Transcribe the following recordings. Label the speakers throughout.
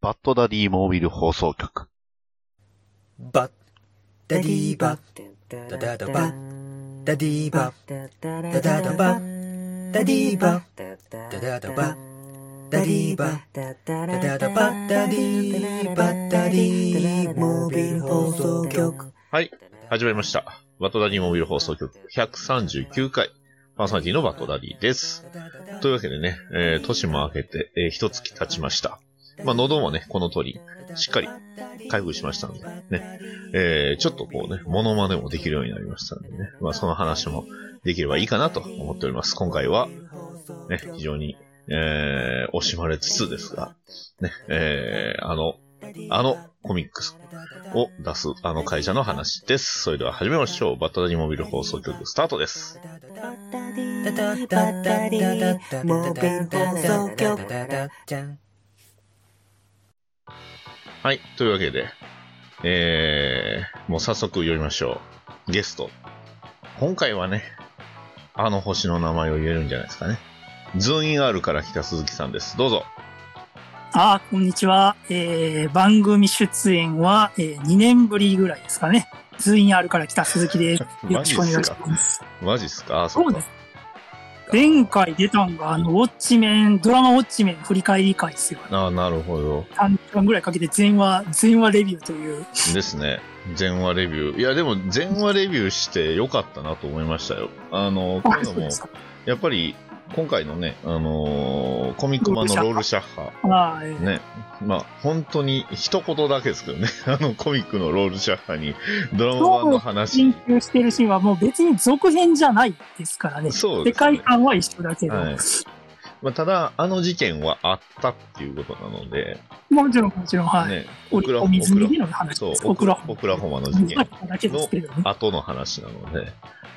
Speaker 1: バッドダディモービル放送局。
Speaker 2: バッ、ダディーバッ、
Speaker 3: ダダダバ
Speaker 2: ダディーバ
Speaker 3: バ
Speaker 2: ッ、
Speaker 3: ダダダバダディーバダダダバダディーバダダダバダディーバダディーモービル放送局
Speaker 4: はい。始まりました。バトダディモビル放送局139回、パーソナリティのバトダディです。というわけでね、えー、年も明けて、えー、一月経ちました。まあ、喉もね、この通り、しっかり回復しましたんで、ね、えー、ちょっとこうね、モノマネもできるようになりましたんでね、まあ、その話もできればいいかなと思っております。今回は、ね、非常に、えー、惜しまれつつですが、ね、えー、あの、あのコミックスを出すあの会社の話です。それでは始めましょう。バットダディモビル放送局スタートです。
Speaker 3: ダダダダディーモービル放送局
Speaker 4: はい。というわけで、えー、もう早速呼びましょう。ゲスト。今回はね、あの星の名前を言えるんじゃないですかね。ズーンイン R から来た鈴木さんです。どうぞ。
Speaker 5: あーこんにちは、えー番組出演は、えー2年ぶりぐらいですかね。ズイン R から来た鈴木です。よろしくお願いします。
Speaker 4: マジっすかあ、そ
Speaker 5: そうう
Speaker 4: か
Speaker 5: で。す。前回出たんが、あの、ウォッチメン、ドラマウォッチメン振り返り会ですよ。
Speaker 4: あなるほど。
Speaker 5: 3時間ぐらいかけて全話、全話レビューという。
Speaker 4: ですね。全話レビュー。いや、でも全話レビューしてよかったなと思いましたよ。あの、という
Speaker 5: あ、
Speaker 4: の
Speaker 5: そう
Speaker 4: も
Speaker 5: で、すか。
Speaker 4: やっぱり今回のね、あのーコミックマンのロールシャッハ。
Speaker 5: あーえー
Speaker 4: ね。まあ、本当に一言だけですけどね。 あのコミックのロールシャッハにドラマ版の話
Speaker 5: 進。級してるシーンはもう別に続編じゃないですからね。
Speaker 4: そう
Speaker 5: 世
Speaker 4: ですね
Speaker 5: 界観は一緒だけど。
Speaker 4: はいまあ、ただ、あの事件はあったっていうことなので、
Speaker 5: もちろん、もちろん、はい。
Speaker 4: ね。
Speaker 5: お
Speaker 4: オクラ
Speaker 5: お
Speaker 4: オク
Speaker 5: 水
Speaker 4: ラ
Speaker 5: にの話
Speaker 4: そう
Speaker 5: です。
Speaker 4: オ
Speaker 5: オ
Speaker 4: ク
Speaker 5: ク
Speaker 4: ラ
Speaker 5: ラ
Speaker 4: オクラホマの事件
Speaker 5: 水だけですけどね。
Speaker 4: 後の話なので、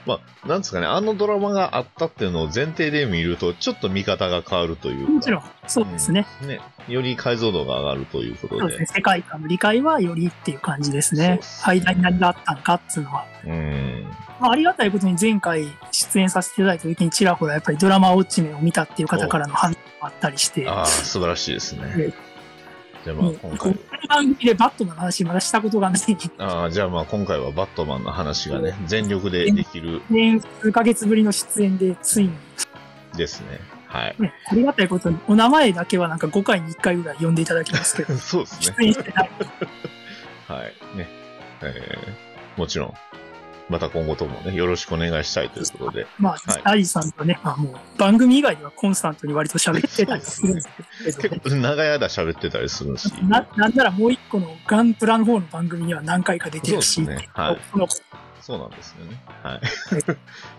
Speaker 4: まあ、なんですかね、あのドラマがあったっていうのを前提で見ると、ちょっと見方が変わるというか。
Speaker 5: もちろん、そうですね。
Speaker 4: ね、より解像度が上がるということ
Speaker 5: そう
Speaker 4: で。
Speaker 5: ですね。世界観の理解はよりっていう感じです
Speaker 4: そう
Speaker 5: ね
Speaker 4: で。すね
Speaker 5: 間に何があったのかっていうのは。
Speaker 4: うん。
Speaker 5: まあ、ありがたいことに前回出演させていただいた時にちらほらやっぱりドラマウォッチメンを見たっていう方からの反応もあったりして、
Speaker 4: ああ、素晴らしいですね
Speaker 5: ね。
Speaker 4: じゃあまあ
Speaker 5: もう
Speaker 4: 今
Speaker 5: こ
Speaker 4: 回
Speaker 5: の、番組でバットの話まだしたことがない。
Speaker 4: ああ、じゃあまあ今回はバットマンの話がね、全力でできる
Speaker 5: 年数ヶ月ぶりの出演でついに、
Speaker 4: ですね。はい。
Speaker 5: ね、ありがたいことにお名前だけはなんか5回に1回ぐらい呼んでいただきますけ ど、
Speaker 4: そうですね。
Speaker 5: 出演し てない。
Speaker 4: はい。ね。えーもちろん、また今後ともね、よろしくお願いしたいということで。
Speaker 5: まあ、
Speaker 4: はい
Speaker 5: ダイさんとね、まあもう番組以外ではコンスタントに割と喋ってたりするんですけど、
Speaker 4: 結構長い間喋ってたりするし。
Speaker 5: ななんならもう一個のガンプラの方の番組には何回か出てる
Speaker 4: そ
Speaker 5: し、
Speaker 4: うですねはい
Speaker 5: この
Speaker 4: そうなんですよね。はい。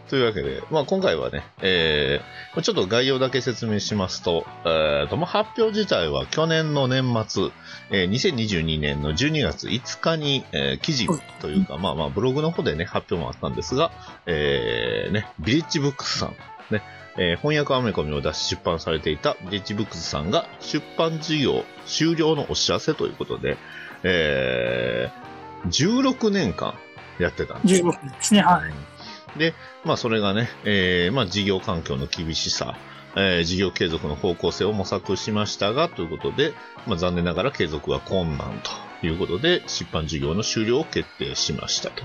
Speaker 4: というわけで、まあ、今回はね、えー、ちょっと概要だけ説明しますと、えーとまあ、発表自体は去年の年末、えー2022年の12月5日に、えー記事というか、まあまあ、ブログの方でね、発表もあったんですが、えー、ね、ビリッジブックスさん、ね、えー翻訳アメコミを出し出版されていたビリッジブックスさんが出版事業終了のお知らせということで、えー、16年間やってたんですよ
Speaker 5: 16分ですね、はい。
Speaker 4: で、まあ、それがね、えーまあ、事業環境の厳しさ、えー事業継続の方向性を模索しましたが、ということで、まあ、残念ながら継続は困難ということで、出版事業の終了を決定しましたと。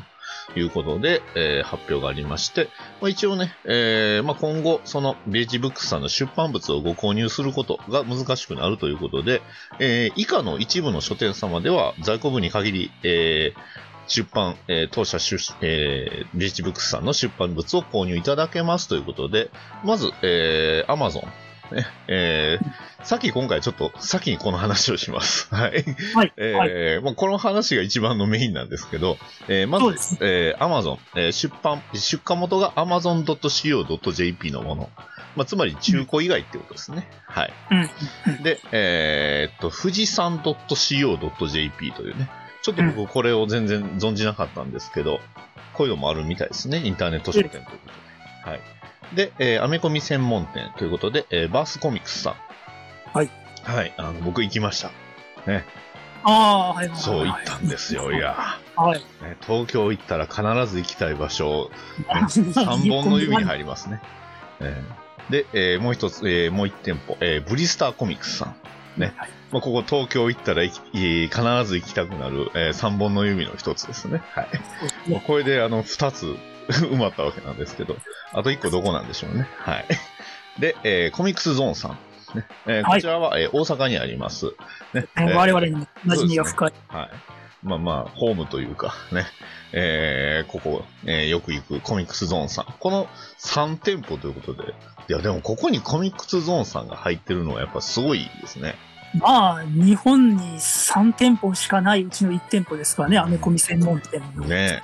Speaker 4: いうことで、えー発表がありまして、まあ、一応ね、えーまあ、今後、その、ビレッジブックスさんの出版物をご購入することが難しくなるということで、えー以下の一部の書店様では、在庫部に限り、えー出版、えー当社出、えー、ビーチブックスさんの出版物を購入いただけますということで、まず、えー、Amazon。ねえー、さっき今回ちょっと先にこの話をします。はい。
Speaker 5: はい。はい
Speaker 4: えーもうこの話が一番のメインなんですけど、えーま
Speaker 5: そうで
Speaker 4: ず、
Speaker 5: す。
Speaker 4: えー Amazon、えー出版、出荷元が amazon.co.jp のもの。まあ、つまり中古以外ってことですね。はい。
Speaker 5: うん。
Speaker 4: で、えーっと、富士山 .co.jp というね、ちょっと僕これを全然存じなかったんですけど、こういうのもあるみたいですね、インターネット書店ということで。はい。で、えーアメコミ専門店ということで、えーバースコミックスさん。
Speaker 5: はい。
Speaker 4: はい、あの、僕行きました。
Speaker 5: ああー、はいはいはい。
Speaker 4: そう、行ったんですよ、い。や。
Speaker 5: はい。
Speaker 4: ね東京行ったら必ず行きたい場所、3本の指に入りますね。えーで、えーもう一つ、えーもう一店舗、えーブリスターコミックスさん。ね。
Speaker 5: はい
Speaker 4: まあ、ここ東京行ったら行きえー必ず行きたくなる、え3本の指の一つですね。はい。
Speaker 5: そうです
Speaker 4: もう
Speaker 5: ね
Speaker 4: これであの2つ 埋まったわけなんですけど、あと1個どこなんでしょうね。はい。で、えーコミックスゾーンさんですね。えー
Speaker 5: はい
Speaker 4: こちらは、えー大阪にあります。ね、えー
Speaker 5: 我々にも馴染みが深い。
Speaker 4: はい。まあまあ、ホームというかね、えーここ、えーよく行くコミックスゾーンさん。この3店舗ということで、いやでもここにコミックスゾーンさんが入ってるのはやっぱすごいですね。
Speaker 5: まあ、日本に3店舗しかないうちの1店舗ですからね、アメコミ専門店の。
Speaker 4: ねえ。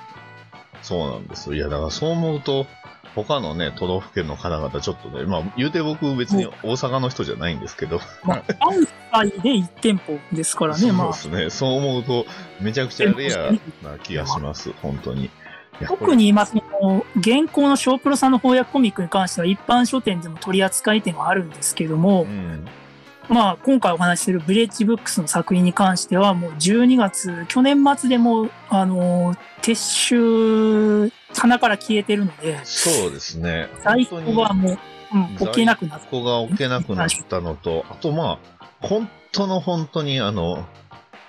Speaker 4: そうなんですよ。いや、だからそう思うと、他のね、都道府県の方々、ちょっとね、まあ、言うて僕別に大阪の人じゃないんですけど、
Speaker 5: ま あ、関西で1店舗ですからね、
Speaker 4: そう
Speaker 5: ま
Speaker 4: で
Speaker 5: あ、
Speaker 4: すね、そう思うと、めちゃくちゃレアな気がします、本当に。いや
Speaker 5: 特、に今、その、現行の小プロさんの翻訳コミックに関しては、一般書店でも取り扱い店はあるんですけども
Speaker 4: これ、うん、
Speaker 5: まあ、今回お話しするブレッジブックスの作品に関しては、もう12月、去年末でもう、あのー、撤収、棚から消えてるので、
Speaker 4: そうですね。
Speaker 5: 在庫はもう、うん、置けなくなって
Speaker 4: ここが置けなくなったのと、あとまあ、本当の本当に、あの、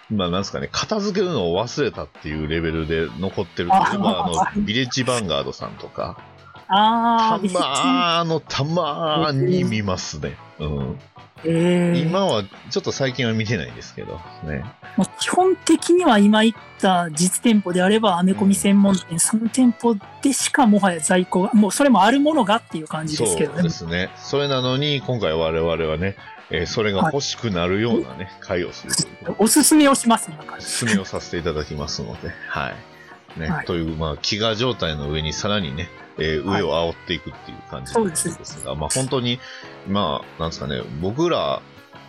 Speaker 4: まあなんですかね、片付けるのを忘れたっていうレベルで残ってるといえば、
Speaker 5: あ
Speaker 4: あの、ビレッジヴァンガードさんとか、
Speaker 5: あ
Speaker 4: た
Speaker 5: あ、別に
Speaker 4: まーの、たまーに見ますね。うん。
Speaker 5: えー
Speaker 4: 今は、ちょっと最近は見てないんですけど、ね。
Speaker 5: まあ基本的には今言った実店舗であれば、アメコミ専門店3店舗でしかもはや在庫が、もうそれもあるものがっていう感じ
Speaker 4: そ
Speaker 5: ですけど
Speaker 4: う
Speaker 5: ね
Speaker 4: で。すね。それなのに、今回我々はね、えーそれが欲しくなるようなね、会をするということで
Speaker 5: おすすめをします、なんか。
Speaker 4: 進めをさせていただきます ので、はい。ね、
Speaker 5: はい
Speaker 4: という、まあ、飢餓状態の上にさらにね、えー
Speaker 5: はい
Speaker 4: 上を煽っていくっていう感じなんです
Speaker 5: そう
Speaker 4: が、まあ、本当に、まあ、なんですかね、僕ら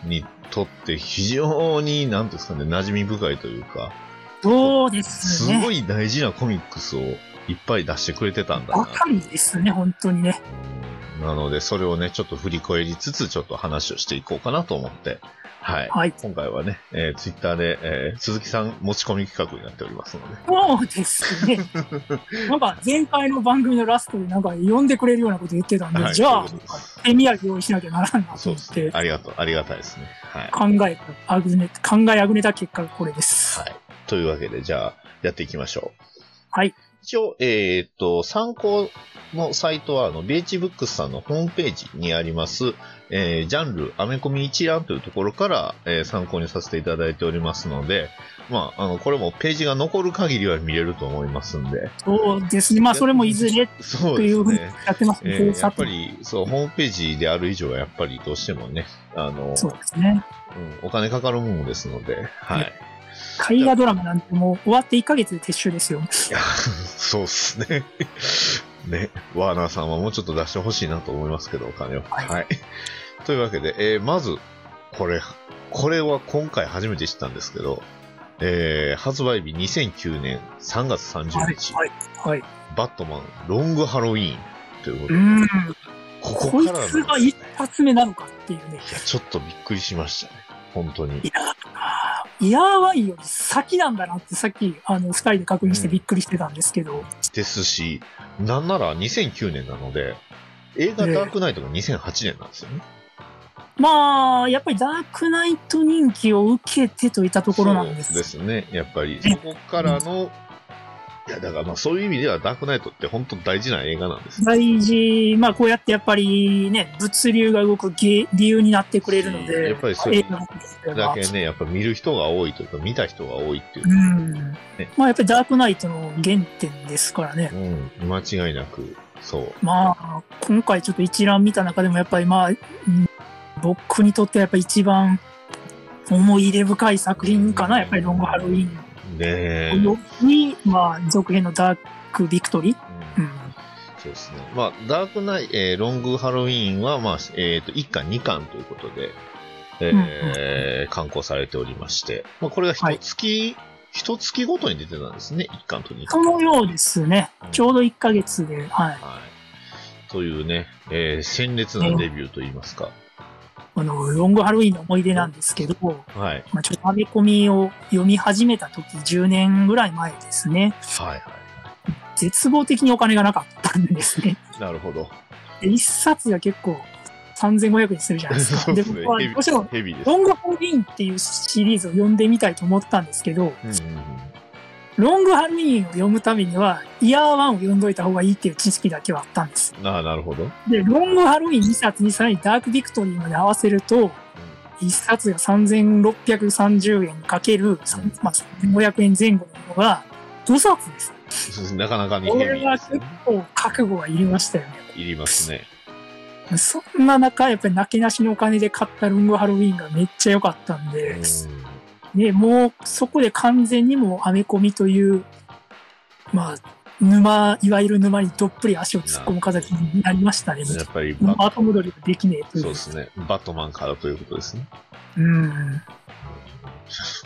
Speaker 4: にとって非常に、なんていうんですかね、馴染み深いというか、
Speaker 5: そうです
Speaker 4: す
Speaker 5: ね。
Speaker 4: ごい大事なコミックスをいっぱい出してくれてたんだ
Speaker 5: ば
Speaker 4: な。
Speaker 5: かりですね、本当にね。
Speaker 4: うんなので、それをね、ちょっと振り返りつつ、ちょっと話をしていこうかなと思って、はい。
Speaker 5: はい。
Speaker 4: 今回はね、えー、ツイッターで、えー鈴木さん持ち込み企画になっておりますので。
Speaker 5: そうで すね。なんか前回の番組のラストでなんか呼んでくれるようなこと言ってたんで、
Speaker 4: はい
Speaker 5: じゃあ
Speaker 4: そういうことです、
Speaker 5: 手土産用意しなきゃならんなと
Speaker 4: そう
Speaker 5: 思
Speaker 4: で
Speaker 5: っ
Speaker 4: す
Speaker 5: て
Speaker 4: ね。ありがとう。ありがたいですね。はい。
Speaker 5: 考え、あぐね、考えあぐねた結果がこれです。
Speaker 4: はい。というわけで、じゃあ、やっていきましょう。
Speaker 5: はい。
Speaker 4: 一応、えーっと、参考のサイトは、あの、ビーチブックスさんのホームページにあります、えージャンル、アメコミ一覧というところから、えー参考にさせていただいておりますので、まあ、あの、これもページが残る限りは見れると思いますんで。
Speaker 5: そうですね。まあ、それもいずれ
Speaker 4: そ
Speaker 5: と
Speaker 4: うで
Speaker 5: いう
Speaker 4: す
Speaker 5: ふうに
Speaker 4: ね。
Speaker 5: やってますね。
Speaker 4: え
Speaker 5: こう
Speaker 4: ーやっ
Speaker 5: さ
Speaker 4: ぱり、そう、ホームページである以上は、やっぱりどうしてもね、あの、
Speaker 5: そうですね。
Speaker 4: うんお金かかるものですので、はい。
Speaker 5: 絵画ドラマなんてもう終わって1ヶ月で撤収ですよ。
Speaker 4: いや、そうっすね。ね、ワーナーさんはもうちょっと出してほしいなと思いますけど、お金を。
Speaker 5: はい
Speaker 4: はい。というわけで、えーまず、これ、これは今回初めて知ったんですけど、えー発売日2009年3月30
Speaker 5: はい。
Speaker 4: 日、
Speaker 5: はい。はい。
Speaker 4: バットマンロングハロウィーンというこ
Speaker 5: う
Speaker 4: とで、
Speaker 5: ん。
Speaker 4: こ
Speaker 5: こ
Speaker 4: こ
Speaker 5: い
Speaker 4: から
Speaker 5: つ
Speaker 4: な
Speaker 5: が
Speaker 4: んです
Speaker 5: 一
Speaker 4: ね
Speaker 5: 発目なのかっていうね。
Speaker 4: いや、ちょっとびっくりしましたね。本当に。
Speaker 5: あーイヤーワインより先なんだなってさっきあの2人で確認してびっくりしてたんですけど、
Speaker 4: ですし、なんなら2009年なので、映画
Speaker 5: ええ
Speaker 4: ダークナイトが2008年なんですよね。
Speaker 5: まあやっぱりダークナイト人気を受けてといったところなんです
Speaker 4: そうですね、やっぱり。そこからの、いや、だからまあそういう意味では、ダークナイトって本当大事な映画なんですよ
Speaker 5: 大事まあこうやってやっぱりね物流が動くげ理由になってくれるので
Speaker 4: やっぱりそれ
Speaker 5: 映画のことですから
Speaker 4: だけね、やっぱ見る人が多いというか、見た人が多いっていうう、
Speaker 5: んまあやっぱりダークナイトの原点ですからね
Speaker 4: うん、間違いなく、そう。
Speaker 5: まあ今回ちょっと一覧見た中でもやっぱりまあ、うん僕にとってはやっぱ一番思い入れ深い作品かなやっぱりロングハロウィン
Speaker 4: ねえ、うん
Speaker 5: に、まあ、続編のダークビクトリー、うん、
Speaker 4: そうですね。まあ、ダークナイト、えーロングハロウィーンは、まあ、えっ、と、1巻、2巻ということで、えー刊行されておりまして、まあ、これが一月、一、月ごとに出てたんですね、1巻と2巻。
Speaker 5: そのようですね
Speaker 4: うん。
Speaker 5: ちょうど1ヶ月で、はい。
Speaker 4: はい。というね、えー、鮮烈なデビューといいますか。
Speaker 5: あの、ロングハロウィンの思い出なんですけど、
Speaker 4: はい。
Speaker 5: まあ、ちょっとアメコミを読み始めた時、10年ぐらい前ですね。
Speaker 4: はいは
Speaker 5: 絶望的にお金がなかったんですね。
Speaker 4: い。なるほど。
Speaker 5: で一冊が結構3500円するじゃないです
Speaker 4: そ
Speaker 5: か。
Speaker 4: うで
Speaker 5: です
Speaker 4: ね
Speaker 5: 僕は。
Speaker 4: ヘ
Speaker 5: も
Speaker 4: ビ
Speaker 5: ちろん、
Speaker 4: ヘビです。
Speaker 5: ロングハロウィーンっていうシリーズを読んでみたいと思ったんですけど、
Speaker 4: うんうん
Speaker 5: ロングハロウィーンを読むためには、イヤー1を読んどいた方がいいっていう知識だけはあったんです。
Speaker 4: うん、ああ、なるほど。
Speaker 5: で、ロングハロウィーン2冊にさらにダークビクトリーまで合わせると、1冊が3630円かける、さんまあ、3500円前後のものが5冊です。
Speaker 4: そうですね なかなかに
Speaker 5: こ
Speaker 4: ヘ
Speaker 5: れ
Speaker 4: ビ
Speaker 5: は
Speaker 4: です
Speaker 5: 結
Speaker 4: ね。
Speaker 5: 構覚悟がいりましたよね。
Speaker 4: いりますね。
Speaker 5: そんな中、やっぱりなけなしのお金で買ったロングハロウィーンがめっちゃ良かったん
Speaker 4: う
Speaker 5: で、
Speaker 4: ん
Speaker 5: ね、もうそこで完全にもうアメコミという、まあ、沼、いわゆる沼にどっぷり足を突っ込む形になりましたね。
Speaker 4: やっぱり
Speaker 5: もう
Speaker 4: バ
Speaker 5: 後戻りができねえとい
Speaker 4: そう
Speaker 5: う
Speaker 4: で。すね。バットマンからということですね。
Speaker 5: うん。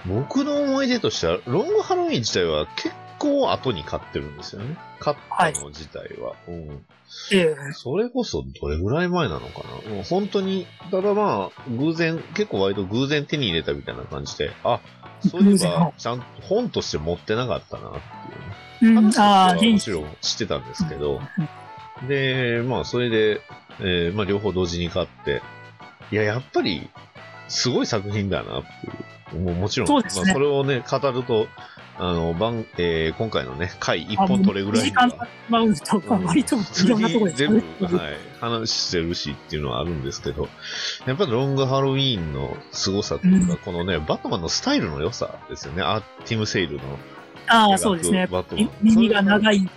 Speaker 4: 僕の思い出としては、ロングハロウィン自体は結構後に買ってるんですよね。買ったの自体は。うん。
Speaker 5: ええ
Speaker 4: それこそどれぐらい前なのかなもう本当に、ただまあ、偶然、結構割と偶然手に入れたみたいな感じで、あ、そうい
Speaker 5: 偶
Speaker 4: え
Speaker 5: 然
Speaker 4: ば、ちゃんと本として持ってなかったなっていうね。
Speaker 5: う
Speaker 4: 話と
Speaker 5: ん
Speaker 4: し、て
Speaker 5: ああ、
Speaker 4: は
Speaker 5: 現
Speaker 4: も
Speaker 5: 地
Speaker 4: ちろん知ってたんですけど、
Speaker 5: うん
Speaker 4: で、まあ、それで、えーまあ、両方同時に買って、いや、やっぱり、すごい作品だなっていう。もうもちろん、
Speaker 5: そうですね
Speaker 4: まあ、それをね、語ると、あの、番、えー今回のね、回一本取れぐらい
Speaker 5: 時
Speaker 4: には
Speaker 5: 間がまうとか、
Speaker 4: うん
Speaker 5: 割と
Speaker 4: 普通
Speaker 5: いろんなところ
Speaker 4: に
Speaker 5: で
Speaker 4: 全部、はい、話してるしっていうのはあるんですけど、やっぱりロングハロウィーンの凄さというか、
Speaker 5: う
Speaker 4: このね、バットマンのスタイルの良さですよね。あティム・セイルの
Speaker 5: ああ、そうですね。
Speaker 4: バットマン
Speaker 5: 耳が長い。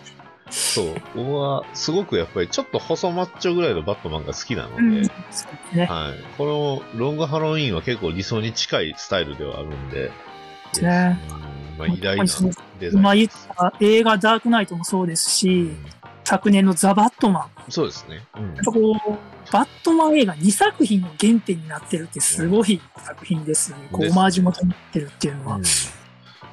Speaker 4: そう。僕は、すごくやっぱり、ちょっと細マッチョぐらいのバットマンが好きなので、
Speaker 5: うん、そうですね。
Speaker 4: はい。この、ロングハロウィーンは結構理想に近いスタイルではあるんで、
Speaker 5: すね
Speaker 4: うんまあ、偉大なデザイン。
Speaker 5: 今言った映画ダークナイトもそうです
Speaker 4: う
Speaker 5: し、
Speaker 4: ん
Speaker 5: 昨年のザ・バットマン。
Speaker 4: そうですね。うん
Speaker 5: やっぱこう、バットマン映画2作品の原点になってるってすごい作品ですよね。こ
Speaker 4: で
Speaker 5: う、
Speaker 4: す
Speaker 5: オマージュもとってるっていうのは。
Speaker 4: うん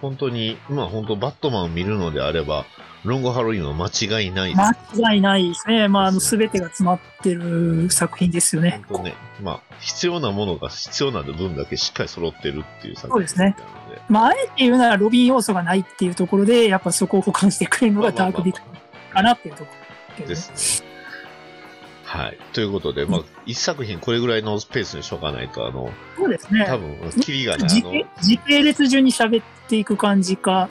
Speaker 4: 本当に、まあ本当、バットマンを見るのであれば、ロングハロウィーンは間違いないです。
Speaker 5: 間違いないですね。まあ、あの、
Speaker 4: そ
Speaker 5: す
Speaker 4: うで
Speaker 5: べてが詰まってる作品ですよね。
Speaker 4: 本当ね、まあ、必要なものが必要な分だけしっかり揃ってるっていう作
Speaker 5: そう
Speaker 4: 品
Speaker 5: ですね
Speaker 4: なので。
Speaker 5: まあ、あえて言うならロビン要素がないっていうところで、やっぱそこを補完してくれるのがダークビクトリーかなっていうところ
Speaker 4: で
Speaker 5: ですす
Speaker 4: ね。はい。ということで、まあ、一作品これぐらいのスペースにしとかないと、あの、
Speaker 5: ね。そうですね。
Speaker 4: 多分、キリがない。
Speaker 5: 時
Speaker 4: あ
Speaker 5: 系
Speaker 4: の、
Speaker 5: 時系列順に喋っていく感じか。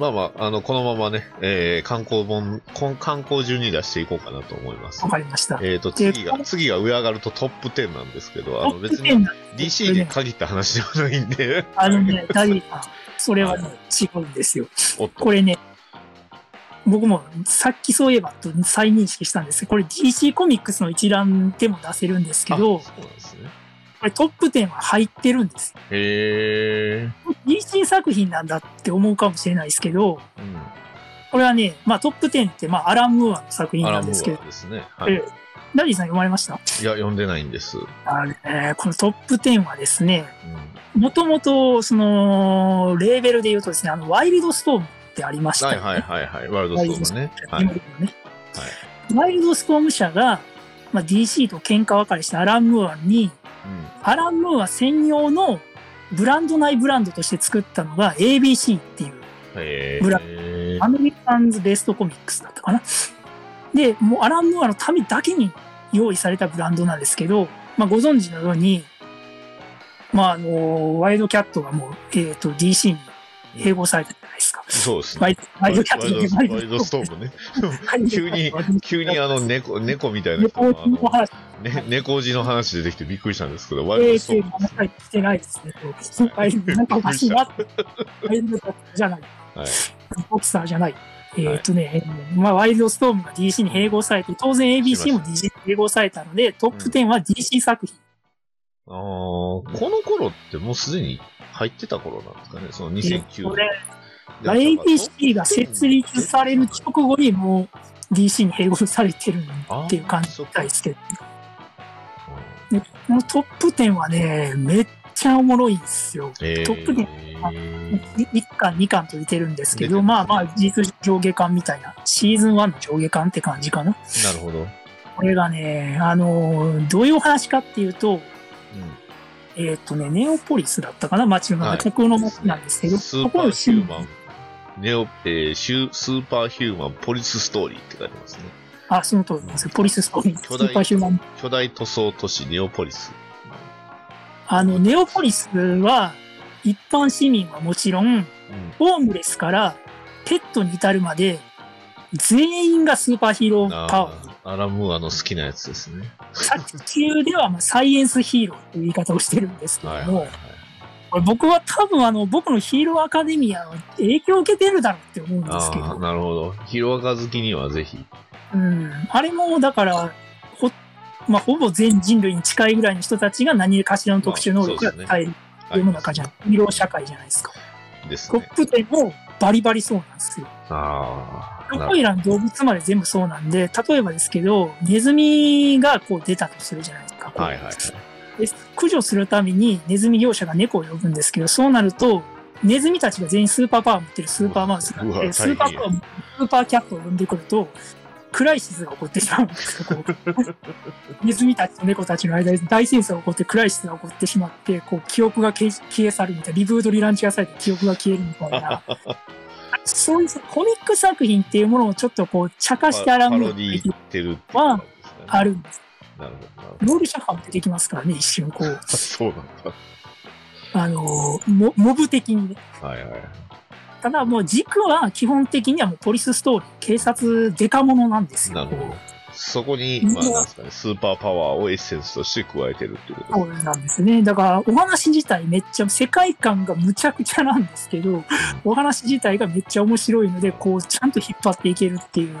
Speaker 4: まあまあ、あの、このままね、えー、観光本、こん観光順に出していこうかなと思います
Speaker 5: わ。かりました。
Speaker 4: えっ、と、次が、次が上上がるとトップ10なんですけど、あの、別
Speaker 5: トップ10
Speaker 4: に
Speaker 5: なんです
Speaker 4: DC に限った話ではないんで、
Speaker 5: あのね、ダディさん、それはね、違うんですよ。
Speaker 4: おっと
Speaker 5: これね、僕もさっきそういえばと再認識したんですけど、これ DC コミックスの一覧でも出せるんですけ
Speaker 4: あ
Speaker 5: ど、こ
Speaker 4: そうなんですね。
Speaker 5: れトップ10は入ってるんです。
Speaker 4: へえ。
Speaker 5: DC 作品なんだって思うかもしれないですけど、
Speaker 4: うん。
Speaker 5: これはね、まあトップ10ってまあアラン・ムーアの作品
Speaker 4: ア
Speaker 5: な
Speaker 4: ラ
Speaker 5: ん
Speaker 4: ム
Speaker 5: ですけど
Speaker 4: ーア、ですね。はい。い
Speaker 5: え
Speaker 4: や、
Speaker 5: ダディさん読まれました
Speaker 4: 読んでないんです。うん。
Speaker 5: あのねこのトップ10はですね、もともと、その、レーベルで言うとですね、あの、ワイルドストームってありました
Speaker 4: は
Speaker 5: よ
Speaker 4: い
Speaker 5: ね。
Speaker 4: はいはいはい。ワールドストームね。は
Speaker 5: 今で
Speaker 4: い。
Speaker 5: もねワイルドストーム社が、まあ、DC と喧嘩別れしたアラン・ムーアに、
Speaker 4: うん。
Speaker 5: アラン・ムーア専用のブランド内ブランドとして作ったのが ABC っていう、
Speaker 4: へ
Speaker 5: ブラ
Speaker 4: え。
Speaker 5: アメリカンズ・ベスト・コミックスだったかな。で、もうアラン・ムーアのためだけに用意されたブランドなんですけど、まあ、ご存知のように、まあ、あの、ワイドキャットがもう、えっ、と、DC に併合されたじゃないですか。
Speaker 4: そうです
Speaker 5: ワ
Speaker 4: ね。
Speaker 5: イドワイドキャッ
Speaker 4: ワ
Speaker 5: ト
Speaker 4: イド
Speaker 5: じゃない
Speaker 4: ワイドストームね。
Speaker 5: ワイドキ
Speaker 4: 急
Speaker 5: ャッ
Speaker 4: に
Speaker 5: トワイド、キ
Speaker 4: 急
Speaker 5: ャット
Speaker 4: にあの 猫、猫みたいな人
Speaker 5: 猫
Speaker 4: があ
Speaker 5: の
Speaker 4: の、
Speaker 5: 話、
Speaker 4: ね猫おじの話出てきてびっくりしたんですけど、ワイルドスト
Speaker 5: AAC
Speaker 4: ー
Speaker 5: の
Speaker 4: ムで
Speaker 5: 話
Speaker 4: す
Speaker 5: は
Speaker 4: ね。
Speaker 5: してないですね。ワイルなんかおかしいなって。ワイルドキャットじゃない。
Speaker 4: はい。
Speaker 5: ボクサーじゃない。えーっ、とね、えーまあ、ワイルドストームが DC に併合されて、当然 ABC も DC に併合されたので、トップ10は DC 作品。
Speaker 4: あーこの頃ってもうすでに入ってた頃なんですかね、その2009年。
Speaker 5: これ、ABC が設立される直後にもう DC に併合されてるっていう感じみたいですけど、でこのトップ10はね、めっちゃおもろいんですよ。トップで1巻、2巻と出てるんですけ
Speaker 4: 出て
Speaker 5: ど、
Speaker 4: ますね
Speaker 5: まあまあ、事実上下巻みたいな、シーズン1の上下巻って感じかな。
Speaker 4: なるほど。うん
Speaker 5: これがね、あのー、どういうお話かっていうと、えーっ、とね、ネオポリスだったかな街の
Speaker 4: はい
Speaker 5: 中、架空の街なんですけど、
Speaker 4: スー
Speaker 5: そ
Speaker 4: パ
Speaker 5: こ
Speaker 4: ー
Speaker 5: の
Speaker 4: ヒューマ
Speaker 5: ン。
Speaker 4: ン、ネオ、えーシュスーパーヒューマンポリスストーリーって書いてますね。
Speaker 5: あ、その通りなんですよ。ポリスストーリー。ス
Speaker 4: 巨
Speaker 5: ーパー
Speaker 4: 大
Speaker 5: ヒューマン。
Speaker 4: 巨大塗装都市ネオポリス。
Speaker 5: あの、ネオポリスは、一般市民はもちろん、
Speaker 4: うん
Speaker 5: ホームレスからペットに至るまで、全員がスーパーヒーローパワー。
Speaker 4: あーアラムーアの好きなやつですね。
Speaker 5: 作中ではまあサイエンスヒーローという言い方をしてるんですけど
Speaker 4: はいはい
Speaker 5: も、
Speaker 4: はい。
Speaker 5: これ僕は多分あの、僕のヒーローアカデミアは影響を受けてるだろうって思うんですけ
Speaker 4: ああ、
Speaker 5: ど、
Speaker 4: なるほど。ヒロアカ好きにはぜひ。
Speaker 5: うん。あれもだから、ほ、まあ、ほぼ全人類に近いぐらいの人たちが何かしらの特殊能力が耐える世の中じゃん。ヒーロー社会じゃないですか。
Speaker 4: です
Speaker 5: ト
Speaker 4: ね
Speaker 5: ッ。プ10もバリバリそうなんですよ。
Speaker 4: ああ。
Speaker 5: ロ
Speaker 4: な
Speaker 5: コ
Speaker 4: る
Speaker 5: イラの動物まで全部そうなんで、例えばですけど、ネズミがこう出たとするじゃないですか。
Speaker 4: はいはいはい。
Speaker 5: で駆除するためにネズミ業者が猫を呼ぶんですけど、そうなると、ネズミたちが全員スーパーパワーを持ってるスーパーマウスなん
Speaker 4: うわ大
Speaker 5: で、
Speaker 4: 変
Speaker 5: スーパーパワーを持ってるスーパーキャットを呼んでくると、クライシスが起こってしまうんですよ。こ うネズミたちと猫たちの間で大戦争が起こって、クライシスが起こってしまって、こう記憶が消え消え去るみたいな、リブートリランチがされて記憶が消えるみたいな。そういうコミック作品っていうものをちょっとこう、茶化して
Speaker 4: パ
Speaker 5: あら
Speaker 4: パ
Speaker 5: む
Speaker 4: ロディーってるっていうことですね
Speaker 5: あるんです。
Speaker 4: なるほどなるほ
Speaker 5: ノールシャッハも出てきますからね、一瞬こう。
Speaker 4: ど。そうなん
Speaker 5: あのモモブ的にね。
Speaker 4: だ。はいはい。
Speaker 5: ただもう軸は基本的にはもうポリスストーリー、警察デカものなんです
Speaker 4: な
Speaker 5: よ。
Speaker 4: るほど
Speaker 5: こ。
Speaker 4: そこに、
Speaker 5: うん
Speaker 4: まあ、なんですかね、スーパーパワーをエッセンスとして加えてるっていうこ
Speaker 5: う
Speaker 4: と
Speaker 5: そうなんですね。だからお話自体めっちゃ世界観がむちゃくちゃなんですけど、お話自体がめっちゃ面白いので、こうちゃんと引っ張っていけるっていう。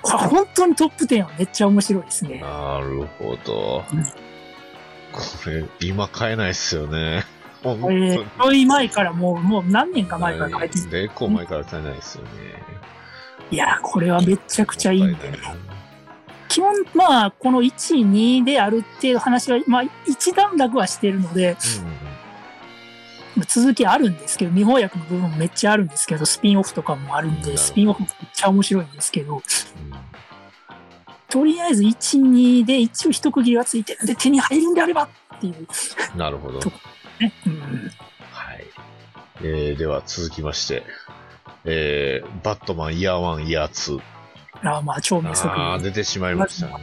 Speaker 5: これ本当にトップ10はめっちゃ面白いですね。
Speaker 4: なるほど
Speaker 5: うん。
Speaker 4: これ、今買えないっすよね。本
Speaker 5: これ、ちょい前からもう、もう何年か前から書いてる。
Speaker 4: で、こう前から買えないっすよね。
Speaker 5: いやー、これはめちゃくちゃいいんでね。
Speaker 4: もったいない
Speaker 5: 基本、まあ、この1、2である程度話は、まあ、一段落はしてるので、続きあるんですけど、未翻訳の部分もめっちゃあるんですけど、スピンオフとかもあるん
Speaker 4: なるほ
Speaker 5: で、
Speaker 4: ど
Speaker 5: スピンオフもめっちゃ面白いんですけど、
Speaker 4: うんうんうん
Speaker 5: とりあえず1、2で一応一区切りがついてるんで、手に入るんであればっていう
Speaker 4: なるほど。
Speaker 5: とね。うん、
Speaker 4: はい。えーでは続きまして、えーバットマンイヤー1、イヤー2。
Speaker 5: あーまあ、超名作。
Speaker 4: ああ、出てしまいましたね。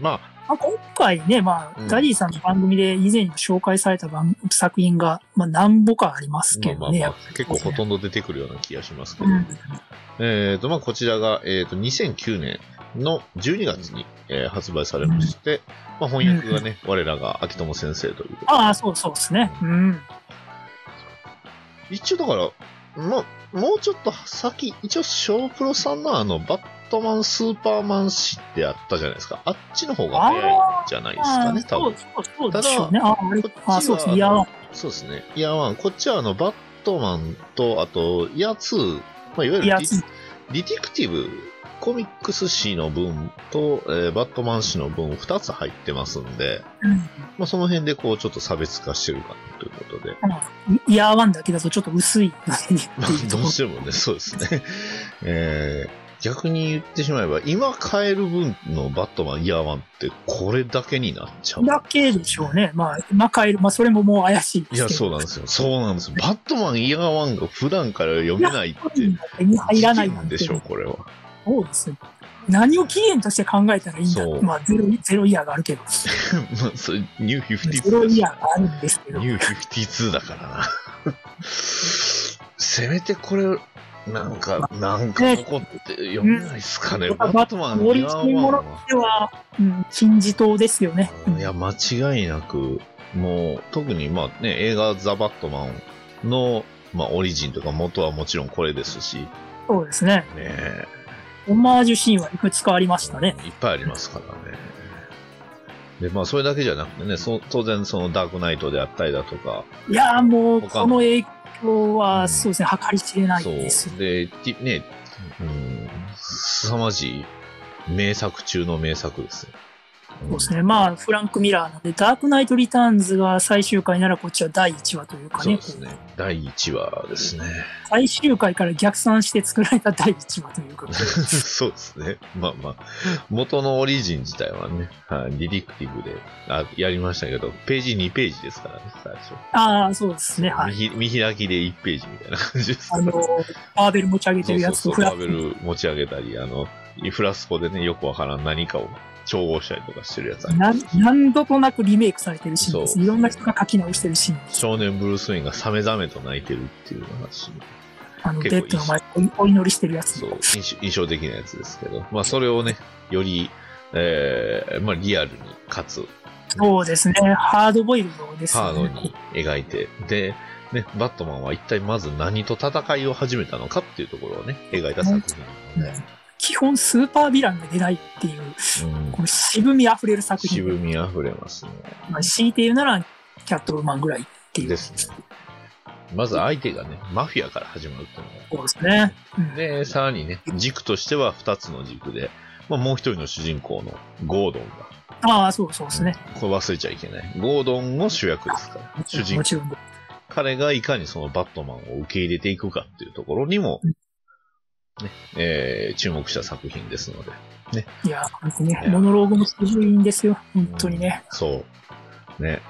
Speaker 4: まあ、
Speaker 5: まあ、今回ね、ま
Speaker 4: う
Speaker 5: あ、
Speaker 4: ん
Speaker 5: ダディさんの番組で以前にも紹介された番作品が、まあ、何本かありますけ
Speaker 4: ま
Speaker 5: ど
Speaker 4: あまあ
Speaker 5: ね。
Speaker 4: ま
Speaker 5: やっ
Speaker 4: あ
Speaker 5: ぱ、
Speaker 4: 結構ほとんど出てくるような気がしますけ
Speaker 5: う
Speaker 4: ど。
Speaker 5: ん
Speaker 4: えーと、まあ、こちらが、えーと、2009年の12月に、えー発売されまして、まあ、翻訳がね、我らが秋友先生ということで
Speaker 5: ああ、そうそうですね。うん。
Speaker 4: 一応だから、ま、もうちょっと先、一応、小プロさんのあの、バットマン、スーパーマン誌ってあったじゃないですか。あっちの方が早いんじゃないですかね、多
Speaker 5: そ
Speaker 4: 分
Speaker 5: う。そうそうでしょうね。ああれ
Speaker 4: こっちは
Speaker 5: あそうですね。いや、は
Speaker 4: そうですね。イヤーワン、こっちはあの、バットマンと、あと、イヤーツー、まあ、いわゆる
Speaker 5: イ
Speaker 4: デ
Speaker 5: ヤー
Speaker 4: ィ
Speaker 5: ツー
Speaker 4: ディティクティブ、コミックス誌の分と、えーバットマン誌の分2つ入ってますんで、
Speaker 5: うん
Speaker 4: まあ、その辺でこう、ちょっと差別化してるかなということで。
Speaker 5: イヤーワンだけだとちょっと薄いので
Speaker 4: まあ
Speaker 5: って いうと
Speaker 4: ど
Speaker 5: こ
Speaker 4: うしてもね、そうですね。 えー逆に言ってしまえば、今買える分のバットマンイヤーワンってこれだけになっちゃう
Speaker 5: ろ。。だけでしょうね。まあ、今買える。まあ、それももう怪しいですけ
Speaker 4: い
Speaker 5: ど。
Speaker 4: や、そうなんですよ。そうなんですよ。バットマンイヤーワンが普段から読めないって。
Speaker 5: 手に入らない
Speaker 4: 事件でしょう、。これは。
Speaker 5: そうですよ。何を期限として考えたらいいんだ
Speaker 4: そう
Speaker 5: まあ、ゼロ、ゼロイヤーがあるけど。
Speaker 4: まあ、それ、ニュー52
Speaker 5: ゼロイヤーがあるんですけど。
Speaker 4: ニュー52だからな。 せめてこれ、なんか、なんか残って読めないっすかね。
Speaker 5: うん
Speaker 4: バットマンイヤーワンは。
Speaker 5: では、うん、金字塔ですよね。
Speaker 4: いや、間違いなく、もう、特にまあね、映画ザ・バットマンの、まあ、オリジンとか元はもちろんこれですし、ね
Speaker 5: そうですね。
Speaker 4: え
Speaker 5: オマージュシーンはいくつかありましたね。
Speaker 4: いっぱいありますからね。で、まあ、それだけじゃなくてね、そ当然、そのダークナイトであったりだとか、
Speaker 5: いやーもう、
Speaker 4: 他
Speaker 5: こ
Speaker 4: の
Speaker 5: の影響
Speaker 4: う
Speaker 5: は、
Speaker 4: ん
Speaker 5: そうですね、計り知れない
Speaker 4: そう
Speaker 5: ですよ。
Speaker 4: で、ティね、うん、凄まじい名作中の名作ですよ。
Speaker 5: そうですね。まあ、フランク・ミラーなんで、ダークナイト・リターンズが最終回なら、こっちは第1話というか
Speaker 4: そう
Speaker 5: ね、
Speaker 4: ですね。第1話ですね。
Speaker 5: 最終回から逆算して作られた第1話というか、
Speaker 4: そうですね。まあまあ、元のオリジン自体はね、はい、ディリクティブであやりましたけど、ページ2ページですからね、最初。
Speaker 5: ああ、そうですね、はい。
Speaker 4: 見ひ見開きで1ページみたいな感じですか
Speaker 5: あ
Speaker 4: ら。
Speaker 5: の、バーベル持ち上げてるやつ
Speaker 4: そ
Speaker 5: と
Speaker 4: うそうそう、
Speaker 5: フラ
Speaker 4: バ
Speaker 5: ッ
Speaker 4: ーベル
Speaker 5: グ
Speaker 4: 持ち上げたり、あの、フラスコでね、よくわからん何かを調合したりとかしてるやつありま
Speaker 5: 何
Speaker 4: す
Speaker 5: 何度となくリメイクされてるシーンです。
Speaker 4: そう
Speaker 5: いろんな人が書き直してるシーンです。
Speaker 4: 少年ブルース・ウィンがサメザメと泣いてるっていう話、
Speaker 5: あの、ベ
Speaker 4: 結構いい
Speaker 5: ッドの前でおお祈りしてるやつ
Speaker 4: そう。印象印象的なやつですけど、まあそれをね、より、えーまあ、リアルに、かつ、
Speaker 5: そうですね。ハードボイルドです
Speaker 4: ハー
Speaker 5: よ
Speaker 4: ド
Speaker 5: ね。
Speaker 4: に描いて、で、ね、バットマンは一体まず何と戦いを始めたのかっていうところをね、描いた作品なので、
Speaker 5: 基本スーパーヴィランが出ないっていう、
Speaker 4: うん
Speaker 5: この渋みあふれる作品。
Speaker 4: 渋みあふれますね。
Speaker 5: まあ、強いて言うなら、キャットウーマンぐらいっていう。
Speaker 4: ですね。まず相手がね、マフィアから始まるっていうのが
Speaker 5: そうですね。うん
Speaker 4: で、さらにね、軸としては2つの軸で、まあ、もう一人の主人公のゴードンが、
Speaker 5: ああ、そうそうですね。
Speaker 4: これ忘れちゃいけない。ゴードンの主役ですから、主人
Speaker 5: も
Speaker 4: 公。
Speaker 5: ちろんで。
Speaker 4: 彼がいかにそのバットマンを受け入れていくかっていうところにも、
Speaker 5: う
Speaker 4: ねえー注目した作品ですので。
Speaker 5: いや、本当にね
Speaker 4: ね、
Speaker 5: モノローグのすごいんですよ。本当にね。
Speaker 4: うん。そう。ね。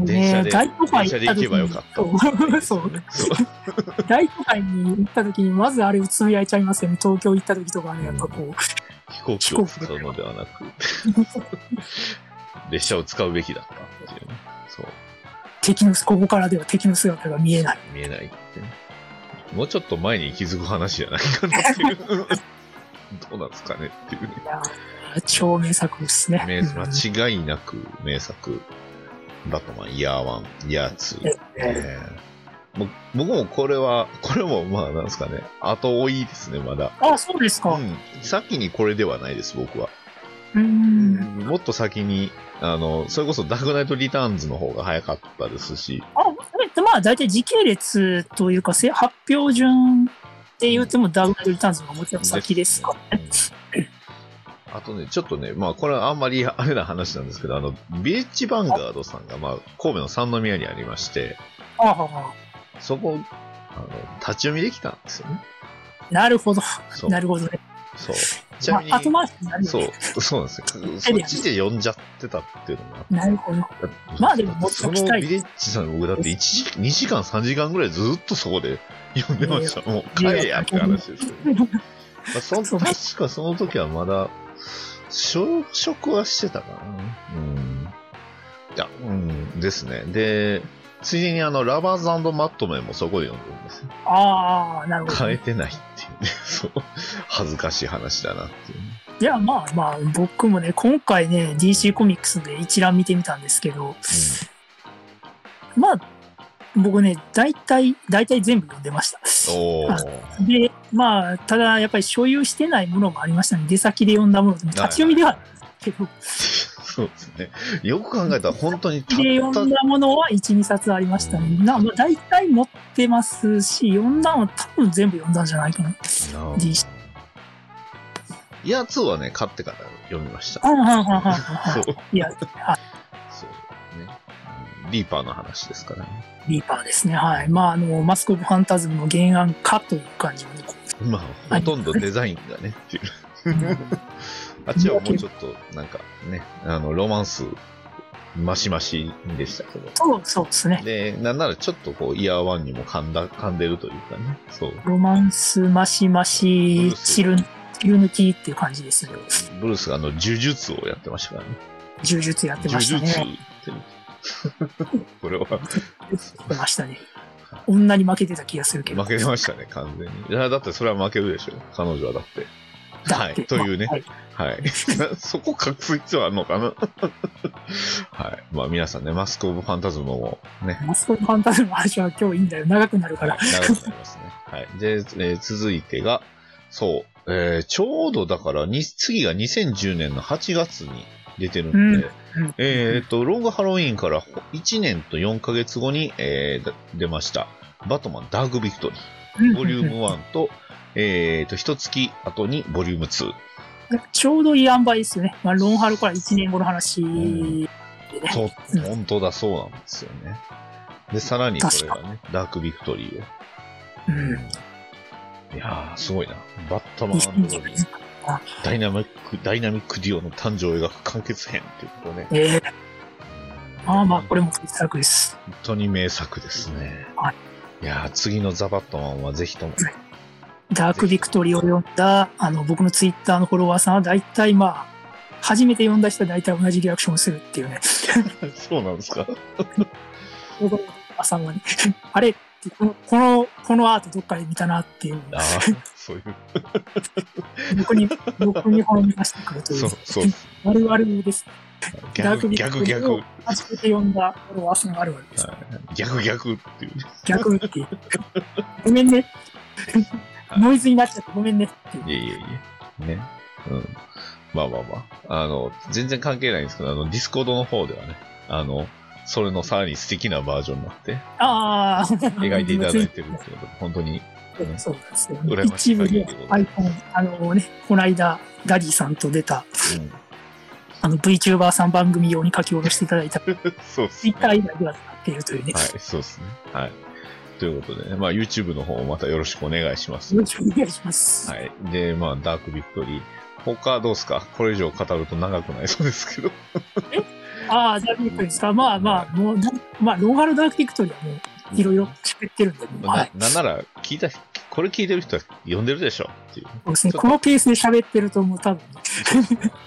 Speaker 4: 電車
Speaker 5: ね
Speaker 4: で
Speaker 5: 大都会
Speaker 4: 電車
Speaker 5: 行っ
Speaker 4: で
Speaker 5: た
Speaker 4: 行
Speaker 5: 時
Speaker 4: けばよかった。
Speaker 5: に、 そう。
Speaker 4: そう。
Speaker 5: 大都会に行った時に、まずあれをつぶやいちゃいますよね。東京行った時とかね、やっぱこう、
Speaker 4: 飛行機を使うのではなく、列車を使うべきだったっていうね。そう。
Speaker 5: 敵の、ここからでは敵の姿が見えない。
Speaker 4: 見えないってね。もうちょっと前に気づく話じゃないかなっていう。 どうなんですかねっていうね。
Speaker 5: いや超名作ですね。
Speaker 4: 名
Speaker 5: うん
Speaker 4: 間違いなく名作。バットマン、イヤー1、イヤー2。ねえもう僕もこれは、これもまあなんですかね、後追いですね、まだ。
Speaker 5: あ、そうですか
Speaker 4: う。ん。先にこれではないです、僕は。
Speaker 5: うん。
Speaker 4: もっと先に、あの、それこそダークナイトリターンズの方が早かったですし、
Speaker 5: あ、まあ、大体時系列というか、せ発表順で言うても、ダウンドリターンズがもちろん先ですか。
Speaker 4: うんあとね、ちょっとね、まあ、これはあんまりあれな話なんですけど、あの、ビレッジヴァンガードさんが、まあ、神戸の三宮にありまして、
Speaker 5: ああ、
Speaker 4: そこ、あの、立ち読みできたんですよね。
Speaker 5: なるほど。
Speaker 4: そう。
Speaker 5: なるほどね。
Speaker 4: そう。ちな
Speaker 5: ま
Speaker 4: みに、
Speaker 5: あ、後回しになるよ
Speaker 4: そ
Speaker 5: ね。
Speaker 4: う、そうなんですよ。そっちで読んじゃってたっていうのが
Speaker 5: なるほど。
Speaker 4: あって。
Speaker 5: まあでももっと
Speaker 4: そ
Speaker 5: 書
Speaker 4: の
Speaker 5: きたい
Speaker 4: ビレッジさんの僕だって一時、2時 間、3時間ぐらいずっとそこで読んでました。もう帰れやって話ですけど。まあ、そん
Speaker 5: そう
Speaker 4: 確かその時はまだ、小食はしてたかな。うん。いや、うん、ですね。で、ついでにあの、ラバーズマットメンもそこで読んでるんですよ。
Speaker 5: ああ、なるほど
Speaker 4: 変え
Speaker 5: ね。
Speaker 4: てないっていうね、 そう、恥ずかしい話だなっていうね。
Speaker 5: いや、まあまあ、僕もね、今回ね、DC コミックスで一覧見てみたんですけど、まあ、僕ね、大体、大体全部読んでました。
Speaker 4: お ー。
Speaker 5: で、まあ、ただ、やっぱり所有してないものもありましたね。出先で読んだものでも、立ち読みではあるんですけど、
Speaker 4: そうですね。よく考えたら本当にたっ
Speaker 5: で読んだものは1、2冊ありましたね。なまあ、大体持ってますし、読んだのは多分全部読んだんじゃないかな。
Speaker 4: たな。
Speaker 5: 実
Speaker 4: いや、2はね、買ってから読みました。
Speaker 5: あはんはんはんはん
Speaker 4: そう。
Speaker 5: いや、
Speaker 4: そうね。うんリーパーの話ですからね。
Speaker 5: リーパーですね。はい。まあ、あの、マスク・オブ・ファンタズムの原案かという感じもね、こう
Speaker 4: まあ、ほとんどデザインがね、っていう。 あっちはもうちょっと、なんかね、あの、ロマンス、マシマシでしたけど。
Speaker 5: そうそうですね。
Speaker 4: で、なんならちょっとこう、イヤーワンにも噛んだ、噛んでるというかね。そう。
Speaker 5: ロマンス、マシマシ、汁汁抜きっていう感じですね。
Speaker 4: ブルースがあの、呪術をやってましたからね。
Speaker 5: 柔術やってました
Speaker 4: 呪
Speaker 5: ね。
Speaker 4: 術っていう これは、
Speaker 5: やってましたね。女に負けてた気がするけど。
Speaker 4: 負けてましたね、完全に。いや、だってそれは負けるでしょ。彼女はだって。
Speaker 5: だ
Speaker 4: は
Speaker 5: っ
Speaker 4: い。
Speaker 5: て
Speaker 4: というね。
Speaker 5: まあはい
Speaker 4: はい。 そこ隠す必要あるのかな はい。まあ皆さんね、マスクオブファンタズムもね、
Speaker 5: マスコファンタズムの話は今日いいんだよ。長くなるか
Speaker 4: はい
Speaker 5: ら。
Speaker 4: 長くなりますね。はい。で、えー続いてが、そう、えーちょうどだからに、次が2010年の8月に出てるんで、
Speaker 5: うんうん
Speaker 4: えーっと、ロングハロウィーンからほ1年と4ヶ月後に、えーだ出ました、バトマンダークビクトリ ー、ボリューム1と、えーっと、一月後にボリューム2。
Speaker 5: ちょうどいい塩梅ですよね。まあ、ロンハルから1年後の話で
Speaker 4: ん
Speaker 5: ね。
Speaker 4: そう
Speaker 5: うん、
Speaker 4: 本当だ、そうなんですよね。で、さらにこれがね、ダークビクトリーを。
Speaker 5: うん。
Speaker 4: いやー、すごいな。バットマン
Speaker 5: 2010年
Speaker 4: ダイナミック、ダイナミックデュオの誕生を描く完結編っていうことね。
Speaker 5: ええまあまあ、こ
Speaker 4: れ。
Speaker 5: れも傑作です。
Speaker 4: 本当に名作ですね。。
Speaker 5: はい
Speaker 4: やー、次のザ・バットマンはぜひとも。
Speaker 5: ダークビクトリーを読んだ、あの、僕のツイッターのフォロワーさんは大体まあ、初めて読んだ人は大体同じリアクションをするっていうね。
Speaker 4: そうなんですか。
Speaker 5: 僕のさんはね、 あれこの、この、このアートどっかで見たなっていう、
Speaker 4: ああ、そういう。
Speaker 5: 僕に、僕にほのみ出してくると い
Speaker 4: そうう、、そうです。
Speaker 5: 我々です。ダーク
Speaker 4: 逆、逆、
Speaker 5: ビクトリー
Speaker 4: 逆
Speaker 5: を、初めて読んだフォロワーさんがあるわけです。
Speaker 4: 逆、逆っていう。
Speaker 5: 逆っていう。ごめんね。ノイズになっちゃってごめんねっていう。
Speaker 4: いえいえいえ。ね。うん。まあまあまあ。あの、全然関係ないんですけど、あの、ディスコードの方ではね、あの、それのさらに素敵なバージョンになって、
Speaker 5: ああ、
Speaker 4: 描いていただいてるんですけど、本当に、
Speaker 5: そうなんですよ、
Speaker 4: 羨ましい
Speaker 5: 一部
Speaker 4: 限り
Speaker 5: で
Speaker 4: でございます
Speaker 5: アイコン、あのね、この間、ダディさんと出た、 あの VTuber さん番組用に書き下ろしていただいた、
Speaker 4: うん、そうっすね。
Speaker 5: Twitter 以外では使っているというね。
Speaker 4: はい、そうですね。はい。ということでね、まあ YouTube の方もまたよろしくお願いし ます。
Speaker 5: よろしくお願いします。
Speaker 4: はい。で、まあ、ダークビクトリー。他どうですかこれ以上語ると長くないそうですけど。
Speaker 5: ああ、ダークビクトリーですか。まあまあ、もう、なまあ、ローガルダークビクトリーはもう、いろいろ喋ってるんで、もう は。
Speaker 4: ないなんなら、聞いた、これ聞いてる人は呼んでるでしょっていう。
Speaker 5: そうですね。このペースで喋ってると、もう多分、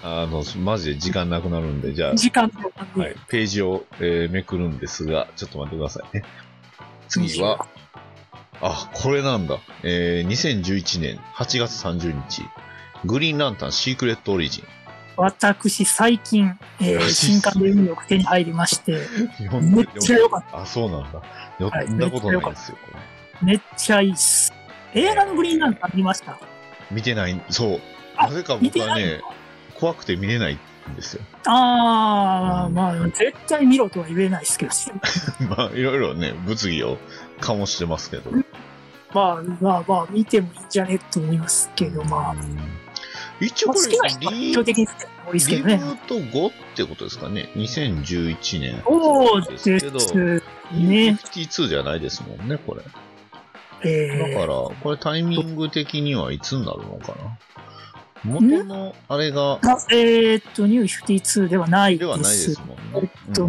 Speaker 4: あの、マジで時間なくなるんで、じゃ
Speaker 5: 時間とか
Speaker 4: あ、
Speaker 5: で、
Speaker 4: はい、ページを、えーめくるんですが、ちょっと待ってくださいね。次は、あ、これなんだ。えー2011年8月30日、グリーンランタンシークレットオリジ
Speaker 5: 私、最近、えー新刊で運よく手に入りまして、
Speaker 4: ン。呼ん
Speaker 5: め
Speaker 4: で
Speaker 5: っちゃ良かっ
Speaker 4: あ、そうなんだ。
Speaker 5: はい
Speaker 4: 読んだことないんですよ、これ。
Speaker 5: た。めっちゃいいっす。映画のグリーンランタンありました。
Speaker 4: 見てない、そう。
Speaker 5: あ
Speaker 4: なぜか
Speaker 5: 見
Speaker 4: 僕
Speaker 5: て
Speaker 4: は
Speaker 5: ない
Speaker 4: ね、怖くて見れないんですよ。
Speaker 5: ああ、
Speaker 4: うん
Speaker 5: まあ、絶対見ろとは言えないですけど、
Speaker 4: まあ、いろいろね、物議を醸してますけど。
Speaker 5: まあまあまあ、見てもいいんじゃねと思いますけど、まあ、ま
Speaker 4: 一応
Speaker 5: あ好
Speaker 4: こ
Speaker 5: きな
Speaker 4: れ、
Speaker 5: 人は
Speaker 4: リ
Speaker 5: 一応的に好きな多いですけ
Speaker 4: リ
Speaker 5: ど
Speaker 4: ブ
Speaker 5: ね。
Speaker 4: ート後ってことですかね。2011年。
Speaker 5: そう
Speaker 4: で
Speaker 5: ですす
Speaker 4: けど、
Speaker 5: ね。
Speaker 4: 52じゃないですもんね、これ。だか
Speaker 5: え
Speaker 4: ら、これタイミング的にはいつになるのかな。元のあれが
Speaker 5: ー、がえーっと、ニュー52ではない
Speaker 4: で
Speaker 5: で
Speaker 4: はないですす。もん
Speaker 5: え
Speaker 4: ね。
Speaker 5: っと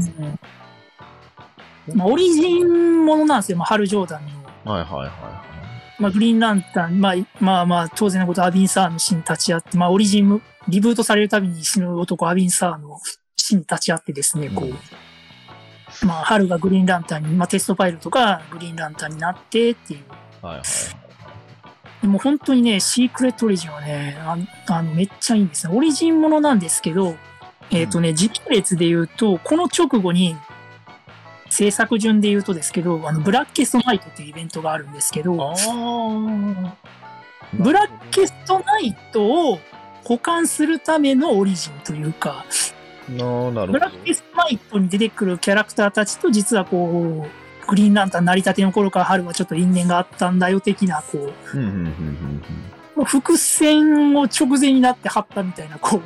Speaker 5: まあ、オリジンものなんですよ、まあ、ハル・ジョーダンの。
Speaker 4: うんはいはいはいは
Speaker 5: まあ、グリーンランタン、まあ、まあまあ、当然のこと、アビンサーの死に立ち会って、まあ、オリジンも、リブートされるたびに死ぬ男、アビンサーの死に立ち会ってですね、こう、
Speaker 4: うん
Speaker 5: まあ、春がグリーンランタンに、まあ、テストファイルとかグリーンランタンになってっていう。
Speaker 4: い。はいはい。
Speaker 5: でも本当にね、シークレットオリジンはね、ああの、めっちゃいいんですね。オリジンものなんですけど、えっ、とね、時系列で言うと、この直後に、制作順で言うとですけど、あの、ブラッケストナイトっていうイベントがあるんですけど、
Speaker 4: ああ。
Speaker 5: ブラッケストナイトを保管するためのオリジンというか、
Speaker 4: ななる
Speaker 5: ブ
Speaker 4: ほど
Speaker 5: ラ。ッケストナイトに出てくるキャラクターたちと実はこう、グリーンランタン成り立ての頃から春はちょっと因縁があったんだよ的な、こ
Speaker 4: うんうんうんうん
Speaker 5: う、伏線を直前になって張ったみたいな、こ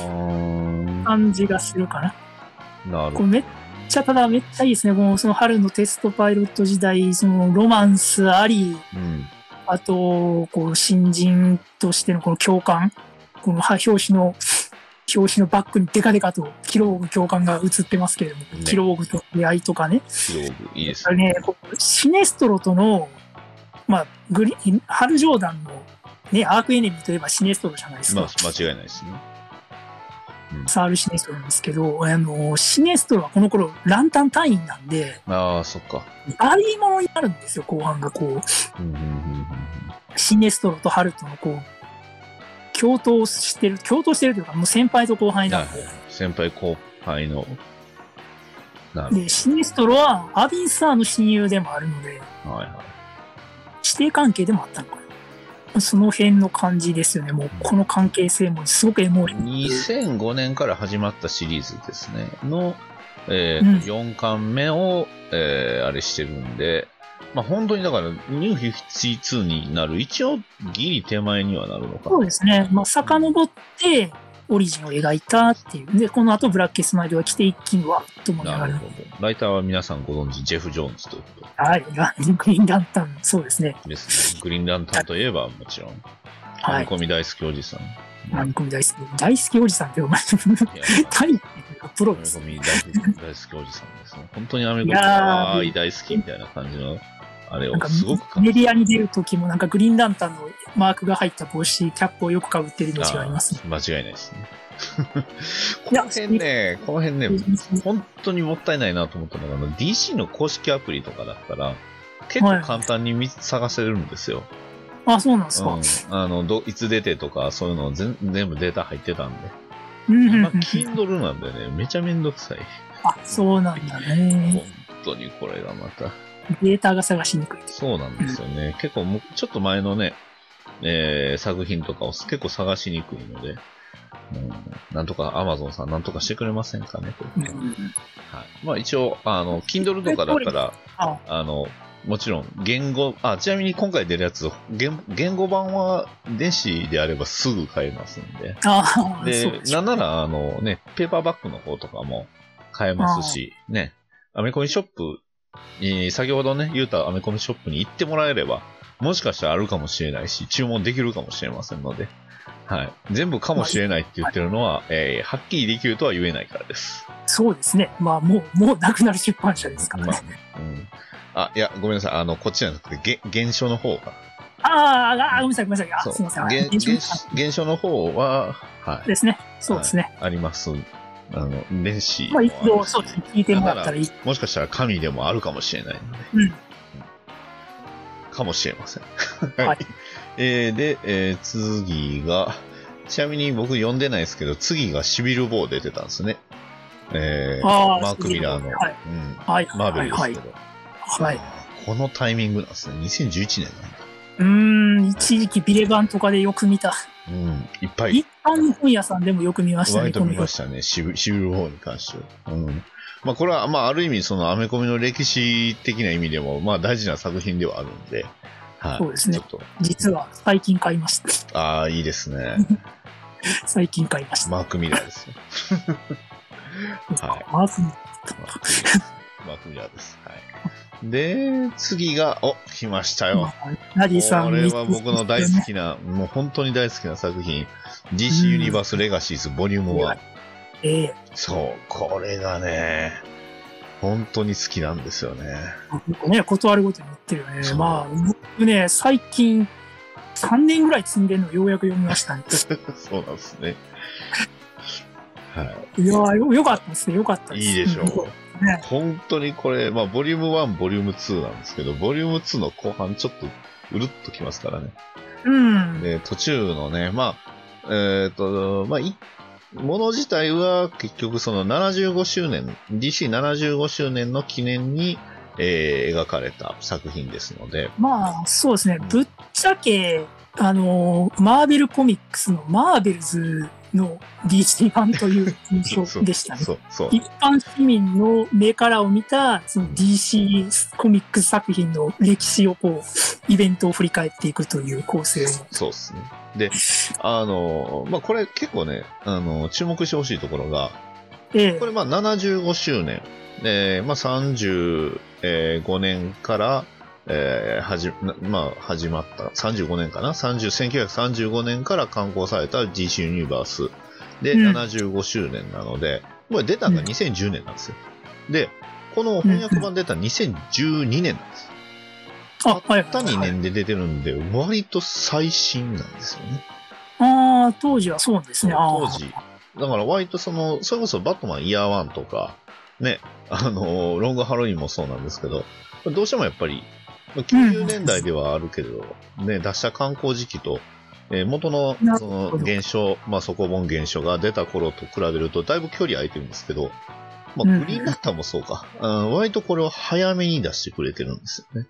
Speaker 5: う、
Speaker 4: うん。あ
Speaker 5: 感じがするかな。
Speaker 4: あ。なるほ
Speaker 5: こ
Speaker 4: ど。
Speaker 5: れめっちゃ、ただめっちゃいいですね。この、その春のテストパイロット時代、そのロマンスあり、
Speaker 4: うん。
Speaker 5: あと、こう、新人としてのこの共感、このは表紙の、表紙のバックにデカデカと、キロオグ教官が映ってますけれども、
Speaker 4: ね
Speaker 5: キロオグと出会いとかね。
Speaker 4: スローブいいです
Speaker 5: あれね、こうシネストロとの、まあ、グリ、ハル・ジョーダンの、ね、アークエネミーといえばシネストロじゃないですか。
Speaker 4: まあ、間違いないですね。
Speaker 5: サール・シネストロなんですけど、あの、シネストロはこの頃、ランタン隊員なんで、
Speaker 4: ああ、そっか。
Speaker 5: ありものになるんですよ、後半がこう。
Speaker 4: うんうんうんうん
Speaker 5: シネストロとハルトのこう、共闘してる、共闘してるというか、もう先輩と後輩
Speaker 4: はいは
Speaker 5: ないんで。
Speaker 4: 先輩後輩の。なる
Speaker 5: で、シネストロはアビンサーの親友でもあるので、
Speaker 4: ほど。はいは
Speaker 5: 師弟関係でもあったのかな。その辺の感じですよね。もう、この関係性もすごくエモい
Speaker 4: い。。2005年から始まったシリーズですね。の、えー
Speaker 5: うん
Speaker 4: 4巻目を、えーあれしてるんで、まあ本当にだから、ニュー52になる、一応ギリ手前にはなるのか。
Speaker 5: そうですね。まあ、遡って、オリジンを描いたっていう。で、この後、ブラッケスマイドが来て、一気にわっと盛り上
Speaker 4: な
Speaker 5: が
Speaker 4: る
Speaker 5: る。
Speaker 4: ほど。ライターは皆さんご存知、ジェフ・ジョーンズというこ
Speaker 5: はい。ラングリーンランタン、そうですね。
Speaker 4: と ですね。グリーンランタンといえばもちろん、
Speaker 5: は
Speaker 4: はい、
Speaker 5: い。
Speaker 4: 込み大好きおじさん。
Speaker 5: ランコミ大好き。大好きおじさんって、お前、
Speaker 4: いやー
Speaker 5: タイがプロ
Speaker 4: アメ
Speaker 5: です
Speaker 4: コ。ミ大好き大好きおじさんですね。本当にアメコミ
Speaker 5: いやー
Speaker 4: あー大好きみたいな感じのあれ
Speaker 5: なん
Speaker 4: を
Speaker 5: か
Speaker 4: すごく感
Speaker 5: メ
Speaker 4: じ
Speaker 5: ディアに出る時もなんかグリーンランタンのマークが入った帽子、キャップをよくかぶってるイメージがありますね。
Speaker 4: あー間違いないですね。こ
Speaker 5: いや
Speaker 4: の辺ね、この辺ね、本当にもったいないなと思ったのが、あの DC の公式アプリとかだったら、結構簡単に見探せるんですよ。
Speaker 5: あ、そうなんですか。
Speaker 4: うん、あのどいつ出てとか、そういうの全全部データ入ってたんで。
Speaker 5: うんうんうん
Speaker 4: まあ、Kindle なんでね、めちゃめんどくさい。
Speaker 5: あ、そうなんだね
Speaker 4: 本。当にこれがまた。
Speaker 5: データが探しにくい。
Speaker 4: そうなんですよね。結構む、ちょっと前のね、えー作品とかを結構探しにくいので、うん、なんとか Amazon さんなんとかしてくれませんかね、と
Speaker 5: う
Speaker 4: い
Speaker 5: ん
Speaker 4: う
Speaker 5: う
Speaker 4: ね
Speaker 5: ん
Speaker 4: はい。まあ一応、あの、Kindle とかだったら、
Speaker 5: あ
Speaker 4: あの、もちろん言語、あ、ちなみに今回出るやつ、言言語版は電子であればすぐ買えますんで。
Speaker 5: あー、そう
Speaker 4: で、
Speaker 5: しょ
Speaker 4: なんなら、あのね、ペーパーバッグの方とかも買えますし、ね、アメコミショップに、先ほどね、言うたアメコミショップに行ってもらえれば、もしかしたらあるかもしれないし、注文できるかもしれませんので、はい。全部かもしれないって言ってるのは、えーはっきりできるとは言えないからです。
Speaker 5: そうですね。まあ、もう、もうなくなる出版社ですから
Speaker 4: ま
Speaker 5: ね
Speaker 4: あ。ねうん。あ、いや、ごめんなさい。あの、こっちじゃなくて、げ現象の方が。
Speaker 5: あーあー、ごめんなさい、ごめんなさい。あ
Speaker 4: そう
Speaker 5: すいません。
Speaker 4: げ
Speaker 5: はい
Speaker 4: 現現象の方は、はい。
Speaker 5: ですね。そうですね。
Speaker 4: あります。あの、電子もあ
Speaker 5: まあ、
Speaker 4: る
Speaker 5: 一
Speaker 4: し。
Speaker 5: 度、そうですね。聞いてもらったらいい。
Speaker 4: もしかしたら神でもあるかもしれないので。
Speaker 5: うん
Speaker 4: かもしれません。
Speaker 5: はい。
Speaker 4: えーで、えー次が、ちなみに僕読んでないですけど、次がシビル・ボー出てたんですね。えー
Speaker 5: あー
Speaker 4: マーク・ミラーの、
Speaker 5: はい
Speaker 4: うん、
Speaker 5: はい。
Speaker 4: マーベ
Speaker 5: は
Speaker 4: ル
Speaker 5: い。
Speaker 4: です
Speaker 5: は
Speaker 4: け
Speaker 5: い
Speaker 4: ど、。
Speaker 5: はい。
Speaker 4: このタイミングなんですね。2011年
Speaker 5: うーん、一時期ビレ版とかでよく見た。
Speaker 4: なんだ。うん、いっぱい
Speaker 5: 一般の本屋さんでもよく見ましたね、
Speaker 4: 割と
Speaker 5: この
Speaker 4: 見ま
Speaker 5: 表
Speaker 4: したね、シビシビル・ボーに関しては。うんまあ、これは、まあ、ある意味、その、アメコミの歴史的な意味でも、まあ、大事な作品ではあるんで、はい。
Speaker 5: そうですね
Speaker 4: ちょっと、
Speaker 5: 実は最近買いました。
Speaker 4: ああ、いいですね。
Speaker 5: 最近買いました。
Speaker 4: マーク・ミラーですよ。はい
Speaker 5: まず、
Speaker 4: マークミラーマーク・ミラーです。はい。で、次が、お、来ましたよ。
Speaker 5: ナ
Speaker 4: こ
Speaker 5: ディさん。
Speaker 4: れは僕の大好きな、もう本当に大好きな作品、DC ユニバース・レガシーズ、ボリューム1。
Speaker 5: ええ
Speaker 4: そう、これがね、本当に好きなんですよね。
Speaker 5: ね、断るごとに言ってるよね
Speaker 4: そ。う
Speaker 5: まあ、僕ね、最近、3年ぐらい積んでるのをようやく読み ましたね。
Speaker 4: そうなんですね。はい
Speaker 5: やーよ、よかったですね。よかった
Speaker 4: い。
Speaker 5: です。
Speaker 4: いいでしょ
Speaker 5: うん
Speaker 4: う。
Speaker 5: ね
Speaker 4: 本当にこれ、まあ、ボリューム1、ボリューム2なんですけど、ボリューム2の後半ちょっとうるっときますからね。
Speaker 5: うん。
Speaker 4: で、途中のね、まあ、えっ、と、まあ、い、もの自体は結局その75周年、DC75 周年の記念に、えー描かれた作品ですので、
Speaker 5: まあ、そうですね。ぶっちゃけ、あのーマーベルコミックスのマーベルズの DC 版という印象でしたね。
Speaker 4: そう、そう。
Speaker 5: 一般市民の目からを見た、その DC コミックス作品の歴史をこう、イベントを振り返っていくという構成を。
Speaker 4: そうですね。で、あの、まあ、これ結構ね、あの、注目してほしいところが、
Speaker 5: ええ
Speaker 4: これまあ75周年、えーまあ、35年から、えーはじなまあ、始まった35年かな30 1935年から刊行された DC ユニバースで、
Speaker 5: うん
Speaker 4: 75周年なのでこれ出たのが
Speaker 5: うん
Speaker 4: 2010年なんですよでこの翻訳版出た2012年なんです
Speaker 5: あ、はい、
Speaker 4: た
Speaker 5: はい
Speaker 4: 2
Speaker 5: はい。
Speaker 4: 年で出てるんで割と最新なんですよね
Speaker 5: ああ、当時はそうですね。あー
Speaker 4: 当時。だから割とその、それこそバットマンイヤーワンとか、ね、あの、ロングハロウィンもそうなんですけど、どうしてもやっぱり、90年代ではあるけど、ね、出した観光時期と、えー元の
Speaker 5: なる
Speaker 4: そ
Speaker 5: ほど
Speaker 4: の現象、まあ、底本現象が出た頃と比べると、だいぶ距離空いてるんですけど、ま
Speaker 5: う
Speaker 4: あ、
Speaker 5: ん
Speaker 4: グリーンランタンもそうか、うん、割とこれを早めに出してくれてるんですよね。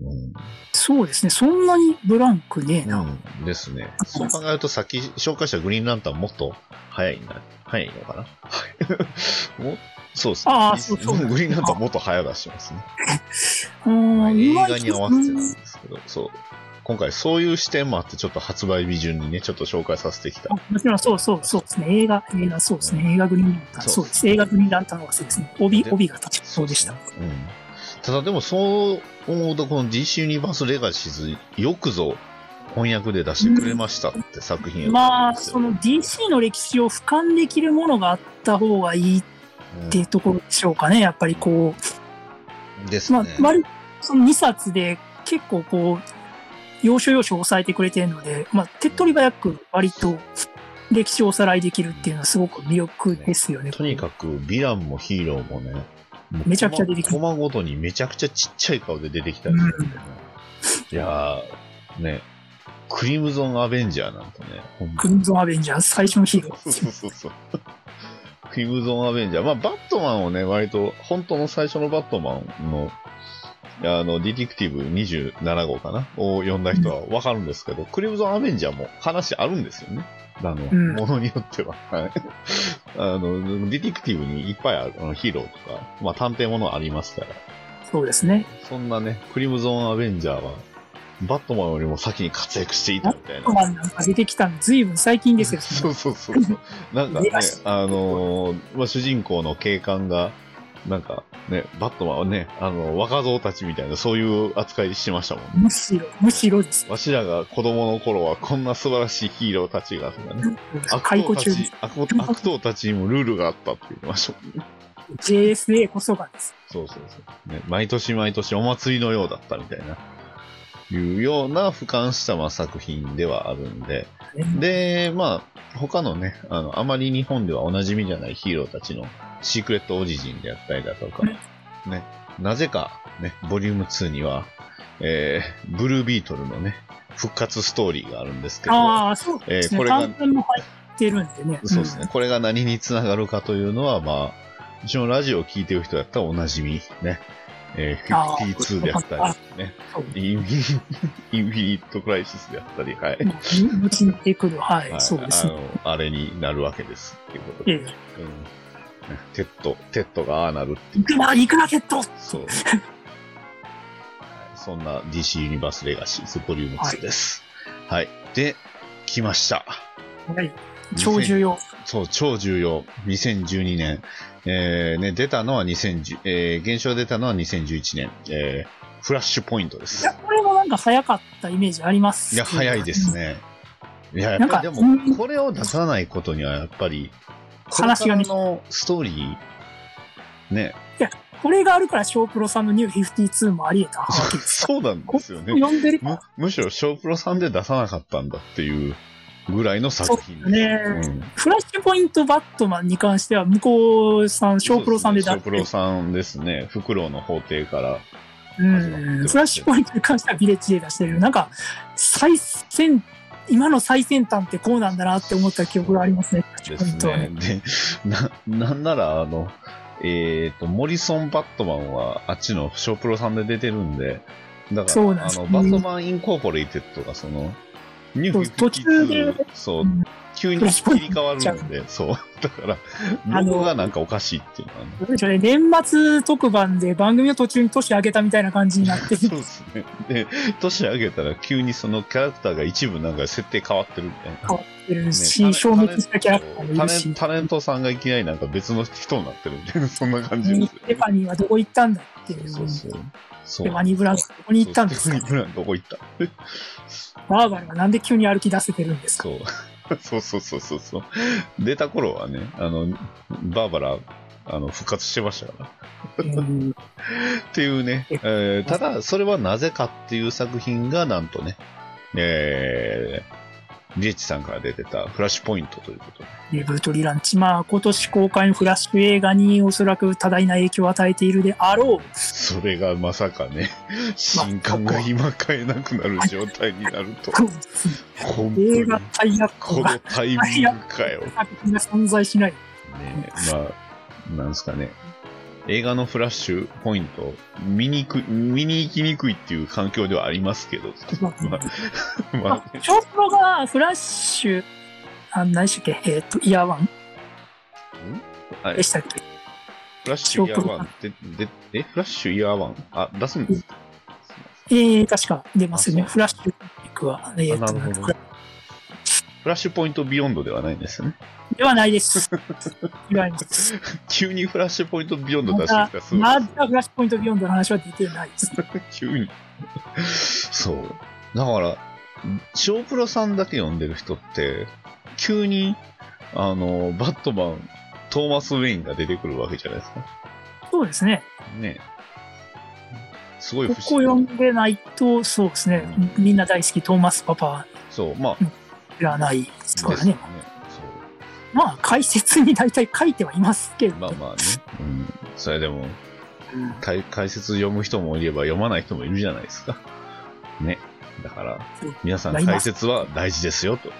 Speaker 4: うん、
Speaker 5: そうですね。そんなにブランクねえな。
Speaker 4: うん、ですね。そう考えると、さっき紹介したグリーンランタンもっと早いな、早いのかな。はい もうそうですね。
Speaker 5: ああそうそう
Speaker 4: も グリーンランタンもっと早出してますね。
Speaker 5: うん
Speaker 4: まあ映画に合わせて
Speaker 5: うま
Speaker 4: ないんですけど、そう。今回そういう視点もあって、ちょっと発売日順にね、ちょっと紹介させてきた。
Speaker 5: もちろん、そうそう、そうですね。映画、映画、そうですね。映画グリーンランタン、
Speaker 4: そ
Speaker 5: そうう
Speaker 4: で
Speaker 5: ですす。映画グリーンランタンはそうですね。帯、
Speaker 4: で
Speaker 5: 帯が立ちそうでした。
Speaker 4: うん。ただでも、そう思うと、この DC ユニバースレガシーズ、よくぞ翻訳で出してくれましたって作品やと思
Speaker 5: ま
Speaker 4: うん
Speaker 5: あ、
Speaker 4: ですよ
Speaker 5: その DC の歴史を俯瞰できるものがあった方がいいっていうところでしょうかね。やっぱりこ
Speaker 4: うんです
Speaker 5: う、まあ
Speaker 4: ね。、
Speaker 5: 割その2冊で結構こう、要所要所押さえてくれてるので、まあ、手っ取り早く割と歴史をおさらいできるっていうのはすごく魅力ですよね。
Speaker 4: とにかく、ヴィランもヒーローもね、
Speaker 5: めちゃくちゃ出てき
Speaker 4: た。コマごとにめちゃくちゃちっちゃい顔で出てきたりするんだよね。いやー、ね、クリムゾンアベンジャーなんてね、ほんま
Speaker 5: クリムゾンアベンジャー、最初のヒーロ
Speaker 4: そう
Speaker 5: ー。
Speaker 4: そうそうそう。クリムゾンアベンジャー。まあ、バットマンをね、割と、本当の最初のバットマンの、あの、ディティクティブ27号かなを読んだ人はわかるんですけど、クリムゾンアベンジャーも話あるんですよね。あの、
Speaker 5: ん
Speaker 4: ものによっては。はい。あの、ディティクティブにいっぱいある、あのヒーローとか、まあ、探偵ものありますから。
Speaker 5: そうですね。
Speaker 4: そんなね、クリムゾンアベンジャーは、バットマンよりも先に活躍していた
Speaker 5: バ
Speaker 4: みたい
Speaker 5: ッ
Speaker 4: な
Speaker 5: ト。マンなんか出てきたのずいぶん最近ですよ。
Speaker 4: そうそうそう そう。なんかね
Speaker 5: 出まし、
Speaker 4: あのーまあ、主人公の警官が、なんかね、バットマンはね、あの、若造たちみたいな、そういう扱いしてましたもんね。
Speaker 5: むしろ、むしろです。
Speaker 4: わしらが子供の頃はこんな素晴らしいヒーローたちが、とかね。悪
Speaker 5: 解
Speaker 4: 党
Speaker 5: 雇
Speaker 4: た
Speaker 5: 中です
Speaker 4: ち、悪悪党たちにもルールがあったって言ってましたもんね。
Speaker 5: JSA こそがです。
Speaker 4: そうそうそう、ね。毎年毎年お祭りのようだったみたいな、いうような俯瞰したまあ作品ではあるんで、で、まあ、他のね、あの、あまり日本ではおなじみじゃないヒーローたちのシークレットオリジンであったりだとか、ね、なぜか、ね、ボリューム2には、えー、ブルービートルのね、復活ストーリーがあるんですけど、
Speaker 5: ああ、そうです
Speaker 4: えーこ
Speaker 5: ね。
Speaker 4: れが
Speaker 5: 単純も入ってるんでね。
Speaker 4: そうですね。これが何につながるかというのは、まあ、うちのラジオを聞いてる人だったらおなじみ、ね。えー、
Speaker 5: あー
Speaker 4: 52であったり、ね。
Speaker 5: そう
Speaker 4: インフィインフィニットクライシスであったり、はい。
Speaker 5: うん。もう、むちってくる。はい、
Speaker 4: はい
Speaker 5: そうです
Speaker 4: あ
Speaker 5: ね。
Speaker 4: の、あれになるわけです。っていうことで。
Speaker 5: ええ
Speaker 4: うんねテッド、テッドがああなるってい
Speaker 5: 行
Speaker 4: う。
Speaker 5: くな、行くな、ケット
Speaker 4: そう。はいそんな DC ユニバースレガシーズボリューム2です。はい。で、来ました。
Speaker 5: はい。超重要。
Speaker 4: そう、超重要。2012年。えー、ね、出たのは2010、えー、現象出たのは2011年。えー、フラッシュポイントで
Speaker 5: い
Speaker 4: す。
Speaker 5: や、これもなんか早かったイメージあります。
Speaker 4: いや、早いです。ね。いや、や
Speaker 5: な
Speaker 4: っ
Speaker 5: ん
Speaker 4: ぱ
Speaker 5: か
Speaker 4: りで
Speaker 5: うん
Speaker 4: も、これを出さないことには、やっぱり、これ
Speaker 5: 話
Speaker 4: か
Speaker 5: が
Speaker 4: ら
Speaker 5: ね
Speaker 4: のストーリー、ね、
Speaker 5: これがあるから、小プロさんのニュー52もあり得たわけですから。
Speaker 4: そうなんですよ
Speaker 5: これ
Speaker 4: ね。
Speaker 5: 読んでる
Speaker 4: むむしろ、小プロさんで出さなかったんだっていうぐらいの作品
Speaker 5: そうだ
Speaker 4: うん
Speaker 5: フラッシュポイントバットマンに関しては、向こうさん、小プロさんで
Speaker 4: そ
Speaker 5: だ
Speaker 4: うですね小プロさんですね。フクロウの法廷から。
Speaker 5: うん、フラッシュポイントに関してはビレッジで出してるけどなんか最先今の最先端ってこうなんだなって思った記憶がありますね。
Speaker 4: で
Speaker 5: フラッシュポイ
Speaker 4: す
Speaker 5: ントは
Speaker 4: ね。で、な、 なんなら、あの、えっ、と、モリソン・バットマンは、あっちのショープロさんで出てるんで、だか
Speaker 5: そう
Speaker 4: ら、
Speaker 5: なん
Speaker 4: あ
Speaker 5: です
Speaker 4: の、
Speaker 5: よ
Speaker 4: バットマン・インコーポレイテッドが、その、ニュ
Speaker 5: そ
Speaker 4: ー
Speaker 5: う
Speaker 4: フ
Speaker 5: 途中で
Speaker 4: そうう、
Speaker 5: ん
Speaker 4: 急に切り替わるんで、そう。 だから、
Speaker 5: あの
Speaker 4: ロゴがなんかおかしいっていうのはね。
Speaker 5: どうでしょうね年末特番で番組の途中に年明けたみたいな感じになっ て
Speaker 4: そうですね。で、年上げたら急にそのキャラクターが一部なんか設定変わってるみたいな。
Speaker 5: るし、
Speaker 4: ね
Speaker 5: 消滅したキャラクターもい
Speaker 4: タ
Speaker 5: る
Speaker 4: レン
Speaker 5: し、
Speaker 4: タレントさんがいきなりなんか別の人になってるみたいな、そんな感じです
Speaker 5: ステファニーはどこ行ったんだっていう。
Speaker 4: そうそう。そう
Speaker 5: でマニーブラウンどこに行ったんです
Speaker 4: そ
Speaker 5: か
Speaker 4: うステファニーブラウンどこ行った
Speaker 5: バーバルはなんで急に歩き出せてるんですか
Speaker 4: そう。そうそうそうそうそう。出た頃はね、あの、バーバラ、あの、復活してましたから。
Speaker 5: うん
Speaker 4: っていうね、えーただ、それはなぜかっていう作品が、なんとね、えー、リエッチさんから出てたフラッシュポイントということで。
Speaker 5: リブートリランチ。まあ、今年公開のフラッシュ映画におそらく多大な影響を与えているであろう
Speaker 4: それがまさかね、新刊が今買えなくなる状態になると。本当
Speaker 5: 映
Speaker 4: に。
Speaker 5: 画タイアッ
Speaker 4: こ
Speaker 5: プ
Speaker 4: の
Speaker 5: が
Speaker 4: タイミングかよ。
Speaker 5: 作品が存在しない。
Speaker 4: ねまあ、なんですかね。映画のフラッシュポイント、見にくい、見に行きにくいっていう環境ではありますけど。
Speaker 5: ま
Speaker 4: まあ、まあ
Speaker 5: あ、ショープロがフラッシュ、あ何でしたっけ、えっ、と、イヤーワン
Speaker 4: はい
Speaker 5: でしたっけ。
Speaker 4: フラッシュイヤーワンって、で、え、フラッシュイヤーワンあ、出すんですか
Speaker 5: えー、確か出ますよ
Speaker 4: あ
Speaker 5: ね。
Speaker 4: そう
Speaker 5: フラッシュピックは、えっ、
Speaker 4: あ
Speaker 5: と、
Speaker 4: なるほどフラッシュポイントビヨンドではないんですよね。
Speaker 5: ではないです。違います。
Speaker 4: 急にフラッシュポイントビヨンド
Speaker 5: ま
Speaker 4: 出してきた
Speaker 5: だ
Speaker 4: らす、ごい
Speaker 5: まだフラッシュポイントビヨンドの話は出てないです。
Speaker 4: 急に。そう。だから、小プロさんだけ読んでる人って、急に、あの、バットマン、トーマス・ウェインが出てくるわけじゃないですか。
Speaker 5: そうですね。
Speaker 4: ねすごい
Speaker 5: ここ読んでないと、そうですね、みんな大好きトーマス・パパ
Speaker 4: そう、まあ、
Speaker 5: じゃないですから
Speaker 4: ですよね。
Speaker 5: ね
Speaker 4: そう
Speaker 5: まあ、解説に大体書いてはいますけど、
Speaker 4: まあまあね。うん。それでも、
Speaker 5: うん
Speaker 4: 解解説読む人もいれば読まない人もいるじゃないですか。ね。だから
Speaker 5: そう、
Speaker 4: 皆さん
Speaker 5: まあ今
Speaker 4: 解説は大事ですよと。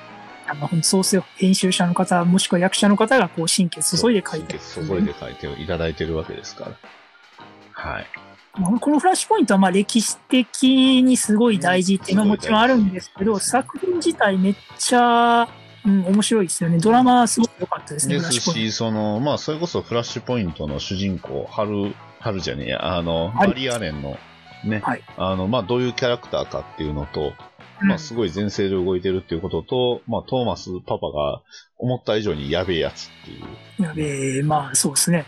Speaker 5: あの本当そうですよ。編集者の方、もしくは役者の方がこう神経注いで書いてる。
Speaker 4: そう注いで書いていただいてるわけですから。はい。
Speaker 5: まあこのフラッシュポイントはまあ歴史的にすごい大事っていうのはもちろんあるんですけど、作品自体めっちゃ、うん、面白いですよね。ドラマすごく良かったですね、
Speaker 4: で
Speaker 5: フラッ
Speaker 4: す
Speaker 5: シュポイン
Speaker 4: し、その、まあ、それこそフラッシュポイントの主人公、春、春じゃねえや、あの、
Speaker 5: はい
Speaker 4: マリーアレンの、ね、
Speaker 5: はい
Speaker 4: あの、まあ、どういうキャラクターかっていうのと、
Speaker 5: ト。
Speaker 4: まあ、すごい全盛で動いてるっていうことと、まあ、トーマスパパが思った以上にやべえやつっていう、
Speaker 5: うんやべえ、まあそうで すね。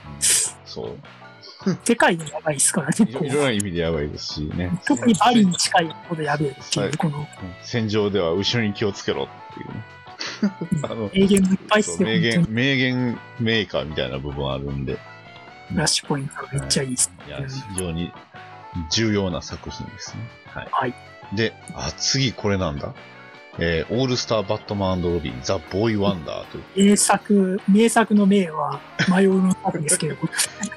Speaker 4: そう。
Speaker 5: 世界でやばいですからね。
Speaker 4: いろ
Speaker 5: こう
Speaker 4: いろな意味でやばいですしね。
Speaker 5: 特にバリに近いほどやべえって、
Speaker 4: はいいう
Speaker 5: この
Speaker 4: 戦場では後ろに気をつけろっていうね。 あの、
Speaker 5: 名言もいっぱいっすよ、
Speaker 4: 名
Speaker 5: 本当
Speaker 4: 言
Speaker 5: に。、
Speaker 4: 名言メーカーみたいな部分あるんで、
Speaker 5: フラッシュポイントがめっちゃいいです
Speaker 4: いや、非常に重要な作品ですね。はい。
Speaker 5: はい
Speaker 4: で、あ、次これなんだ。えーオールスターバットマンロビン、ザ・ボーイ・ワンダーとい
Speaker 5: 名作、名作の名は迷うの作ですけど、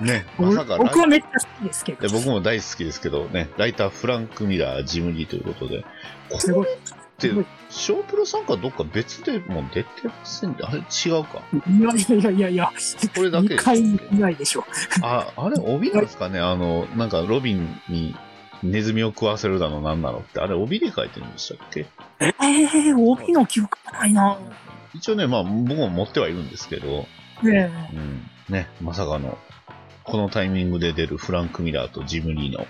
Speaker 4: う。ね、まさかライ
Speaker 5: 僕はめっちゃ好きですけ
Speaker 4: で
Speaker 5: ど、
Speaker 4: 僕も大好きですけどね、ライターフランク・ミラー、ジムリーということで、こ
Speaker 5: すごい
Speaker 4: れって
Speaker 5: すごい、
Speaker 4: 小プロさんかどっか別でもう出てませんで、あれ違うか。
Speaker 5: いやいやいやいやいや、
Speaker 4: これだけ
Speaker 5: 2回以外でしょ。
Speaker 4: あ、あれ、帯ですかね、あの、なんか、ロビンにネズミを食わせるだの、なんだろうって、あれ、帯で書いてるんでしたっけ
Speaker 5: えー、帯の記憶がないな。
Speaker 4: 一応ね、まあ、僕も持ってはいるんですけど、
Speaker 5: ね
Speaker 4: うん、ね、まさかの、このタイミングで出るフランク・ミラーとジム・リーの。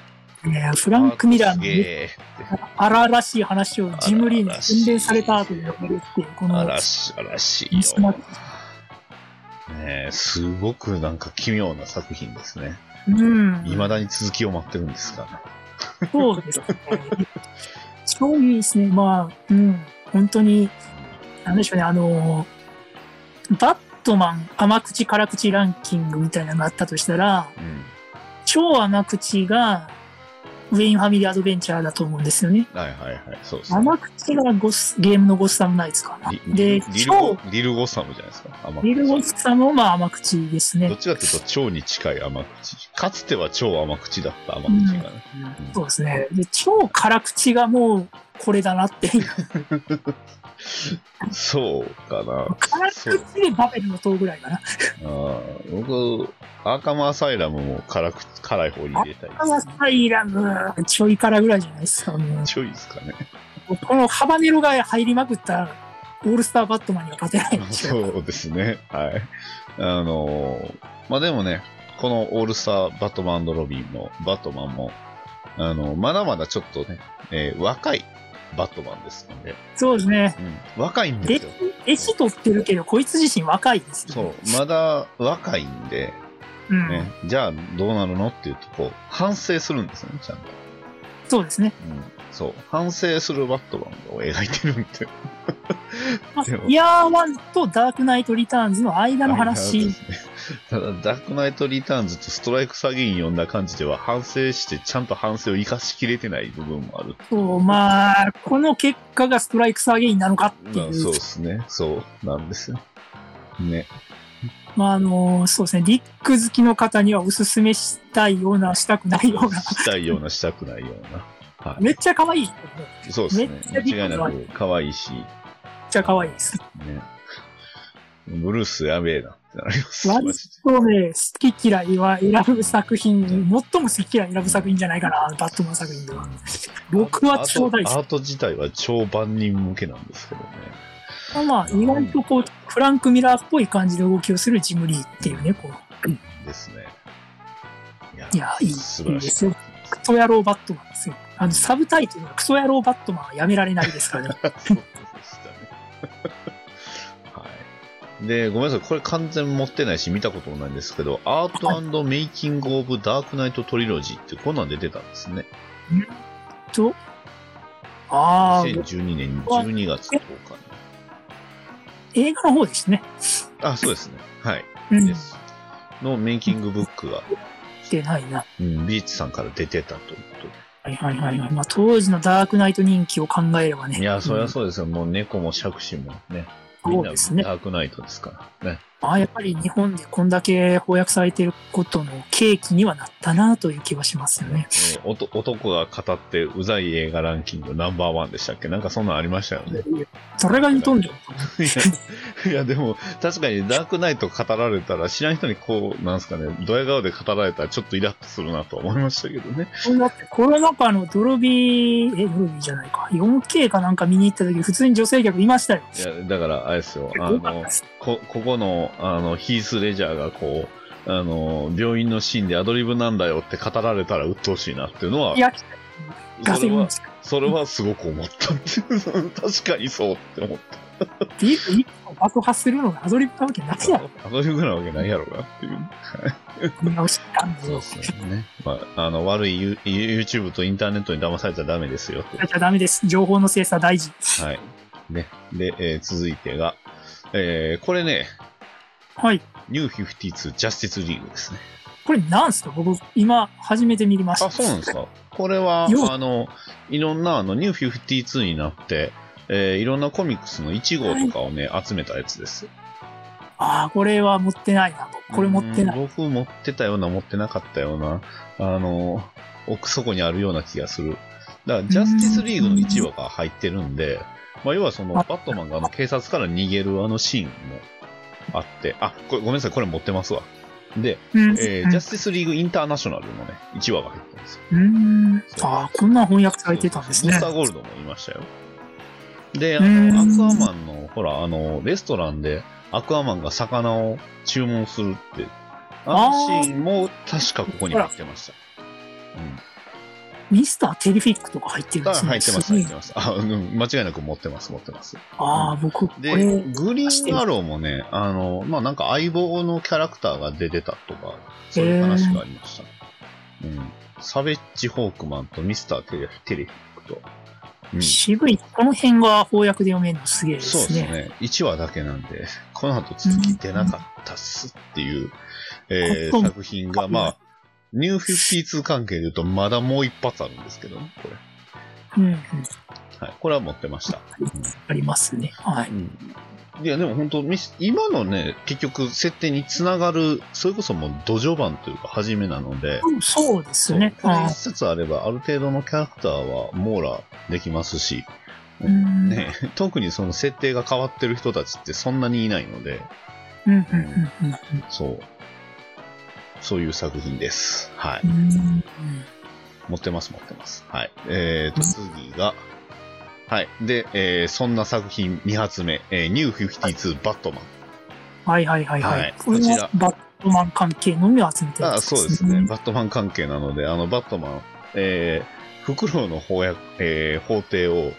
Speaker 5: えねえフランク・ミラー
Speaker 4: あす
Speaker 5: の
Speaker 4: げ
Speaker 5: ね
Speaker 4: え。
Speaker 5: 荒々しい話をジム・リーに洗練された後に
Speaker 4: 荒々しい
Speaker 5: 呼べるっていう、この、
Speaker 4: 嵐、嵐
Speaker 5: ミスマ
Speaker 4: よ
Speaker 5: ッチ。
Speaker 4: ねえ、すごくなんか奇妙な作品ですね。
Speaker 5: うん、
Speaker 4: 未だに続きを待ってるんですが、ね、
Speaker 5: そうですね。超いいですね。まあ、うん、本当に、なんでしょうね、あの、バットマン甘口辛口ランキングみたいなのがあったとしたら、
Speaker 4: うん。
Speaker 5: 超甘口が、ウェインファミリーアドベンチャーだと思うんですよね。
Speaker 4: はいはいはい。そうですね。
Speaker 5: 甘口がゴスゲームのゴッサムナイツかな
Speaker 4: リ。
Speaker 5: で、
Speaker 4: リルゴ
Speaker 5: 超、
Speaker 4: リルゴサムじゃないですか。甘口
Speaker 5: リルゴッサムもまあ甘口です
Speaker 4: ど
Speaker 5: ね
Speaker 4: っ。ちかっていうと、蝶に近い甘口。かつては超甘口だった甘口がね。うん
Speaker 5: そうですね。で、超辛口がもう、これだなっていう。
Speaker 4: そうかな。
Speaker 5: 辛
Speaker 4: そう
Speaker 5: 口でバベルの塔ぐらいかな。
Speaker 4: あー僕、アーカムアサイラムも辛く辛い方に入れたい
Speaker 5: アワ
Speaker 4: です、ね。
Speaker 5: サイラム、ちょいからぐらいじゃないですか。も
Speaker 4: ちょいですかね。
Speaker 5: うこのハバネロが入りまくったオールスターバットマンには勝てないんですよ。
Speaker 4: そうですね。はい。あのーまあ、でもね、このオールスターバットマンロビンのバットマンも、あの、まだまだちょっとね、えー若いバットマンですので、
Speaker 5: そうですね。
Speaker 4: うん、若いんで
Speaker 5: です
Speaker 4: よ。、
Speaker 5: 絵師取ってるけど、こいつ自身若いですよ
Speaker 4: そ
Speaker 5: ね。
Speaker 4: う、まだ若いんで、
Speaker 5: うん
Speaker 4: ね、じゃあどうなるのっていうと、こう、反省するんですよね、ちゃんと。
Speaker 5: そうですね。
Speaker 4: うん、そう、反省するバットマンを描いてるんで。
Speaker 5: まあ
Speaker 4: でも
Speaker 5: イヤーワンとダークナイトリターンズの間の
Speaker 4: はい
Speaker 5: 話。
Speaker 4: そうですね ただ、ダークナイトリターンズとストライク詐欺に呼んだ感じでは反省して、ちゃんと反省を生かしきれてない部分もある。
Speaker 5: そう、まあ、この結果がストライクサーゲインなのかって
Speaker 4: ま
Speaker 5: い
Speaker 4: あ
Speaker 5: う。
Speaker 4: そうですね。そうなんですよ。ね。
Speaker 5: まあ、あの、そうですね。リック好きの方にはおすすめしたいような、したくないような。
Speaker 4: したいような、したくないような。は
Speaker 5: めっちゃ可愛い。めっ
Speaker 4: い。そうですね
Speaker 5: めっ。ちゃびっくり
Speaker 4: 間違いなく可愛いし、ね。
Speaker 5: ちゃ可愛いです。
Speaker 4: ブルースやべえなってなります。
Speaker 5: 割
Speaker 4: マジで
Speaker 5: そうね、好き嫌いは選ぶ作品、最も好き嫌い選ぶ作品じゃないかな、バットマン作品では。僕は超大
Speaker 4: アート
Speaker 5: 好
Speaker 4: アート自体は超万人向けなんですけどね。
Speaker 5: き。まあ、意外とこう、フランク・ミラーっぽい感じで動きをするジムリーっていうね、こう、
Speaker 4: ですね。いや
Speaker 5: いやいい
Speaker 4: 素晴らし
Speaker 5: いいで
Speaker 4: い。
Speaker 5: すよクソ野郎バットマンですよ。あの、サブタイトルがクソ野郎バットマンはやめられないで すからね。
Speaker 4: そうでしたね。はい。で、ごめんなさい。これ完全持ってないし、見たこともないんですけど、アートメイキング・オブ・ダークナイト・トリロジーってこんなんで出てたんですね。
Speaker 5: と、ああ、
Speaker 4: 2012年12月10日に。
Speaker 5: 映画の方ですね。
Speaker 4: あ、そうですね。はい。
Speaker 5: う
Speaker 4: で
Speaker 5: ん。
Speaker 4: す。のメイキングブックが。
Speaker 5: てないな。
Speaker 4: うん、ビーチさんから出てたということで
Speaker 5: はいはいはいはい。まあ、当時のダークナイト人気を考えればね。
Speaker 4: いや、そりゃそうですよ。もう猫も杓子もね。み
Speaker 5: そ
Speaker 4: ん
Speaker 5: う
Speaker 4: なダ
Speaker 5: ですね
Speaker 4: ークナイトですからね。
Speaker 5: まあ、やっぱり日本でこんだけ翻訳されてることの契機にはなったなという気はしますよね。
Speaker 4: うんおと男が語ってうざい映画ランキングナンバーワンでしたっけなんかそんなんありましたよね。
Speaker 5: それがにとんでる
Speaker 4: いや、いやでも確かにダークナイト語られたら知らん人にこう、なんですかね、ドヤ顔で語られたらちょっとイラッとするなと思いましたけどね。
Speaker 5: だって、これなんかあの、ドロビー、え、ドロビーじゃないか。4K かなんか見に行った時、普通に女性客いましたよ。
Speaker 4: いや、だからあれですよ、あ
Speaker 5: よかった
Speaker 4: の
Speaker 5: で、す
Speaker 4: こ、ここの、あの、ヒース・レジャーがこう、あの、病院のシーンでアドリブなんだよって語られたら鬱陶しいなっていうのは、
Speaker 5: いや、ガ
Speaker 4: そ
Speaker 5: セ
Speaker 4: れ
Speaker 5: 見
Speaker 4: は
Speaker 5: ま、した。
Speaker 4: それはすごく思ったっていう 確かにそうって思っ
Speaker 5: ビー一個爆破するのがアドリブなわけないやろ。
Speaker 4: た。アドリブなわけないやろうなっていう。
Speaker 5: 見直したんで。
Speaker 4: ね。まあ、あの、悪いユ YouTube とインターネットに騙されちゃダメですよと。
Speaker 5: じゃダメです。情報の精査大事。
Speaker 4: はい。ね。で、えー続いてが、えーこれね、
Speaker 5: はい。
Speaker 4: New 52ジャスティスリーグですね。
Speaker 5: これなんすか僕、今、初めて見ました。
Speaker 4: あ、そうなんですか。これは
Speaker 5: よ、
Speaker 4: あの、いろんな、あの、ニュー52になって、えーいろんなコミックスの1号とかをね、集めたやつです。
Speaker 5: ああ、これは持ってないな。これ持ってない。
Speaker 4: うん僕持ってたような、持ってなかったような、あの、奥底にあるような気がする。だから、ジャスティスリーグの1話が入ってるんで、まあ、要はその、バットマンがあの警察から逃げるあのシーンもあって、あ、これごめんなさい、これ持ってますわ。で、
Speaker 5: うん
Speaker 4: えージャスティスリーグインターナショナルのね、1話が入ってます。
Speaker 5: うん。ああ、こんな翻訳されてたんですね
Speaker 4: ブース。ターゴールドもいましたよ。で、あ
Speaker 5: うん
Speaker 4: の、アクアマンの、ほら、あの、レストランでアクアマンが魚を注文するって、あのシーンも確かここに入ってました。
Speaker 5: ミスターテリフィックとか入ってるん
Speaker 4: うん。
Speaker 5: で
Speaker 4: あ
Speaker 5: すね。
Speaker 4: 入ってますす、
Speaker 5: ご
Speaker 4: 入
Speaker 5: い
Speaker 4: ってます。あ、うん、間違いなく持ってます、持ってます。
Speaker 5: ああ、僕、こ
Speaker 4: で、
Speaker 5: れ、
Speaker 4: グリーンアローもね、あの、まあ、なんか相棒のキャラクターが出てたとか、そういう話がありました。うん。サベッジ・ホークマンとミスター・テレテレフィックと。うん
Speaker 5: 渋い。この辺が翻訳で読めるのすげえで
Speaker 4: そうですす
Speaker 5: ね。
Speaker 4: ね。1話だけなんで、この後続き出なかったっすっていう、え
Speaker 5: こ
Speaker 4: ー
Speaker 5: こ
Speaker 4: 作品が、まあ、ニュー52関係で言うと、まだもう一発あるんですけどね、これ。
Speaker 5: うん、うん。
Speaker 4: はい。これは持ってました。
Speaker 5: ありますね。はい。
Speaker 4: いや、でも本当、ミス今のね、結局、設定につながる、それこそもう、土壌版というか、初めなので、
Speaker 5: そうですね。
Speaker 4: これ
Speaker 5: あ
Speaker 4: 一冊あれば、ある程度のキャラクターは網羅できますし、
Speaker 5: ーうん
Speaker 4: ね、特にその設定が変わってる人たちってそんなにいないので、
Speaker 5: うんうんうんうん
Speaker 4: そう。そういう作品です。はい。
Speaker 5: うん
Speaker 4: 持ってます、持ってます。はい。えーと、次が、はい。で、えーそんな作品2発目、えー、ニュー52バットマン。
Speaker 5: はいはいはいは
Speaker 4: はいい。
Speaker 5: これ
Speaker 4: こちら
Speaker 5: はバットマン関係のみを集めてる
Speaker 4: あ
Speaker 5: や
Speaker 4: あ
Speaker 5: つ
Speaker 4: そうですね。。バットマン関係なので、あの、バットマン、えー、フクロウの翻訳、えー、法廷を、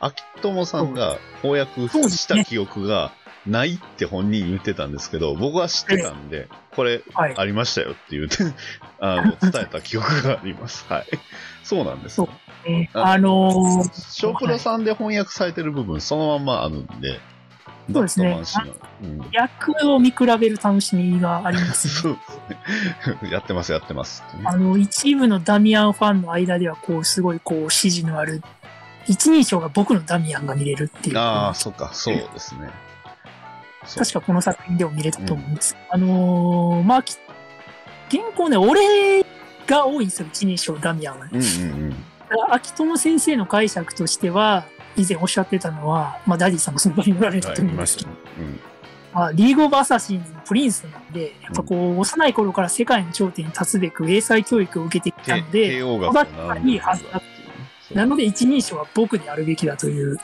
Speaker 4: 秋友さんが翻訳
Speaker 5: そうです
Speaker 4: し
Speaker 5: ね
Speaker 4: た記憶がないって本人言ってたんですけど、僕は知ってたんで、これ、
Speaker 5: はい。
Speaker 4: ありましたよって言って、 あの、 伝えた記憶があります。はい。そうなんです。
Speaker 5: そうえーあのー、
Speaker 4: 小プロさんで翻訳されてる部分、そのまんまあるんで、
Speaker 5: そうですね
Speaker 4: バットマン氏の。うん
Speaker 5: 役を見比べる楽しみがあります
Speaker 4: そ
Speaker 5: ね。
Speaker 4: うですね。 やってます、やってますってね。
Speaker 5: あの、一部のダミアンファンの間では、こう、すごい、こう、支持のある、一人称が僕のダミアンが見れるっていう。
Speaker 4: ああ、そっか、そうですね。そう
Speaker 5: 確かこの作品でも見れたと思うんです。あのーまあ、き現行ね、俺が多いんですよ、一人称ダミアンはね。
Speaker 4: うんうんうん。
Speaker 5: だから秋友先生の解釈としては、以前おっしゃってたのは、まあ、ダディさんもその場におられた
Speaker 4: はい、
Speaker 5: と
Speaker 4: 見
Speaker 5: 思うん
Speaker 4: ま
Speaker 5: で
Speaker 4: し
Speaker 5: すけ
Speaker 4: た
Speaker 5: ど、
Speaker 4: ね。うん。
Speaker 5: まあ、リーグ・オブ・アサシンズのプリンスなんで、やっぱこう、幼い頃から世界の頂点に立つべく英才教育を受けてきたの
Speaker 4: て
Speaker 5: で、
Speaker 4: 帝王学を習うん
Speaker 5: いいはずだって
Speaker 4: そう
Speaker 5: なので一人称は僕にあるべきだという、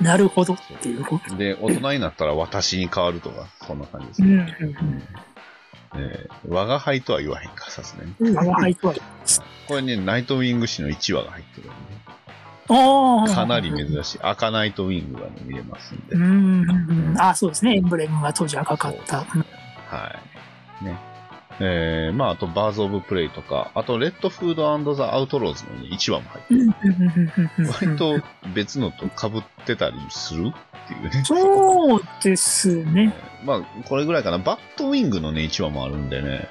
Speaker 5: なるほどっていう。
Speaker 4: うん。で、大人になったら私に変わるとか、そんな感じです
Speaker 5: う
Speaker 4: ね。
Speaker 5: ん、
Speaker 4: えー我が輩とは言わへんか、さすがに。
Speaker 5: うん、うん。我が輩とは。
Speaker 4: これね、ナイトウィング誌の1話が入ってるんで、
Speaker 5: ああ。
Speaker 4: かなり珍しい。赤ナイトウィングが、ね、見れますんで。
Speaker 5: う
Speaker 4: は
Speaker 5: んうんうん。あ、そうですね。エンブレムが当時赤かった。うん
Speaker 4: い。ね。えー、まあ、あと、バーズ・オブ・プレイとか、あと、レッド・フード・ザ・アウトローズの、ね、1話も入って
Speaker 5: うん
Speaker 4: る。
Speaker 5: うんうんうんうん
Speaker 4: 割と別のと被ってたりするっていうね。
Speaker 5: そうですね。
Speaker 4: まあ、これぐらいかな。バットウィングのね、1話もあるんでね。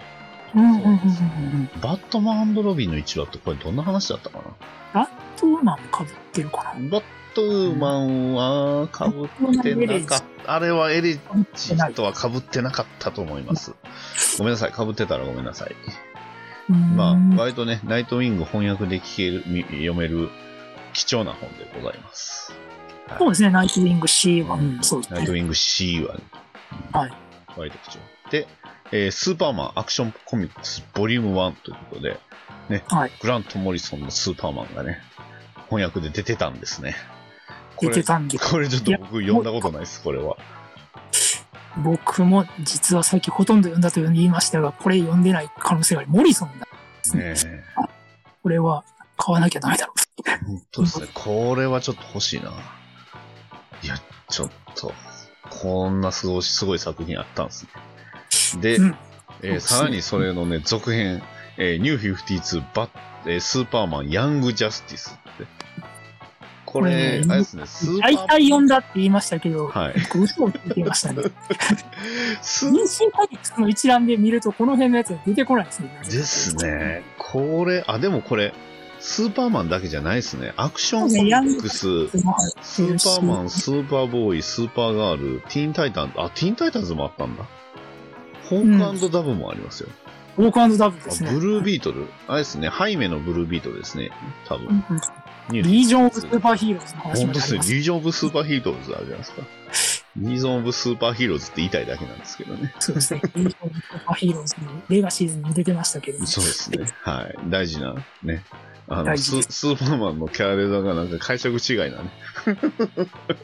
Speaker 5: ううんうんうんうんうん。
Speaker 4: バットマンロビンの1話ってこれどんな話だったかな
Speaker 5: トーマンかぶってるかな
Speaker 4: バットマンはかぶってなかった。あれはエリ
Speaker 5: かぶっ
Speaker 4: ち
Speaker 5: てない。
Speaker 4: とはかぶってなかったと思います。ごめんなさい。かぶってたらごめんなさい。ま
Speaker 5: ま
Speaker 4: あ、割とね、ナイトウィング翻訳で聞ける、み読める貴重な本でございます。はい
Speaker 5: そうですね、ナイトウィング C は、
Speaker 4: うん
Speaker 5: そうです
Speaker 4: ナイトウ
Speaker 5: ね。
Speaker 4: ィング C は、ね、
Speaker 5: はい。
Speaker 4: 割と貴重。で、えースーパーマンアクションコミックスボリューム1ということで、ね、
Speaker 5: はい
Speaker 4: グラント・モリソンのスーパーマンがね、翻訳で出てたんですね。こ
Speaker 5: 出
Speaker 4: れ
Speaker 5: て、たんで、
Speaker 4: これちょっと僕読んだことないです、これは。
Speaker 5: 僕も実は最近ほとんど読んだと言いましたが、これ読んでない可能性がある。モリソンだ。
Speaker 4: ねえ
Speaker 5: これは買わなきゃダメだろ
Speaker 4: 本当ですね。これはちょっと欲しいな。いや、ちょっと、こんなすごいすごい作品あったんですね。で、
Speaker 5: うん
Speaker 4: えーさらにそれのね、続編、えー、ニュー52バッ、えースーパーマンヤングジャスティスって。これ、
Speaker 5: うん
Speaker 4: あれですね、ス
Speaker 5: う。
Speaker 4: ーパ
Speaker 5: 大
Speaker 4: ー
Speaker 5: 体読んだって言いましたけど、
Speaker 4: はい。
Speaker 5: 僕嘘をついていましたね。
Speaker 4: ス
Speaker 5: 妊娠パニックの一覧で見ると、この辺のやつが出てこないですね。
Speaker 4: です。ね。これ、あ、でもこれ、スーパーマンだけじゃないですね。アクション
Speaker 5: そうです
Speaker 4: コ
Speaker 5: ね
Speaker 4: ミ
Speaker 5: ヤン
Speaker 4: ック
Speaker 5: グジャ
Speaker 4: ス、スーパーマン、スーパーボーイ、スーパーガール、ティーンタイタン、あ、ティーンタイタンズもあったんだ。ホークダブもありますよ。
Speaker 5: ウォークダブルです
Speaker 4: あ
Speaker 5: ね。
Speaker 4: ブルービートル、あれですね、ハイメのブルービートルですね、多
Speaker 5: う
Speaker 4: 分。
Speaker 5: んうん
Speaker 4: ニュ
Speaker 5: リージョン・オブ・
Speaker 4: ス
Speaker 5: スーパーヒーローズの話
Speaker 4: 本
Speaker 5: も
Speaker 4: 当で
Speaker 5: あ
Speaker 4: す
Speaker 5: り
Speaker 4: ね
Speaker 5: ま、す。
Speaker 4: リージョン・オブ・スーパーヒーローズあるじゃないですか。リージョン・オブ・スーパーヒーローズって言いたいだけなんですけどね。
Speaker 5: そうですね。リージョン・オブ・スーパーヒーローズのレガシーズに出てましたけど。
Speaker 4: そうですね。はい。大事な、ね。あの
Speaker 5: 大事
Speaker 4: ス、
Speaker 5: です
Speaker 4: スーパーマンのキャラデザがなんか解釈違いなね。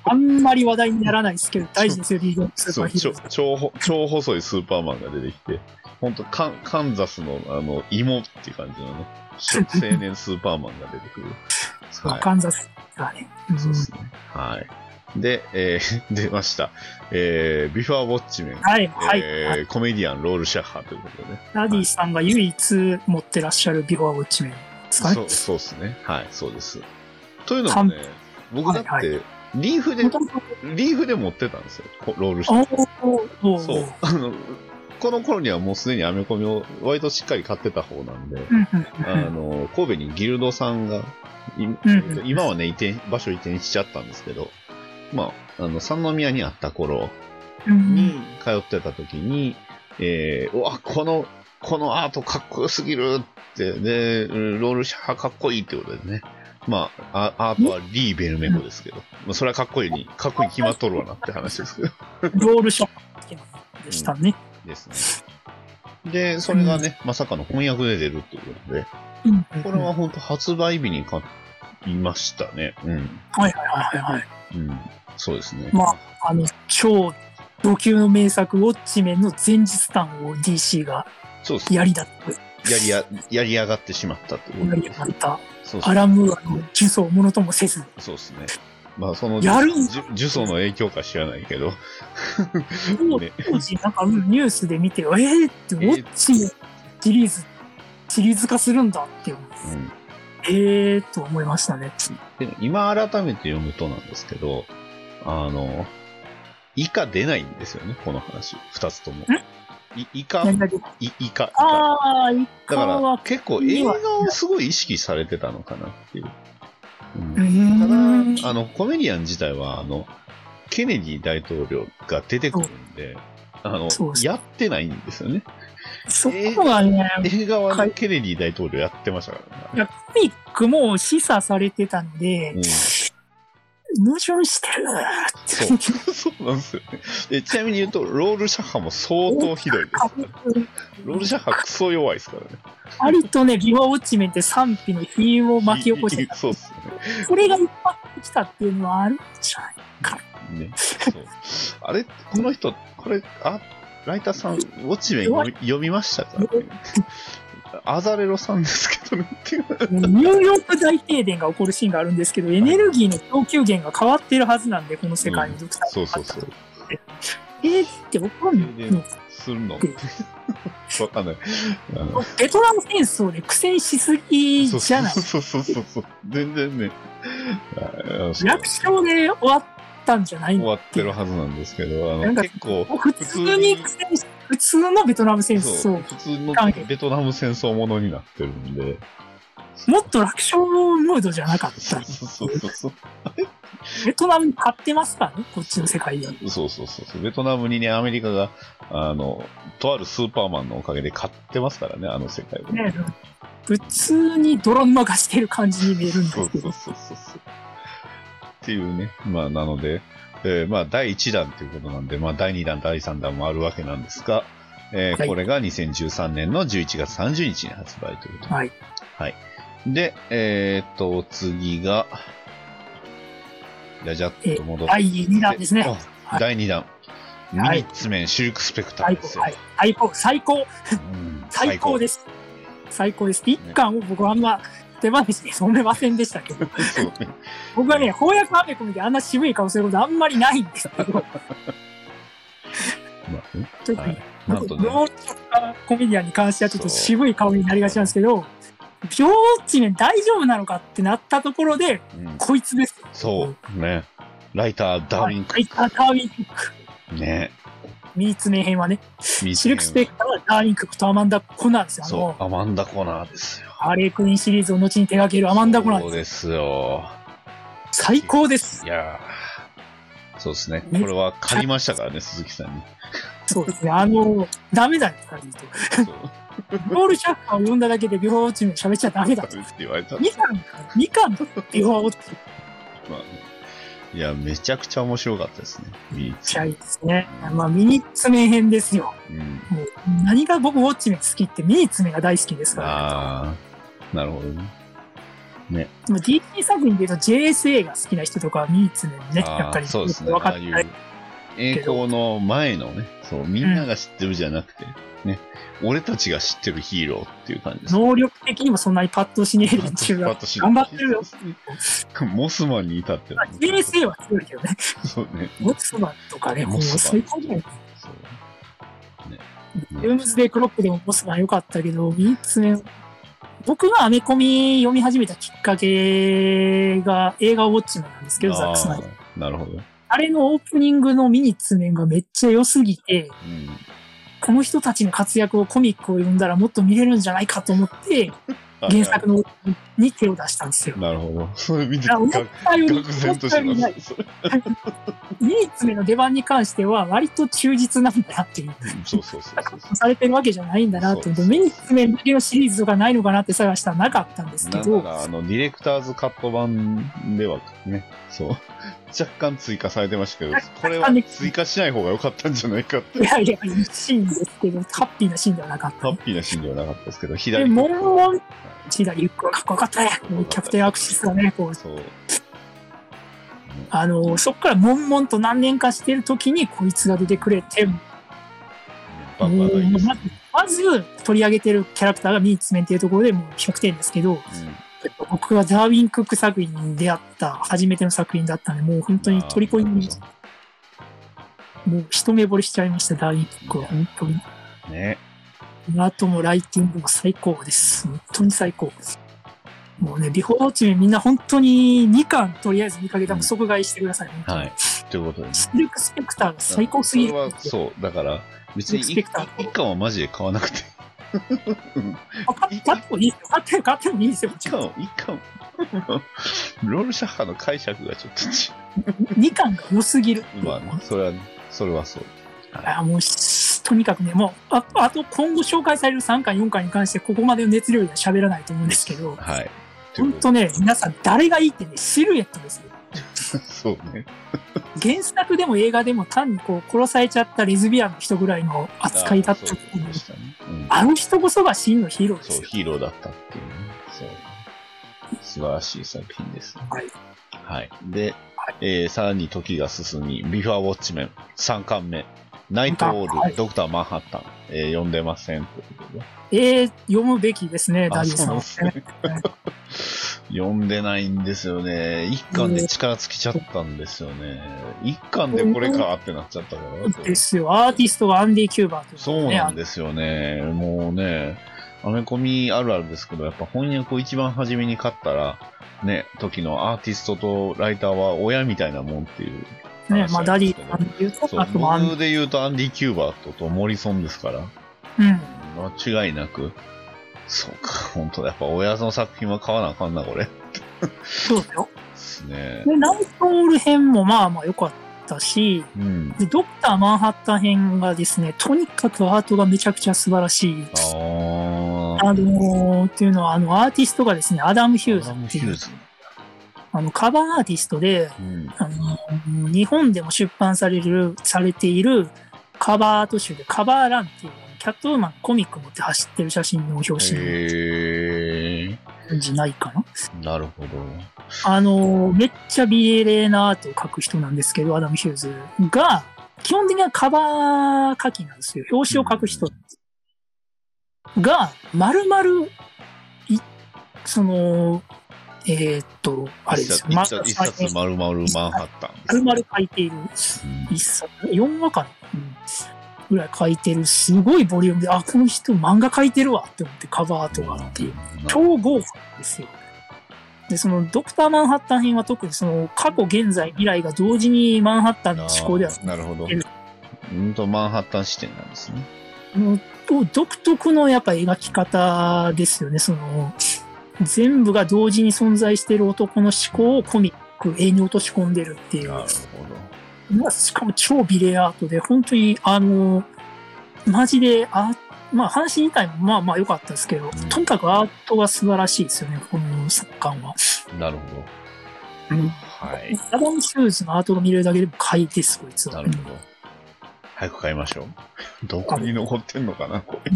Speaker 5: あんまり話題にならないですけど、大事ですよ、リーグのスーパ
Speaker 4: そ
Speaker 5: ー
Speaker 4: う
Speaker 5: ヒ
Speaker 4: 超
Speaker 5: ーローズ。
Speaker 4: 超ほ超細いスーパーマンが出てきて、本当カンカンザスのあの芋っていう感じのね、 しょ青年スーパーマンが出てくる。
Speaker 5: まあ
Speaker 4: は
Speaker 5: カンザスがね。うん
Speaker 4: い。そうですね。はい。で、えー 出ました。えー、ビフォーウォッチメン。
Speaker 5: はい、はい。
Speaker 4: えーコメディアン、ロールシャッハということでね。
Speaker 5: ダディさんが唯一持ってらっしゃるビフォーウォッチメンですか
Speaker 4: そう
Speaker 5: ね。
Speaker 4: そうですね。はい、そうです。というのもね、僕だっ
Speaker 5: はい
Speaker 4: て、リーフで、
Speaker 5: 元々
Speaker 4: リーフで持ってたんですよ、こロールシャッハ
Speaker 5: おーおー
Speaker 4: そう。あの、この頃にはもうすでにアメコミを割としっかり買ってた方なんで、
Speaker 5: うんうん
Speaker 4: あ
Speaker 5: うん
Speaker 4: の、神戸にギルドさんが、い
Speaker 5: んうん
Speaker 4: 今はね、移転、場所移転しちゃったんですけど、まあ、あの、三宮にあった頃
Speaker 5: うん
Speaker 4: に通ってた時に、えー、うわ、この、このアートかっこよすぎるって、で、ロールシャーかっこいいってことでね。まあ、あアートはリーベルメコですけど、まあ、それはかっこいいに、かっこいいに決まっとるわなって話ですけど。
Speaker 5: ロールショッでしたね。
Speaker 4: ですね。で、それがね、まさかの翻訳で出るっていうことで、
Speaker 5: うんうんうん
Speaker 4: これは本当発売日に買いましたね。うん。
Speaker 5: はいはいはいはい。
Speaker 4: うん。そうですね。
Speaker 5: まあ、あの、超ド級の名作、ウォッチメンの前日談を DC が
Speaker 4: そうですね。
Speaker 5: やりだっ
Speaker 4: やりや、やりやがってしまったってこと
Speaker 5: やり
Speaker 4: で
Speaker 5: だった、
Speaker 4: そう
Speaker 5: ア
Speaker 4: で
Speaker 5: ラムーアの呪詛をものともせず、
Speaker 4: す。そうですね。まあ、その、
Speaker 5: やるん
Speaker 4: じゅ呪詛の影響か知らないけど、
Speaker 5: 当
Speaker 4: ね
Speaker 5: 当時、なんかうんニュースで見て、えーって、ウォッチメンシリーズ、シリーズ化するんだって思う、
Speaker 4: うん。
Speaker 5: えーと思いましたね。
Speaker 4: で今改めて読むとなんですけど、あの、以下出ないんですよね、この話。二つとも。い、以下、
Speaker 5: 何だっけ
Speaker 4: い、以下。
Speaker 5: あー、
Speaker 4: だ
Speaker 5: 一家
Speaker 4: から
Speaker 5: は、
Speaker 4: 結構映画をすごい意識されてたのかなっていう。うん
Speaker 5: うーん
Speaker 4: ただ、あの、コメディアン自体は、あの、ケネディ大統領が出てくるんで、あの
Speaker 5: そう、そう
Speaker 4: やってないんですよね。
Speaker 5: そこがね、
Speaker 4: 映画は
Speaker 5: は
Speaker 4: ね
Speaker 5: い
Speaker 4: ケネディ大統領やってましたから
Speaker 5: い
Speaker 4: ね。
Speaker 5: やコミックも示唆されてたので
Speaker 4: う、ん、
Speaker 5: 矛盾してる
Speaker 4: そう そうなんですよねで。ちなみに言うと、ロールシャッハも相当ひどいですから ね。ロールシャッハクソ弱いですからね。
Speaker 5: 割とね、ビワウォッチメンって賛否の火を巻き起こして た。
Speaker 4: そうっすね。
Speaker 5: これが一発できたっていうのはあるんじゃない
Speaker 4: ね、そう。あれ、この人、これ、あ、ライターさん、ウォッチメン読み読みましたか、ね、アザレロさんですけどねっていう。
Speaker 5: ニューヨーク大停電が起こるシーンがあるんですけど、エネルギーの供給源が変わってるはずなんで、この世界にドクター
Speaker 4: そうそうそう。
Speaker 5: えーって起こるの
Speaker 4: する の。わかんない。あの
Speaker 5: ベトナム戦争で苦戦しすぎ
Speaker 4: そう
Speaker 5: じゃない
Speaker 4: そうそうそうそう。全然ね。ああそう
Speaker 5: 楽勝で終わったんじゃない
Speaker 4: 終わってるはずなんですけど、あ
Speaker 5: な
Speaker 4: の
Speaker 5: んか
Speaker 4: 結構、
Speaker 5: 普通に苦戦す普通のベトナム戦
Speaker 4: そう
Speaker 5: 争。
Speaker 4: 普通のベトナム戦争ものになってるんで。
Speaker 5: もっと楽勝ムードじゃなかっ
Speaker 4: そ
Speaker 5: た
Speaker 4: う。そうそうそう。
Speaker 5: ベトナムに勝ってますからね、こっちの世界では。
Speaker 4: そうそうそうそう。ベトナムにね、アメリカが、あの、とあるスーパーマンのおかげで勝ってますからね、あの世界を。
Speaker 5: ね普通に泥沼化してる感じに見えるんです
Speaker 4: そうそ
Speaker 5: け
Speaker 4: うそ
Speaker 5: ど
Speaker 4: う。そうそう。っていうね、まあ、なので、えーまあ、第1弾ということなんで、まあ、第2弾、第3弾もあるわけなんですが、えー
Speaker 5: はい
Speaker 4: これが2013年の11月30日に発売ということで
Speaker 5: はい。
Speaker 4: で、えーっと、次が、じゃじゃっと戻って。
Speaker 5: 第2弾ですね。
Speaker 4: あ第2弾。ミ
Speaker 5: はい
Speaker 4: ニッツメンシルクスペクター
Speaker 5: 最
Speaker 4: で
Speaker 5: 高、
Speaker 4: すよ。
Speaker 5: はい最高、最高、
Speaker 4: うん。
Speaker 5: 最高ですす。最高です。一巻を僕はあんま手放しに染めませんでしたけど、
Speaker 4: そうね
Speaker 5: 僕はね、翻訳アメコミであんな渋い顔することあんまりないんです けど、
Speaker 4: まあね
Speaker 5: ちょっと、
Speaker 4: はい
Speaker 5: な
Speaker 4: なんんと
Speaker 5: かロ
Speaker 4: ね、
Speaker 5: ールコメディアンに関してはちょっと渋い顔になりがちなんですけど、上智面大丈夫なのかってなったところで、
Speaker 4: うん
Speaker 5: こいつです。
Speaker 4: そう、ね。ライター、ダーウィン
Speaker 5: はいライターダーウィンクック。
Speaker 4: ク。ね。
Speaker 5: ミーツ名編はね、
Speaker 4: ミ
Speaker 5: シルクスペクターはダーウィンクックとアマンダ・コナーですよ。あ
Speaker 4: そ
Speaker 5: の、
Speaker 4: う、アマンダ・コナーですよ。
Speaker 5: ハーレークイーンシリーズを後に手掛けるアマンダ・コナ
Speaker 4: そ
Speaker 5: ー
Speaker 4: う
Speaker 5: です。
Speaker 4: ですよ。
Speaker 5: 最高です
Speaker 4: い。やーそうですね。こ
Speaker 5: ね
Speaker 4: れは借りましたからね、鈴木さんに。
Speaker 5: そうですね。あの、ダメだよ、彼にと。
Speaker 4: そう。
Speaker 5: ロールシャッファーを呼んだだけで、ビフォーウォッチメン喋っちゃダメだ
Speaker 4: っ
Speaker 5: と
Speaker 4: て。言われた。ま
Speaker 5: 2巻だよ、2巻だよビフォーウォッチ
Speaker 4: あねいや、めちゃくちゃ面白かったですね。ミー
Speaker 5: ちゃいいですね。まあ、ミニッツメ編ですよ。
Speaker 4: うん。
Speaker 5: もう、何が僕ウォッチメン好きって、ミニッツメが大好きですから、
Speaker 4: ああ、なるほどね。
Speaker 5: ね。でも DC 作品で言うと JSA が好きな人とかはミニッツメね、
Speaker 4: あ
Speaker 5: やっぱり
Speaker 4: ーそうですね。
Speaker 5: 分か
Speaker 4: あ
Speaker 5: っ
Speaker 4: あ
Speaker 5: て
Speaker 4: いう
Speaker 5: ない。
Speaker 4: 栄光の前のね、そう、みんなが知ってるじゃなくて、ね、俺たちが知ってるヒーローっていう感じです。
Speaker 5: 能力的にもそんなにパッとしねえ連中が。
Speaker 4: 私
Speaker 5: 頑張ってるよ。
Speaker 4: モスマンに至って
Speaker 5: まあ
Speaker 4: は
Speaker 5: JSA は強いけどね。
Speaker 4: そうね。
Speaker 5: モスマンとかね、もう
Speaker 4: モスマン
Speaker 5: 最高じゃない
Speaker 4: そう
Speaker 5: ルームズデイクロックでもボスが良かったけど、3つ目、僕がアメコミ読み始めたきっかけが映画ウォッチメンなんですけど、ザックスナイダー。
Speaker 4: あーなるほど。
Speaker 5: あれのオープニングのミニッツメンがめっちゃ良すぎて、
Speaker 4: うん。
Speaker 5: この人たちの活躍をコミックを読んだらもっと見れるんじゃないかと思って、原作のに手を出したんですよ。
Speaker 4: なるほど。それ見て
Speaker 5: いや思ったより、
Speaker 4: 愕
Speaker 5: 思
Speaker 4: 然
Speaker 5: っ
Speaker 4: と
Speaker 5: た
Speaker 4: し
Speaker 5: よりな
Speaker 4: ま
Speaker 5: い。
Speaker 4: す。
Speaker 5: ミニッツメンの出番に関しては割と忠実なんだなっていう。
Speaker 4: そうそうそうそうそ
Speaker 5: されてるわけじゃないんだなと思って、
Speaker 4: そう
Speaker 5: ミニッツメンだけのシリーズとかないのかなって探したらなかったんです
Speaker 4: う。
Speaker 5: け
Speaker 4: なんな
Speaker 5: ど、
Speaker 4: ら、あの、ディレクターズカット版ではね、そう、 若干追加されてましたけど、これは追加しない方が良かったんじゃない かって
Speaker 5: い、やいや、いいシーンですけど、ハッピーなシーンではなかっ
Speaker 4: ハ
Speaker 5: た
Speaker 4: ッ。ピーなシーンではなかったですけど、
Speaker 5: で、
Speaker 4: 左
Speaker 5: もんもん、左リュックはかっこよかったね。もうキャプテンアクシスがね、こう、
Speaker 4: そう。
Speaker 5: あの、そこからもんもんと何年かしてる時にこいつが出てくれて、
Speaker 4: バンバンがいいですね。
Speaker 5: まず取り上げてるキャラクターがミニッツメンっていうところでもう100点ですけど、僕がダーウィン・クック作品に出会った初めての作品だったんで、もう本当に虜になりましたもう一目惚れしちゃいました、ダーウィン・クックは。本当に。
Speaker 4: ね。
Speaker 5: あともライティングも最高です。本当に最高です。もうね、ビフォーウォッチメンみんな本当に2巻とりあえず見かけたら
Speaker 4: うん
Speaker 5: 即買いしてください。本当に
Speaker 4: はい。ということでね。
Speaker 5: シルクスペクターが最高すぎる
Speaker 4: それ。はそう、だから、別に
Speaker 5: ス
Speaker 4: 一
Speaker 5: ペクター
Speaker 4: 一巻はマジで買わなくて。
Speaker 5: あ買っ買ってもいいですよ。買って買ってもいいですよ。
Speaker 4: 一巻を、一巻を。ロールシャッハの解釈がちょっと違
Speaker 5: 2巻が良すぎる。
Speaker 4: う。まあね、それはね、それはそう。
Speaker 5: あもうしとにかくね、もうあ、あと今後紹介される3巻、4巻に関して、ここまでの熱量では喋らないと思うんですけ ど、
Speaker 4: はい。
Speaker 5: 本当ね、皆さん、誰がいいってね、シルエットですよ。
Speaker 4: ということでそうね。
Speaker 5: 原作でも映画でも単にこう殺されちゃったレズビアンの人ぐらいの扱いだった
Speaker 4: あー
Speaker 5: と
Speaker 4: そうでしたね。うん。
Speaker 5: あの人こそが真のヒーローで
Speaker 4: そう、
Speaker 5: すよ。
Speaker 4: ヒーローだったっていうね。そう。素晴らしい作品です、ね。
Speaker 5: はい。
Speaker 4: はい。で、えーさらに時が進み、ビファーウォッチメン3巻目、ナイトオール、
Speaker 5: はい
Speaker 4: ドクターマンハッタン、えー読んでませんということで。
Speaker 5: えー、読むべきですね、ダ
Speaker 4: あ
Speaker 5: リオさんは、
Speaker 4: そうなん読んでないんですよね。1巻で力尽きちゃったんですよね。1巻でこれかってなっちゃったから。
Speaker 5: ですよ。アーティストがアンディ・キューバーということ
Speaker 4: そう
Speaker 5: ね
Speaker 4: なんですよね。もうね、アメコミあるあるですけど、やっぱ翻訳を一番初めに買ったら、ね、時のアーティストとライターは親みたいなもんっていう
Speaker 5: ね、まあ、ダリ
Speaker 4: そ
Speaker 5: ー
Speaker 4: う
Speaker 5: ーと
Speaker 4: そう
Speaker 5: あとはアン
Speaker 4: 僕で言うとアンディ・キューバートとモリソンですから、
Speaker 5: うん。
Speaker 4: 間違いなく、そうか、本当だ、やっぱ親父の作品は買わなあかんな、これ。で
Speaker 5: そうですよ。
Speaker 4: すね。
Speaker 5: で、ナイトオール編もまあまあ良かったし、
Speaker 4: うん。
Speaker 5: で、ドクターマンハッタン編がですね、とにかくアートがめちゃくちゃ素晴らしい。
Speaker 4: ああ。
Speaker 5: あのーっていうのは、あの、アーティストがですね、アダム・ヒューズ
Speaker 4: アダム
Speaker 5: って
Speaker 4: ヒ
Speaker 5: い
Speaker 4: ュー
Speaker 5: う、
Speaker 4: ズ。
Speaker 5: あの、カバーアーティストで、
Speaker 4: うん。
Speaker 5: あのー日本でも出版される、されているカバーアート集で、カバーランっていう、キャットウーマンのコミック持って走ってる写真の表紙
Speaker 4: へえ。
Speaker 5: なんじゃないかな。
Speaker 4: なるほど。
Speaker 5: あのーめっちゃ美麗なアートを描く人なんですけど、アダム・ヒューズが、基本的にはカバー書きなんですよ。表紙を書く人が、丸々、い、その、えーっと、あれですよ。
Speaker 4: 一
Speaker 5: ま
Speaker 4: 冊
Speaker 5: る
Speaker 4: 一冊丸々マンハッタン。
Speaker 5: 々書いている。一冊、4話かな、うんぐらい書いてる、すごいボリュームで、あ、この人漫画書いてるわって思ってカバーアートがあっていう。超豪華ですよ。で、その、ドクター・マンハッタン編は特にその、過去、現在、未来が同時にマンハッタンの思考では、
Speaker 4: なるほど。うんと、マンハッタン視点なんですね。
Speaker 5: もう独特のやっぱ描き方ですよね。その、全部が同時に存在している男の思考をコミック、絵に落とし込んでるっていう。
Speaker 4: なるほ
Speaker 5: まあ、しかも超ビレアートで、本当に、あの、マジで、あまあ、話自体もまあまあ良かったですけど、
Speaker 4: ん
Speaker 5: とにかくアートが素晴らしいですよね、この作感は。
Speaker 4: ど。なるほど。
Speaker 5: うん
Speaker 4: はい。
Speaker 5: アダム・シューズのアートが見れるだけでも買いです、こいつ
Speaker 4: な
Speaker 5: は
Speaker 4: る。ほど。早く買いましょう。 どこに残ってんのかな、これ。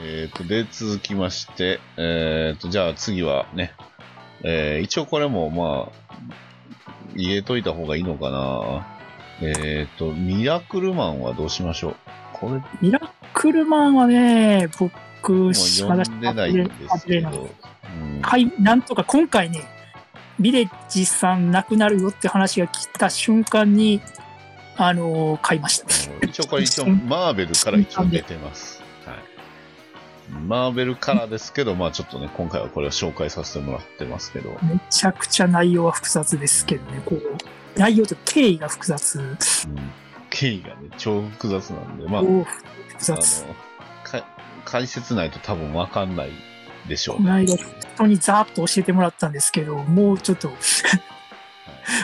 Speaker 4: えっと、で、続きまして、えっ、と、じゃあ次はね、えー一応これも、まあ、入れといた方がいいのかな。えっ、と、ミラクルマンはどうしましょうこれ、も
Speaker 5: ミラクルマンはね、僕、
Speaker 4: う
Speaker 5: まだ
Speaker 4: 読んでないんですけど、うん、
Speaker 5: はい、なんとか今回ね、ビレッジさん亡くなるよって話が来た瞬間に、あの買いました。
Speaker 4: 一応これ一応マーベルから一応出てます。はい。マーベルからですけど、まあちょっとね、今回はこれを紹介させてもらってますけど、
Speaker 5: めちゃくちゃ内容は複雑ですけどね、こう、内容と経緯が複雑。
Speaker 4: うん、経緯がね、超複雑なんで、まあ、あの、
Speaker 5: お複雑。
Speaker 4: か解説ないと多分わかんないでしょう。
Speaker 5: この間本当にざーっと教えてもらったんですけど、もうちょっと、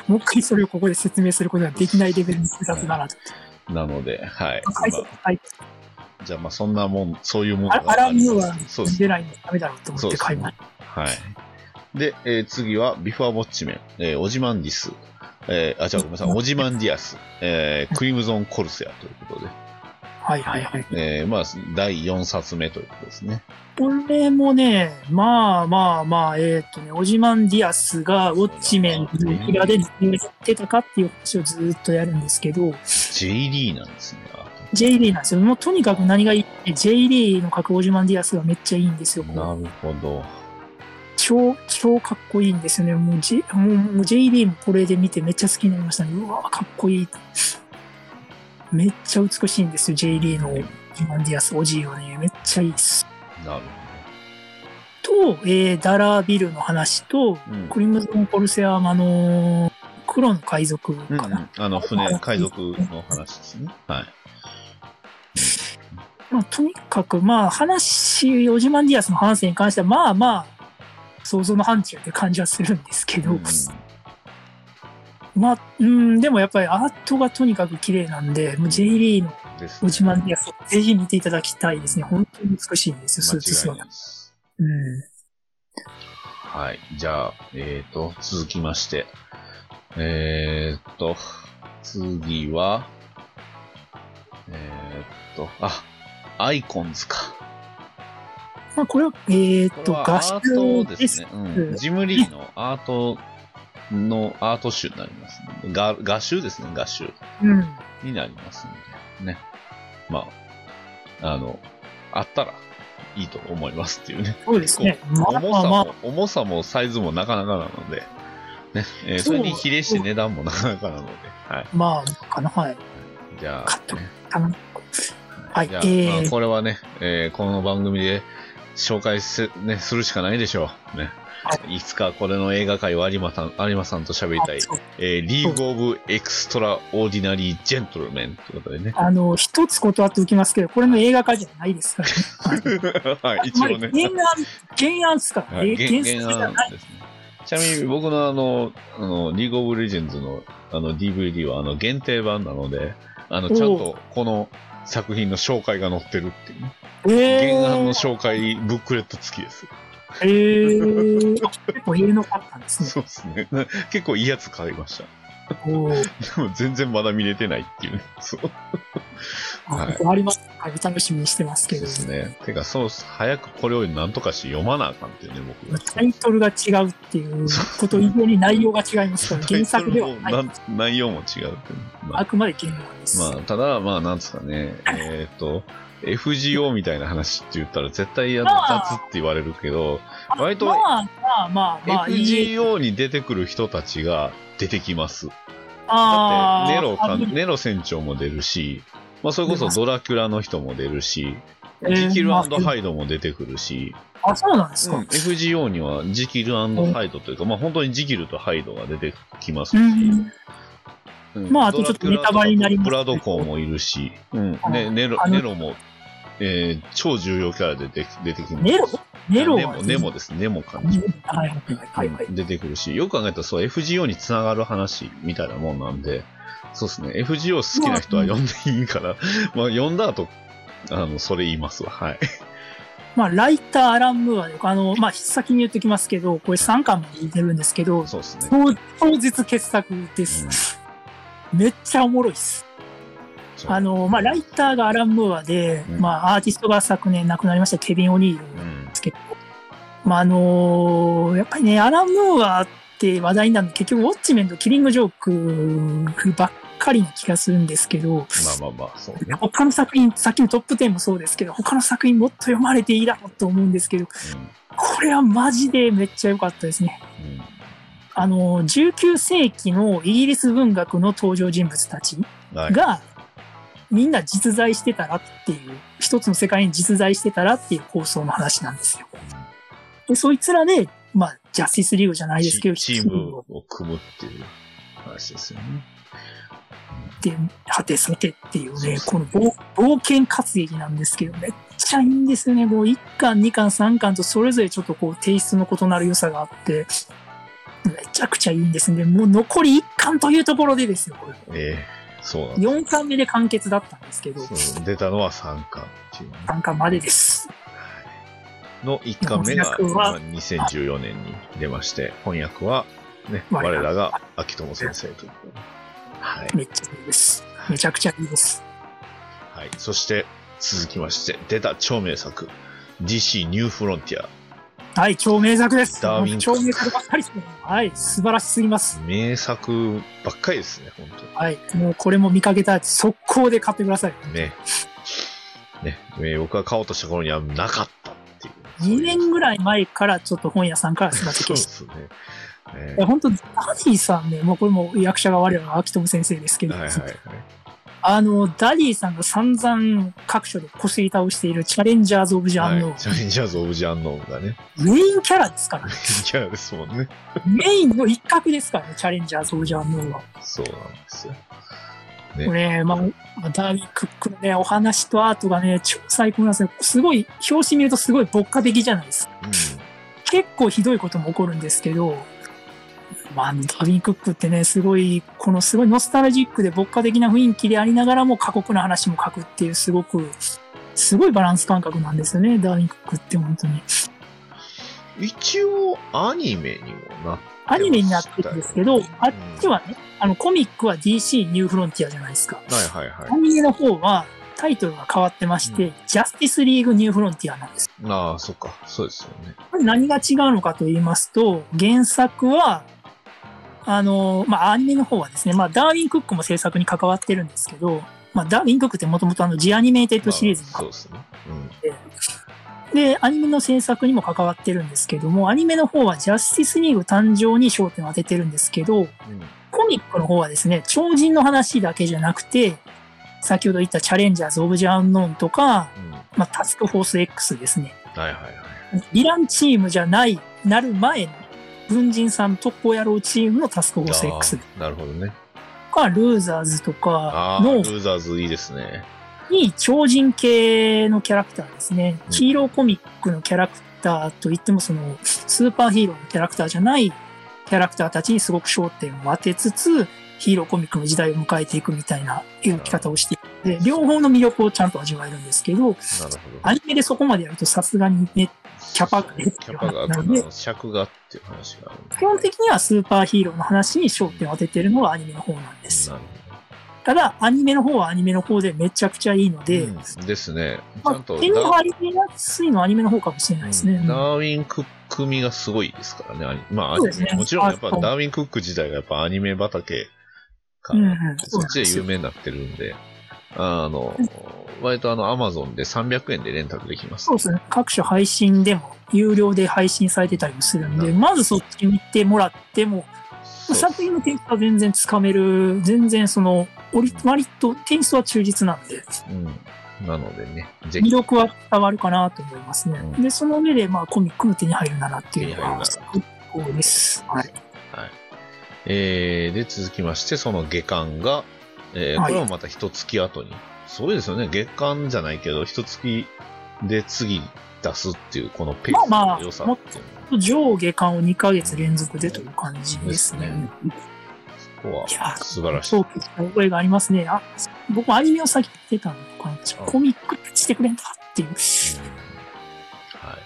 Speaker 5: もう一回それをここで説明することができないレベルの複雑だなと。
Speaker 4: なので、はい。
Speaker 5: 解
Speaker 4: ま
Speaker 5: 説はい、
Speaker 4: あじゃあまあそんなもん、そういうもの
Speaker 5: あアラミューは
Speaker 4: そうです
Speaker 5: 出ないのダメだろうと思
Speaker 4: そう
Speaker 5: っ
Speaker 4: で
Speaker 5: て
Speaker 4: す
Speaker 5: 買い
Speaker 4: ね
Speaker 5: まし
Speaker 4: はい。で、えー次は、ビフォアウォッチメン、えーオジマンディス、えーあ、じゃあごめんなさい、オジマンディアス、えークリムゾン・コルセアということで、
Speaker 5: はいはいはい。
Speaker 4: えーまあ、第4冊目ということですね。
Speaker 5: これもね、まあまあまあ、えっ、とね、オジマン・ディアスがウォッチメンの裏で何をやってたかっていう話をずっとやるんですけど、
Speaker 4: JD なんですね。
Speaker 5: J リーなんですよ。もうとにかく何がいいって、J リーの格オジマン・ディアスがめっちゃいいんですよ。こう
Speaker 4: なるほど。
Speaker 5: 超、超かっこいいんですよね。もう J、もうもう J リーもこれで見てめっちゃ好きになりましたね。うわかっこいい。めっちゃ美しいんですよ、J リーのオジマン・ディアス、オジーはね。めっちゃいいです。
Speaker 4: なる
Speaker 5: と、えー、ダラービルの話と、
Speaker 4: ほど。うん
Speaker 5: クリムゾン・コルセアはあのー黒の海賊
Speaker 4: うんう
Speaker 5: かな。
Speaker 4: ん、あの、船、海賊の話ですね。はい。
Speaker 5: まあ、とにかく、まあ、話、オジマンディアスの反省に関しては、まあまあ、想像の範疇って感じはするんですけど、
Speaker 4: うん
Speaker 5: まあ、うん、でもやっぱりアートがとにかく綺麗なんで、もう J リーの
Speaker 4: です
Speaker 5: オ
Speaker 4: ね
Speaker 5: ジマンディアスをぜひ見ていただきたいですね。本当に美しいんですよ、スーツ
Speaker 4: 間違いない。
Speaker 5: 姿
Speaker 4: です。
Speaker 5: うん。
Speaker 4: はい。じゃあ、えーと、続きまして。えーと、次は、えーと、あ、アイコンズか。
Speaker 5: まあ、これは、えーっ、
Speaker 4: ことれは
Speaker 5: 画
Speaker 4: アー
Speaker 5: 集
Speaker 4: ト
Speaker 5: で
Speaker 4: です
Speaker 5: す。
Speaker 4: ね。うん、ジムリーのアートのアート集になります、ね。が画集ですね、画集
Speaker 5: うん。
Speaker 4: になりますんで、ね。まあ、あの、あったらいいと思いますっていうね。
Speaker 5: そうですね。まあ
Speaker 4: 重
Speaker 5: まあ
Speaker 4: さも、
Speaker 5: まあ、
Speaker 4: 重さもサイズもなかなかなので、ねえー
Speaker 5: そ
Speaker 4: そうれに比例して値段もなかなかなので、はい。
Speaker 5: まあ、かな、はい。
Speaker 4: じゃ
Speaker 5: 買っ
Speaker 4: あ、
Speaker 5: と
Speaker 4: ね
Speaker 5: かな。はい
Speaker 4: じゃ、あ、ま
Speaker 5: え
Speaker 4: あ
Speaker 5: ー、
Speaker 4: これはね、えーこの番組で紹介せ、ね、するしかないでしょう。ね。いつかこれの映画界を有馬さん、有馬さんと喋りたい。えー、リーグ・オブ・エクストラ・オーディナリー・ジェントルメンということでね。
Speaker 5: あの、一つ断っておきますけど、これの映画化じゃないですからね。
Speaker 4: はい、 一応ね。
Speaker 5: 原案、原案っすから、
Speaker 4: はい、
Speaker 5: 原
Speaker 4: 原
Speaker 5: 原作じ
Speaker 4: 原
Speaker 5: ゃ
Speaker 4: 案
Speaker 5: ない。
Speaker 4: ですね。ちなみに僕のあの、あの、リーグ・オブ・レジェンズのあの DVD はあの限定版なので、あの、ちゃんとこの作品の紹介が載ってるっていうね。
Speaker 5: え
Speaker 4: 原案の
Speaker 5: ー、
Speaker 4: 紹介ブックレット付きです。
Speaker 5: えー、あ 結構言えなかった んですね。
Speaker 4: そうですね。結構いいやつ買いました。
Speaker 5: おー
Speaker 4: でも全然まだ見れてないっていうね。そうはい
Speaker 5: あここありますか楽しみにしてますけ
Speaker 4: で
Speaker 5: ど。
Speaker 4: すね。てか、そう、早くこれを何とかして読まなあかんっていうね、僕が。
Speaker 5: タイトルが違うっていうこと以上に内容が違いますから、原作では
Speaker 4: タイ
Speaker 5: な
Speaker 4: トルも
Speaker 5: い。
Speaker 4: なん内容も違うっていうね、ま
Speaker 5: あ
Speaker 4: あ、
Speaker 5: くまで原案です。
Speaker 4: まあ、ただ、まあ、なんですかね、えっ、と、FGO みたいな話って言ったら絶対あの
Speaker 5: まあ
Speaker 4: 雑って言われるけど、
Speaker 5: あ
Speaker 4: 割と
Speaker 5: まあまあまあまあ、いい。
Speaker 4: FGO に出てくる人たちが出てきます。だ
Speaker 5: あ
Speaker 4: って
Speaker 5: ー
Speaker 4: ネロか
Speaker 5: あ
Speaker 4: ネロ船長も出るし、まあ、それこそドラキュラの人も出るし、
Speaker 5: えー
Speaker 4: ジキル
Speaker 5: まあ
Speaker 4: ハイドも出てくるし、
Speaker 5: あ、そうなんです
Speaker 4: う
Speaker 5: か。
Speaker 4: ん FGO にはジキルハイドというか、まあ、本当にジキルとハイドが出てきますし、
Speaker 5: うん
Speaker 4: うん
Speaker 5: まああとちょっとネタバレになります
Speaker 4: ブラドコーもいるし、うん
Speaker 5: あ
Speaker 4: ね、ネロ
Speaker 5: あの
Speaker 4: ネロも、えー超重要キャラで出て出てきます。
Speaker 5: ネロネロ
Speaker 4: ネ
Speaker 5: は
Speaker 4: モネモです。ネモかな。
Speaker 5: はいはいはいはい。
Speaker 4: 出てくるし、よく考えたらそう FGO につながる話みたいなもんなんで、そうですね、FGO 好きな人は読んでいいから、まあ読んだ後、あの、それ言いますわ。はい。
Speaker 5: まあ、ライター、アラン・ムーアで、あの、まあ、先に言ってきますけど、これ3巻まで出てるんですけど、
Speaker 4: そうですね。
Speaker 5: 当当日傑作です。めっちゃおもろいっす。
Speaker 4: そう
Speaker 5: あ、の、まあ、ライターがアラン・ムーアで、
Speaker 4: うん
Speaker 5: まあ、アーティストが昨年亡くなりましたケビン・オニール
Speaker 4: う
Speaker 5: なんで
Speaker 4: ん。
Speaker 5: すけど、まあ、あのやっぱりね、アラン・ムーアって話題なんで、結局、ウォッチメンとキリング・ジョークばっかりな気がするんですけど、
Speaker 4: まあまあまあ、そうね。
Speaker 5: 他の作品、さっきのトップ10もそうですけど、他の作品もっと読まれていいだろうと思うんですけど、これはマジでめっちゃ良かったですね。
Speaker 4: うん。うん
Speaker 5: あの、19世紀のイギリス文学の登場人物たち
Speaker 4: はい、
Speaker 5: が、みんな実在してたらっていう、一つの世界に実在してたらっていう構想の話なんですよ。で、そいつらで、まあ、ジャスティスリーグじゃないですけど、
Speaker 4: チチームを組むっていう話ですよね。
Speaker 5: で、果てさてっていうね、この冒冒険活劇なんですけど、めっちゃいいんですよね。こう、1巻、2巻、3巻とそれぞれちょっとこう、テイストの異なる良さがあって、めちゃくちゃいいんですね。もう残り1巻というところでですよ、これ。
Speaker 4: ええそうなん
Speaker 5: 4巻目で完結だったんですけど、
Speaker 4: ですそう出たのは3巻っていうね、
Speaker 5: 3巻までです。
Speaker 4: の1巻目が
Speaker 5: 翻訳は
Speaker 4: まあ2014年に出まして、翻訳は、ね、我
Speaker 5: 我ら
Speaker 4: らが秋友先生ということで。はい。
Speaker 5: めっちゃいいです。めちゃくちゃいいです。
Speaker 4: はい。そして、続きまして、出た超名作、DC ニューフロンティア。
Speaker 5: はい、超名作です。
Speaker 4: ダーウィン
Speaker 5: 超名作ばっかりですね。はい、素晴らしすぎます。
Speaker 4: 名作ばっかりですね、本当
Speaker 5: はい、もうこれも見かけたら速攻で買ってください。
Speaker 4: ね。ね。ね僕が買おうとした頃にはなかったっていう。
Speaker 5: 2年ぐ
Speaker 4: い。
Speaker 5: らい前からちょっと本屋さんから姿
Speaker 4: そう
Speaker 5: 消
Speaker 4: で
Speaker 5: して
Speaker 4: すね。ね
Speaker 5: いや本当ダディさんね、もうこれも役者が我らが秋友先生ですけど、
Speaker 4: はいはいはい。
Speaker 5: あの、ダディさんが散々各所でこすり倒しているチャレンジャーズ・オブ・ジャンの、
Speaker 4: はいチャレンジャーズ・オブ・ジャンノーがね、
Speaker 5: メインキャラですからね、
Speaker 4: キャラですもんね。
Speaker 5: メインの一角ですからね、チャレンジャーズ・オブ・ジャンのは。
Speaker 4: そうなんですよ。
Speaker 5: これ、まあ、ダービー・クックのね、お話とアートがね、超最高なんですよ。すごい、表紙見るとすごい牧歌的じゃないですか。結構ひどいことも起こるんですけど、まあ、ダビン・クックってね、すごい、このすごいノスタルジックで牧歌的な雰囲気でありながらも過酷な話も書くっていう、すごく、すごいバランス感覚なんですよね、ダービン・クックって本当に。
Speaker 4: うん、一応、アニメにもなっ
Speaker 5: アニメになってるんですけど、あっち
Speaker 4: は、
Speaker 5: はね、あのコミックは DC ニューフロンティアじゃないですか。
Speaker 4: はいはいは
Speaker 5: アニメの方はタイトルが変わってまして、
Speaker 4: う
Speaker 5: ジャスティスリーグニューフロンティアなんです。
Speaker 4: い。ああ、そっか、そうですよね。
Speaker 5: これ何が違うのかと言いますと、原作は、あの、まあ、アニメの方はですね、まあ、ダーウィン・クックも制作に関わってるんですけど、まあ、ダーウィン・クックってもともとあの、ジアニメーテッドシリーズに
Speaker 4: まあそう
Speaker 5: 関わ
Speaker 4: ですね。うん。
Speaker 5: って、で、アニメの制作にも関わってるんですけども、アニメの方はジャスティスリーグ誕生に焦点を当ててるんですけど、
Speaker 4: うん
Speaker 5: コミックの方はですね、超人の話だけじゃなくて、先ほど言ったチャレンジャーズ・オブ・ジャンノーンとか、
Speaker 4: うん。は
Speaker 5: まあ、タスクフォース X ですね。
Speaker 4: いはいはい。
Speaker 5: ヴィランチームじゃないなる前の文人さん特攻野郎チームのタスクフォース X
Speaker 4: あーなるほどね。
Speaker 5: とか、ルーザーズとか
Speaker 4: ああ、ル
Speaker 5: の
Speaker 4: ーザーズいいですね。
Speaker 5: に超人系のキャラクターですね
Speaker 4: う。ん
Speaker 5: ヒーローコミックのキャラクターといっても、その、スーパーヒーローのキャラクターじゃないキャラクターたちにすごく焦点を当てつつ、ヒーローコミックの時代を迎えていくみたいな描き方をしているので、両方の魅力をちゃんと味わえるんですけど、
Speaker 4: なるほど。
Speaker 5: アニメでそこまでやるとさすがにね、キャパが
Speaker 4: そうですねキャパがあって
Speaker 5: なので
Speaker 4: あの尺がっていう話があるんで。
Speaker 5: 基本的にはスーパーヒーローの話に焦点を当ててるのがアニメの方なんです。
Speaker 4: なる
Speaker 5: ただ、アニメの方はアニメの方でめちゃくちゃいいので、
Speaker 4: ほどうんですね。ち
Speaker 5: ま
Speaker 4: ゃ
Speaker 5: あ
Speaker 4: んと
Speaker 5: 手に
Speaker 4: ダ
Speaker 5: 入りやすいのはアニメの方かもしれないですね。うん
Speaker 4: ダーウィン・クック味がすごいですからねアニ。まあ、
Speaker 5: そうですね
Speaker 4: もちろんやっ
Speaker 5: あ
Speaker 4: ぱ
Speaker 5: そう
Speaker 4: ダーウィン・クック自体がやっぱアニメ畑か
Speaker 5: うんう
Speaker 4: ら、
Speaker 5: ん
Speaker 4: そっちで有名になってるんで、あの、割とあの、アマゾンで300円でレンタルできます。
Speaker 5: そうですね。各種配信でも、有料で配信されてたりもするん
Speaker 4: なる
Speaker 5: で、
Speaker 4: ほど
Speaker 5: まずそっち見てもらっても、
Speaker 4: そう
Speaker 5: 作品のテイストは全然つかめる、全然その、割割とテイストは忠実なんで、
Speaker 4: うん。なのでね、ぜ
Speaker 5: 魅
Speaker 4: ひ、
Speaker 5: 力は伝わるかなと思いますね。
Speaker 4: う
Speaker 5: で、その上で、まあ、コミックも手に入るならっていうの
Speaker 4: 手
Speaker 5: が、
Speaker 4: に
Speaker 5: 最高です。はい。
Speaker 4: えー、で、続きまして、その下巻が、えー、
Speaker 5: は
Speaker 4: こ
Speaker 5: い
Speaker 4: れもまた一月後に、すごいですよね、月間じゃないけど、一月で次出すっていう、このペース
Speaker 5: まあま
Speaker 4: の
Speaker 5: あ
Speaker 4: 良さっていうのは
Speaker 5: 上下巻を2ヶ月連続でという感じですね。
Speaker 4: ですねここはい
Speaker 5: や
Speaker 4: 素晴らし
Speaker 5: そ。
Speaker 4: いう
Speaker 5: 覚えがありますね。あ、僕もアニメを先に見てたのかな。コミックってしてくれんかっていう。
Speaker 4: は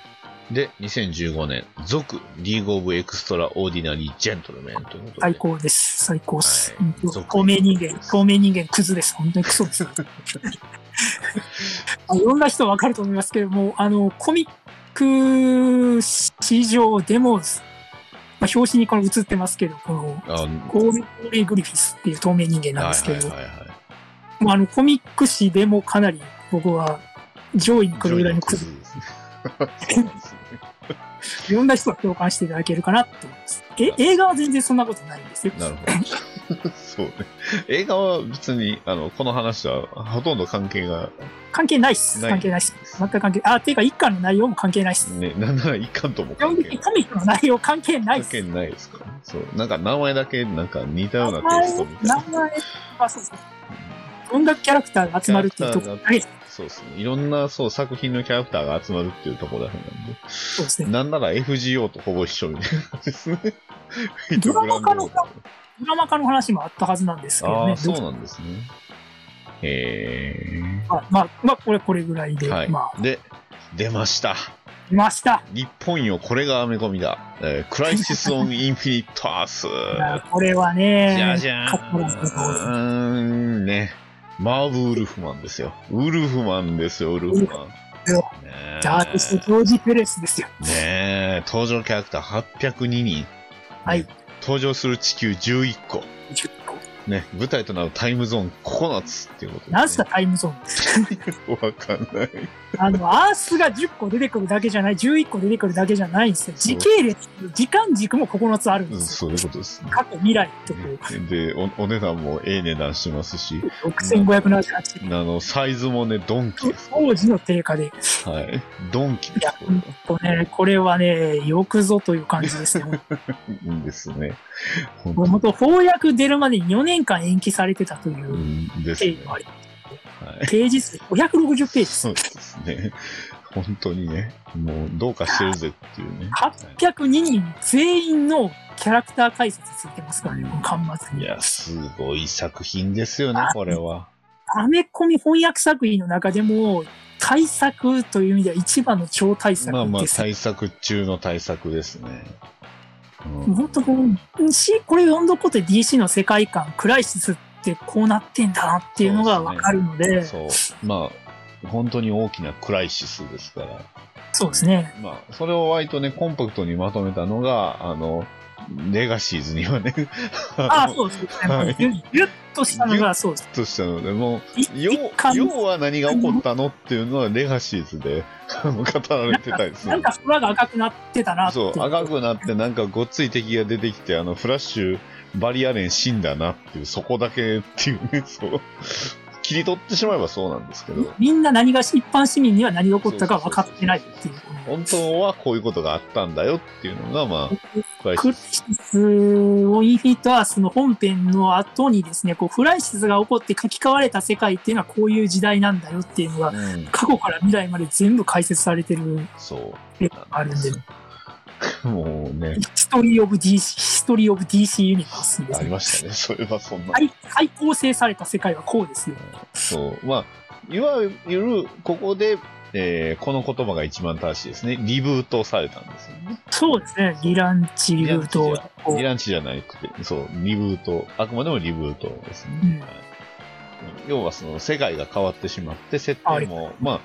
Speaker 4: い。で、2015年、続、リーグ・オブ・エクストラ・オーディナリー・ジェントルメンということで。
Speaker 5: 最高です。最高です。
Speaker 4: はい
Speaker 5: うん透明人間、透明人間、クズです。本当にク ソです。あいろんな人わかると思いますけれども、あの、コミック史上でも、まあ、表紙にこの映ってますけど、この、
Speaker 4: あ、
Speaker 5: ゴールドレイ・グリフィスっていう透明人間なんですけど、
Speaker 4: はいはいはいはい
Speaker 5: まあ、あの、コミック史でもかなり僕は上位に来るぐらいのクズ、
Speaker 4: ですね。そうなんですね
Speaker 5: いろんな人が共感していただけるかなと思います。え、映画は全然そんなことないんですよ。
Speaker 4: なるほど。そうね。映画は別に、あの、この話はほとんど関係が、
Speaker 5: 関係ないっす。
Speaker 4: ない
Speaker 5: 関係ないっす。全く関係ない。あ、ていうか、一巻の内容も関係ないっす。
Speaker 4: ね、 なんなら一巻とも
Speaker 5: 基本
Speaker 4: 関係
Speaker 5: 的
Speaker 4: な
Speaker 5: に
Speaker 4: い。
Speaker 5: コミックの内容関係ないっ
Speaker 4: 関
Speaker 5: す。
Speaker 4: 係ないですからね。そう。なんか名前だけ、なんか似たよう
Speaker 5: 名
Speaker 4: なテイ
Speaker 5: 前
Speaker 4: ストみたい
Speaker 5: 名
Speaker 4: な。
Speaker 5: 前あ、そうそう。どんだけキャラクターが集まるっていうところだけで
Speaker 4: そうですね。いろんな、そう、作品のキャラクターが集まるっていうところだけなんで。
Speaker 5: そうですね。
Speaker 4: なんなら FGO とほぼ一緒みたいな感じですね。
Speaker 5: ドラマ化の
Speaker 4: グランドオーダー
Speaker 5: ドラマ化の話もあったはずなんですけど
Speaker 4: あ
Speaker 5: ね。
Speaker 4: あ、そうなんですね。へ
Speaker 5: はいまあ、まあ、これ、これぐらい
Speaker 4: え。
Speaker 5: で、
Speaker 4: はい。
Speaker 5: まあ、
Speaker 4: で、出ました。
Speaker 5: いました。
Speaker 4: 日本よ、これがアメコミだ。えークライシス・オン・インフィニット・アー ス。
Speaker 5: いやこれはね、
Speaker 4: じゃじゃ
Speaker 5: かっこよかったですね
Speaker 4: ーん。ね。マーブ・ウルフマンですよ。ウルフマンですよ、ウルフマン。ね
Speaker 5: じゃあアーティスト、ジョージ・ペレスですよ。
Speaker 4: ねえ、登場キャラクター802人。
Speaker 5: はい。
Speaker 4: 登場する地球11個。ね、舞台となるタイムゾーン9つっていうこと、
Speaker 5: なんすかタイムゾーンって
Speaker 4: わかんない。
Speaker 5: あの、アースが10個出てくるだけじゃない、11個出てくるだけじゃないんですよ。時系列、時間軸も9つあるん
Speaker 4: う
Speaker 5: で
Speaker 4: ん
Speaker 5: す
Speaker 4: そ
Speaker 5: よ。
Speaker 4: ういうことですね。
Speaker 5: 過去、未来とこう
Speaker 4: で、おお値段もええ値段しますし、
Speaker 5: 6578
Speaker 4: あ
Speaker 5: 円。
Speaker 4: の、サイズもね、ドンキです。
Speaker 5: 当時の定価で。
Speaker 4: はい。ドンキで
Speaker 5: いや
Speaker 4: す。、
Speaker 5: うんとね、これはね、よくぞという感 じですね。
Speaker 4: いいんですね。本
Speaker 5: も
Speaker 4: 当
Speaker 5: ともと翻訳出るまでに4年間延期されてたといううん
Speaker 4: です
Speaker 5: 経
Speaker 4: ね
Speaker 5: 緯。もあり、
Speaker 4: はい。
Speaker 5: ページ数560ページ数
Speaker 4: そうですね。本当にね、もうどうかしてるぜっていうね。はい
Speaker 5: 802人全員のキャラクター解説ついてますからね、この端末
Speaker 4: い
Speaker 5: に。
Speaker 4: や、すごい作品ですよね、これは。
Speaker 5: アメコミ翻訳作品の中でも、対策という意味では一番の超大作
Speaker 4: まあまあ
Speaker 5: で、す。
Speaker 4: 対策中の対策ですね。うん
Speaker 5: 本当こう、し、これ読んどくことで DC の世界観、クライシスってこうなってんだなっていうのがわかるので、そう
Speaker 4: そう。まあ、本当に大きなクライシスですから。
Speaker 5: ですね。
Speaker 4: まあ、それを割とね、コンパクトにまとめたのが、あの、レガシーズにはね、
Speaker 5: ああ、
Speaker 4: う。
Speaker 5: そうですね。
Speaker 4: はい
Speaker 5: ぎゅぎゅっとしたのが、そうです。
Speaker 4: としたので、も、
Speaker 5: い
Speaker 4: 要
Speaker 5: う一巻
Speaker 4: 要は何が起こったのっていうのはレガシーズであの語られてたりす
Speaker 5: なん
Speaker 4: る。
Speaker 5: か空が赤くなってたなって
Speaker 4: そ
Speaker 5: い
Speaker 4: う、赤くなってなんかごっつい敵が出てきて、あの、フラッシュ、バリアレン死んだなっていう、そこだけっていうね、そう。切り取ってしまえばそうなんですけど。
Speaker 5: みんな何がし、一般市民には何が起こったか分かってないっていう。
Speaker 4: 本当はこういうことがあったんだよっていうのが、まあ、
Speaker 5: クライシスをインフィニットアースの本編の後にですね、こうフライシスが起こって書き換われた世界っていうのはこういう時代なんだよっていうのが、
Speaker 4: うん
Speaker 5: 過去から未来まで全部解説されてる
Speaker 4: そう。
Speaker 5: 絵があるんで、
Speaker 4: もうね、
Speaker 5: ヒストリー・オブ・ DC、ヒストリー・オブ・ DC ユニバースです
Speaker 4: あり
Speaker 5: ね。
Speaker 4: ましたね。それはそんな。
Speaker 5: 再再構成された世界はこうですよ。
Speaker 4: そう。まあ、いわゆる、ここで、えーこの言葉が一番正しいですね。リブートされたんですよね。
Speaker 5: そうですね、リランチリブと、こう
Speaker 4: リランチじゃなくて、そう、リブート。あくまでもリブートですね。
Speaker 5: うん
Speaker 4: はい要はその世界が変わってしまって、設定も、まあ、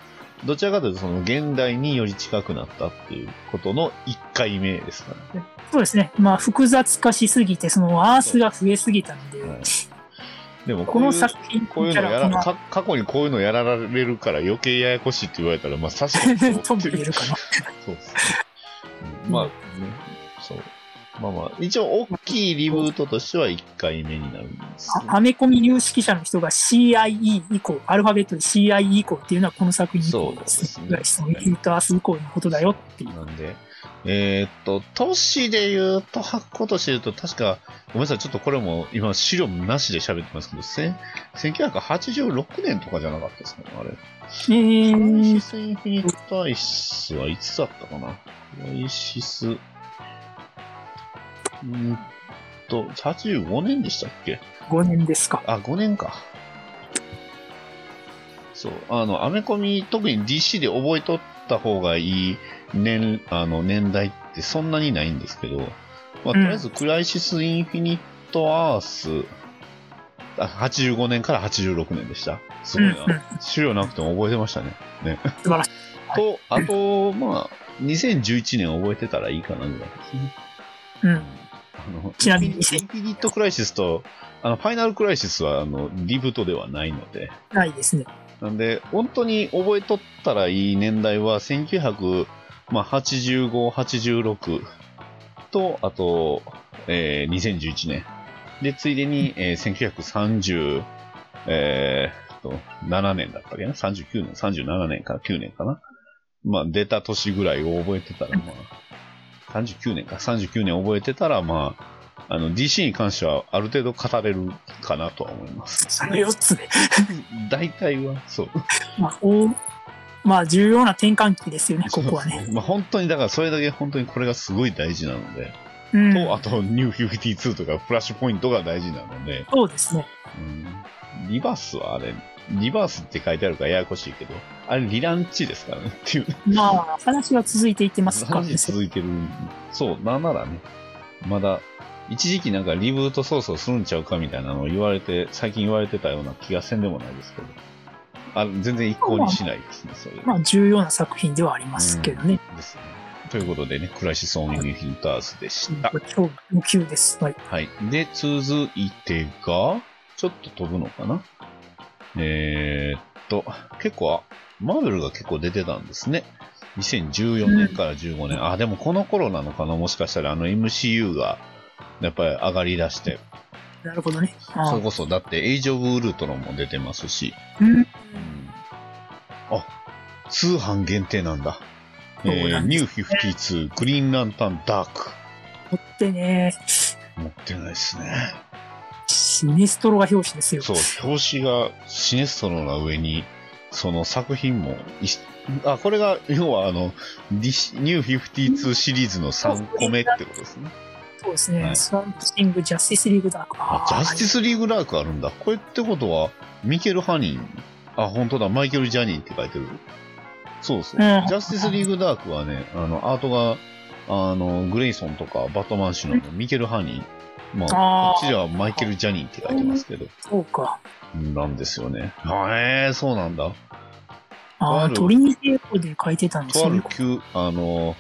Speaker 4: どちらかというとその現代により近くなったっていうことの1回目ですからね。
Speaker 5: そうですね、まあ複雑化しすぎて、そのアースが増えすぎたんで、
Speaker 4: はいでも
Speaker 5: こ
Speaker 4: うい
Speaker 5: の
Speaker 4: う
Speaker 5: 作品
Speaker 4: こういう
Speaker 5: 見た
Speaker 4: の
Speaker 5: ら
Speaker 4: やら、
Speaker 5: この
Speaker 4: か過去にこういうのやられるから余計ややこしいって言われたら、まあ、確かに そう
Speaker 5: とも言えるかな。
Speaker 4: そうですね。うんまあ、ね、そう。まあまあ、一応大きいリブートとしては1回目になるんですけど
Speaker 5: はめ込み有識者の人が CIE 以降、アルファベットで CIE 以降っていうのはこの作品以降
Speaker 4: そう
Speaker 5: ぐら
Speaker 4: で
Speaker 5: い
Speaker 4: す
Speaker 5: そ
Speaker 4: ね
Speaker 5: のインタース以降のことだよっていう。
Speaker 4: なんで、えーっと、都市で言うと、発行都市で言うと、確か、ごめんなさい、ちょっとこれも今資料なしで喋ってますけど、せん1986年とかじゃなかったですかね、あれ。ク
Speaker 5: え
Speaker 4: ライ
Speaker 5: ー
Speaker 4: シ、スインフィニットアイスはいつだったかなクライシス、うーんと、85年でしたっけ
Speaker 5: 5年ですか。
Speaker 4: あ、5年か。そう、あの、アメコミ、特に DC で覚えとった方がいい年、あの、年代ってそんなにないんですけど、まあ、とりあえず、クライシス・インフィニット・アース、あ85年から86年でした。す
Speaker 5: う
Speaker 4: ご
Speaker 5: ん
Speaker 4: い
Speaker 5: うん、
Speaker 4: な。資料なくても覚えてましたね。
Speaker 5: 素晴らしい。
Speaker 4: と、あと、まあ、2011年覚えてたらいいかなぐらいですね。
Speaker 5: うん、
Speaker 4: あの
Speaker 5: ちなみに
Speaker 4: インフィニットクライシスと、あの、ファイナルクライシスは、あの、リブートではないので。
Speaker 5: ないですね。
Speaker 4: なんで、本当に覚えとったらいい年代は、1985、86と、あと、えー2011年。で、ついでに、えー1930、えーっと、7年だったっけな ?39 年、37年から9年かなまあ、出た年ぐらいを覚えてたら、まあ、39年か、39年覚えてたら、まあ、あの、DC に関してはある程度語れるかなとは思います。
Speaker 5: その4つで。
Speaker 4: 大体は、そう。
Speaker 5: まあ、おまあ、重要な転換期ですよね、 ここは
Speaker 4: そう
Speaker 5: ね
Speaker 4: で。すまあ本当に、だからそれだけ本当にこれがすごい大事なので、
Speaker 5: うん、
Speaker 4: と、あと、ニュー52とかフラッシュポイントが大事なので、
Speaker 5: そうですね。
Speaker 4: うん、リバースはあれ、リバースって書いてあるからややこしいけど、あれリランチですからねっていう、
Speaker 5: まあ、話は続いていってますから
Speaker 4: 何
Speaker 5: ね。
Speaker 4: 時続いてる。そう、なんならね、まだ、一時期なんかリブート操作するんちゃうかみたいなのを言われて、最近言われてたような気がせんでもないですけど、あ全然一向にしないですね、それ。
Speaker 5: まあ、重要な作品ではありますけどね。
Speaker 4: うんですね。ということでね、クライシス・オン・リー・フィンターズでし
Speaker 5: うん、
Speaker 4: た。
Speaker 5: 今日、無給です。はい。
Speaker 4: はい。で、続いてが、ちょっと飛ぶのかなえー、っと、結構、マーベルが結構出てたんですね。2014年から15年。あ、でもこの頃なのかなもしかしたら、あの MCU が、やっぱり上がり出して。
Speaker 5: なるほどね。あ
Speaker 4: そ
Speaker 5: あ
Speaker 4: れこそ、だって、エイジ・オブ・ウルトロンも出てますし。
Speaker 5: うん
Speaker 4: あ、通販限定なんだ。
Speaker 5: そう
Speaker 4: えー
Speaker 5: なん
Speaker 4: ニ
Speaker 5: で
Speaker 4: ュー52、グリーンランタン、ダーク。
Speaker 5: 持ってね、
Speaker 4: 持ってないですね。
Speaker 5: シネストロが表紙ですよ。
Speaker 4: そう、表紙がシネストロの上に、その作品もいし、あ、これが、要はあの、ディシニュー52シリーズの3個目ってことですね。
Speaker 5: そうですね。
Speaker 4: はい
Speaker 5: スワンプシング、ジャスティスリーグダーク。
Speaker 4: あ、ジャスティ
Speaker 5: ィ
Speaker 4: スリーグラークあるんだ。これってことは、ミケル・ハニー、あ、本当だ、マイケル・ジャニーって書いてる。そうそう。
Speaker 5: うん
Speaker 4: ジャスティスリーグダークはね、あの、アートが、あの、グレイソンとか、バットマンシュのミケル・ハニー、まあ、
Speaker 5: あー
Speaker 4: こっちではマイケル・ジャニーって書いてますけど、
Speaker 5: そうか。
Speaker 4: なんですよね。あえー、そうなんだ。
Speaker 5: あ
Speaker 4: あ
Speaker 5: あ、
Speaker 4: る
Speaker 5: トリニティエコで書いてたんです
Speaker 4: とあ
Speaker 5: よ
Speaker 4: る
Speaker 5: ね。
Speaker 4: 旧、あの、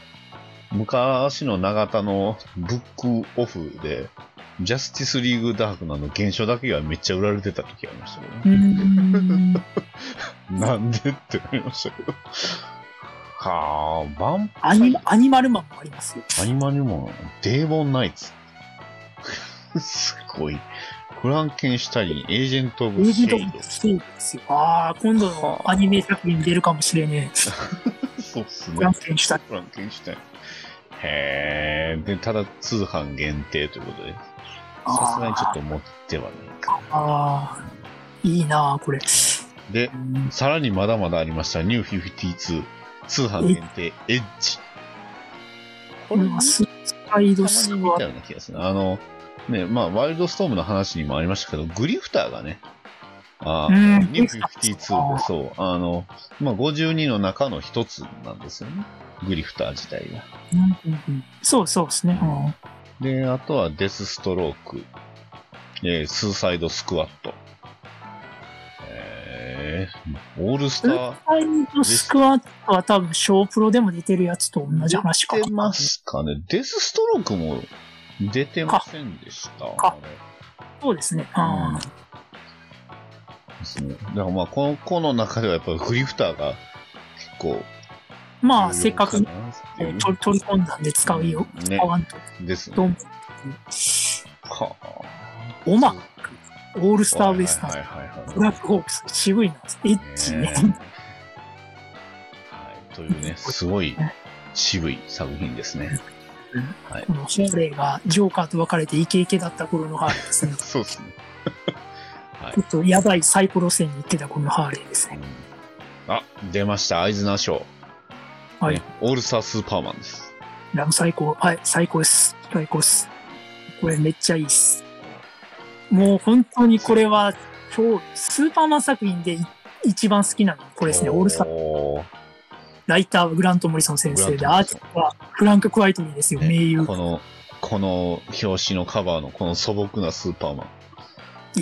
Speaker 4: 昔の長田のブックオフで、ジャスティスリーグダークなの原書だけがめっちゃ売られてた時ありましたけどね
Speaker 5: う。ーん。
Speaker 4: なんでってなりましたけど。はあ、バン
Speaker 5: アニアニマルマンもありますよ。
Speaker 4: アニマルモン、デーモンナイツ。すごい。フランケンシュタイン、エージェント・オ
Speaker 5: エ
Speaker 4: ブ・
Speaker 5: ー
Speaker 4: シ
Speaker 5: ジ
Speaker 4: ェ
Speaker 5: ェント・オ
Speaker 4: イ
Speaker 5: ブ・シェイドですよ。ああ、今度のアニメ作品出るかもしれねえ。
Speaker 4: ド。そうっすね。
Speaker 5: フランケンシュタイン
Speaker 4: フランケンシュタイン。へえ。で、ただ通販限定ということで、さすがにちょっと持ってはないか。
Speaker 5: ああ、いいなあ、これ。
Speaker 4: で、さらにまだまだありました、ニュー52。通販限定、エッジ。
Speaker 5: これはスパイド
Speaker 4: た
Speaker 5: ス
Speaker 4: まに見
Speaker 5: コ
Speaker 4: たような気がするな。あの、ね、まあ、ワイルドストームの話にもありましたけど、グリフターがね、ああ、
Speaker 5: うん
Speaker 4: ニュー52で、そう、あの、まあ、52の中の一つなんですよね。グリフター自体は。
Speaker 5: そうそうですね。うん
Speaker 4: で、あとはデスストローク、えースーサイドスクワット、えーオールスター
Speaker 5: ス、パイドスクワットは多分、小プロでも出てるやつと同じ話か。
Speaker 4: 出てますかね。デスストロークも出てませんでした。
Speaker 5: か
Speaker 4: あれ
Speaker 5: そうですね。あ
Speaker 4: ですね。だからまあ、この子の中ではやっぱりグリフターが結構、
Speaker 5: ーまあ、せっかく
Speaker 4: 重
Speaker 5: 取
Speaker 4: 要なっていう
Speaker 5: り取り込んだんで使うよ。
Speaker 4: ね
Speaker 5: 使わんと。
Speaker 4: です
Speaker 5: ど
Speaker 4: ね。
Speaker 5: ん
Speaker 4: は
Speaker 5: オマック、オールスターウエスタ
Speaker 4: は
Speaker 5: ー
Speaker 4: いは
Speaker 5: ズ、
Speaker 4: いはいはい
Speaker 5: ブラックホークス、渋いな。エッチね。
Speaker 4: はい。というね、すごい渋い作品ですね。
Speaker 5: このホーレイがジョーカーと別れてイケイケだった頃のハーレーです ね。
Speaker 4: そうですね。
Speaker 5: ちょっとやばいサイコロ線に行ってたこのハーレーですね。
Speaker 4: あ、出ました、アイズナー賞。
Speaker 5: はい
Speaker 4: ねオールスタースーパーマンです。
Speaker 5: ラム最高。はい、最高です。最高です。これめっちゃいいっす。もう本当にこれは、今日、スーパーマン作品でい一番好きなのはこ
Speaker 4: こ
Speaker 5: れですね。オールスター。
Speaker 4: ー。
Speaker 5: ライターはグラント・モリソン先生
Speaker 4: グ
Speaker 5: で、
Speaker 4: ラ
Speaker 5: ア
Speaker 4: ン
Speaker 5: ー
Speaker 4: トモリソン
Speaker 5: ティストはフランク・クワイトリーですよ。
Speaker 4: ね
Speaker 5: 名優。
Speaker 4: この、この表紙のカバーのこの素朴なスーパーマン。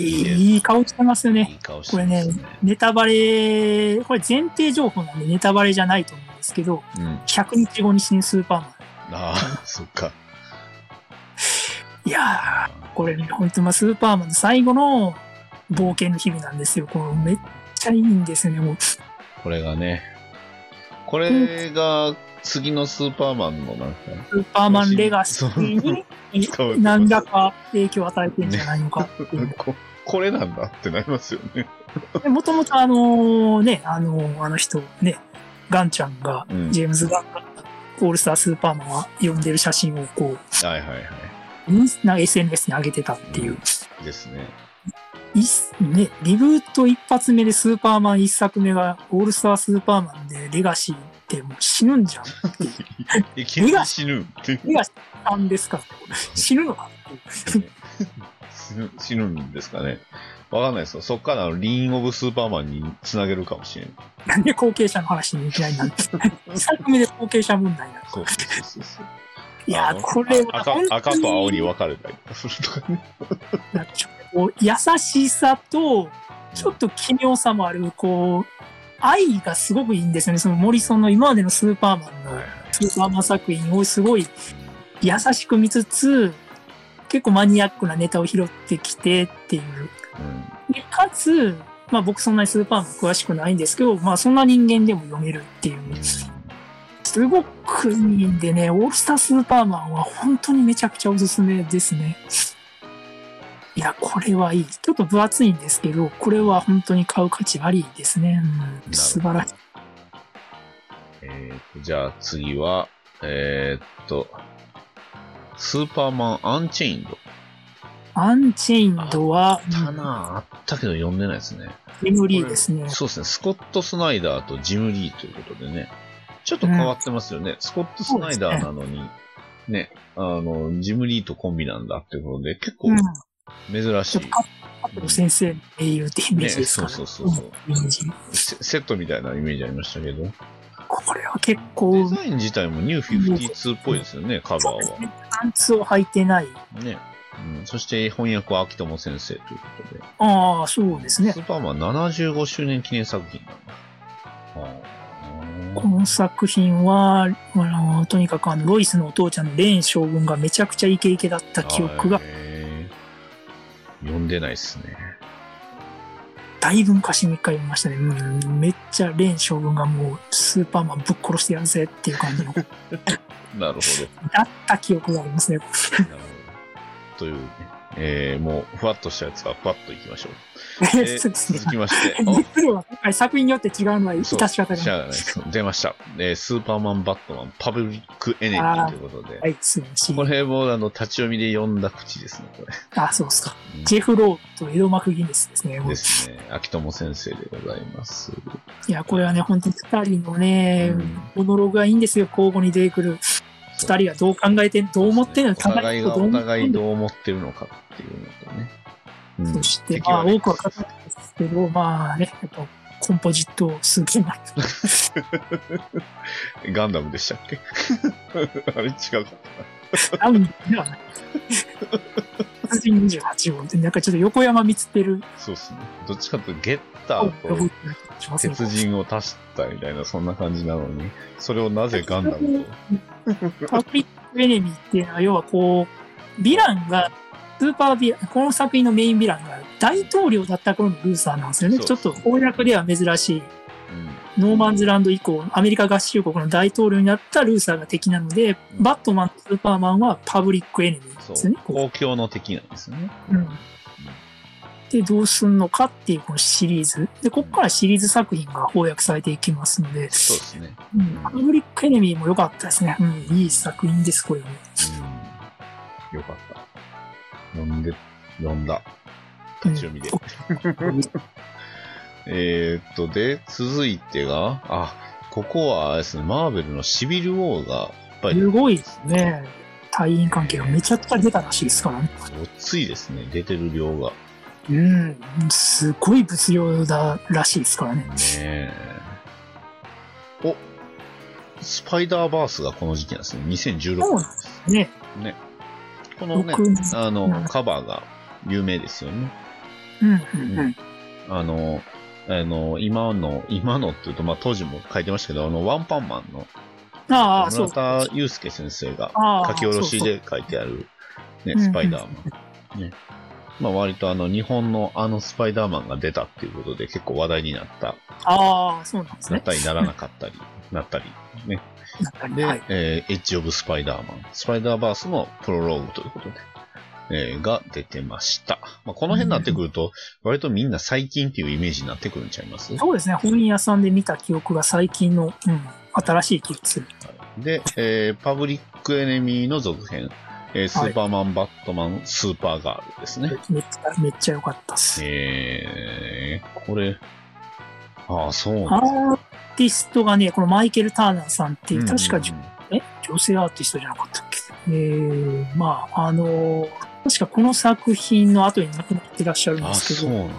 Speaker 5: いいいい顔してますよね。
Speaker 4: いい顔してますね。
Speaker 5: ネタバレ、これ前提情報なんでネタバレじゃないと思うんですけど、
Speaker 4: うん。
Speaker 5: 100日後に死ぬスーパーマン。
Speaker 4: ああ、 そっか。
Speaker 5: いやー、これね、本当まあスーパーマンの最後の冒険の日々なんですよ。これめっちゃいいんですよね、もう。
Speaker 4: これがね。これが次のスーパーマンのなんか、
Speaker 5: スーパーマンレガシー
Speaker 4: そう
Speaker 5: に何らか影響を与えてるんじゃないのかって いう。
Speaker 4: ここれなんだってなりますよね。
Speaker 5: でもともとあのね、あのーあの人、ね、ガンちゃんが、
Speaker 4: うん。
Speaker 5: ジェームズ・ガンが、オールスタースーパーマンは呼んでる写真をこ
Speaker 4: はいはいは
Speaker 5: う、インスな SNS に上げてたっていう。
Speaker 4: い。ですね。
Speaker 5: いっすね、リブート一発目でスーパーマン一作目がオールスタースーパーマンでレガシーってもう死ぬんじゃん。
Speaker 4: いきなり死ぬっていう
Speaker 5: レガシーさんですから死ぬのかっていう
Speaker 4: 死ぬ死ぬんですかね。わかんないですよ。そっからあのリーン・オブ・スーパーマンにつなげるかもしれん。
Speaker 5: なんで後継者の話にいきな りなんです一作目で後継者問題になる。
Speaker 4: そうそうそうそう。
Speaker 5: い
Speaker 4: あ
Speaker 5: や
Speaker 4: の
Speaker 5: ー、これ
Speaker 4: あ
Speaker 5: は
Speaker 4: 赤
Speaker 5: 本
Speaker 4: 赤
Speaker 5: 当
Speaker 4: と青
Speaker 5: に
Speaker 4: に分かれたりとかするとかね。
Speaker 5: なんかちょっとこう優しさと、ちょっと奇妙さもある、こう、愛がすごくいいんですよね。そのモリソンの今までのスーパーマンの
Speaker 4: はいはい
Speaker 5: スーパーマン作品をすごい優しく見つつ、結構マニアックなネタを拾ってきてっていう。
Speaker 4: うん
Speaker 5: でかつ、まあ僕そんなにスーパーマン詳しくないんですけど、まあそんな人間でも読めるっていう。すごくいいんでね、オールスタースーパーマンは本当にめちゃくちゃおすすめですね。いや、これはいい。ちょっと分厚いんですけど、これは本当に買う価値ありですね。うん、素晴らしい。
Speaker 4: えーと、じゃあ次は、えーっと、スーパーマンアンチェインド。
Speaker 5: アンチェインドは、
Speaker 4: たなあったけど読んでないですね。
Speaker 5: メモリーですね。
Speaker 4: そうですね、スコット・スナイダーとジム・リーということでね、ちょっと変わってますよね。スコット・スナイダーなのに、ね、あの、ジム・リーとコンビなんだってことで、結構
Speaker 5: うん。
Speaker 4: 珍し
Speaker 5: ちょ
Speaker 4: い
Speaker 5: っ。と、加藤先生の英雄ってイメー
Speaker 4: ね、
Speaker 5: ジで
Speaker 4: そ
Speaker 5: すか
Speaker 4: う
Speaker 5: ね。
Speaker 4: そうそうそう、
Speaker 5: イメージ
Speaker 4: セ。セットみたいなイメージありましたけど。
Speaker 5: これは結
Speaker 4: デ
Speaker 5: 構、
Speaker 4: ザイン自体もニュー52っぽいですよね、カバー
Speaker 5: そう
Speaker 4: は
Speaker 5: です。ね。パンツを履いてない。
Speaker 4: ね。うん、そして翻訳は秋友先生ということで。
Speaker 5: ああ、そうですね
Speaker 4: ス。ーパーマン75周年記念作品なんだ。
Speaker 5: この作品は、あのとにかくあの、ロイスのお父ちゃんのレーン将軍がめちゃくちゃイケイケだった記憶が、
Speaker 4: へー読んでないっすね。
Speaker 5: だいぶ昔に一回読みましたね。うん、めっちゃレーン将軍がもう、スーパーマンぶっ殺してやるぜっていう感じの、
Speaker 4: なるほ
Speaker 5: だった記憶がありますね。
Speaker 4: ど。なる というね、えーもうふわっとしたやつはパッといきましょう。えー
Speaker 5: そうですね
Speaker 4: 続きまして、あ
Speaker 5: 熱量が高い作品によって違うのは
Speaker 4: そう
Speaker 5: 致し方
Speaker 4: し
Speaker 5: が
Speaker 4: ゃあな
Speaker 5: な
Speaker 4: い
Speaker 5: い
Speaker 4: で。す出ました、えースーパーマン、バットマン、パブリックエネミーということで、
Speaker 5: はい、素晴らしい
Speaker 4: こ。れもあの立ち読みで読んだ口ですね、これ。
Speaker 5: あ、そうですか。
Speaker 4: うん
Speaker 5: ジェフ・ローと江戸幕ギネスですね。
Speaker 4: ですね。秋友先生でございます。
Speaker 5: いや、これはね、本当に二人のね、
Speaker 4: うん
Speaker 5: モノログがいいんですよ、交互に出てくる。二人はどう考えてん、どう思ってんの
Speaker 4: お互いがお互い
Speaker 5: どう
Speaker 4: どう思ってるのかっていうのとね。うん
Speaker 5: そして、
Speaker 4: 敵
Speaker 5: まあ、
Speaker 4: はね
Speaker 5: 多くは語ったんですけど、まあね、やっぱ、コンポジットす げえな。
Speaker 4: ガンダムでしたっけ あれ違うか。
Speaker 5: ダウンではない。殺人28号って、なんかちょっと横山見つってる。
Speaker 4: そうっすね。どっちかというとゲッタ
Speaker 5: ロ
Speaker 4: ー
Speaker 5: ボッ
Speaker 4: と
Speaker 5: トな気がしますね
Speaker 4: 鉄人を足したみたいな、そんな感じなのに、それをなぜガンダムと。
Speaker 5: パブリックエネミーっていうのは、要はこう、ヴィランが、スーパーヴィラン、この作品のメインヴィランが大統領だった頃のルーサーなんですよね。
Speaker 4: そう
Speaker 5: ちょっと公約では珍しい、
Speaker 4: うん
Speaker 5: ノーマンズランド以降、アメリカ合衆国の大統領になったルーサーが敵なので、
Speaker 4: うん
Speaker 5: バットマンとスーパーマンはパブリックエネミーなん
Speaker 4: そ
Speaker 5: ですよ
Speaker 4: う
Speaker 5: ね。。こう
Speaker 4: 公共の敵なんですよね。
Speaker 5: うんで、どうすんのかっていうこのシリーズ。で、ここからシリーズ作品が翻訳されていきますので、
Speaker 4: そうですね。
Speaker 5: うん、パブリックエネミーも良かったですね。うん、いい作品です、これも。
Speaker 4: うん。よかった。読んで、読んだ。立ち読みで。
Speaker 5: うん
Speaker 4: えーっと、で、続いてが、あ、ここはあれですね、マーベルのシビルウォーが、やっぱり、
Speaker 5: すごいですね。対員関係がめちゃくちゃ出たらしいですからね。
Speaker 4: ごっついですね、出てる量が。
Speaker 5: うん、すごい物量だらしいですからね。
Speaker 4: ねえ。お、スパイダーバースがこの時期なんですね、2016
Speaker 5: そう
Speaker 4: 年
Speaker 5: なん。ね、
Speaker 4: ね。このね、
Speaker 5: 僕、
Speaker 4: あの、カバーが有名ですよね。
Speaker 5: うん、うん、うん。
Speaker 4: あの、あの、今の、今のっていうと、まあ、当時も書いてましたけど、あの、ワンパンマンの
Speaker 5: ああ、そう。
Speaker 4: 村田祐介先生が
Speaker 5: ああ
Speaker 4: 書き下ろしで書いてある、ね、
Speaker 5: そうそう
Speaker 4: スパイダーマン。ね。まあ割とあの日本のあのスパイダーマンが出たっていうことで結構話題になった、
Speaker 5: ああ、そうなんです
Speaker 4: なっ
Speaker 5: ね。
Speaker 4: たりならなかったり、 なったり。ね。
Speaker 5: なんかね
Speaker 4: で、
Speaker 5: はい。
Speaker 4: えーエッジオブスパイダーマン、スパイダーバースのプロローグということで、えーが出てました。まあこの辺になってくると、割とみんな最近っていうイメージになってくるんちゃいます
Speaker 5: そうですね。本屋さんで見た記憶が最近の、うん、新しい記憶する。
Speaker 4: で、えーパブリックエネミーの続編、えースーパーマン、バットマン、スーパーガールですね。
Speaker 5: めっちゃ、めっちゃ良かったっす。
Speaker 4: えー、これ、ああ、そう
Speaker 5: ア
Speaker 4: なんだ
Speaker 5: ーティストがね、このマイケル・ターナーさんっていう、確か
Speaker 4: うん
Speaker 5: え女性アーティストじゃなかったっけえー、まあ、あのー確かこの作品の後に亡くなってらっしゃるん
Speaker 4: あ
Speaker 5: で
Speaker 4: あ、
Speaker 5: す
Speaker 4: そう
Speaker 5: けど、
Speaker 4: なん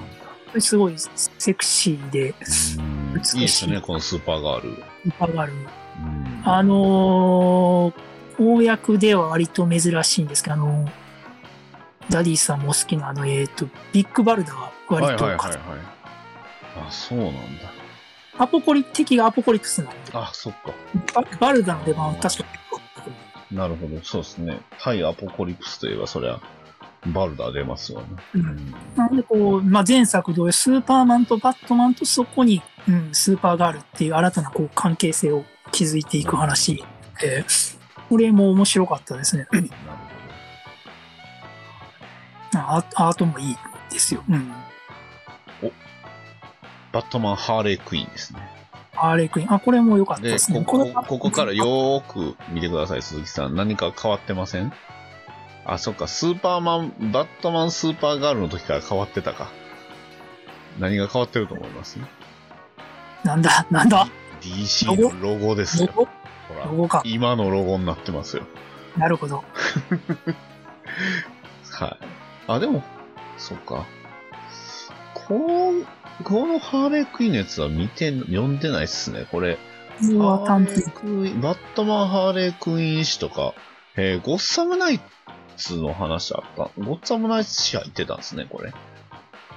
Speaker 4: だ。
Speaker 5: すごいセクシーで、
Speaker 4: うん
Speaker 5: 美しい
Speaker 4: いいですね、このスーパーガール。
Speaker 5: 上がる。
Speaker 4: うん
Speaker 5: あのー公約では割と珍しいんですけど、あのーダディさんもお好きな、あの、えっ、と、ビッグバルダは割と、
Speaker 4: はいはいはいはい。ああ、そうなんだ。
Speaker 5: アポコリ、敵がアポコリプスなんで、
Speaker 4: ああ、そっか。
Speaker 5: ババルダの出番は確かに、
Speaker 4: なるほど、そうですね。対アポコリプスといえば、そりゃ、バルダー出ますよね。
Speaker 5: うん
Speaker 4: ん
Speaker 5: なんでこう、まあ、前作同様、スーパーマンとバットマンとそこに、うん、スーパーガールっていう新たなこう関係性を築いていく話で、これも面白かったですね。 う
Speaker 4: な
Speaker 5: ん
Speaker 4: るほど。
Speaker 5: あアートもいいですよ。うん。
Speaker 4: バットマン・ハーレー・クイーンですね。
Speaker 5: アーレークイーン。あ、これも良かった
Speaker 4: で、
Speaker 5: ですね。
Speaker 4: ここ
Speaker 5: れは
Speaker 4: ここからよーく見てください、鈴木さん。何か変わってませんあ、そっか、スーパーマン、バットマン・スーパーガールの時から変わってたか。何が変わってると思います
Speaker 5: なんだ、なんだ、
Speaker 4: ?DC のロゴですよ。
Speaker 5: ロゴ
Speaker 4: ほら
Speaker 5: ロ、ゴか。
Speaker 4: 今のロゴになってますよ。
Speaker 5: なるほど。
Speaker 4: はい。あ、でも、そっか。この、このハーレークイーンのやつは見て、読んでないっすね。これ、
Speaker 5: これは
Speaker 4: ハ
Speaker 5: 単
Speaker 4: ーレ
Speaker 5: 品
Speaker 4: ー。クイーンバットマン・ハーレークイーン誌とか、えーゴッサム・ナイツの話あった。ゴッサム・ナイツ誌入ってたんですね、これ。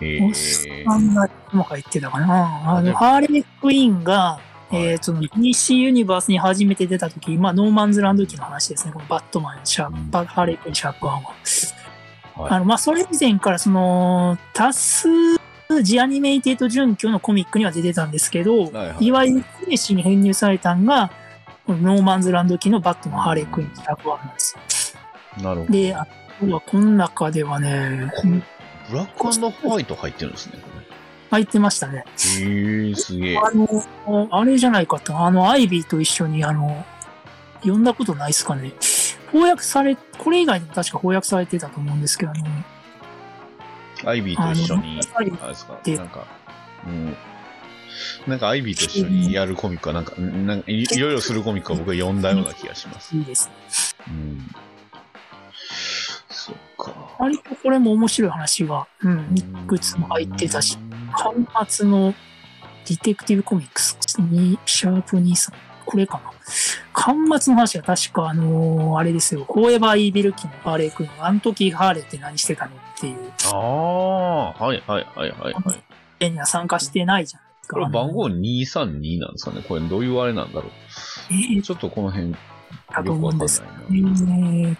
Speaker 4: え
Speaker 5: おっ
Speaker 4: ー、
Speaker 5: さんがも入ってたかな。あ
Speaker 4: で
Speaker 5: の、
Speaker 4: も
Speaker 5: ハーレークイーンが、
Speaker 4: はい
Speaker 5: えー、その DC ユニバースに初めて出た時、まあ、ノーマンズランド期の話ですね、このバットマン、シャー
Speaker 4: うん
Speaker 5: バハーレークイーン、シャークワンは。
Speaker 4: はい
Speaker 5: あのまあ、それ以前から、その、多数、ジアニメイテイト準拠のコミックには出てたんですけど、
Speaker 4: はい
Speaker 5: い
Speaker 4: はい
Speaker 5: わゆるフィニッシュに編入されたんが、このノーマンズランド期のバットマン、ハーレークイーン、シャークワンなんですよ。
Speaker 4: なるほど。
Speaker 5: で、あ今日はこの中ではね、
Speaker 4: ブラックホワイト入ってるんですね。
Speaker 5: 入ってましたね。
Speaker 4: へえすげえ。
Speaker 5: あの、あれじゃないかと、あの、アイビーと一緒に、あの、呼んだことないですかね。翻訳され、これ以外にも確か翻訳されてたと思うんですけど、ね、
Speaker 4: アイビーと一緒に、
Speaker 5: あ
Speaker 4: あ
Speaker 5: の
Speaker 4: れですか、
Speaker 5: で
Speaker 4: なんか、うん。なんかアイビーと一緒にやるコミックは、なんか、なんかいいろいろするコミックは僕は読んだような気がします。
Speaker 5: いいですね。
Speaker 4: うん。そっか。
Speaker 5: 割とこれも面白い話が、うん、
Speaker 4: うん
Speaker 5: グッズも入ってたし。刊末のディテクティブコミックスに、シャープ兄さん、これかな。巻末の話は確か、あのーあれですよ、フォーエバーイービルキン、ハーレークイーン、あの時ハーレーって何してたのっていう、
Speaker 4: ああ、はいはいはいはいはい。
Speaker 5: 絵には参加してないじゃないですか。
Speaker 4: これ番号
Speaker 5: あの
Speaker 4: 232なんですかねこれどういうあれなんだろ
Speaker 5: えー
Speaker 4: うちょっとこの辺、よ
Speaker 5: だ
Speaker 4: く
Speaker 5: と思
Speaker 4: わかん
Speaker 5: うん
Speaker 4: な
Speaker 5: で
Speaker 4: い
Speaker 5: す
Speaker 4: な。
Speaker 5: えー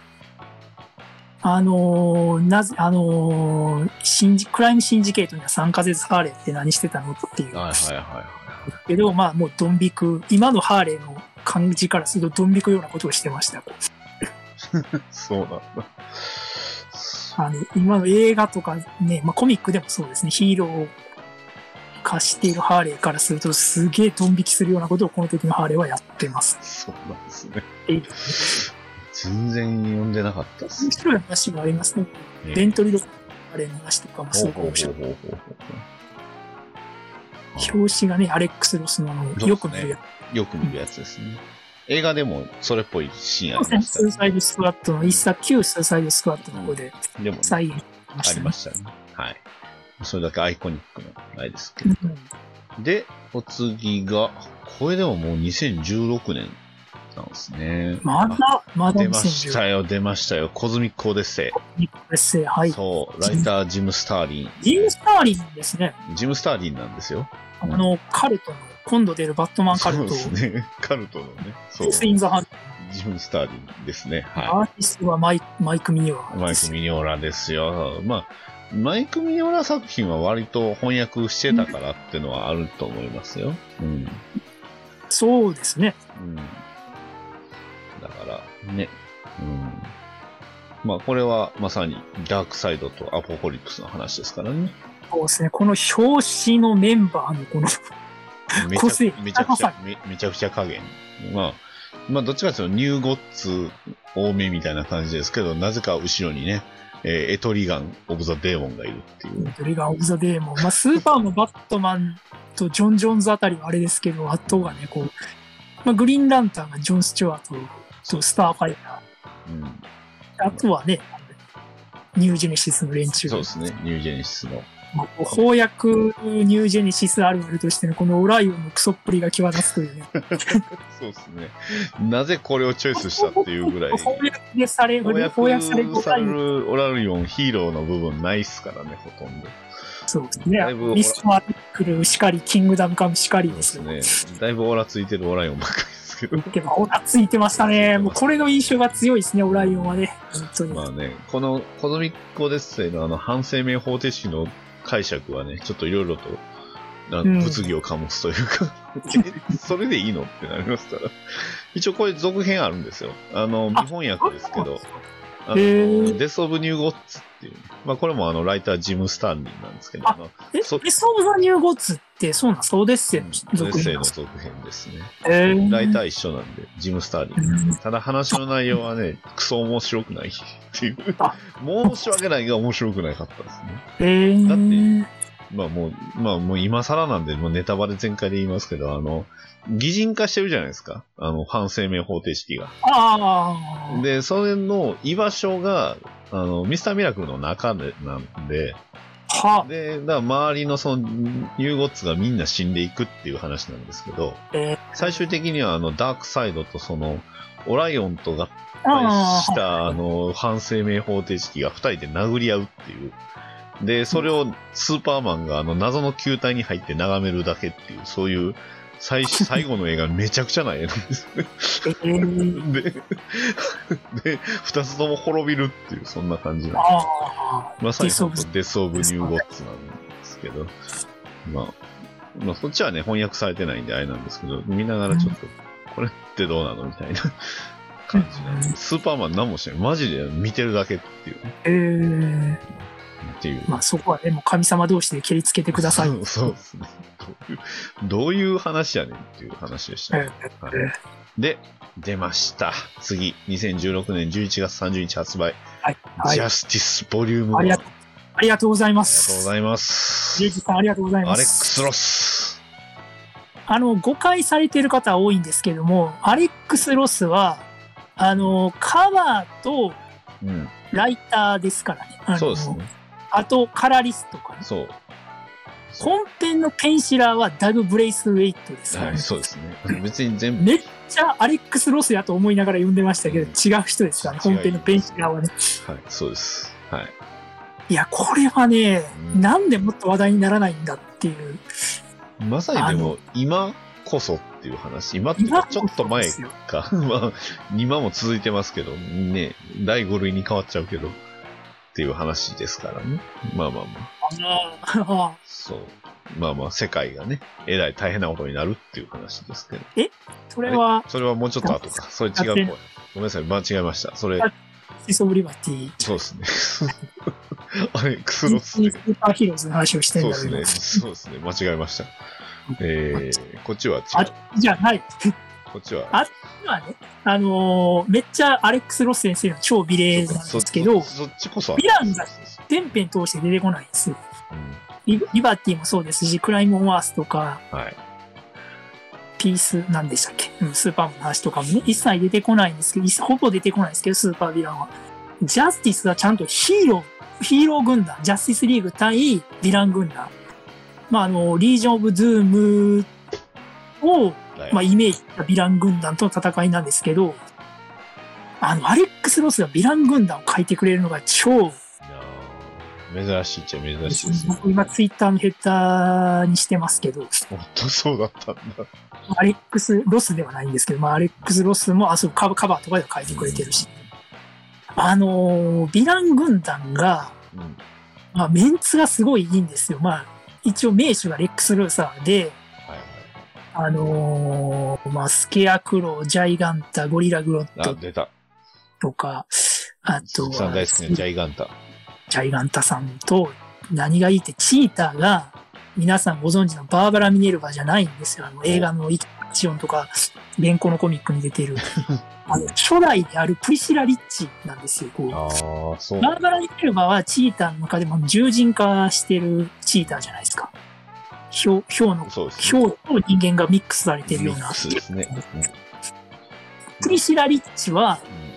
Speaker 5: あのーなぜ、あのーシンジ、クライムシンジケートには参加せずハーレーって何してたのっていう。
Speaker 4: はいはいはいはい。
Speaker 5: けど、まあもうドン引く、今のハーレーの感じからするとドン引くようなことをしてました。
Speaker 4: そうなんだ。
Speaker 5: あの、今の映画とかね、まあコミックでもそうですね、ヒーローを化しているハーレーからするとすげえドン引きするようなことをこの時のハーレーはやってます。
Speaker 4: そうなんですね
Speaker 5: えい。
Speaker 4: 全然読んでなかったです
Speaker 5: 面白い話もありますね。
Speaker 4: ね。
Speaker 5: ベントリドのハーレーの話とかもす
Speaker 4: ほう
Speaker 5: ごく
Speaker 4: ほう
Speaker 5: 面
Speaker 4: ほ
Speaker 5: 白
Speaker 4: う
Speaker 5: い。
Speaker 4: ほうほう
Speaker 5: 表紙がね、アレックス・ロスのあの
Speaker 4: すね
Speaker 5: よく見るや
Speaker 4: よく見るやつですね。映画でもそれっぽいシーンあ
Speaker 5: つ。
Speaker 4: りまし
Speaker 5: スー
Speaker 4: た
Speaker 5: サイドスクワットの一作旧スーサイドスクワットの方で
Speaker 4: ね。でもね、
Speaker 5: 再現しま
Speaker 4: あ
Speaker 5: した
Speaker 4: り
Speaker 5: ね
Speaker 4: ま。したね。はい。それだけアイコニックなあれですけど。
Speaker 5: うん
Speaker 4: で、お次が、これでももう2016年なんですね。
Speaker 5: まだ、ま
Speaker 4: あ
Speaker 5: だ
Speaker 4: 出まし
Speaker 5: 2010
Speaker 4: たよ、出ましたよ。コズミックオデッセ
Speaker 5: 日本ですね。は
Speaker 4: イ。
Speaker 5: い。
Speaker 4: そう、ライター、ジム・スターリン。
Speaker 5: ジム・スターリンですね。
Speaker 4: ジム・スターリンなんですよ。
Speaker 5: あの、カルトの、今度出るバットマンカル
Speaker 4: そう
Speaker 5: ト
Speaker 4: で、すね。カルトのね。そ
Speaker 5: ピ
Speaker 4: う
Speaker 5: ー。ス・イン・ザ・ハンド、
Speaker 4: ジム・スターリンですね。
Speaker 5: ア
Speaker 4: は
Speaker 5: ーティストはマイマイク・ミニワ
Speaker 4: い。マイク・ミニョーラですよ。まあ、マイク・ミニョーラ作品は割と翻訳してたからっていうのはあると思いますよ。うん。
Speaker 5: そうですね。
Speaker 4: うん。だから、ね。うん。まあ、これはまさにダークサイドとアポホリックスの話ですからね。
Speaker 5: そうですね。この表紙のメンバーのこの、
Speaker 4: め
Speaker 5: 個
Speaker 4: ち
Speaker 5: 性
Speaker 4: ゃめちゃくちゃ、めめちゃくちゃ加減。まあ、まあ、どっちかというとニューゴッツ多めみたいな感じですけど、なぜか後ろにね、えーエトリガン・オブ・ザ・デーモンがいるっていう。
Speaker 5: トリガー・オブ・ザ・デーモン。まあ、スーパーもバットマンとジョン・ジョーンズあたりはあれですけど、あとがね、こう、まあ、グリーンランタンがジョン・スチュワートとスター・ファイヤ
Speaker 4: うん、
Speaker 5: ー。あとはね、ニュージェネシスの連中
Speaker 4: そうですね、ニュージェネシスの。
Speaker 5: まあこう翻訳ニュージェネシスあるあるとしてのこのオライオンのクソっぷりが際立つというね。
Speaker 4: そうですね。なぜこれをチョイスしたっていうぐらい。
Speaker 5: 翻訳でされ、翻訳さ
Speaker 4: 翻
Speaker 5: れる
Speaker 4: 訳され
Speaker 5: オライオン
Speaker 4: るオラリオンヒーローの部分ないっすからね、ほとんど。
Speaker 5: そうです
Speaker 4: だいぶ
Speaker 5: ね。ミストアックルしかり、キングダムカムしかりです
Speaker 4: そ
Speaker 5: よ
Speaker 4: う。ですね。だいぶオラついてるオラリオンばっかりですけど。
Speaker 5: けど、オラついてましたね。もうこれの印象が強いですね、オライオンはね。本当に。
Speaker 4: まあね、このコズミックオデッセイのあの反生命方程式の解釈はね、ちょっといろいろと、あ
Speaker 5: うん
Speaker 4: の物議を醸すという か、えそれでいいのってなりますから。一応これ続編あるんですよ。あの、
Speaker 5: あ
Speaker 4: 未翻訳ですけど、あの
Speaker 5: へー
Speaker 4: デス・オブ・ニュー・ゴッツっていう、まあこれもあのライター、ジム・スタンリンなんですけど、
Speaker 5: あ
Speaker 4: あの
Speaker 5: え、ミ
Speaker 4: そ
Speaker 5: スト・オブ・ザ・ニューゴッツってそうなんですかオデッセイの
Speaker 4: オデッ
Speaker 5: 続
Speaker 4: セイ
Speaker 5: 編
Speaker 4: の続編ですね。
Speaker 5: えー
Speaker 4: ライター一緒なんで、ジム・スターリン。ただ話の内容はね、クソ面白くないっていう
Speaker 5: あ。
Speaker 4: 申し訳ないが面白くなかったですね。
Speaker 5: えー
Speaker 4: だってまあもう、まあもう今更なんで、もうネタバレ全開で言いますけど、あの、擬人化してるじゃないですか。あの、反生命方程式が。
Speaker 5: ああ。
Speaker 4: で、それの居場所が、あの、ミスターミラクルの中で、なんで、
Speaker 5: は、
Speaker 4: で、だから周りのその、ユーゴッツがみんな死んでいくっていう話なんですけど、
Speaker 5: えー
Speaker 4: 最終的にはあの、ダークサイドとその、オライオンと合
Speaker 5: あ
Speaker 4: し
Speaker 5: ー
Speaker 4: た、あの、反生命方程式が二人で殴り合うっていう。で、それをスーパーマンがあの謎の球体に入って眺めるだけっていう、そういう 最最後の映画めちゃくちゃな映画なんですね。
Speaker 5: えー
Speaker 4: で、で、二つとも滅びるっていう、そんな感じなんで
Speaker 5: ああ。
Speaker 4: まさに
Speaker 5: デスオブ
Speaker 4: 本当デス・オブ・ニュー・ゴッツなんですけど、まあ、まあ、そっちはね、翻訳されてないんであれなんですけど、見ながらちょっと、これってどうなのみたいな感じなんで、スーパーマン何もしない。マジで見てるだけっていうね。
Speaker 5: えー、
Speaker 4: っていう。
Speaker 5: まあそこはね、もう神様同士で蹴りつけてください。
Speaker 4: そう そうですね。どういうどういう話やねんっていう話でしたね。はいで、出ました。次、2016年11月30日発売、
Speaker 5: はい。はい
Speaker 4: ジャスティスボリューム1。
Speaker 5: ありがとうありがとうございま
Speaker 4: ありがとうご
Speaker 5: す。
Speaker 4: ざいます。
Speaker 5: ゆうじさん、ありがとうござい
Speaker 4: ア
Speaker 5: ま
Speaker 4: レックス・
Speaker 5: す。
Speaker 4: ロス。
Speaker 5: あの、誤解されてる方多いんですけども、アレックス・ロスは、あの、カバーと
Speaker 4: うん。
Speaker 5: ライターですからね。あの
Speaker 4: そうですね。
Speaker 5: あと、カラリストかな。
Speaker 4: そう。
Speaker 5: 本編のペンシラーはダグ・ブレイスウェイトですから
Speaker 4: は
Speaker 5: ね
Speaker 4: い、。そうですね。別に全部。
Speaker 5: めっちゃアレックス・ロスやと思いながら読んでましたけ
Speaker 4: う
Speaker 5: ど、
Speaker 4: ん
Speaker 5: 違う人ですからね、
Speaker 4: 違う
Speaker 5: 本編のペンシラーはね。
Speaker 4: はい、そうです。はい。
Speaker 5: いや、これはね、
Speaker 4: うん
Speaker 5: なんでもっと話題にならないんだっていう。
Speaker 4: まさにでも、今こそっていう話。今っていう
Speaker 5: 今
Speaker 4: か
Speaker 5: こ
Speaker 4: ち
Speaker 5: そ
Speaker 4: ょっと前
Speaker 5: ですよ
Speaker 4: か。 まあ、今も続いてますけど、ね、第5類に変わっちゃうけど、っていう話ですからね。まあまあまあ。
Speaker 5: あ
Speaker 4: そう。まあまあ、世界がね、えらい大変なことになるっていう話ですけど。
Speaker 5: ーそれは、
Speaker 4: それはもうちょっと後か。それ違う方やごめんなさい、間違えました。それ、
Speaker 5: シソブリバティ、
Speaker 4: そうですね。 あれ、ク
Speaker 5: デ
Speaker 4: スロ
Speaker 5: ィ
Speaker 4: ス
Speaker 5: ズ ニ
Speaker 4: で
Speaker 5: ー。スーパーヒーローズの話をして
Speaker 4: そ
Speaker 5: ん
Speaker 4: うで
Speaker 5: だけ
Speaker 4: す
Speaker 5: ど、
Speaker 4: ね。そうですね。間違えました。えー、こっちは違
Speaker 5: あ
Speaker 4: う。
Speaker 5: じゃあない。
Speaker 4: こっちは。
Speaker 5: あ今はね、あのーめっちゃアレックス・ロス先生の超美麗なん
Speaker 4: そ
Speaker 5: ですけど、
Speaker 4: そそっちこそ。
Speaker 5: ヴィランが
Speaker 4: そうそう
Speaker 5: 全編通して出てこないんですよ。
Speaker 4: そううん
Speaker 5: リリバティもそうですし、クライム・オン・ワースとか、
Speaker 4: はい。
Speaker 5: ピース、なんでしたっけ、うん、スーパーマンの話とかもね、一切出てこないんですけど、一ほぼ出てこないんですけど、スーパーヴィランは。ジャスティスはちゃんとヒーロー、ヒーロー軍団、ジャスティスリーグ対ヴィラン軍団。まあ、あの、リージョン・オブ・ズームを、
Speaker 4: はい
Speaker 5: まあ、イメージしたヴィラン軍団との戦いなんですけど、あの、アレックス・ロスがヴィラン軍団を書いてくれるのが超、
Speaker 4: いやー珍しいっちゃ珍しいですね。
Speaker 5: 僕今ツイッターのヘッダーにしてますけど、
Speaker 4: 本当そうだったんだ。
Speaker 5: アレックス・ロスではないんですけど、まあ、アレックス・ロスもあそうカバーカバーとかでは書いてくれてるし、あのーヴィラン軍団が、
Speaker 4: うん。
Speaker 5: まあ、メンツがすごいいいんですよ。まあ、一応名手がレックス・ルーサーで、
Speaker 4: はいはい。
Speaker 5: あのーまあ、スケアクロー、ジャイガンタ、ゴリラ・グロッ
Speaker 4: あ、
Speaker 5: ト
Speaker 4: 出た。
Speaker 5: とか、あと
Speaker 4: 鈴木さん
Speaker 5: は
Speaker 4: 大好きなジャイガンタ。
Speaker 5: ジャイガンタさんと、何がいいって、チーターが、皆さんご存知のバーバラ・ミネルバじゃないんですよ。あの映画のイチオンとか、原稿のコミックに 出てる。あの初代であるプリシラ・リッチなんですよ。こう
Speaker 4: ああ、そう。
Speaker 5: バーバラ・ミネルバはチーターの中でも獣人化してるチーターじゃないですか。ヒョウヒョウの、
Speaker 4: そうで
Speaker 5: ヒ
Speaker 4: す
Speaker 5: ョ
Speaker 4: ね。
Speaker 5: ウと人間がミックスされてるよう
Speaker 4: ミッ
Speaker 5: な
Speaker 4: ク。スですね。うん
Speaker 5: プリシラ・リッチは、
Speaker 4: うん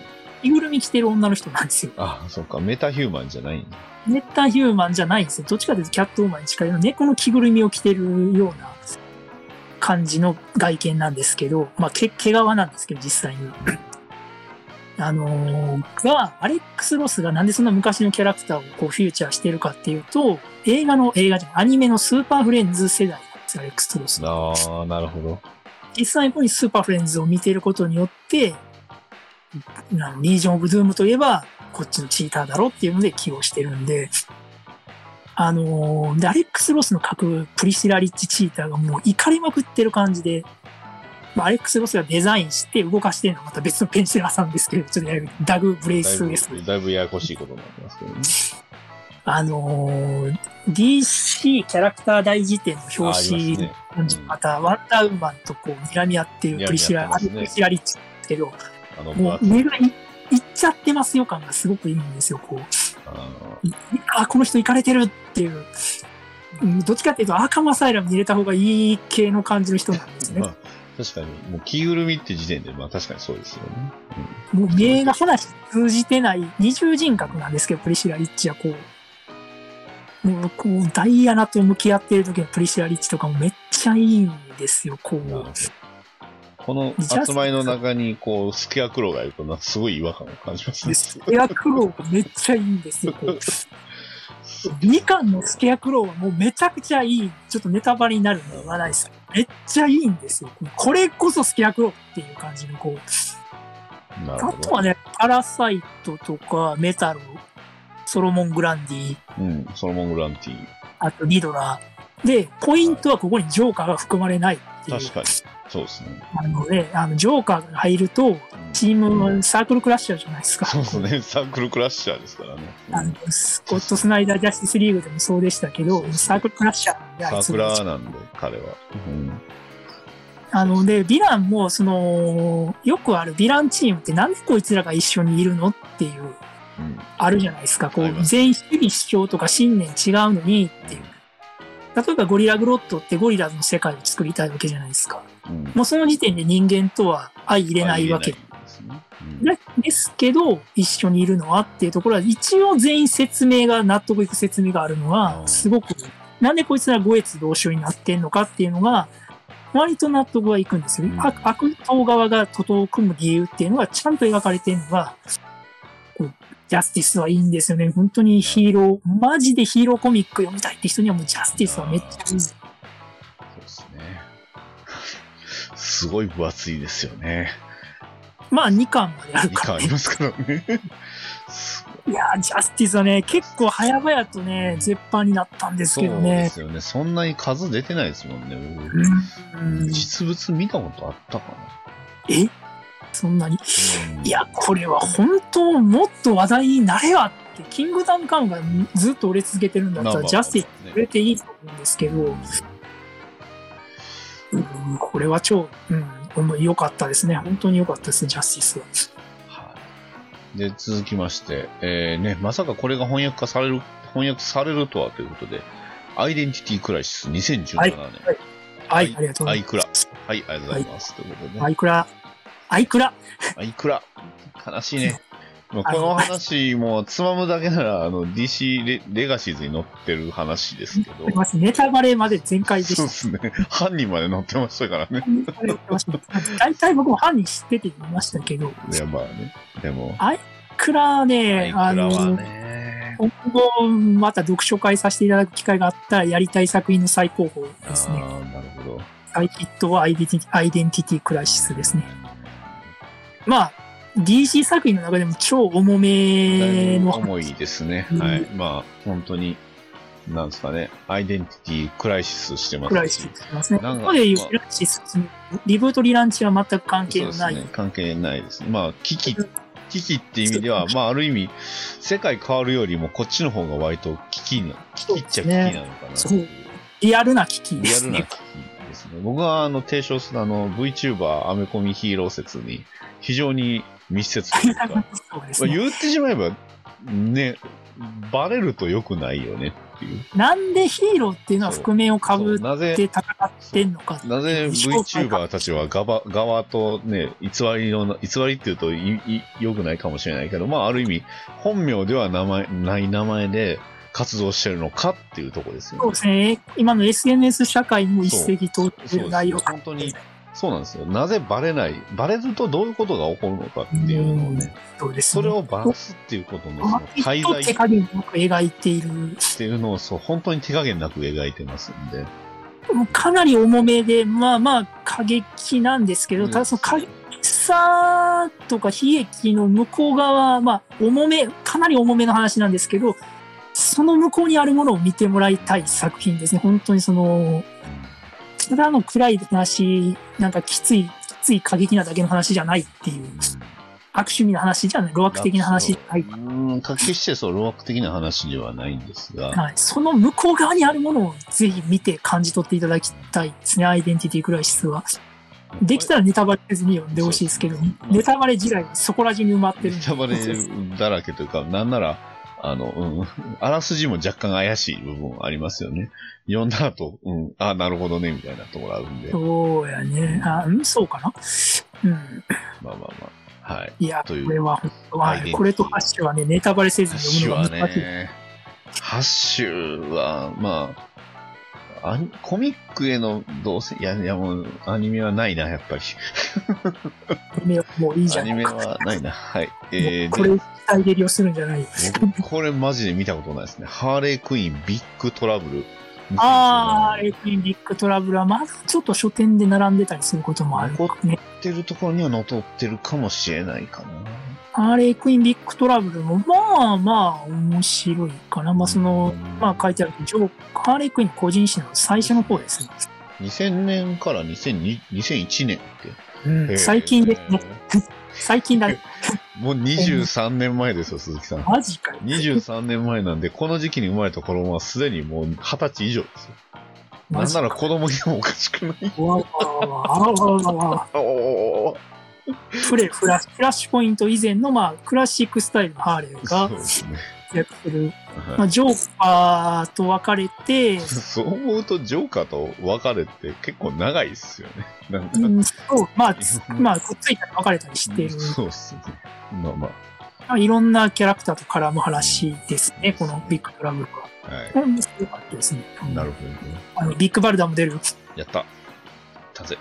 Speaker 5: 着ぐるみ着てる女の人なんですよ。
Speaker 4: あ、そうか。メタヒューマンじゃないんだ。
Speaker 5: ネッタヒューマンじゃないんですよ。どっちかというとキャットウーマンに近い猫の着ぐるみを着てるような感じの外見なんですけど、まあ、け毛皮なんですけど、実際に。あのーが、アレックス・ロスがなんでそんな昔のキャラクターをこうフューチャーしてるかっていうと、映画の、映画じゃない、アニメのスーパーフレンズ世代なんですよ、アレックス・ロス。
Speaker 4: ああ、なるほど。
Speaker 5: 実際にスーパーフレンズを見てることによって、あのリージョン・オブ・ドゥームといえば、こっちのチーターだろっていうので起用してるんで、あのーでアレックス・ロスの書くプリシラ・リッチ・チーターがもう怒りまくってる感じで、まあ、アレックス・ロスがデザインして動かしてるのはまた別のペンシラーさんですけど、ちょっとややこしいダグ・ブレイ
Speaker 4: だい
Speaker 5: ス・ウェスト
Speaker 4: ぶ、だいぶややこしいことになってますけどね。
Speaker 5: あのー DC キャラクター大辞典の表
Speaker 4: あありま
Speaker 5: 紙
Speaker 4: すね
Speaker 5: また、ワンダーウーマンとこう、睨み合ってるプリシ
Speaker 4: 睨
Speaker 5: ラ、
Speaker 4: み合ってますね
Speaker 5: プリシラリッチですけど、
Speaker 4: あの、
Speaker 5: も
Speaker 4: バ
Speaker 5: う、目がいいっちゃってますよ感がすごくいいんですよ、こう。
Speaker 4: あ
Speaker 5: あ、この人行かれてるっていう。うんどっちかっていうと、アーカマサイラムに入れた方がいい系の感じの人なんです
Speaker 4: ー
Speaker 5: ね。
Speaker 4: まあ、確かに、もう着ぐるみって時点で、まあ確かにそうですよね。
Speaker 5: もう目が話通じてない二重人格なんですけど、プリシラ・リッチはこう。もう、こう、ダイアナと向き合ってる時のプリシラ・リッチとかもめっちゃいいんですよ、こ
Speaker 4: なるほ
Speaker 5: う
Speaker 4: ど。この
Speaker 5: ジャス
Speaker 4: 集まりの中に、こう、スケアクロがいると、なんかすごい違和感を感じますね。
Speaker 5: スケアクロウがめっちゃいいんですよ。こうみかんのスケアクロウはもうめちゃくちゃいい。ちょっとネタバレになるんで言わないですけどめっちゃいいんですよ。これこそスケアクロウっていう感じのこう。
Speaker 4: なる
Speaker 5: あ
Speaker 4: ほど
Speaker 5: とは。ね、パラサイトとかメタロ、ソロモン・グランディ、
Speaker 4: うん、ソロモン・グランティ
Speaker 5: あとリドラー。で、ポイントはここにジョーカーが含まれないっていう。
Speaker 4: 確かに。そうですね。
Speaker 5: なので、あの、ジョーカーが入ると、
Speaker 4: うん
Speaker 5: チーム、サークルクラッシャーじゃないで すか。
Speaker 4: そうですね、サークルクラッシャーですからね。
Speaker 5: あのスコット・スナイダー・ジャスティスリーグでもそうでしたけど、サークルクラッシャーで
Speaker 4: サ
Speaker 5: あい
Speaker 4: ー
Speaker 5: つ
Speaker 4: ク
Speaker 5: が
Speaker 4: ラーなんで、彼は。うん
Speaker 5: あの、で、ヴィランも、その、よくあるヴィランチームってなんでこいつらが一緒にいるのっていう、
Speaker 4: うん
Speaker 5: あるじゃないですか。こ
Speaker 4: ありま
Speaker 5: う、
Speaker 4: す
Speaker 5: 全員主義主張とか信念違うのにっていう。例えばゴリラグロットってゴリラの世界を作りたいわけじゃないですか。
Speaker 4: うん
Speaker 5: もうその時点で人間とは相入れないわけ
Speaker 4: ありえないですね
Speaker 5: でですけど、一緒にいるのはっていうところは、一応全員説明が、納得いく説明があるの
Speaker 4: う
Speaker 5: は、
Speaker 4: ん
Speaker 5: すごく、なんでこいつら五越同種になってんのかっていうのが、割と納得はいくんですよね
Speaker 4: う。ん
Speaker 5: 悪悪党側が徒党を組む理由っていうのがちゃんと描かれてるのが、こうジャスティスはいいんですよね。本当にヒーロー、マジでヒーローコミック読みたいって人にはもうジャスティスはめっちゃいいです。
Speaker 4: うんそうですね。すごい分厚いですよね。
Speaker 5: まあ2巻まである
Speaker 4: 2
Speaker 5: か
Speaker 4: 巻
Speaker 5: ら
Speaker 4: あ
Speaker 5: ね
Speaker 4: り。ますからね。す
Speaker 5: いやー、ジャスティスはね、結構早々とね、絶版になったんです
Speaker 4: そう
Speaker 5: けど
Speaker 4: で
Speaker 5: ね。
Speaker 4: すよね。そんなに数出てないですもんね。僕
Speaker 5: うん
Speaker 4: 実物見たことあったかな。
Speaker 5: えそんなに
Speaker 4: うん
Speaker 5: いや、これは本当、もっと話題になれやって、キングダムカムがずっと売れ続けてるんだったら、ジャスティス売れていいと思うんですけど、うんこれは超、うん、思い良かったですね。本当に良かったですね、ジャスティスは。
Speaker 4: はいで、続きまして、えーね、まさかこれが翻訳化される、翻訳されるとはということで、アイデンティティクライシス2017年。
Speaker 5: は
Speaker 4: はいい、はい
Speaker 5: はい、ありがとうご
Speaker 4: ア
Speaker 5: ざい
Speaker 4: イ
Speaker 5: ま
Speaker 4: クラ。はい、ありがとうございます。ということでね
Speaker 5: す。アイクラ、アイクラ、
Speaker 4: あいくら。悲しいね。ま あこの話もつまむだけなら、あの、DC レレガシーズに載ってる話ですけど。
Speaker 5: まずネタバレまで全開でし
Speaker 4: そう
Speaker 5: た
Speaker 4: で。すね。 犯人まで載ってましたからね。
Speaker 5: ネタバレやってました大体僕も犯人知ってて言いましたけど、
Speaker 4: いや、まあね。でも、
Speaker 5: クラね、
Speaker 4: あ
Speaker 5: あ
Speaker 4: いくらは
Speaker 5: の、
Speaker 4: ね。
Speaker 5: 今後、また読書会させていただく機会があったら、やりたい作品の最高峰
Speaker 4: あ
Speaker 5: ですね。
Speaker 4: あ、なるほど。
Speaker 5: 大ヒットはアイデンティティアイデンティティクライシスですね。まあ、DC 作品の中でも超重めの
Speaker 4: 重いですね。はい。まあ、本当に、なんですかね。アイデンティティクライシスしてま
Speaker 5: クライ
Speaker 4: す
Speaker 5: シ
Speaker 4: し。
Speaker 5: スですね。
Speaker 4: なんか
Speaker 5: ここでいうリランチス、リブートリランチは全く関係
Speaker 4: そう
Speaker 5: の
Speaker 4: で
Speaker 5: な
Speaker 4: す
Speaker 5: い。
Speaker 4: ね。関係ないですね。まあ、危機、危機って意味では、まあ、ある意味、世界変わるよりも、こっちの方が割と危機な、危機っちゃ危機なのかなって
Speaker 5: そう
Speaker 4: い
Speaker 5: で
Speaker 4: う。
Speaker 5: リアルな危機で
Speaker 4: リア
Speaker 5: す
Speaker 4: ルな
Speaker 5: ね
Speaker 4: 危。機ですね。僕は、あの、提唱する、あの、VTuber アメコミヒーロー説に、非常に密接というか、ま
Speaker 5: そうです
Speaker 4: あ
Speaker 5: ね。
Speaker 4: 言ってしまえば、ね、バレると良くないよねっていう。
Speaker 5: なんでヒーローっていうのは覆面をかぶ
Speaker 4: そうな
Speaker 5: っ
Speaker 4: ぜ
Speaker 5: て戦ってんのかっていう
Speaker 4: なぜ VTuber たちは側側とね、偽りのな、偽りっていうといい良くないかもしれないけど、まあある意味、本名では名前、ない名前で活動してるのかっていうところですよ
Speaker 5: そう
Speaker 4: ね。
Speaker 5: ですね。今の SNS 社会にも一石投じてる内容
Speaker 4: そうそうですねそうなんですよ。なぜバレない、バレるとどういうことが起こるのかっていうのをね、
Speaker 5: そうです
Speaker 4: そ
Speaker 5: ね。
Speaker 4: れをバラすっていうことのその滞
Speaker 5: 割と
Speaker 4: 在
Speaker 5: 手
Speaker 4: っ
Speaker 5: 加減なく描いている。
Speaker 4: ていうのをそう本当に手加減なく描いてますんで。
Speaker 5: もうかなり重めで、まあまあ過激なんですけど、ただその過激さとか悲劇の向こう側、まあ重め、かなり重めの話なんですけど、その向こうにあるものを見てもらいたい作品ですね。本当にその、ただの暗い話、なんかきつい、きつい過激なだけの話じゃないっていう。悪趣味な話じゃない、路惑的な話じゃない。
Speaker 4: うん、決してそう、老悪的な話ではないんですが、
Speaker 5: はい、その向こう側にあるものをぜひ見て感じ取っていただきたいですね、アイデンティティクライシスは。できたらネタバレせずに読んでほしいですけど、
Speaker 4: そうですね
Speaker 5: ネタバレ地雷そこら中に埋まってる
Speaker 4: ネタバレだらけというか、なんなら、あの、うん、あらすじも若干怪しい部分ありますよね。読んだ後、うん、あなるほどね、みたいなところあるんで、ま
Speaker 5: そうやね。あ、うん、そうかな。うん。
Speaker 4: あまあまあ、はい。
Speaker 5: いや、こと
Speaker 4: いう
Speaker 5: れは本当
Speaker 4: アイデンティティ
Speaker 5: これとハッシュはね、ネタバレせず
Speaker 4: ハッ
Speaker 5: に
Speaker 4: シュ
Speaker 5: 読むの
Speaker 4: は
Speaker 5: が難しい。
Speaker 4: ね、ハッシュは、まあ、アニコミックへのどうせ、いや、いやもう、アニメはないな、やっぱり。
Speaker 5: アニメはもういいじ
Speaker 4: ア
Speaker 5: ゃな
Speaker 4: ニメ
Speaker 5: いか。も
Speaker 4: はないな。はい。
Speaker 5: う
Speaker 4: えー、
Speaker 5: こ
Speaker 4: で
Speaker 5: れ、大蹴りをするんじゃない。
Speaker 4: 僕これマジで見たことないですね。ハーレークイーンビッグトラブル。
Speaker 5: あー、レイクインビッグトラブルはまだちょっと書店で並んでたりすることもある
Speaker 4: 残っ
Speaker 5: ね。
Speaker 4: てるところにはのとってるかもしれないかな。
Speaker 5: ハーレークイーンビッグトラブルも、まあまあ面白いかな。まあその、まあ書いてある、ジョーハーレークイーンの個人誌の最初の方ですね。
Speaker 4: 2000年から2002 2001年って。
Speaker 5: 最近ですね。最 近だね。
Speaker 4: もう23年前ですよ、鈴木さん。
Speaker 5: マジかよ。
Speaker 4: 23年前なんで、この時期に生まれた子供はすでにもう20歳以上ですよ。な
Speaker 5: マ
Speaker 4: ん
Speaker 5: ジ
Speaker 4: な
Speaker 5: か。
Speaker 4: ら子供にもおかしくない。
Speaker 5: わわわわわわわわ
Speaker 4: おお
Speaker 5: プレフラフラッシュポイント以前の、まあ、クラシックスタイルのハーレー
Speaker 4: そ
Speaker 5: が
Speaker 4: うですね。
Speaker 5: 活躍する、
Speaker 4: はい
Speaker 5: まあ、ジョーカーと別れて、
Speaker 4: そう思うと、ジョーカーと別れて結構長いっすよね。 なんか、
Speaker 5: うん、そうまあ、つまあ、くっついたり別れたりしてる、
Speaker 4: そうっすね。まあま
Speaker 5: まあ、いろんなキャラクターと絡む話ですね、このビッグトラブルは。
Speaker 4: あ、は
Speaker 5: うん、すごかったですね。
Speaker 4: い。なるほどね。
Speaker 5: あのビッグバルダも出る。
Speaker 4: やった。たぜ。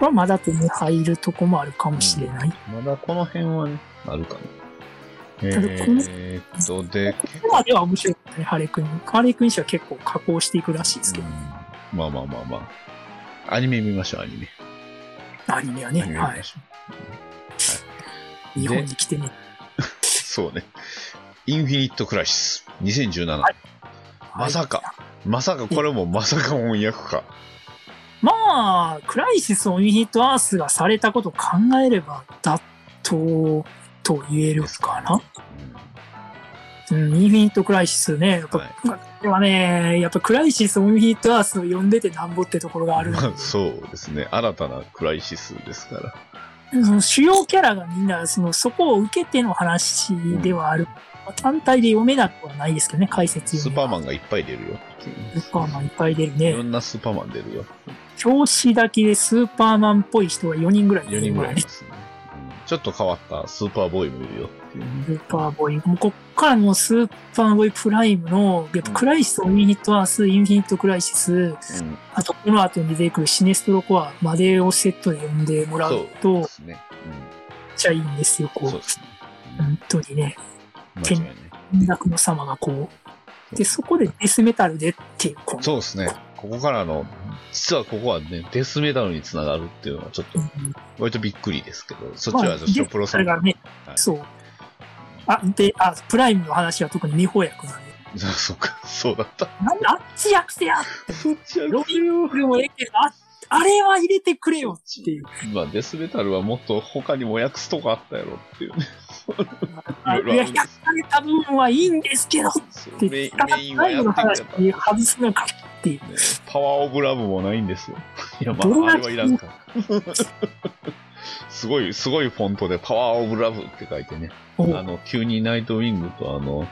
Speaker 5: はまだ手に入るとこもあるかもしれない。
Speaker 4: まだこの辺はね、あるかな。
Speaker 5: だこの
Speaker 4: えーっと、で、
Speaker 5: ここまでは面白かったね、ハーレークイーン。ハーレークイーン氏は結構加工していくらしいですけど、
Speaker 4: うんまあまあまあまあ。アニメ見ましょう、アニメ。
Speaker 5: アニメはね、
Speaker 4: アニメ見
Speaker 5: は
Speaker 4: ましょ
Speaker 5: い、
Speaker 4: う
Speaker 5: 日本に来てね。
Speaker 4: そうね。インフィニットクライシス2017。まさか
Speaker 5: は
Speaker 4: まさかこれもまさか翻訳か。
Speaker 5: い。まあ、クライシス・オン・ヒット・アースがされたことを考えれば、妥当と言えるかな。うん、インフィニット・クライシスね。やっぱ、
Speaker 4: はい
Speaker 5: これはね、やっぱクライシス・オン・ヒット・アースを呼んでてなんぼってところがあ
Speaker 4: う
Speaker 5: る
Speaker 4: ん。まあそうですね。新たなクライシスですから。
Speaker 5: その主要キャラがみんなそのそこを受けての話ではある、まあ単体で読めなくはないですけどね解説
Speaker 4: ス
Speaker 5: 読
Speaker 4: ーパ
Speaker 5: め
Speaker 4: ー
Speaker 5: ば
Speaker 4: マンがいっぱい出るよ。
Speaker 5: スーパーマンいっぱい出る
Speaker 4: いろ
Speaker 5: ね
Speaker 4: んなスーパーマン出るよ。
Speaker 5: 表紙だけでスーパーマンっぽい人が4人ぐらい
Speaker 4: 4人ぐらいいますね。うんちょっと変わったスーパーボーイもいるよっていう。
Speaker 5: スーパーボーイもうこっからもうスーパーボーイプライムのやっぱクライシス、インフィニットアースインフィニットクライシス
Speaker 4: うん
Speaker 5: あとこの後に出てくるシネストロコアまでをセットで読んでもらう
Speaker 4: そうで
Speaker 5: と
Speaker 4: すね。
Speaker 5: めっちゃいいんですよ
Speaker 4: う
Speaker 5: こ
Speaker 4: ん
Speaker 5: う
Speaker 4: そうですね。
Speaker 5: 本当にね
Speaker 4: うん間違いない。
Speaker 5: 音楽の様がこう。で、そこでデスメタルでっていう、この
Speaker 4: そうですね。ここからの、実はここはね、デスメダルにつながるっていうのはちょっと、割とびっくりですけど、そっちは女子のプロ
Speaker 5: そ
Speaker 4: さ
Speaker 5: れ
Speaker 4: ん。
Speaker 5: がね、
Speaker 4: はい
Speaker 5: そう。あ、で、あ、プライムの話は特に未翻訳なん で。
Speaker 4: そうか、そうだ った。
Speaker 5: なんであっち訳せや
Speaker 4: そっちは
Speaker 5: ロビン・クルーもええけど、ああれは入れてくれよっていう。
Speaker 4: まあ、デスメタルはもっと他にも訳すとこあったやろっていうね。
Speaker 5: あい
Speaker 4: ろいろあ
Speaker 5: や、
Speaker 4: るん
Speaker 5: 訳
Speaker 4: で
Speaker 5: さ
Speaker 4: す
Speaker 5: れた部分はいいんですけどっ
Speaker 4: そう
Speaker 5: て
Speaker 4: メイ
Speaker 5: 言っ
Speaker 4: ン
Speaker 5: たら、
Speaker 4: メイン
Speaker 5: プ
Speaker 4: は
Speaker 5: ライ
Speaker 4: や
Speaker 5: ムの
Speaker 4: ってくれ
Speaker 5: 話
Speaker 4: たかった
Speaker 5: に外すのかっていう。
Speaker 4: ねパワーオブラブもないんですよ。いや、ま
Speaker 5: どう
Speaker 4: あ、
Speaker 5: な
Speaker 4: あ
Speaker 5: っ
Speaker 4: れはいらんか。すごい、すごいフォントで、パワーオブラブって書いてね。
Speaker 5: お
Speaker 4: あの、急にナイトウィングとあの、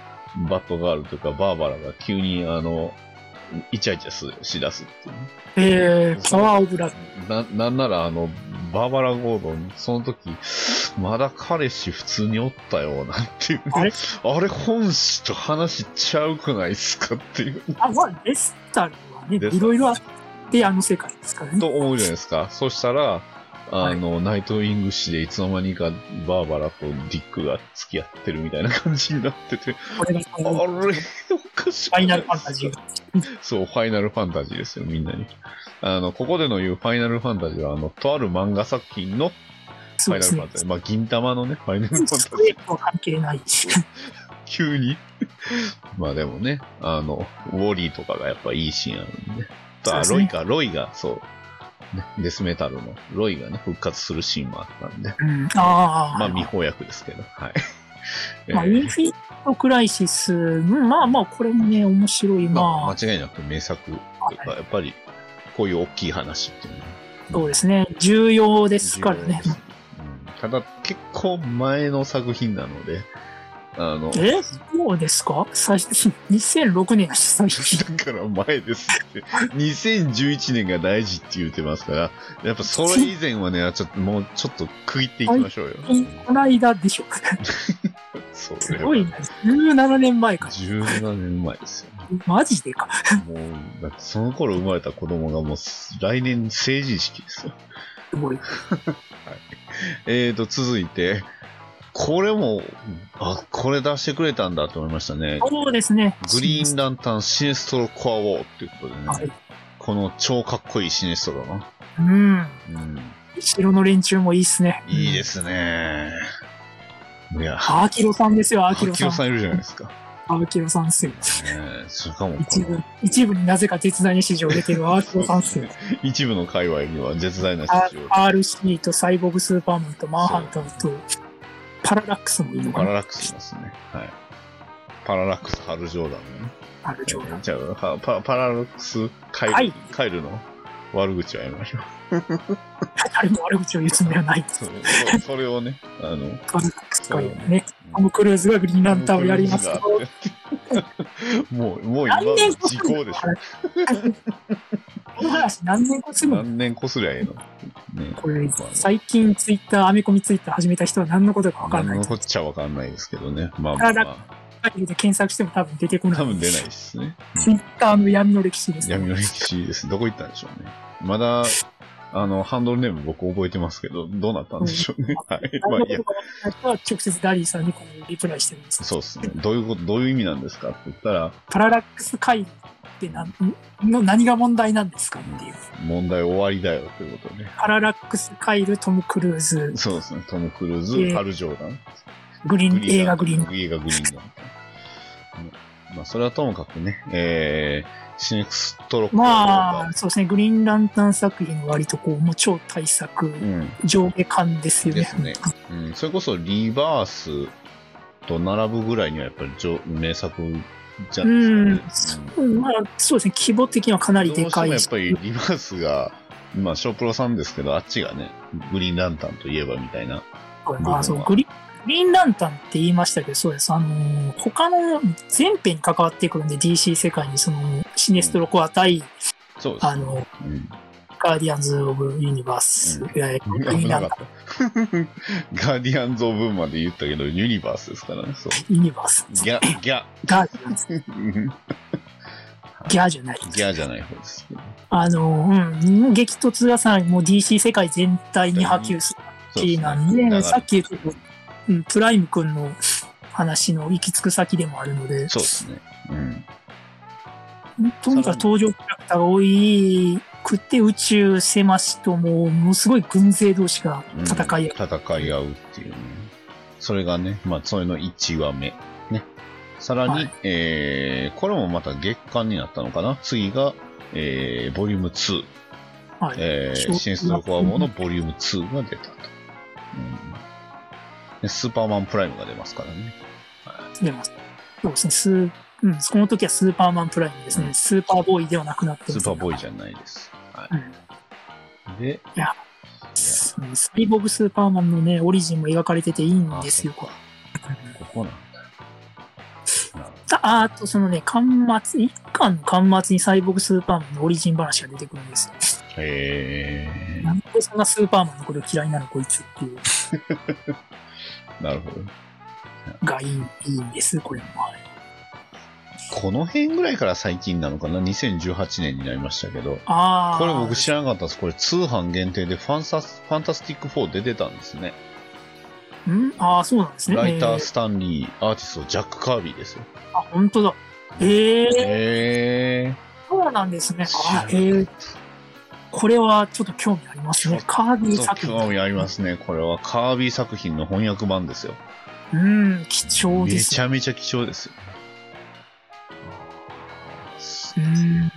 Speaker 4: バットガールというか、バーバラが急にあの、イチャイチャすしだすっていうね
Speaker 5: えー、パワーオブラック。
Speaker 4: な、なんならあの、バーバラ・ゴードン、その時、まだ彼氏普通におったよなっていう、ね。
Speaker 5: あれ
Speaker 4: あれ本誌と話ちゃうくないっすかっていう。
Speaker 5: あ、まあ、デスタルはね、
Speaker 4: デスタル
Speaker 5: いろいろあって、あの世界ですからね。
Speaker 4: と思うじゃないです か。そしたら、あの、ナイトウィング誌でいつの間にかバーバラとディックが付き合ってるみたいな感じになってて、
Speaker 5: これがそ
Speaker 4: あれ、
Speaker 5: の、フ
Speaker 4: おかしくないっすか
Speaker 5: ァイナルファンタジー。
Speaker 4: そう、ファイナルファンタジーですよ、みんなに。あの、ここでの言うファイナルファンタジーは、あの、とある漫画作品のフ
Speaker 5: そ
Speaker 4: ァ
Speaker 5: う
Speaker 4: イナ
Speaker 5: で
Speaker 4: ル
Speaker 5: す
Speaker 4: ファ
Speaker 5: ね
Speaker 4: ン。タジー。まあ、銀玉のね、ファイナルファンタジ
Speaker 5: ス
Speaker 4: ー
Speaker 5: ト。レートは関係ないし。
Speaker 4: 急に。まあでもね、あの、ウォーリーとかがやっぱいいシーンあるんで。
Speaker 5: そう
Speaker 4: あ
Speaker 5: です
Speaker 4: ロ
Speaker 5: ね
Speaker 4: イか、ロイが、そう、ね、デスメタルのロイがね、復活するシーンもあったんで。
Speaker 5: うん、ああ。
Speaker 4: まあ未翻訳ですけど、はい。え
Speaker 5: まあ、イン
Speaker 4: ー
Speaker 5: フィニットクライシス、うんまあまあ、これもね、面白い。
Speaker 4: まあ
Speaker 5: まあ、
Speaker 4: 間違いなく名作というか、やっぱり、こういう大きい話っていうのは
Speaker 5: そうですね。重要ですから
Speaker 4: 重要
Speaker 5: ね
Speaker 4: で。すうんただ、結構前の作品なので、あの、
Speaker 5: えそうですか最初、2006年やし、最初。
Speaker 4: だから前ですって。2011年が大事って言ってますから、やっぱそれ以前はね、ちょっともうちょっと区切っていきましょうよ。
Speaker 5: この間でしょ。
Speaker 4: そ
Speaker 5: す
Speaker 4: れは
Speaker 5: ごいな。17年前か。
Speaker 4: 17年前ですよ、ね。
Speaker 5: マジでか。
Speaker 4: もう、だってその頃生まれた子供がもう来年成人式ですよ。
Speaker 5: すごい。
Speaker 4: えーと、続いて、これも、あ、これ出してくれたんだと思いましたね。
Speaker 5: そうですね。
Speaker 4: グリーンランタンシネストロコアウォーっていうことでね、
Speaker 5: はい
Speaker 4: この超かっこいいシネストロの、
Speaker 5: うん。
Speaker 4: うん、
Speaker 5: 城の連中もいいっすね。
Speaker 4: いいですね。いや、
Speaker 5: アキロさんですよ、アキロ
Speaker 4: 秋
Speaker 5: さん
Speaker 4: 代。さんいるじゃないですか。
Speaker 5: 青木さんっすよ。
Speaker 4: えーしかもこ
Speaker 5: 一部
Speaker 4: の、
Speaker 5: 一部になぜか絶大な支持を得てる青木さんっすよ。
Speaker 4: 一部の界隈には絶大な
Speaker 5: あ
Speaker 4: 支持を
Speaker 5: RC とサイボーグスーパーマンとマンハンターとパララックスもいいの
Speaker 4: パ
Speaker 5: か
Speaker 4: ラ
Speaker 5: な
Speaker 4: ラックスいますね。はい。パララックス、ハルジョーダンのね。
Speaker 5: ある状態。
Speaker 4: じゃあ、パパパララックスカイル、
Speaker 5: はい
Speaker 4: カイルの悪口はやめましょう。
Speaker 5: 誰も悪口を言うつもりはない。
Speaker 4: そそ それをね、あの、
Speaker 5: パララックスかよね。トム・クルーズがグリーンランタンをやりますけど、
Speaker 4: もう、もう今
Speaker 5: 何
Speaker 4: の
Speaker 5: 年
Speaker 4: 時効でしょ。
Speaker 5: この話何年後するの
Speaker 4: 何年こすりゃいいの。ね、
Speaker 5: これ
Speaker 4: まあ、
Speaker 5: 最近ツイッター、アメコミツイッター始めた人は何のことか分からな
Speaker 4: 何
Speaker 5: い
Speaker 4: の
Speaker 5: と
Speaker 4: こっちゃわかんないですけどね。まあまあ、ま
Speaker 5: ファイルで検索しても多分出てこ
Speaker 4: あ、
Speaker 5: ない。
Speaker 4: 多分出ないです ね。
Speaker 5: ツイッターの闇の歴史です、ね。
Speaker 4: 闇の歴史です。どこ行ったんでしょうね。まだ、あの、ハンドルネーム僕覚えてますけど、どうなったんでしょうね。はい。まあ
Speaker 5: 何の
Speaker 4: いや
Speaker 5: こ、とか分からない人は直接ダリーさんにこのリプライしてるんです。
Speaker 4: そうですね。どういうこと、どういう意味なんですかって言ったら、
Speaker 5: パララックス会議って何の何が問題なんですかっていう。
Speaker 4: 問題終わりだよっていうことね。
Speaker 5: パララックス・カイル、トム・クルーズ、
Speaker 4: そうですね。トム・クルーズ、
Speaker 5: えー
Speaker 4: ハル・ジョーダン。
Speaker 5: グリーン、映画グリーン。
Speaker 4: 映画グリーンだみたいな。まあ、それはともかくね、えー、シネクストロック
Speaker 5: まあ、そうですね、グリーンランタン作品は割とこう、もう超大作、
Speaker 4: うん、
Speaker 5: 上下感ですよね。
Speaker 4: ですねうん。それこそリバースと並ぶぐらいにはやっぱり上名作じゃ
Speaker 5: う
Speaker 4: ないですかね。
Speaker 5: ん、そうまあ、そうですね、規模的にはかなり
Speaker 4: ど
Speaker 5: で
Speaker 4: うしても
Speaker 5: か
Speaker 4: や
Speaker 5: い
Speaker 4: っ
Speaker 5: し
Speaker 4: ぱ、りリバースが、まあ、ショープロさんですけど、あっちがね、グリーンランタンといえばみたいな。
Speaker 5: まあ、そうグリ、グリーンランタンって言いましたけど、そうです、あのー他の全編に関わってくるんで、DC 世界に、その、シネストロコア対、
Speaker 4: そうですね。
Speaker 5: あの、
Speaker 4: うん
Speaker 5: ガーディアンズ・オブ・ユニバース、
Speaker 4: うん
Speaker 5: いやグリー
Speaker 4: 危
Speaker 5: ンラ
Speaker 4: な
Speaker 5: ン
Speaker 4: かっ
Speaker 5: タ
Speaker 4: た。ガーディアンズ・オブ・まで言ったけど、ユニバースですからね。そう。
Speaker 5: ン、ユニバース、
Speaker 4: ギャ、ギャ。
Speaker 5: ガーディアンズ、ギャーじゃない。
Speaker 4: ギャーじゃない方ですけど。
Speaker 5: あの、うん、激突がさ、もう DC 世界全体に波及する
Speaker 4: そう
Speaker 5: しなんで、
Speaker 4: だから
Speaker 5: さっき言ったけど、うん、プライム君の話の行き着く先でもあるので、
Speaker 4: そうですね。うん。
Speaker 5: とにかく登場キャラクターが多いくて宇宙狭しともう、ものすごい軍勢同士が
Speaker 4: うん
Speaker 5: 戦い合う。
Speaker 4: 戦い合うっていうね。それがね、まあ、それの1話目。ね。さらに、
Speaker 5: はい
Speaker 4: えー、これもまた月間になったのかな次が、えー、ボリューム2。
Speaker 5: はい
Speaker 4: え
Speaker 5: ショー
Speaker 4: ー、
Speaker 5: ト
Speaker 4: シンストコアモのボリューム2が出たと。うんでスーパーマンプライムが出ますからね。
Speaker 5: 出ます。そうですね、スーうん、この時はスーパーマンプライムですね。
Speaker 4: うん
Speaker 5: スーパーボーイではなくなって
Speaker 4: スーパーボーイ
Speaker 5: ゃ
Speaker 4: じゃないです。は
Speaker 5: うん
Speaker 4: い。で、
Speaker 5: ん。サイボーグスーパーマンのね、オリジンも描かれてていいんですよ、これ。
Speaker 4: ここなんだ。なるほど
Speaker 5: ああと、そのね、巻末、一巻の巻末にサイボーグスーパーマンのオリジン話が出てくるんですよ。
Speaker 4: へえ
Speaker 5: なんでそんなスーパーマンのこと嫌いなのこいつっていう、
Speaker 4: なるほど。
Speaker 5: がいいいいんです、これも。
Speaker 4: この辺ぐらいから最近なのかな ?2018 年になりましたけど。
Speaker 5: ああ。
Speaker 4: これ僕知らなかったです。これ通販限定でファンサス、ファンタスティック4出てたんですね。
Speaker 5: んああ、そうなんですね。
Speaker 4: ライタ
Speaker 5: え
Speaker 4: ー、スタンリー、アーティスト、ジャック・カービーですよ。
Speaker 5: あ、本当だ。ええ
Speaker 4: へ
Speaker 5: そうなんですね。あ
Speaker 4: 知ら
Speaker 5: え
Speaker 4: な
Speaker 5: ーこれはちょっと興味ありますね
Speaker 4: そ。う
Speaker 5: カービ
Speaker 4: え。
Speaker 5: ィ
Speaker 4: そう、
Speaker 5: 作品。
Speaker 4: 興味ありますね。これはカービー作品の翻訳版ですよ。
Speaker 5: うん、貴重で
Speaker 4: め
Speaker 5: す
Speaker 4: ち
Speaker 5: ね。
Speaker 4: ゃめちゃ貴重ですよ。
Speaker 5: うん。
Speaker 4: い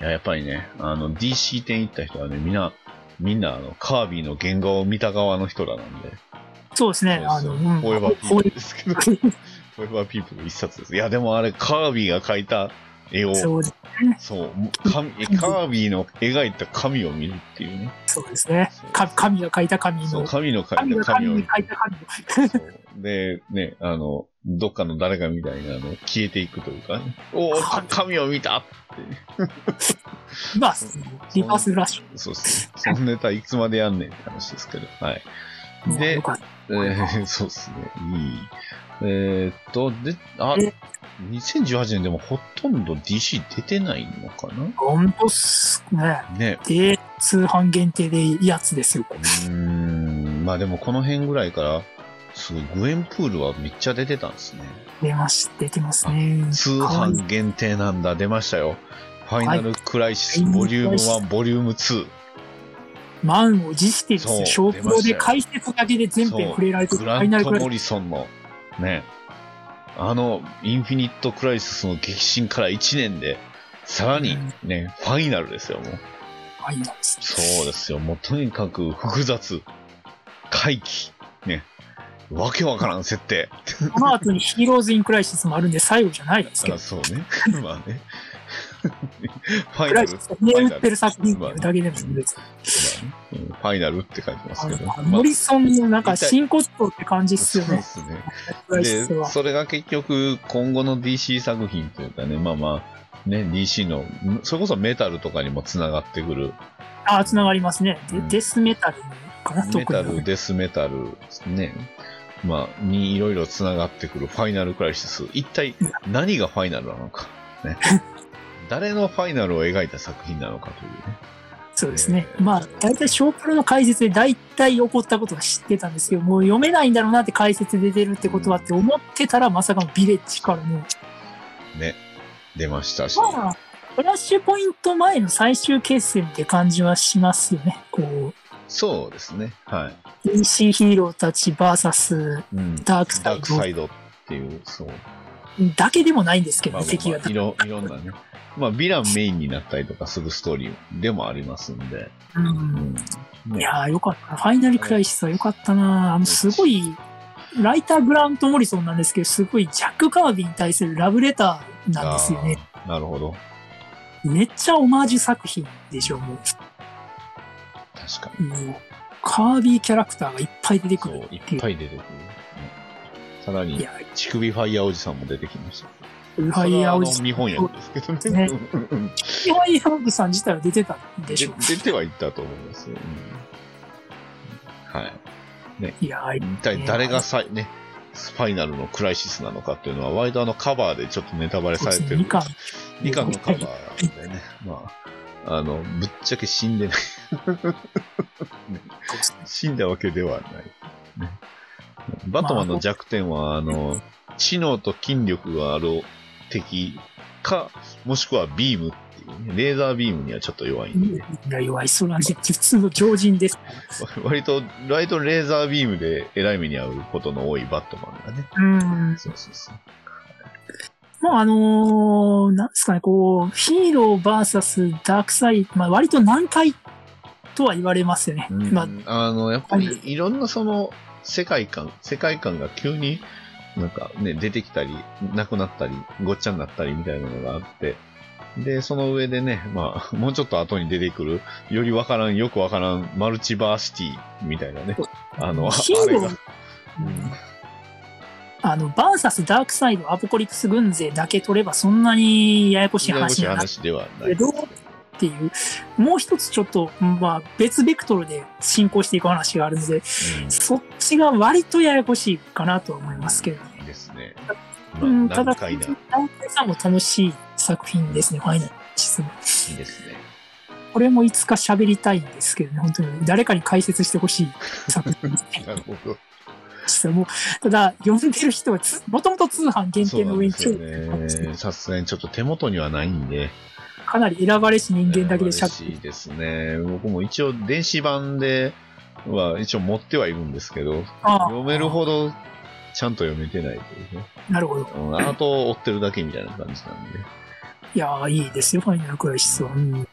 Speaker 4: や、やっぱりね、あの、DC 店行った人はね、みんな、みんな、あの、カービィの原画を見た側の人らなんで、
Speaker 5: そうですね。あ
Speaker 4: そう
Speaker 5: の、
Speaker 4: で
Speaker 5: う
Speaker 4: すよフォ
Speaker 5: ん。
Speaker 4: ーエバーピープルですけど、フ
Speaker 5: こういう
Speaker 4: ォーエバーピープル一冊です。いや、でもあれ、カービィが描いた絵を、
Speaker 5: そうです
Speaker 4: そう、もう紙えカービィの描いた紙を見るっていうね。
Speaker 5: そうですね。か神が書いた神
Speaker 4: そう、
Speaker 5: の。
Speaker 4: 紙の描い
Speaker 5: 神
Speaker 4: た
Speaker 5: が
Speaker 4: 紙を
Speaker 5: 神
Speaker 4: 見
Speaker 5: に
Speaker 4: る
Speaker 5: 書。いた神の。
Speaker 4: そうで、ね、あの、どっかの誰かみたいな、あの、消えていくというか、ね、おお、か紙を見た
Speaker 5: まあ、リバースフラッシ
Speaker 4: そうですね。そのネタいつまでやんねんって話ですけど。はい。
Speaker 5: ュ。
Speaker 4: で
Speaker 5: よかった
Speaker 4: えー、 そうですね。いい。えー、っと、で、あ
Speaker 5: え、
Speaker 4: 2018年でもほとんど DC 出てないのかな
Speaker 5: 本当っすね。
Speaker 4: ね。
Speaker 5: で、通販限定でいいやつですよ、こ
Speaker 4: う
Speaker 5: れ
Speaker 4: ーん、まあでもこの辺ぐらいから、すごい、グエンプールはめっちゃ出てたんですね。
Speaker 5: 出まし、出てますね。
Speaker 4: 通
Speaker 5: かわいい
Speaker 4: 販限定なんだ、出ましたよ。ファイナルクライシス、
Speaker 5: はい
Speaker 4: ボリューム
Speaker 5: ファイナルクライシ
Speaker 4: 1、ボリューム2。
Speaker 5: 満を持してですね、
Speaker 4: そう
Speaker 5: 商
Speaker 4: 出まし
Speaker 5: 標
Speaker 4: た
Speaker 5: で
Speaker 4: よ
Speaker 5: 解説だけで全編触れられてる
Speaker 4: グ
Speaker 5: フ
Speaker 4: ラ
Speaker 5: ァイ
Speaker 4: ン
Speaker 5: ナル
Speaker 4: ト・
Speaker 5: クライ
Speaker 4: モリソンの、ね、あの、インフィニットクライシスの激震から1年で、さらにね、ファイナルですよ、もう。
Speaker 5: ファイナルですね。
Speaker 4: そうですよ、もうとにかく複雑、回帰、ね、わけわからん設定。
Speaker 5: この後にヒーローズ・イン・クライシスもあるんで、最後じゃないですけ
Speaker 4: あ
Speaker 5: ど、
Speaker 4: そうね。 まあね。ファイナ
Speaker 5: クラ
Speaker 4: ル。
Speaker 5: イ
Speaker 4: フ
Speaker 5: シスが
Speaker 4: ァイナ
Speaker 5: ね、打
Speaker 4: ル
Speaker 5: ってる作品って
Speaker 4: まあ
Speaker 5: い
Speaker 4: ね
Speaker 5: うだけでもすごいです。
Speaker 4: うんファイナルって書いてますけど。
Speaker 5: あのモリソンのなん
Speaker 4: まあ
Speaker 5: か、真骨頂って感じっすよ
Speaker 4: そうで
Speaker 5: ね、
Speaker 4: すね。
Speaker 5: クライシス
Speaker 4: で、
Speaker 5: は。
Speaker 4: それが結局、今後の DC 作品というかね、まあまあ、ね、DC の、それこそメタルとかにもつながってくる、
Speaker 5: あ、つながりますね。で
Speaker 4: うん
Speaker 5: デスメタルかな、
Speaker 4: メ
Speaker 5: 特
Speaker 4: タル、
Speaker 5: に。
Speaker 4: デスメタル、ね、まあ、にいろいろつながってくるファイナルクライシス。一体何がファイナルなのか、 ね。誰のファイナルを描いた作品なのかというね。
Speaker 5: そうですね。まあ、大体、ショープロの解説で大体起こったことは知ってたんですけど、もう読めないんだろうなって解説で出るってことはって思ってたら、まさかのビレッジからもう
Speaker 4: ね、出ましたし。
Speaker 5: まあ、フラッシュポイント前の最終決戦って感じはしますよね。こ
Speaker 4: そうですね。はい。
Speaker 5: う、DC ヒーローたち VS
Speaker 4: うん。
Speaker 5: ダークサ
Speaker 4: ダー
Speaker 5: イ
Speaker 4: ク
Speaker 5: ド
Speaker 4: サイドっていう、そう。
Speaker 5: だけでもないんですけど、
Speaker 4: まあまあまあ
Speaker 5: 敵が。
Speaker 4: いろいろんなね。まあ、ヴィランメインになったりとかするストーリーでもありますんで。
Speaker 5: うん
Speaker 4: うん
Speaker 5: いやー、よかった。ファイナルクライシスはよかったなあの、すごい、ライター・グラント・モリソンなんですけど、すごいジャック・カービィに対するラブレターなんですよね。
Speaker 4: あーなるほど。
Speaker 5: めっちゃオマージュ作品でしょ、も
Speaker 4: 確かに。
Speaker 5: う。もうカービィキャラクターがいっぱい出てく
Speaker 4: そう
Speaker 5: る、
Speaker 4: い
Speaker 5: ってい
Speaker 4: っ
Speaker 5: う。
Speaker 4: ぱい出てくる。うんさら
Speaker 5: い
Speaker 4: に、
Speaker 5: や、
Speaker 4: 乳首ファイヤーおじさんも出てきました。
Speaker 5: ファイヤーおじ
Speaker 4: そ
Speaker 5: さん。
Speaker 4: れはあの日本やですけどね。うん
Speaker 5: ファイヤーおじさん自体は出てたんで
Speaker 4: で
Speaker 5: しょう。
Speaker 4: 出てはいったと思いますよ。うんはい。
Speaker 5: いやー、
Speaker 4: 一体誰がさ、ね、スパイナルのクライシスなのかっていうのは、割とあのカバーでちょっとネタバレさ
Speaker 5: そう
Speaker 4: れ
Speaker 5: です
Speaker 4: て
Speaker 5: ね、
Speaker 4: る。
Speaker 5: 2巻。
Speaker 4: 二巻のカバーなんでね。まあ、あの、ぶっちゃけ死んでない。死んだわけではない。ねバトマンの弱点は、あの、知能と筋力がある敵か、もしくはビームっていうね、レーザービームにはちょっと弱いんでね、
Speaker 5: いや、弱い、そうなんで、実の常人です。
Speaker 4: 割と、ライトレーザービームで偉い目に遭うことの多いバットマンがね。
Speaker 5: うん。
Speaker 4: そうそうそう。
Speaker 5: もうあのーなんですかね、こう、ヒーロー VS ダークサイド、まあ割と難解とは言われますよね。
Speaker 4: うん
Speaker 5: まあ、
Speaker 4: あの、やっぱりいろんなその世界観、世界観が急になんかね、出てきたり、なくなったり、ごっちゃになったりみたいなのがあって、で、その上でね、まあ、も うちょっと後に出てくる、よりわからん、よくわからん、マルチバーシティみたいなね、あの、あ
Speaker 5: ヒー
Speaker 4: あれ
Speaker 5: ロ
Speaker 4: が
Speaker 5: ー、あの、VS ダークサイド、アポコリプス軍勢だけ取ればそんなにややこしい
Speaker 4: ややこしい
Speaker 5: 話になっ
Speaker 4: 話ではないですけど。
Speaker 5: ていう、もう一つちょっと、まあ別ベクトルで進行していく話があるので、そっちが割とややこしいかなとは思いますけどね。
Speaker 4: うんですね。
Speaker 5: うん、
Speaker 4: まあ
Speaker 5: ただ、
Speaker 4: 難解
Speaker 5: 男
Speaker 4: な、
Speaker 5: 性さんも楽しい作品ですね、ファイナルシステム
Speaker 4: いいですね。
Speaker 5: これもいつか喋りたいんですけどね、本当に誰かに解説してほしい作品ですね
Speaker 4: なるほど。
Speaker 5: 実はもうただ、読んでる人はつ、もともと通販限
Speaker 4: そう
Speaker 5: 定
Speaker 4: な
Speaker 5: の
Speaker 4: ん
Speaker 5: 上
Speaker 4: で
Speaker 5: に
Speaker 4: すよね。さすがにちょっと手元にはないんで。
Speaker 5: かなり選ばれし人間だけで
Speaker 4: 嬉
Speaker 5: 喋
Speaker 4: し
Speaker 5: る。
Speaker 4: いですね。僕も一応電子版では一応持ってはいるんですけど、
Speaker 5: あ
Speaker 4: 読めるほどちゃんと読めてないというね。
Speaker 5: なるほど。
Speaker 4: うんアートを追ってるだけみたいな感じなんで。
Speaker 5: いやー、いいですよ、ファイナルクライシスは。うん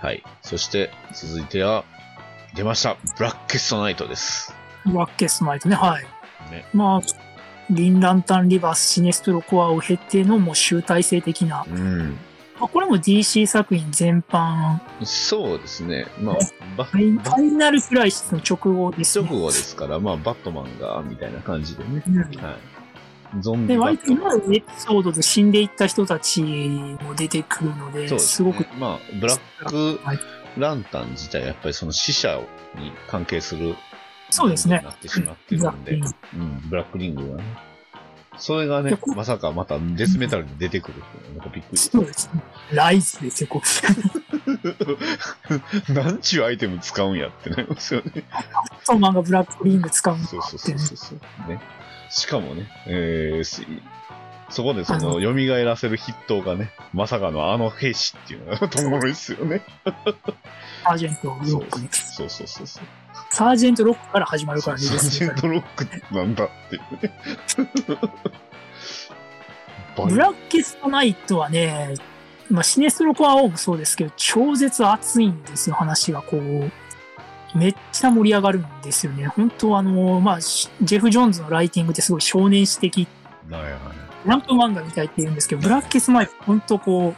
Speaker 4: はい。そして続いては、出ました。ブラックストナイトです。
Speaker 5: ラッケスナイトね、はい。
Speaker 4: ね。
Speaker 5: まあ、リン・ランタン・リバース、シネストロコアを経てのもう集大成的な、
Speaker 4: うん。
Speaker 5: まあ、これも DC 作品全般、
Speaker 4: そうですね。まあ、バ
Speaker 5: ファイ
Speaker 4: ッ、
Speaker 5: ファイナルクライシスの直後です
Speaker 4: 直
Speaker 5: ね。
Speaker 4: 後ですから、まあ、バットマンが、みたいな感じでね。
Speaker 5: うん
Speaker 4: はい。ゾンビ
Speaker 5: で、
Speaker 4: バ
Speaker 5: 割
Speaker 4: ッ
Speaker 5: と
Speaker 4: ト
Speaker 5: 今
Speaker 4: マン。
Speaker 5: のエピソードで死んでいった人たちも出てくるので、す
Speaker 4: そうです,、ね、
Speaker 5: ごく、
Speaker 4: まあ、ブラック
Speaker 5: はい
Speaker 4: ランタン自体はやっぱりその死者に関係する
Speaker 5: そうですね
Speaker 4: ものになってしまってるんで、
Speaker 5: うん
Speaker 4: うん、ブラックリングがね。それが
Speaker 5: い
Speaker 4: ね
Speaker 5: や、こ
Speaker 4: まさかまたデスメタルに出てくるっていうのがなんかびっくりし
Speaker 5: そうですね。ライズですよ、こう。
Speaker 4: た。なんちゅうアイテム使うんやってなりますよね。
Speaker 5: トマンがブラックリング使うんだ
Speaker 4: そうそう
Speaker 5: っ
Speaker 4: そ
Speaker 5: て
Speaker 4: う
Speaker 5: ね。
Speaker 4: そうそう、ね。しかもね、えーすそこでそ
Speaker 5: あ
Speaker 4: の
Speaker 5: の
Speaker 4: 蘇らせる筆頭がね、まさかのあの兵士っていうのが ともろいですよね。
Speaker 5: サージェント・ロ
Speaker 4: そう
Speaker 5: ックね。
Speaker 4: そうそうそうそう。
Speaker 5: サージェント・ロックから始まる
Speaker 4: そう
Speaker 5: からね、
Speaker 4: サージェントロックなんだっていうね。
Speaker 5: ブラッケストナイトはね、まあ、シネスロコアオもそうですけど、超絶熱いんですよ、話がこう。めっちゃ盛り上がるんですよね。本当あの、まあ、ジェフ・ジョーンズのライティングってすごい少年史的、
Speaker 4: はいはい
Speaker 5: ランプ漫画みたいって言うんですけど、ブラッケストナイト、本当こ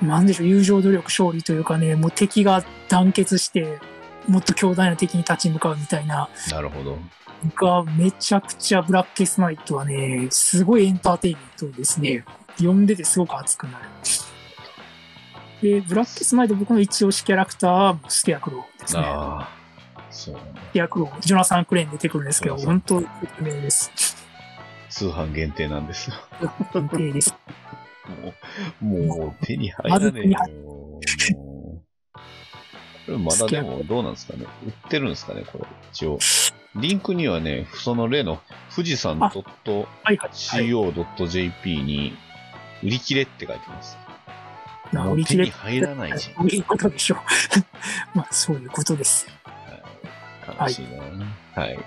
Speaker 5: う、なんでしょう、友情努力勝利というかね、もう敵が団結して、もっと強大な敵に立ち向かうみたいな、
Speaker 4: なるほど。
Speaker 5: がめちゃくちゃブラッケストナイトはね、すごいエンターテインメントですね。読んでてすごく熱くなる。で、ブラッケストナイト僕の一押しキャラクターはステアクローですね。
Speaker 4: ああ、そうなんだ
Speaker 5: ステアクロー、ジョナサン・クレーン出てくるんですけど、
Speaker 4: そうそう
Speaker 5: 本当有名です。
Speaker 4: 通販限定なんですよ。
Speaker 5: 限定です。
Speaker 4: もう、もう手に入らねえよ。もうこれまだでもどうなんですかね売ってるんですかねこれ、一応。リンクにはね、その例の富士山
Speaker 5: はいはいはい。
Speaker 4: .co.jp に売り切れって書いてます。
Speaker 5: な
Speaker 4: も
Speaker 5: 売
Speaker 4: う
Speaker 5: り
Speaker 4: 手
Speaker 5: 切
Speaker 4: に
Speaker 5: れ
Speaker 4: 入らないじ
Speaker 5: そういうことでしょう。まあ、そう いうことです。
Speaker 4: ゃん。悲しいな。はい。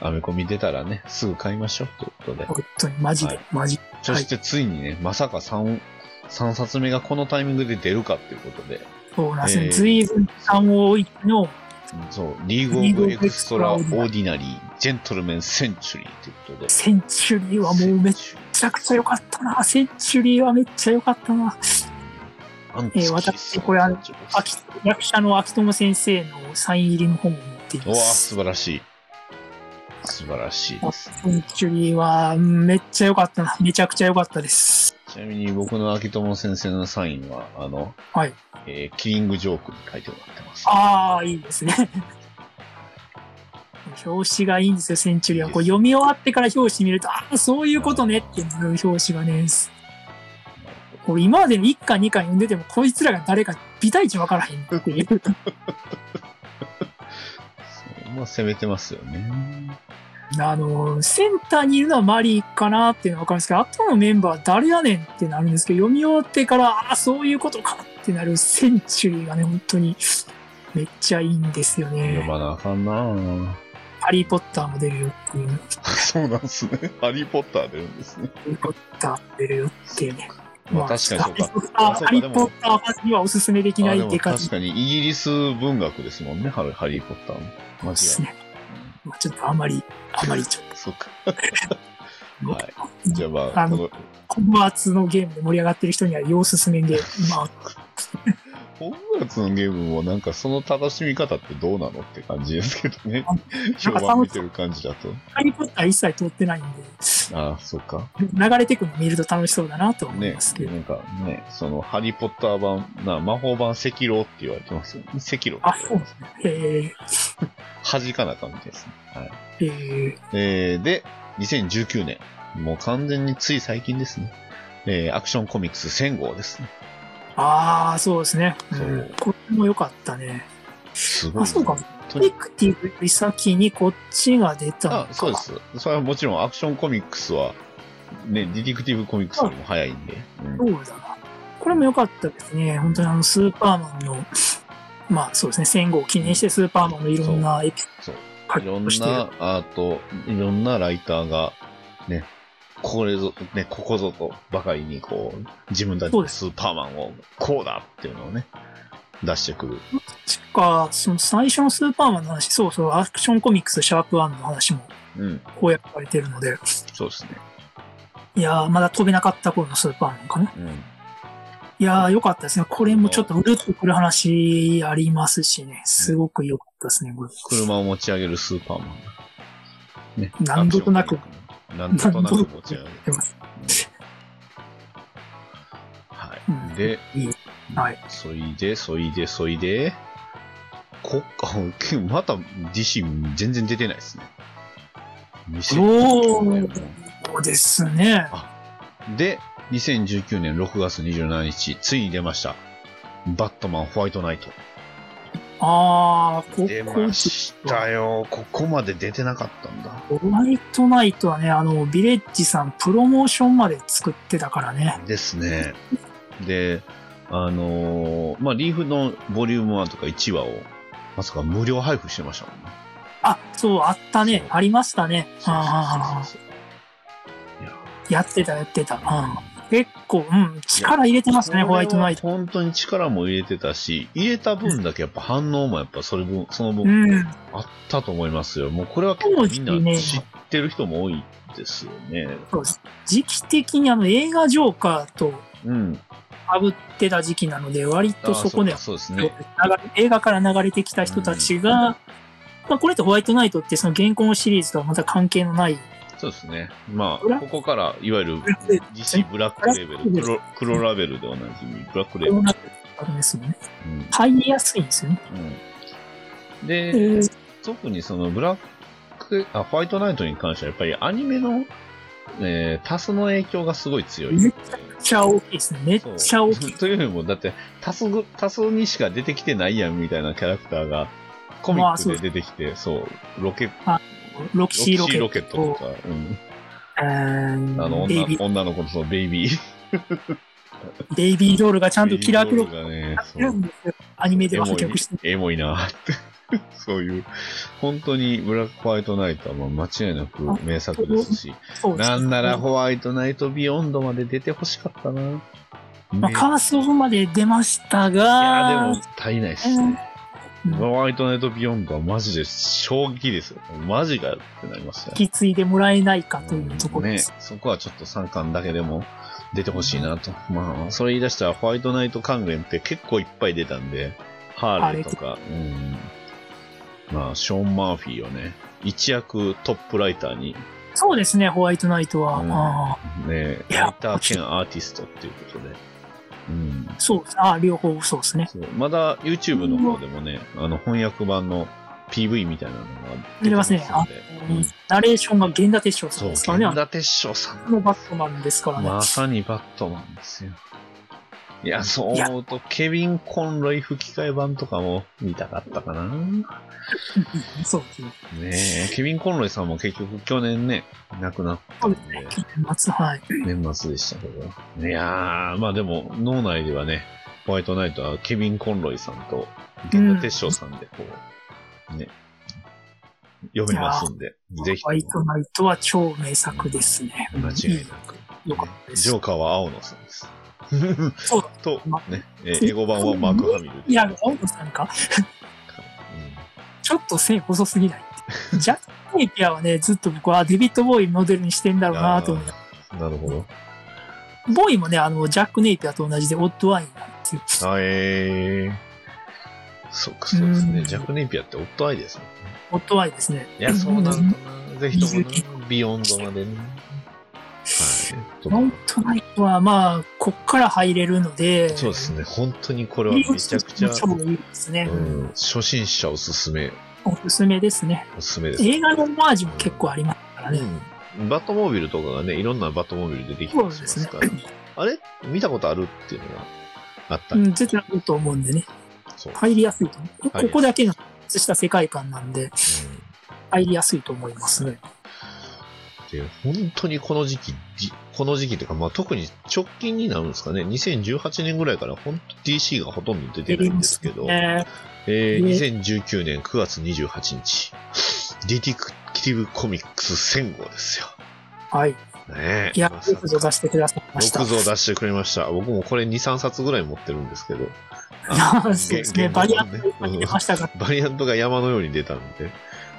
Speaker 4: アメコミ出たらね、すぐ買いましょうということで。
Speaker 5: 本当に、マジで、
Speaker 4: はい
Speaker 5: マジ。
Speaker 4: そしてついにね、まさか3、三冊目がこのタイミングで出るかっていうことで、
Speaker 5: そうなんです
Speaker 4: え
Speaker 5: ね。
Speaker 4: ー
Speaker 5: 随分さんを置いての、
Speaker 4: そう、リーグ・オブ・エクストラ・オーディナリー・ジェントルメン・センチュリーということで。
Speaker 5: センチュリーはもうめっちゃくちゃ良かったな。センチュリーはめっちゃ良かったな。
Speaker 4: アン
Speaker 5: え
Speaker 4: チ
Speaker 5: ー私これあの秋役者の秋友先生のサイン入りの本を持っていう
Speaker 4: わ
Speaker 5: ま
Speaker 4: ー
Speaker 5: す
Speaker 4: 素。晴らしい。素晴らしいです。
Speaker 5: センチュリーはうんめっちゃ良かったな。めちゃくちゃ良かったです。
Speaker 4: ちなみに僕の秋友先生のサインは、あの、
Speaker 5: はい
Speaker 4: えーキリングジョークに書いてもらってます。
Speaker 5: ああ、いいですね。表紙がいいんですよ、センチュリーは。こう読み終わってから表紙見ると、ああ、そういうことねってなる表紙がね、こう今までに1巻2巻読んでても、こいつらが誰かビタイチわからへんっていう。
Speaker 4: そうまあ、攻めてますよね。
Speaker 5: あの、センターにいるのはマリーかなっていうのはわかるんですけど、後のメンバーは誰やねんってなるんですけど、読み終わってから、ああ、そういうことかってなるセンチュリーがね、本当にめっちゃいいんですよ
Speaker 4: 読
Speaker 5: ね。
Speaker 4: まなあかんなぁ。
Speaker 5: ハリー・ポッターも出るよっていう、ハ
Speaker 4: そうなんですね。ハリー・ポッター出るんですね。
Speaker 5: リー・ポッターも出るよっていうね。
Speaker 4: まあ、確かにそうか。
Speaker 5: ハ
Speaker 4: あそうか
Speaker 5: リ
Speaker 4: で
Speaker 5: ー・
Speaker 4: も
Speaker 5: ポッターファンにはおすすめできな
Speaker 4: あ
Speaker 5: い
Speaker 4: で
Speaker 5: っ
Speaker 4: も
Speaker 5: て感じ
Speaker 4: 確かにイギリス文学ですもんね、ハリハリー・ポッターも。間違いな
Speaker 5: で
Speaker 4: い。
Speaker 5: すね。まあちょっとあまり、あまりちょっ
Speaker 4: そうか。
Speaker 5: と。
Speaker 4: はいじゃあまあ、
Speaker 5: あ
Speaker 4: こ
Speaker 5: の
Speaker 4: の、
Speaker 5: コンバーツのゲームで盛り上がってる人には要すすめで、まあ、
Speaker 4: 本月のゲームもなんかその楽しみ方ってどうなのって感じですけどね
Speaker 5: あ。
Speaker 4: 評判見てる感じだと。
Speaker 5: ハリー・ポッター一切通ってないんで、
Speaker 4: ああ、そうか。
Speaker 5: 流れてくの見ると楽しそうだなと思い
Speaker 4: ね
Speaker 5: ます、けど、
Speaker 4: なんかね、その、ハリー・ポッター版、な魔法版赤狼って言われてますよね。赤狼
Speaker 5: あ
Speaker 4: って言われて
Speaker 5: そうで
Speaker 4: ます
Speaker 5: すね。え
Speaker 4: 弾かなあかんみたいですね。はい。
Speaker 5: ー、え
Speaker 4: えーで、2019年。もう完全につい最近ですね。えーアクションコミックス1000号ですね。
Speaker 5: ー、ああ、そうですね。う、
Speaker 4: そうん
Speaker 5: これも良かったね。
Speaker 4: すごい。
Speaker 5: あ、そうか。
Speaker 4: と
Speaker 5: コ
Speaker 4: に
Speaker 5: ミクティブより先にこっちが出たの
Speaker 4: あ
Speaker 5: か。
Speaker 4: そうで。す。それはもちろんアクションコミックスは、ね、ディティクティブコミックスよりも早いんで。うん
Speaker 5: そうだな。これも良かったですね。本当にあの、スーパーマンの、まあそうですね、戦後を記念してスーパーマンのいろんなエピソ
Speaker 4: そう。
Speaker 5: ード
Speaker 4: いろん
Speaker 5: してる
Speaker 4: なアート、いろんなライターが、ね、これぞ、ね、ここぞとばかりに、こう、自分たち
Speaker 5: そう
Speaker 4: の
Speaker 5: です
Speaker 4: スーパーマンを、こうだっていうのをね、出してくる。
Speaker 5: しか、その最初のスーパーマンの話、そうそう、アクションコミックスシャープワンの話も
Speaker 4: うん、
Speaker 5: 公約されてるので、
Speaker 4: そうですね。
Speaker 5: いやー、まだ飛べなかった頃のスーパーマンかな。
Speaker 4: うん。
Speaker 5: いやー、良かったですね。これもちょっとうるっとくる話ありますしね、すごく良かったですね、これ。
Speaker 4: 車を持ち上げるスーパーマン。ね。
Speaker 5: 何度となく
Speaker 4: アクションコミックス。何度となく持ち上げる。
Speaker 5: 出ます。
Speaker 4: は
Speaker 5: うん
Speaker 4: い。で、
Speaker 5: いいはい。
Speaker 4: そいで、そいで、そいで、こっか、また DC 全然出てないですね。
Speaker 5: おー
Speaker 4: 2019年
Speaker 5: そうですね。
Speaker 4: もで、2019年6月27日、ついに出ました。バットマンホワイトナイト。
Speaker 5: あー、こ
Speaker 4: 出ま
Speaker 5: こ、
Speaker 4: したよ。ここまで出てなかったんだ。
Speaker 5: ホワイトナイトはね、あの、ビレッジさんプロモーションまで作ってたからね。
Speaker 4: ですね。で、あのーまあ、リーフのボリューム1とか1話を、まさか無料配布してましたもんね。
Speaker 5: あ、そう、あったね
Speaker 4: そう。
Speaker 5: ありましたね。
Speaker 4: そうそうそう
Speaker 5: あ
Speaker 4: そういや
Speaker 5: やってた、やってた。うん、結構、うん、力入れてますね、ホワイトナイト。
Speaker 4: 本当に力も入れてたし、入れた分だけやっぱ反応もやっぱそれ分、その
Speaker 5: う
Speaker 4: 分
Speaker 5: ん、
Speaker 4: あったと思いますよ。もうこれは結構みんな知ってる人も多いですよね。
Speaker 5: そうです。時期的にあの映画ジョーカーと
Speaker 4: うん。
Speaker 5: かぶってた時期なので、割
Speaker 4: あー
Speaker 5: とそこで
Speaker 4: うか、そうです
Speaker 5: 流
Speaker 4: ね
Speaker 5: れ。映画から流れてきた人たちが、まあ、これってホワイトナイトってその現行のシリーズとはまた関係のない、
Speaker 4: そうですね。ま
Speaker 5: ブ
Speaker 4: あ、
Speaker 5: ラ
Speaker 4: ここから、いわゆる
Speaker 5: ラックレ
Speaker 4: DC ブラックレベル、
Speaker 5: ブラックレベル
Speaker 4: 黒黒ラベルでおなじみ、ブラックレベ
Speaker 5: こ
Speaker 4: ル
Speaker 5: う。なってるあれですよね。
Speaker 4: うん
Speaker 5: 入りやすいんですよね。
Speaker 4: うんで、特にそのブラックあ、ホワイトナイトに関しては、やっぱりアニメの、えータスの影響がすごい強い。
Speaker 5: めっちゃ大きいですね。めっ
Speaker 4: そう
Speaker 5: ちゃ大きい。
Speaker 4: というより も、だってタスぐ、タスにしか出てきてないやんみたいなキャラクターが、コミッ
Speaker 5: まあ
Speaker 4: ク
Speaker 5: そうで
Speaker 4: で出てきて、そう、ロケ、ロ
Speaker 5: ロ
Speaker 4: キ
Speaker 5: キシ
Speaker 4: シ
Speaker 5: ーロ
Speaker 4: ー
Speaker 5: ケ
Speaker 4: ロ
Speaker 5: ッ
Speaker 4: ケット
Speaker 5: ト
Speaker 4: とか、うん、
Speaker 5: あ
Speaker 4: あの
Speaker 5: のベイ
Speaker 4: 女
Speaker 5: ビー、
Speaker 4: 女の子のそのベイビー。
Speaker 5: ベイビードールがちゃんとキラークロッ
Speaker 4: ベイ
Speaker 5: ク
Speaker 4: ビーロールがね、そう
Speaker 5: やってるんですよアニメでは破局してる。
Speaker 4: エモいエモいなって。 そういう、本当にブラックホワイトナイトはもう間違いなく名作ですし、
Speaker 5: そうです
Speaker 4: なんならホワイトナイトビヨンドまで出てほしかったな。ね
Speaker 5: まあ、カースオフまで出ました
Speaker 4: いや
Speaker 5: が、
Speaker 4: でも足りないっすね。
Speaker 5: うん
Speaker 4: ホワイトナイトビヨンドはマジで衝撃ですよ。マジかよってなりました
Speaker 5: 引
Speaker 4: ね。
Speaker 5: き継いでもらえないかというところです。
Speaker 4: ね、そこはちょっと3巻だけでも出てほしいなと。まあ、それ言い出したらホワイトナイト関連って結構いっぱい出たんで、ハーレーとか、うん。まあ、ショーン・マーフィーをね、一躍トップライターに、
Speaker 5: そうですね、ホワイトナイトは。
Speaker 4: うん
Speaker 5: あ
Speaker 4: ね、
Speaker 5: いや
Speaker 4: ライター兼アーティストっていうことで、うん。
Speaker 5: ーそうです。あー両方そうですね。
Speaker 4: そうまだ YouTube の方でもね、あの翻訳版の PV みたいなのが出て
Speaker 5: 出て
Speaker 4: ま
Speaker 5: ますす
Speaker 4: ん
Speaker 5: ね
Speaker 4: で。うん
Speaker 5: ナレーションが源田鉄章さ
Speaker 4: そ
Speaker 5: ん
Speaker 4: う、
Speaker 5: ですからね。
Speaker 4: 源
Speaker 5: あ
Speaker 4: 田鉄章さん。
Speaker 5: のバットマンですからね。
Speaker 4: まさにバットマンですよ。いや、そう思うと、ケビン・コンロイ吹き替え版とかも見たかったかな。ね
Speaker 5: そうですね。
Speaker 4: え、ケビン・コンロイさんも結局去年ね、亡くなった
Speaker 5: そ
Speaker 4: ん
Speaker 5: う
Speaker 4: で
Speaker 5: で、すね。年末、はい。
Speaker 4: 年末でしたけど。いやー、まあでも、脳内ではね、ホワイトナイトはケビン・コンロイさんと、源田鉄章さんで、こう、ね、読めますんで、ぜひ
Speaker 5: ホワイトナイトは超名作ですね。
Speaker 4: 間違いなく。
Speaker 5: い。よかったで
Speaker 4: ジ
Speaker 5: す
Speaker 4: ョー。カーは青野さんです。
Speaker 5: そう
Speaker 4: と
Speaker 5: ま、
Speaker 4: ね、えー英語版はマーク・ハミルです。
Speaker 5: いや、青野さんか。
Speaker 4: う
Speaker 5: ちょっと線細すぎない って。ジャック・ネイピアはね、ずっと僕はデビット・ボーイモデルにしてんだろ
Speaker 4: ん
Speaker 5: うなと思って。
Speaker 4: あーなるほど。
Speaker 5: ボーイもね、あの、ジャック・ネイピアと同じでオッドワインなんていう。
Speaker 4: あえー。そうか、そうですね。
Speaker 5: うん
Speaker 4: ジャック・ネイピアってオットアイですもんね。
Speaker 5: オッドワインですね。
Speaker 4: いや、そうなると
Speaker 5: ん
Speaker 4: な。ぜひともな、ビヨンドまでね。はい。ち
Speaker 5: ホワ
Speaker 4: ょ
Speaker 5: イ
Speaker 4: っ
Speaker 5: トナイトは、まあ、こっから入れるので、
Speaker 4: とそうですね。本当にこれはめちゃくちゃ、
Speaker 5: 超いいですね。
Speaker 4: うん、初心者おすすめ、
Speaker 5: おすすめですね。
Speaker 4: おすすめです。
Speaker 5: 映画のオマージュも結構ありますからね。
Speaker 4: うん。バットモービルとかがね、いろんなバットモービル出てきた
Speaker 5: そ
Speaker 4: り
Speaker 5: うで
Speaker 4: しますす
Speaker 5: ね
Speaker 4: から。。あれ見たことあるっていうのがあった
Speaker 5: う
Speaker 4: り、
Speaker 5: ん、絶対あると思うんでね。
Speaker 4: そう、
Speaker 5: 入りやすいと思う。
Speaker 4: 入りやすい
Speaker 5: ここだけのした世界観なんで、
Speaker 4: うん
Speaker 5: 入りやすいと思いますね。
Speaker 4: で、本当にこの時期、じこの時期というか、まあ、特に直近になるんですかね、2018年ぐらいから本当 DC がほとんど出てないんですけど、
Speaker 5: え
Speaker 4: えー、2019年9月28日、ディティクティブコミックス1000号ですよ。
Speaker 5: ーはい。
Speaker 4: ねえ。
Speaker 5: いや、
Speaker 4: まさ
Speaker 5: よ
Speaker 4: か
Speaker 5: くぞ出してくださいました。
Speaker 4: よくぞ出してくれました。僕もこれ2、3冊ぐらい持ってるんですけど。
Speaker 5: いやー、そうです ね。
Speaker 4: 言語
Speaker 5: バ
Speaker 4: 版
Speaker 5: リアント
Speaker 4: ね
Speaker 5: が出ましたが、
Speaker 4: うんバリアントが山のように出たんで。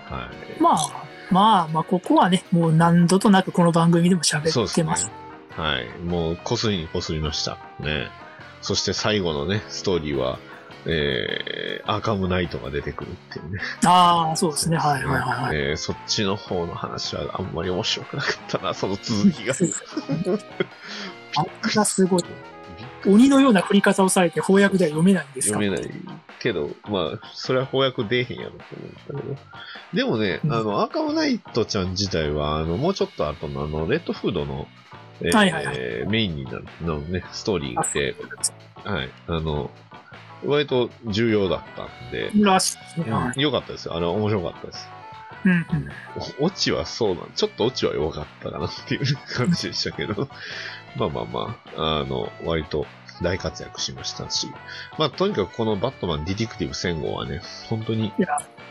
Speaker 4: は
Speaker 5: まあ、まあ、まあ、ここはね、もう何度となくこの番組でも
Speaker 4: い。そう
Speaker 5: 喋
Speaker 4: で
Speaker 5: っ
Speaker 4: す
Speaker 5: て
Speaker 4: ね
Speaker 5: ます。。
Speaker 4: はい。もう、こすりにこすりました。ね。そして最後のね、ストーリーは、えー、アーカムナイトが出てくるっていうね。
Speaker 5: ああ、そうですね。はいはいはいはい。
Speaker 4: えーそっちの方の話はあんまり面白くなかった な、その続きが。
Speaker 5: あんなすごい。
Speaker 4: びっくり
Speaker 5: 鬼のような振り方をされて翻訳では読めないんですか
Speaker 4: 読めないけど、まあ、それは翻訳出えへんやろと思うんだけど。でもね、
Speaker 5: うん
Speaker 4: あの、アーカムナイトちゃん自体は、あの、もうちょっと後のあの、レッドフードの、えー
Speaker 5: はいはいは
Speaker 4: メインになるのね、ストーリ
Speaker 5: あ
Speaker 4: ーで、はい、あの、割と重要だったんで、
Speaker 5: らしいね。はい
Speaker 4: 良かったですよ。あれ面白かったです。
Speaker 5: うんうん
Speaker 4: おオチはそうなん、ちょっとオチは弱かったかなっていう感じでしたけど、 まあまあまあ、あの、割と大活躍しましたし、まあとにかくこのバットマンディティクティブ戦後はね、本当に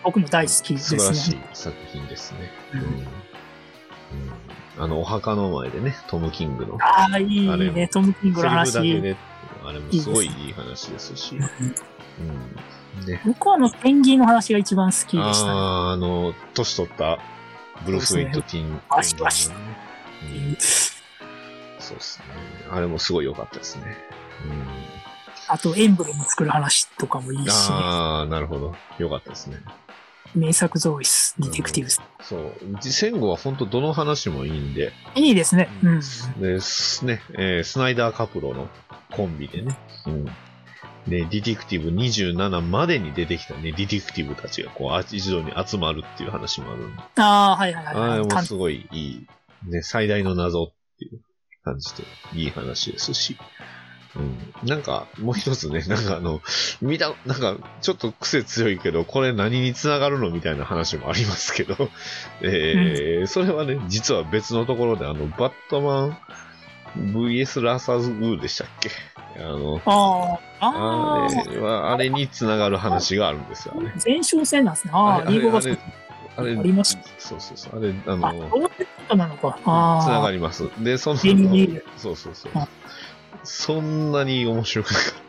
Speaker 5: 僕も大好きで
Speaker 4: 素
Speaker 5: す
Speaker 4: 晴ら
Speaker 5: ね。
Speaker 4: しい作品ですね。
Speaker 5: うん
Speaker 4: うんあの、お墓の前でね、トム・キングの。
Speaker 5: ああ、い
Speaker 4: あれ
Speaker 5: いね、トム・キングの
Speaker 4: セリフだけ
Speaker 5: 話。
Speaker 4: ね、あれもすごいいい話ですし。うん。ね。
Speaker 5: 僕はあの、ペンギンの話が一番好きでしたね。
Speaker 4: あーあの、年取ったブルース・ウィント・ティン。
Speaker 5: バシバシ
Speaker 4: うんそうですね。あれもすごい良かったですね。
Speaker 5: あと、エンブレム作る話とかもい
Speaker 4: うん、
Speaker 5: いし、
Speaker 4: ああ、なるほど。良かったですね。
Speaker 5: 名作ゾイス、ディテクティブス。
Speaker 4: そう。戦後は本当どの話もいいんで、
Speaker 5: いいですね。うん。
Speaker 4: ですね、えースナイダー・カプロのコンビでね、うん。で、ディティクティブ27までに出てきたね、ディティクティブたちがこう、あ一度に集まるっていう話もあるんで、
Speaker 5: ああ、はいはい
Speaker 4: あ
Speaker 5: はい
Speaker 4: れ
Speaker 5: はい。
Speaker 4: も
Speaker 5: かん
Speaker 4: すごいいい、ね、最大の謎っていう感じで、いい話ですし、うん。なんか、もう一つね、 なんかあの、見た、なんか、ちょっと癖強いけど、これ何につながるのみたいな話もありますけど、 えーそれはね、実は別のところで、あの、バットマン VS ラーサーズ・グーでしたっけあの、
Speaker 5: ああ、あ
Speaker 4: あ
Speaker 5: あ、
Speaker 4: れはあれにつながる話があるんですよ、あれ。
Speaker 5: 前哨戦なんですね。ああ、リーゴが
Speaker 4: あれ、あれ、
Speaker 5: ありまし
Speaker 4: そうそうそう、あれ、あ
Speaker 5: あ、
Speaker 4: の、
Speaker 5: どういうことなのか。ああ。
Speaker 4: つながります。で、その後
Speaker 5: ゲームゲーム
Speaker 4: そうそうそう
Speaker 5: あ。
Speaker 4: そんなに面白くなかっ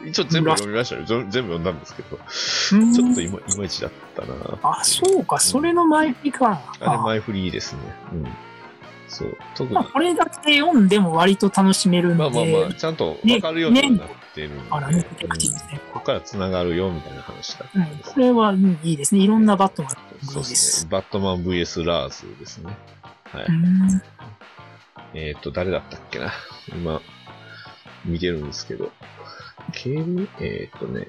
Speaker 4: た。一応全部読みましたよ。全部読んだんですけど、
Speaker 5: うん
Speaker 4: ちょっといまいまいちだったな。
Speaker 5: あ、そうか、それの前振りか。
Speaker 4: あれ
Speaker 5: あ
Speaker 4: 前振りいいですね。うん。そう。特に
Speaker 5: まあ、。これだけ読んでも割と楽しめるんで、
Speaker 4: まあまあまあ、ちゃんと分かるようになってるんで、
Speaker 5: あら
Speaker 4: うん
Speaker 5: ね、ディテクティブね。
Speaker 4: ここから繋がるよみたいな話だった
Speaker 5: うん
Speaker 4: んです
Speaker 5: これは、うんいいですね。いろんなバットマン
Speaker 4: そうで
Speaker 5: ですす
Speaker 4: ね。バットマン VS ラーズですね。はい。
Speaker 5: うん
Speaker 4: えっ、と、誰だったっけな。今、見てるんですけど。ケーえっ、とね、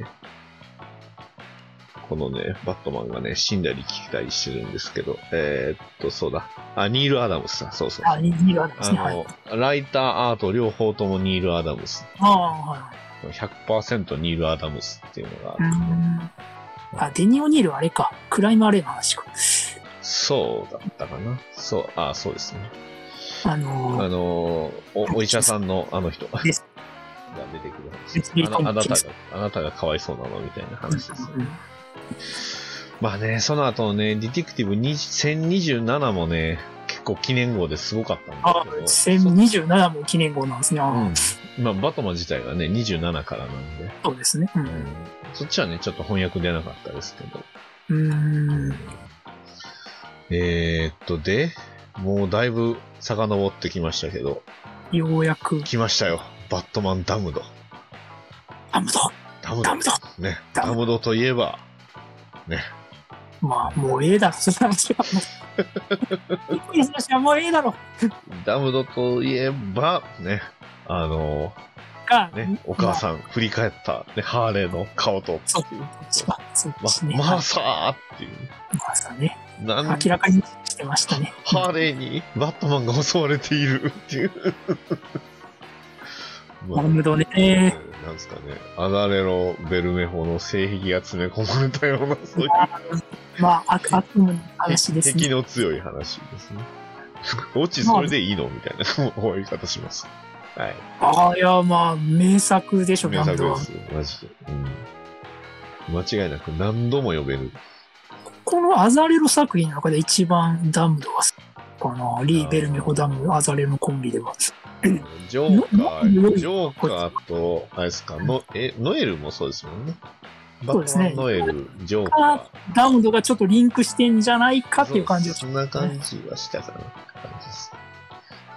Speaker 4: このね、バットマンがね、死んだり聞いたりしてるんですけど、えっ、と、そうだ。あ、ニール・アダムスだ。そうそう
Speaker 5: あ、いいいいわけです
Speaker 4: あ
Speaker 5: ね。はい。
Speaker 4: の、ライターアート両方ともニール・アダムス。
Speaker 5: ああ、はい。
Speaker 4: 100%ニール・アダムスっていうのがあ
Speaker 5: う
Speaker 4: る、
Speaker 5: んあ、デニオニールはあれか。クライマーレイの話か。
Speaker 4: そうだったかな。そう、あ、そうですね。
Speaker 5: あ
Speaker 4: あ
Speaker 5: のー、
Speaker 4: のーお、お医者さんのあの人が出
Speaker 5: で
Speaker 4: て
Speaker 5: す
Speaker 4: くる
Speaker 5: 別に
Speaker 4: 話。あのあなた
Speaker 5: 関係
Speaker 4: が、あなたがかわいそうなのみたいな話ですよ
Speaker 5: うん
Speaker 4: ね。まあね、その後のね、ディティクティブ20 1027もね、結構記念号ですごかった
Speaker 5: あ
Speaker 4: んですけど。
Speaker 5: 1027も記念号なんですね。あ
Speaker 4: う
Speaker 5: ー
Speaker 4: ん。まあ、バトマン自体がね、27からなんで、
Speaker 5: そうですね。う
Speaker 4: うんん。そっちはね、ちょっと翻訳出なかったですけど。
Speaker 5: うーん。
Speaker 4: えーっと、で、もうだいぶ遡ってきましたけど、
Speaker 5: ようやく、
Speaker 4: 来ましたよ。バットマンダムド。
Speaker 5: ダムだ。
Speaker 4: ダムド
Speaker 5: ダ。ムだ。
Speaker 4: ね、
Speaker 5: ダム
Speaker 4: ダムドといえば、
Speaker 5: まあ、もうええだろ、そんな話は。 びっくりしました。もうええだろ。
Speaker 4: ダムドといえば、ね、あの、
Speaker 5: が、
Speaker 4: ね、お母さん振り返った、ね、ハーレーの顔と、
Speaker 5: そう一番そうで
Speaker 4: ます
Speaker 5: ね。
Speaker 4: まさーっていう、
Speaker 5: まさね。
Speaker 4: なん
Speaker 5: 明らかにしてましたね。
Speaker 4: ハーレーにバットマンが襲われているって いう。ま
Speaker 5: ダムドね
Speaker 4: うんなんですかね、アダレロ・ベルメホの性癖が詰め込まれたような、そういう
Speaker 5: まあ、悪悪夢の話です
Speaker 4: 敵
Speaker 5: ね。
Speaker 4: の強い話ですね。 オチそれでいいのみたいな 終わり方します。はい。
Speaker 5: ああ、いや、まあ、名作でしょ、
Speaker 4: 名
Speaker 5: ダム
Speaker 4: 作
Speaker 5: ド
Speaker 4: で
Speaker 5: は。
Speaker 4: す。マジで。うん。間違いなく何度も呼べる。
Speaker 5: このアザレロ作品の中で一番ダムドは好きかな。リー・ベルメホ・ダム、アザレロのコンビでは。
Speaker 4: ジョーカ
Speaker 5: の
Speaker 4: ー、ジョーカーと、あれですか、のえノエルもそうですもんね。バ
Speaker 5: そう
Speaker 4: ッ
Speaker 5: で
Speaker 4: ト
Speaker 5: す
Speaker 4: マ
Speaker 5: ね
Speaker 4: ンノエル、ジョーカ
Speaker 5: ダムドがちょっとリンクしてんじゃないか
Speaker 4: ー。
Speaker 5: っていう感じ
Speaker 4: そそんな感じはしたかなって感じです。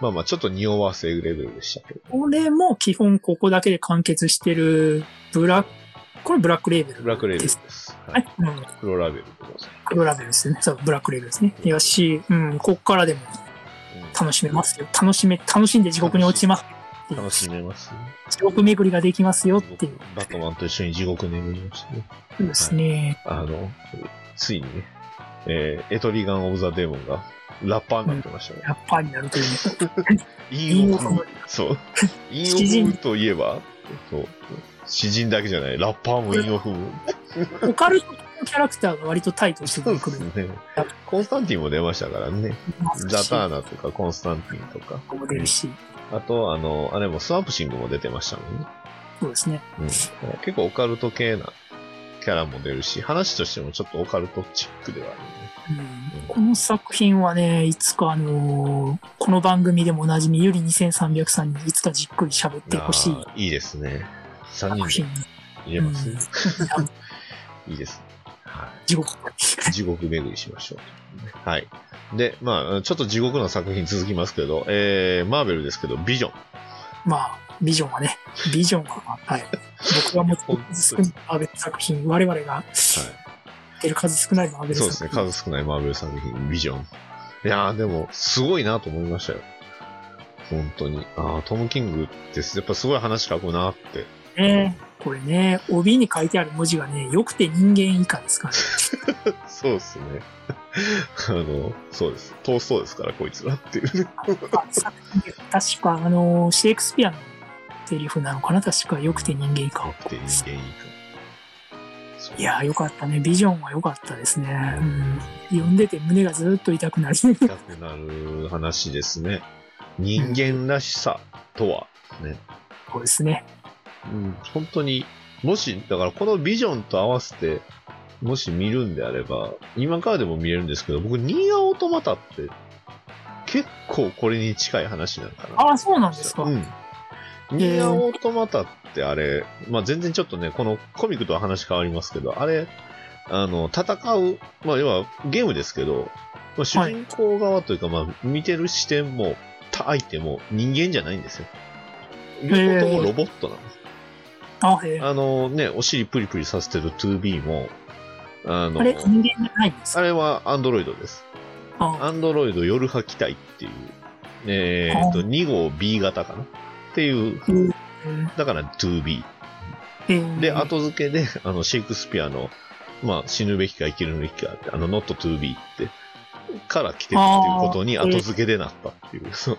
Speaker 4: まあまあ、ちょっと匂わせレベルでしたけど。
Speaker 5: これも基本ここだけで完結してる、ブラック、これブラックレーベル。
Speaker 4: ブラックレーベルで
Speaker 5: です。
Speaker 4: す。は
Speaker 5: はいい。。うん
Speaker 4: 黒ラベルでござい
Speaker 5: 黒ラベルですね。そう、ブラックレーベルですね。よし、うん、こっからでも
Speaker 4: ます。
Speaker 5: 楽しめますよ。楽しめ、楽しんで地獄に落ちます。
Speaker 4: うん楽しめますね。
Speaker 5: 地獄巡りができますよっていう。
Speaker 4: バットマンと一緒に地獄眠りましたね。
Speaker 5: そうですね。
Speaker 4: あの、ついにね、えーエトリガン・オブ・ザ・デーモンがラッパーになってましたね。
Speaker 5: ラッパーになるというね。
Speaker 4: 陰を踏
Speaker 5: 陰を
Speaker 4: む
Speaker 5: 踏。
Speaker 4: そう。陰を
Speaker 5: 詩
Speaker 4: 踏む
Speaker 5: 人
Speaker 4: といえば、そう。詩人だけじゃない、ラッパーも陰を踏む。
Speaker 5: オカルトのキャラクターが割とタイトして
Speaker 4: そうで
Speaker 5: く
Speaker 4: す
Speaker 5: る。
Speaker 4: ね。コンスタンティンも出ましたからね。ザ・ターナとかコンスタンティンとか。
Speaker 5: も出るし。
Speaker 4: あと、あの、あれもスワンプシングも出てましたもんね。
Speaker 5: そうですね。
Speaker 4: うん、結構オカルト系なキャラも出るし、話としてもちょっとオカルトチックではあるね。
Speaker 5: うんこの作品はね、いつかあのーこの番組でもおなじみゆり2300さんにいつかじっくり喋ってほしい
Speaker 4: あーいいですね。3
Speaker 5: 作
Speaker 4: 人
Speaker 5: 品
Speaker 4: で。入れます、
Speaker 5: うん
Speaker 4: いいですね。はい。
Speaker 5: 地獄。
Speaker 4: 地獄巡りしましょう。はい。で、まあ、ちょっと地獄の作品続きますけど、えー、マーベルですけど、ビジョン。
Speaker 5: まあ、ビジョンはね、ビジョンは、はい。僕が持ってる数少ないマーベル作品、我々が知ってる数少ないマーベル
Speaker 4: そうです
Speaker 5: 作
Speaker 4: ね、
Speaker 5: 品。
Speaker 4: 数少ないマーベル作品、ビジョン。いやー、でも、すごいなと思いましたよ。本当に。ああ、トム・キングって、やっぱすごい話書くなって。
Speaker 5: ねこれね、帯に書いてある文字がね、よくて人間以下ですから、ね。
Speaker 4: そうですね。 あの、そうです。トーストですから、こいつらっていうね。
Speaker 5: 確か、あの、シェイクスピアのセリフなのかな確か、よくて人間以
Speaker 4: か
Speaker 5: 下。
Speaker 4: って人間いいか。そう
Speaker 5: いやー、よかったね。ビジョンは良かったですね。うん。読んでて胸がずっと痛くなる。
Speaker 4: 痛くなる話ですね。人間らしさとは、ね。
Speaker 5: そうですね。
Speaker 4: うん、本当に、もし、だからこのビジョンと合わせて、もし見るんであれば、今からでも見れるんですけど、僕、ニーアオートマタって、結構これに近い話なのかな。
Speaker 5: ああ、そうなんですか。
Speaker 4: うん。ニーアオートマタってあれ、まあ、全然ちょっとね、このコミックとは話変わりますけど、あれ、あの、戦う、まあ、要はゲームですけど、まあ、主人公側というか、まあ、見てる視点も、た相手も人間じゃないんですよ。両方ともロボットなんです。
Speaker 5: あへえ
Speaker 4: あのね、お尻プリプリさせてる 2B も、あの、
Speaker 5: あれ、人間じゃないんです
Speaker 4: あ
Speaker 5: か
Speaker 4: れはアンドロイドです。
Speaker 5: あ
Speaker 4: アンドロイド夜吐きたいっていう、えーっと、2号 B 型かなっていう
Speaker 5: ー
Speaker 4: だから 2B。
Speaker 5: へー
Speaker 4: で、後付けで、 あの、シェイクスピアの、まあ、死ぬべきか生きるべきかって、あの、not to be って、から来てるっていうことに
Speaker 5: あー
Speaker 4: 後付けでなったっていう、そう
Speaker 5: へ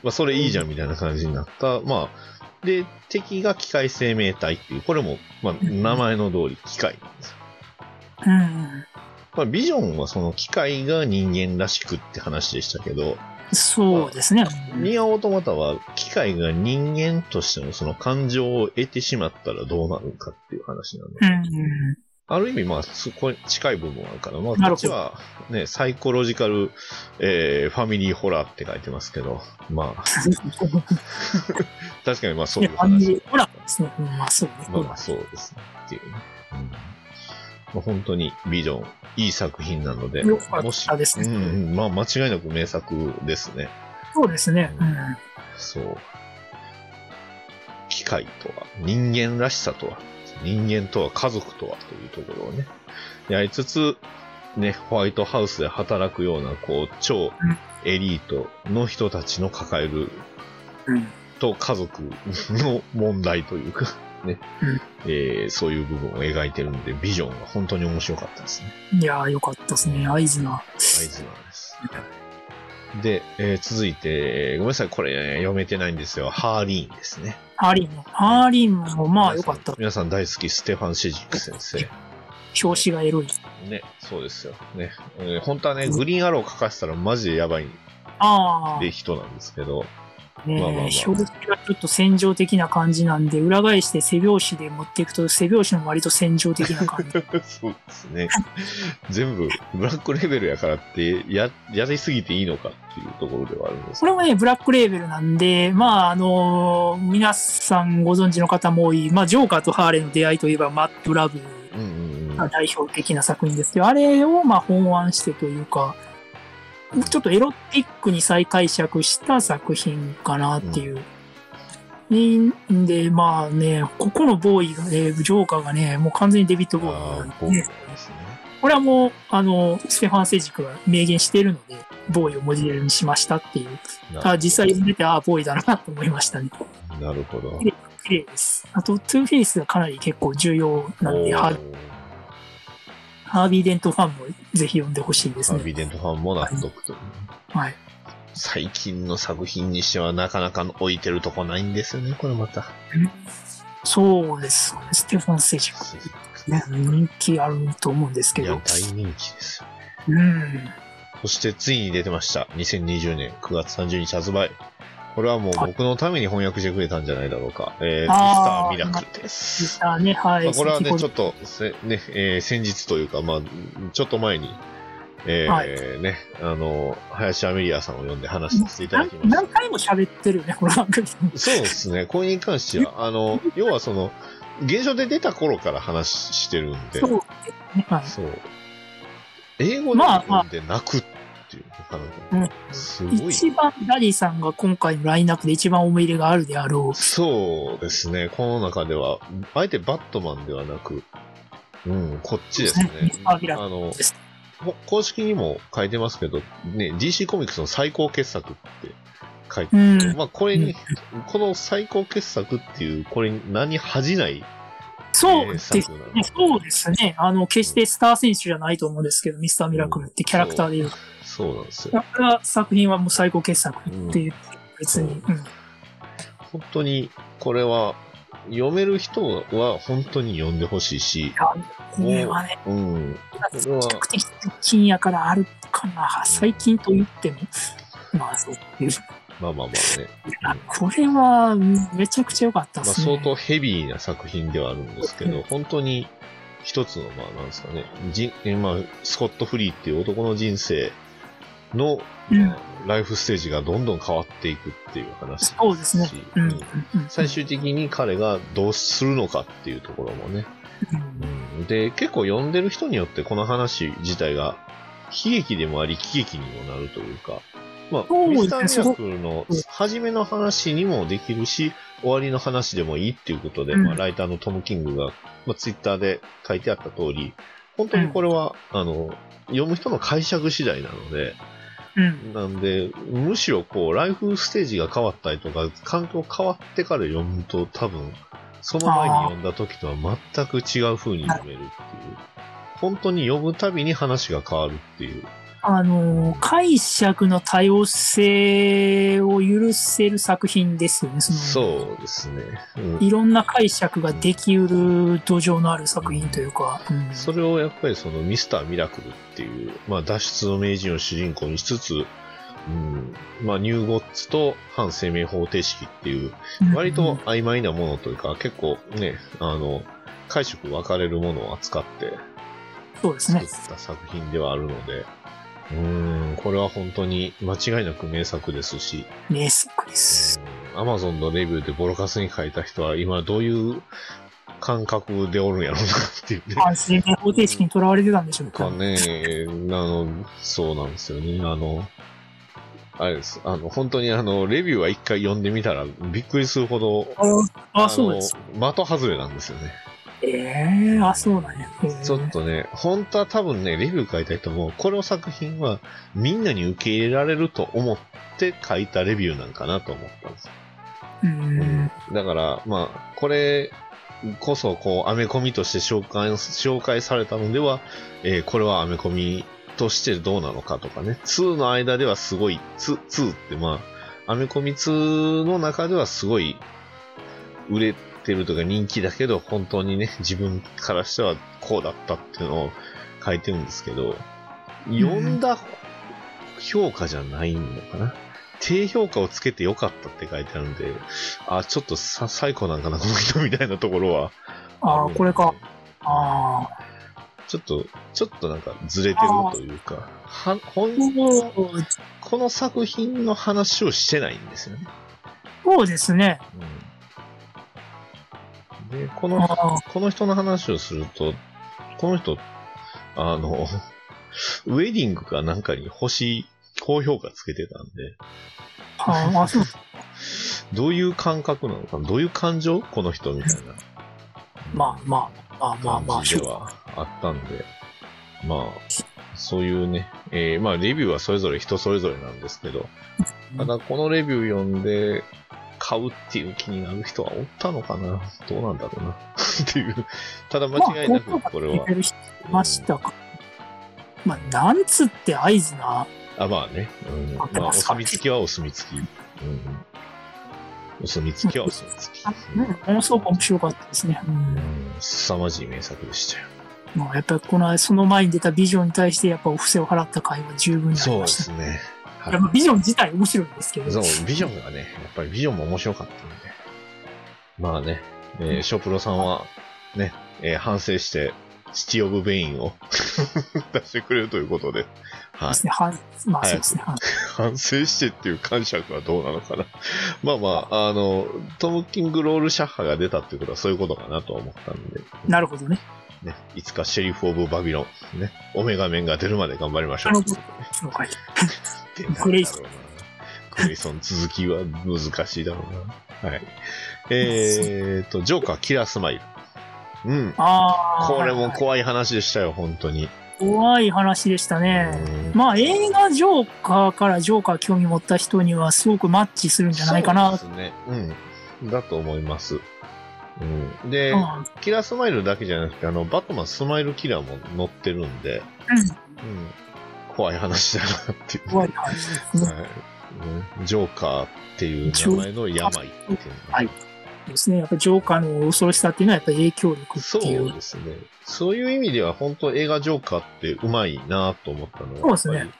Speaker 4: まあ、それいいじゃんみたいな感じになった。まあ、で、敵が機械生命体っていう、これも、まあ、
Speaker 5: ん
Speaker 4: 名前の通り機械なんですよ。
Speaker 5: うん。
Speaker 4: まあ、ビジョンはその機械が人間らしくって話でしたけど、
Speaker 5: そうですね。
Speaker 4: ニアオートマタは機械が人間としてのその感情を得てしまったらどうなるかっていう話なので
Speaker 5: うん。
Speaker 4: ある意味、まあ、そこに近い部分はあるから、まあ、
Speaker 5: な
Speaker 4: こ
Speaker 5: るほど
Speaker 4: っちは、ね、サイコロジカル、えーファミリーホラーって書いてますけど、まあ、確かにまあそういう話。
Speaker 5: ほらですね。うんまあそうね。
Speaker 4: まあまあ、そうですね。っていうね。うんまあ、本当にビジョン、いい作品なので、
Speaker 5: よかった
Speaker 4: もし、
Speaker 5: ですね
Speaker 4: うんうん、まあ間違いなく名作ですね。
Speaker 5: そうですね。うん。
Speaker 4: そう。機械とは、人間らしさとは、人間とは家族とはというところをね、やりつつ、ね、ホワイトハウスで働くような、こう、超エリートの人たちの抱える
Speaker 5: うん
Speaker 4: と家族の問題というか、ね
Speaker 5: うん、
Speaker 4: えーそういう部分を描いてるので、ビジョンは本当に面白かったですね。
Speaker 5: いやー、よかったですね。合図な。
Speaker 4: 合図なんです。で、えー続いて、えーごめんなさい、これ、ね、読めてないんですよ。ハーリーンですね。
Speaker 5: ハーリンも。ハーリンも、まあよかった。
Speaker 4: 皆さん大好き、ステファン・シジック先生。
Speaker 5: 表紙がエロい。
Speaker 4: ね、そうですよ。ね、えー本当はね、グリーンアロー書かせたらマジでやばい
Speaker 5: ああ。
Speaker 4: で人なんですけど、
Speaker 5: ねえ、
Speaker 4: まあまあまあ
Speaker 5: 表紙がちょっと戦場的な感じなんで、裏返して背拍子で持っていくと、背拍子も割と戦場的な感 じ。
Speaker 4: そうですね。全部、ブラックレベルやからって、や、やりすぎていいのかっていうところではあるんです
Speaker 5: これもね、ブラックレーベルなんで、まあ、あのー皆さんご存知の方も多い、まあ、ジョーカーとハーレーの出会いといえば、マット・ラブ
Speaker 4: うんうんうん。
Speaker 5: が代表的な作品ですけど、あれを、まあ、本案してというか、ちょっとエロティックに再解釈した作品かなっていう。んで、まあね、ここのボーイがね、ジョーカーがね、もう完全にデビッド・ボーイ
Speaker 4: ああ、
Speaker 5: なん
Speaker 4: 僕
Speaker 5: で
Speaker 4: で
Speaker 5: ね
Speaker 4: すね。
Speaker 5: これはもう、あの、ステファン・セジクが明言しているので、ボーイをモデルにしましたっていう。
Speaker 4: な
Speaker 5: あ実際出て、ああ、ボーイだなと思いましたね。
Speaker 4: なるほど。
Speaker 5: 綺麗です。あと、トゥーフェイスがかなり結構重要なんで、ハ
Speaker 4: ハ
Speaker 5: ーハービー・デントファンもぜひ読んでほしいです
Speaker 4: ービ
Speaker 5: ね。
Speaker 4: ーデントファンも納得という。
Speaker 5: はい。
Speaker 4: 最近の作品にしてはなかなか置いてるとこないんですよね、これまた。
Speaker 5: そうですよね。ステファン・セジク。ね、人気あると思うんですけ
Speaker 4: いや、
Speaker 5: ど。
Speaker 4: 大人気ですよ。
Speaker 5: うん。
Speaker 4: そしてついに出てました。2020年9月30日発売。これはもう僕のために翻訳してくれたんじゃないだろうか。えー、ミスタ
Speaker 5: あ
Speaker 4: ー
Speaker 5: ー
Speaker 4: ミラクルです。
Speaker 5: でしたね、はい。
Speaker 4: まあ、これはね、
Speaker 5: 先ほ
Speaker 4: ちょ
Speaker 5: ど
Speaker 4: っとせ、ね、えー先日というか、まあ、ちょっと前に、えー
Speaker 5: は
Speaker 4: ね、あの、林アメリアさんを呼んで話させていただきま
Speaker 5: 何
Speaker 4: した
Speaker 5: 何。回も喋ってるよね、この番組。
Speaker 4: そうですね、これに関しては、あの、要はその、現象で出た頃から話してるんで、
Speaker 5: そう
Speaker 4: そう。
Speaker 5: ですね。はい
Speaker 4: 英語で
Speaker 5: まあまあ
Speaker 4: 読んで泣くっていう、
Speaker 5: う
Speaker 4: なかなんか、すごい。
Speaker 5: 一番、ダディさんが今回のラインナップで一番思い入れがあるであろう。
Speaker 4: そうですね、この中では、あえてバットマンではなく、うん、こっちですね
Speaker 5: そうですね。アービラ
Speaker 4: あの
Speaker 5: です、
Speaker 4: ほ公式にも書いてますけど、ね、DC コミックスの最高傑作って書いて、
Speaker 5: うん。
Speaker 4: まあ、これに、この最高傑作っていう、これに何恥じない
Speaker 5: そう
Speaker 4: 名
Speaker 5: です
Speaker 4: 作
Speaker 5: ね。
Speaker 4: なの
Speaker 5: そうですね。あの、決してスター選手じゃないと思うんですけど、ミスターミラクルってキャラクターで言うと。
Speaker 4: そうなんですよ。
Speaker 5: だから作品はもう最高傑作っていう、別に。うん
Speaker 4: 本当に、これは、読める人は本当に読んでほしいし、
Speaker 5: これはね、
Speaker 4: うん、
Speaker 5: 比較的近やからあるかな。最近と言っても。まあ、そういう。
Speaker 4: まあまあまあね。
Speaker 5: これは、うんめちゃくちゃ良かった
Speaker 4: まあ、
Speaker 5: ですね。
Speaker 4: 相当ヘビーな作品ではあるんですけど、本当に一つの、まあ、なんですかね、じえまあ、スコット・フリーっていう男の人生の、
Speaker 5: うん
Speaker 4: まあライフステージがどんどん変わっていくっていう話
Speaker 5: そうですね
Speaker 4: し
Speaker 5: うん
Speaker 4: う
Speaker 5: うん
Speaker 4: ん最終的に彼がどうするのかっていうところもね。
Speaker 5: うん
Speaker 4: うんで、結構読んでる人によってこの話自体が悲劇でもあり喜劇にもなるというか、まあ、
Speaker 5: そう
Speaker 4: ミ
Speaker 5: ですね
Speaker 4: スター・ミラクルの初めの話にもできるし、終わりの話でもいいっていうことで、
Speaker 5: うん
Speaker 4: まあ、ライターのトム・キングが、まあ、ツイッターで書いてあった通り、本当にこれは、あの、読む人の解釈次第なので、
Speaker 5: うん
Speaker 4: なんで、むしろこう、ライフステージが変わったりとか、環境変わってから読むと多分、その前に読んだ時とは全く違う風に読めるっていう。本当に読むたびに話が変わるっていう。
Speaker 5: あのー解釈の多様性を許せる作品ですよね。その
Speaker 4: そうですね。うん
Speaker 5: いろんな解釈ができうる土壌のある作品というか、うん
Speaker 4: それをやっぱりそのミスターミラクルっていう、まあ脱出の名人を主人公にしつつ、うん、まあニューゴッツと反生命方程式っていう、割と曖昧なものというか、結構ね、あの、解釈分かれるものを扱って
Speaker 5: そうです
Speaker 4: 作っ
Speaker 5: ね。
Speaker 4: た作品ではあるので、うーん、これは本当に間違いなく名作ですし、
Speaker 5: 名作です。
Speaker 4: アマゾンのレビューでボロカスに書いた人は今どういう感覚でおるんやろうなっていうね。
Speaker 5: 反省の方程式にとらわれてたんでしょう
Speaker 4: か
Speaker 5: か。
Speaker 4: ね、あの、そうなんですよね。あの、あれです。あの、本当にあの、レビューは一回読んでみたらびっくりするほど、
Speaker 5: ああ、そうです。
Speaker 4: の的外れなんですよね。
Speaker 5: ええあ、そうなんや。ええ
Speaker 4: ちょっとね、本当は多分ね、レビュー書いた人も、この作品はみんなに受け入れられると思って書いたレビューなんかなと思ったんですよ。
Speaker 5: うん。
Speaker 4: だから、まあ、これこそ、こう、アメコミとして紹介、紹介されたのでは、えーこれはアメコミとしてどうなのかとかね、2の間ではすごい、2, 2ってまあ、アメコミ2の中ではすごい売れてるとか人気だけど、本当にね、自分からしてはこうだったっていうのを書いてるんですけど、読んだ評価じゃないのかな。低評価をつけてよかったって書いてあるんで、あ、ちょっとさ、最高なんかな、この人みたいなところは。
Speaker 5: ああ、
Speaker 4: るんで
Speaker 5: これか。。ああ。
Speaker 4: ちょっと、ちょっとなんかずれてるというか、は、ほん、この作品の話をしてないんですよね。
Speaker 5: そうですね。
Speaker 4: うん、で、この、
Speaker 5: あ
Speaker 4: この人の話をすると、この人、あの、 ウェディングかなんかに星、高評価つけてたんで、
Speaker 5: ああ、そう。
Speaker 4: どういう感覚なのかなどういう感情この人みたいな。
Speaker 5: まあまあ、まあまあま
Speaker 4: 感
Speaker 5: あ、
Speaker 4: じではあったんで、まあ、そういうね、えーまあ、レビューはそれぞれ人それぞれなんですけど、ただ、このレビュー読んで、買うっていう気になる人はおったのかなどうなんだろうな っていう。ただ、間違いなくこれは。
Speaker 5: てる人いましたか。まあ、なんつって合図な。
Speaker 4: あ、まあね。うん、
Speaker 5: 合
Speaker 4: ま
Speaker 5: って
Speaker 4: あ、お
Speaker 5: ますか
Speaker 4: 墨付きはお墨付き。うん、お墨付きはお墨付き。
Speaker 5: ものすごく面白かったですね。う
Speaker 4: うんん、凄まじい名作でしたよ。
Speaker 5: まあ、やっぱりこのその前に出たビジョンに対してやっぱお布施を払った回は十分にあり
Speaker 4: そう
Speaker 5: ま
Speaker 4: で
Speaker 5: した。
Speaker 4: すね。
Speaker 5: いやまあビジョン自体面白いんですけど。
Speaker 4: そう、ビジョンがね、やっぱりビジョンも面白かったんで。まあね、えーショプロさんは、ね、えー反省して、シティオブベインを 出してくれるということで、は
Speaker 5: で
Speaker 4: い
Speaker 5: す。ね。はまあ
Speaker 4: はい
Speaker 5: そうですね。はい
Speaker 4: 反省してっていう感触はどうなのかな。まあまあ、あの、トム・キング・ロール・シャッハが出たっていうことはそういうことかなとは思ったんで、
Speaker 5: なるほどね。
Speaker 4: ね、いつかシェリフ・オブ・バビロン、ね、オメガメンが出るまで頑張りましょ
Speaker 5: な
Speaker 4: う
Speaker 5: るほ。ど。了解。
Speaker 4: ってなんだろうな
Speaker 5: グレイソン。
Speaker 4: グレイソン続きは難しいだろうな。はい。えーと、ジョーカー、キラースマイル。うん。
Speaker 5: ああ。
Speaker 4: これも怖い話でしたよ、本当に。
Speaker 5: 怖い話でしたね。まあ映画ジョーカーからジョーカー興味持った人にはすごくマッチするんじゃないかな。
Speaker 4: そうですね。うん。だと思います。うん、で、
Speaker 5: うん
Speaker 4: キラースマイルだけじゃなくて、あの、バットマンスマイルキラーも載ってるんで、うん。怖い話だなっていう。
Speaker 5: 怖い話ですね。
Speaker 4: はいうんジョーカーっていう名前の病っていうのが
Speaker 5: はいですね。やっぱジョーカーの恐ろしさっていうのはやっぱ影響力って
Speaker 4: そう
Speaker 5: いう。そう
Speaker 4: ですね。そういう意味では、本当映画ジョーカーってうまいなと思ったのは、
Speaker 5: そうですね
Speaker 4: やっぱ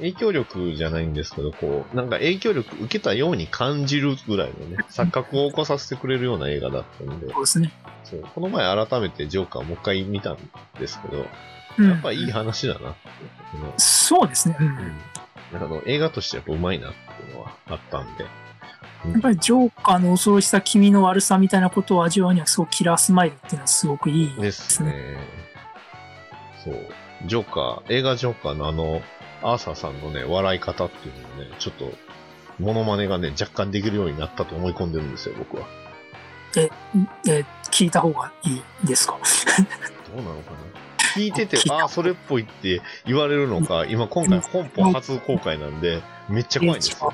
Speaker 4: り影響力じゃないんですけど、こう、なんか影響力受けたように感じるぐらいのね、錯覚を起こさせてくれるような映画だったんで、
Speaker 5: ですね。
Speaker 4: そうこの前改めてジョーカーもう一回見たんですけど、
Speaker 5: うん。
Speaker 4: やっぱいい話だなっていうの
Speaker 5: そうですね。うん
Speaker 4: うん、あの映画としてやっぱうまいなっていうのはあったんで、うん
Speaker 5: やっぱりジョーカーの恐ろしさ、君の悪さみたいなことを味わうには、そうキラースマイルっていうのはすごくいい
Speaker 4: ですね。そう。ジョーカー、映画ジョーカーのあの、アーサーさんのね、笑い方っていうのもね、ちょっと、モノマネがね、若干できるようになったと思い込んでるんですよ、僕は。
Speaker 5: え聞いた方がいいですか
Speaker 4: どうなのかな聞いて て
Speaker 5: 聞い、た
Speaker 4: ああー、それっぽいって言われるのか、今今回本邦初公開なんで、めっちゃ怖いんですよ。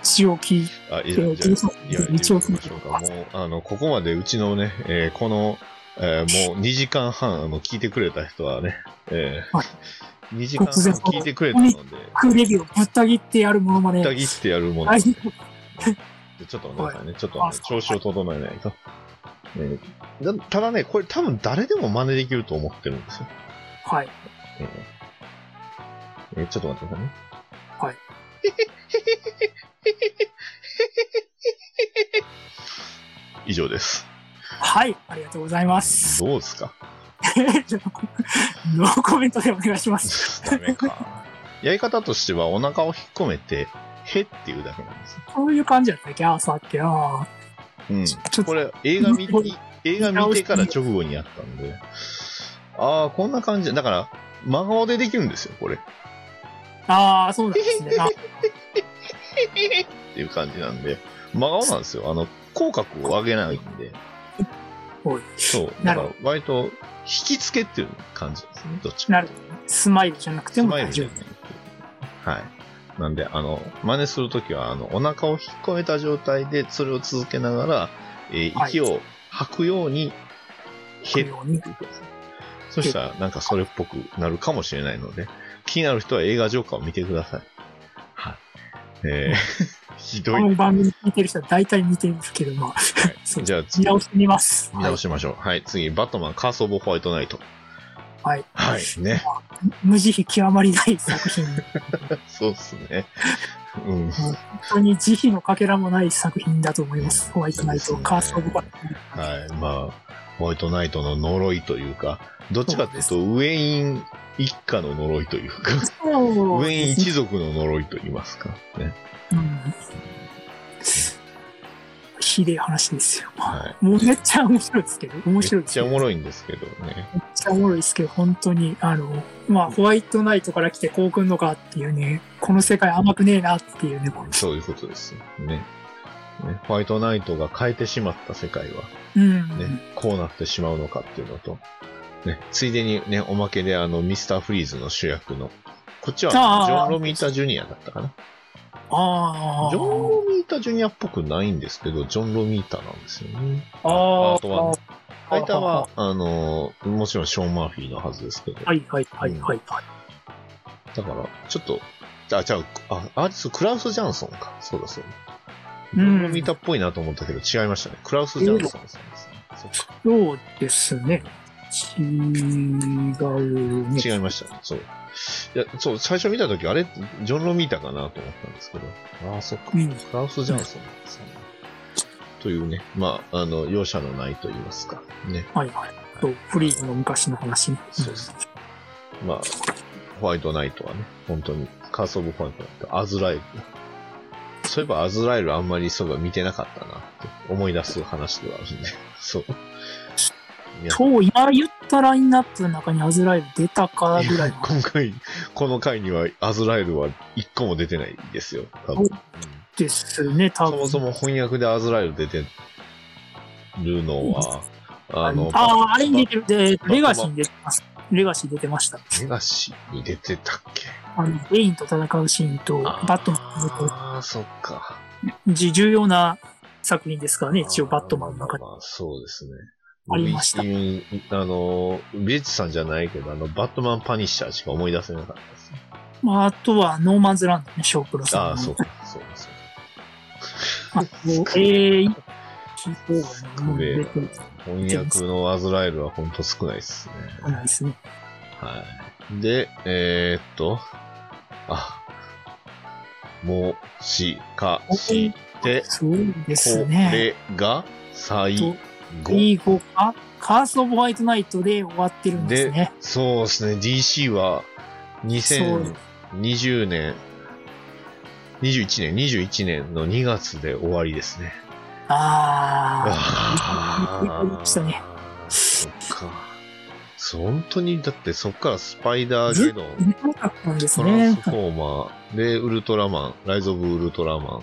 Speaker 5: 一応聞い
Speaker 4: あ、い
Speaker 5: て、
Speaker 4: や、じゃあいや、言って
Speaker 5: 一応
Speaker 4: み
Speaker 5: 聞い
Speaker 4: ま
Speaker 5: て
Speaker 4: しょうか。 もう、あの、ここまでうちのね、えーこの、えーもう2時間半、あの、聞いてくれた人はね、え
Speaker 5: はい
Speaker 4: 2時間半聞いてくれたので、
Speaker 5: クレビをぶった切ってやるものま
Speaker 4: た
Speaker 5: で。
Speaker 4: ぎってやるもの
Speaker 5: は
Speaker 4: で
Speaker 5: い
Speaker 4: すね。でちょっと皆さんね、ちょっとあの
Speaker 5: あそ
Speaker 4: 調
Speaker 5: う
Speaker 4: 子を整えないと。えーだただね、これ多分誰でも真似できると思ってるんですよ。
Speaker 5: はい。
Speaker 4: えーえーちょっと待ってくださいね。
Speaker 5: はい。
Speaker 4: 以上です。
Speaker 5: はい。ありがとうございます。
Speaker 4: どうですか
Speaker 5: ノーコメントでお願いします。
Speaker 4: ダメか。やり方としてはお腹を引っ込めて、へっていうだけなんです。
Speaker 5: こういう感じやったっけあーさっきな。
Speaker 4: うん。
Speaker 5: ちょっ、
Speaker 4: ことれ映画見に映画見てから直後にやったんで、ああ、こんな感じだから、真顔でできるんですよ、これ。っ
Speaker 5: ああ、そうなんですね。あ
Speaker 4: ていう感じなんで、真顔なんですよ。あの、口角を上げないんで。
Speaker 5: おい
Speaker 4: そう。だ
Speaker 5: な
Speaker 4: か
Speaker 5: る
Speaker 4: ら、割と、引きつけっていう感じですね、どっちか。
Speaker 5: なるほどね。スマイルじゃなくて
Speaker 4: ス
Speaker 5: も
Speaker 4: マイ
Speaker 5: 大
Speaker 4: ル
Speaker 5: 丈
Speaker 4: じゃ
Speaker 5: 夫
Speaker 4: ない。はい。なんで、あの、真似するときは、あの、お腹を引っ込めた状態で、それを続けながら、えー
Speaker 5: はい
Speaker 4: 息を吐くように、
Speaker 5: 来
Speaker 4: へ
Speaker 5: るように。
Speaker 4: そしたら、なんかそれっぽくなるかもしれないので、気になる人は映画ジョーカーを見てください。はい。えー、 ひど
Speaker 5: こ
Speaker 4: い。
Speaker 5: の番組聞いてる人は大体見てるけど、まあ、 そう
Speaker 4: じゃあ
Speaker 5: 見
Speaker 4: 次、
Speaker 5: 直してみます。
Speaker 4: 見直しましょう。はい、次、バットマン、カーソーボホワイトナイト。
Speaker 5: はい。
Speaker 4: はい、ね。
Speaker 5: 無慈悲極まりない作品。本
Speaker 4: そうっすね。うん。
Speaker 5: 当に慈悲のかけらもない作品だと思います。ホワイトナイ
Speaker 4: そう
Speaker 5: ト、
Speaker 4: ですね
Speaker 5: カース・オブ・バッ
Speaker 4: はい、まあ、ホワイトナイトの呪いというか、どっちかというと、ウェイン一家の呪いというか、ウ
Speaker 5: そう
Speaker 4: ェイン
Speaker 5: ですね
Speaker 4: 一族の呪いと言いますか、ね。
Speaker 5: うんひでえ話ですよ。
Speaker 4: は
Speaker 5: もうめっちゃ面白いですけど、
Speaker 4: い。
Speaker 5: 面
Speaker 4: め
Speaker 5: 白
Speaker 4: っ
Speaker 5: いです
Speaker 4: ち
Speaker 5: け
Speaker 4: ゃ
Speaker 5: ど
Speaker 4: おもろいんですけどね。
Speaker 5: めっちゃおもろいですけど、本当に、あの、まあ、ホワイトナイトから来てこうくんのかっていうね、この世界甘くねえなっていうね、こ
Speaker 4: そういうことですよね。ねホワイトナイトが変えてしまった世界は、
Speaker 5: ううん。
Speaker 4: ね、こうなってしまうのかっていうのと、ね、ついでにね、おまけであの、ミスターフリーズの主役の、こっちは
Speaker 5: あー
Speaker 4: ジョン・ロミータ・ジュニアだったかな。
Speaker 5: ああ。
Speaker 4: ジョン・ロミータ・ジュニアっぽくないんですけど、ジョン・ロミータなんですよね。
Speaker 5: ああ。
Speaker 4: パートワン
Speaker 5: あー
Speaker 4: 相手は、あのー、もちろんショーン・マーフィーのはずですけど、
Speaker 5: はいはいはいはいはい。
Speaker 4: だから、ちょっと、あ、じゃあ、あアーティスト、クラウス・ジャンソンか。そうだそうだ。
Speaker 5: うん
Speaker 4: 見たっぽいなと思ったけど、違いましたね。クラウス・ジャンソンさんですね。そっか
Speaker 5: そうですね。違うね。
Speaker 4: 違いましたね。そう。いや、そう、最初見たとき、あれ、ジョン・ロミータかなと思ったんですけど、ああ、そっか、
Speaker 5: うん
Speaker 4: フランス・ジャンソンなんですね。というね、まあ、あの、容赦のないと言いますか、ね、
Speaker 5: はいはい。と、フリーズの昔の話ね。
Speaker 4: そうですね。まあ、ホワイトナイトはね、本当に、カース・オブ・ホワイトナイト、アズラエル。そういえば、アズラエルあんまりそういえば見てなかったなって思い出す話ではあるんで、 そう。皆さん
Speaker 5: そう、今言ったラインナップの中にアズライル出たかぐらいの。
Speaker 4: 今回、この回にはアズラエルは一個も出てないですよ、多分。
Speaker 5: ですね、多
Speaker 4: そ
Speaker 5: 分。
Speaker 4: もそも翻訳でアズラエル出てるのは、あの、
Speaker 5: ああ、あれに出てる。で、
Speaker 4: バットマン
Speaker 5: レガシーに出てます。レガシー出てました。
Speaker 4: レガシーに出てたっけ
Speaker 5: あの、ベインと戦うシーンと、
Speaker 4: あー
Speaker 5: バットマンと
Speaker 4: ああ、そっか。
Speaker 5: じ重要な作品ですからね、一応バットマンの中
Speaker 4: あ
Speaker 5: で。
Speaker 4: ーまあそうですね。
Speaker 5: ありました
Speaker 4: ビッチあの、ビッチさんじゃないけど、あの、バットマンパニッシャーしか思い出せなかったですね。
Speaker 5: まあ、あとは、ノーマンズランドね、ショープロさんの。
Speaker 4: ああ、そうか、そうか、そうか。
Speaker 5: あのええー、
Speaker 4: 不明
Speaker 5: 出
Speaker 4: な
Speaker 5: てる
Speaker 4: 翻訳のアズラエルは本当少ないですね。
Speaker 5: ないですね。
Speaker 4: はい。で、えー、っと、あ、もしかして、
Speaker 5: そうです
Speaker 4: こ
Speaker 5: ね。
Speaker 4: れが最後。
Speaker 5: リーゴかカース・オブ・ホワイト・ナイトで終わってるんです
Speaker 4: で
Speaker 5: ね。、
Speaker 4: そうですね、DC は
Speaker 5: そう
Speaker 4: 2020年、21年、21年の2月で終わりですね。
Speaker 5: あ
Speaker 4: あ
Speaker 5: びっくりしたね。
Speaker 4: そっか。そう本当に、だってそっからスパイダーゲドン
Speaker 5: あ、。見たかったんです
Speaker 4: トラン
Speaker 5: ね
Speaker 4: ス。フォーマー、で、ウルトラマン、ライズ・オブ・ウルトラマン。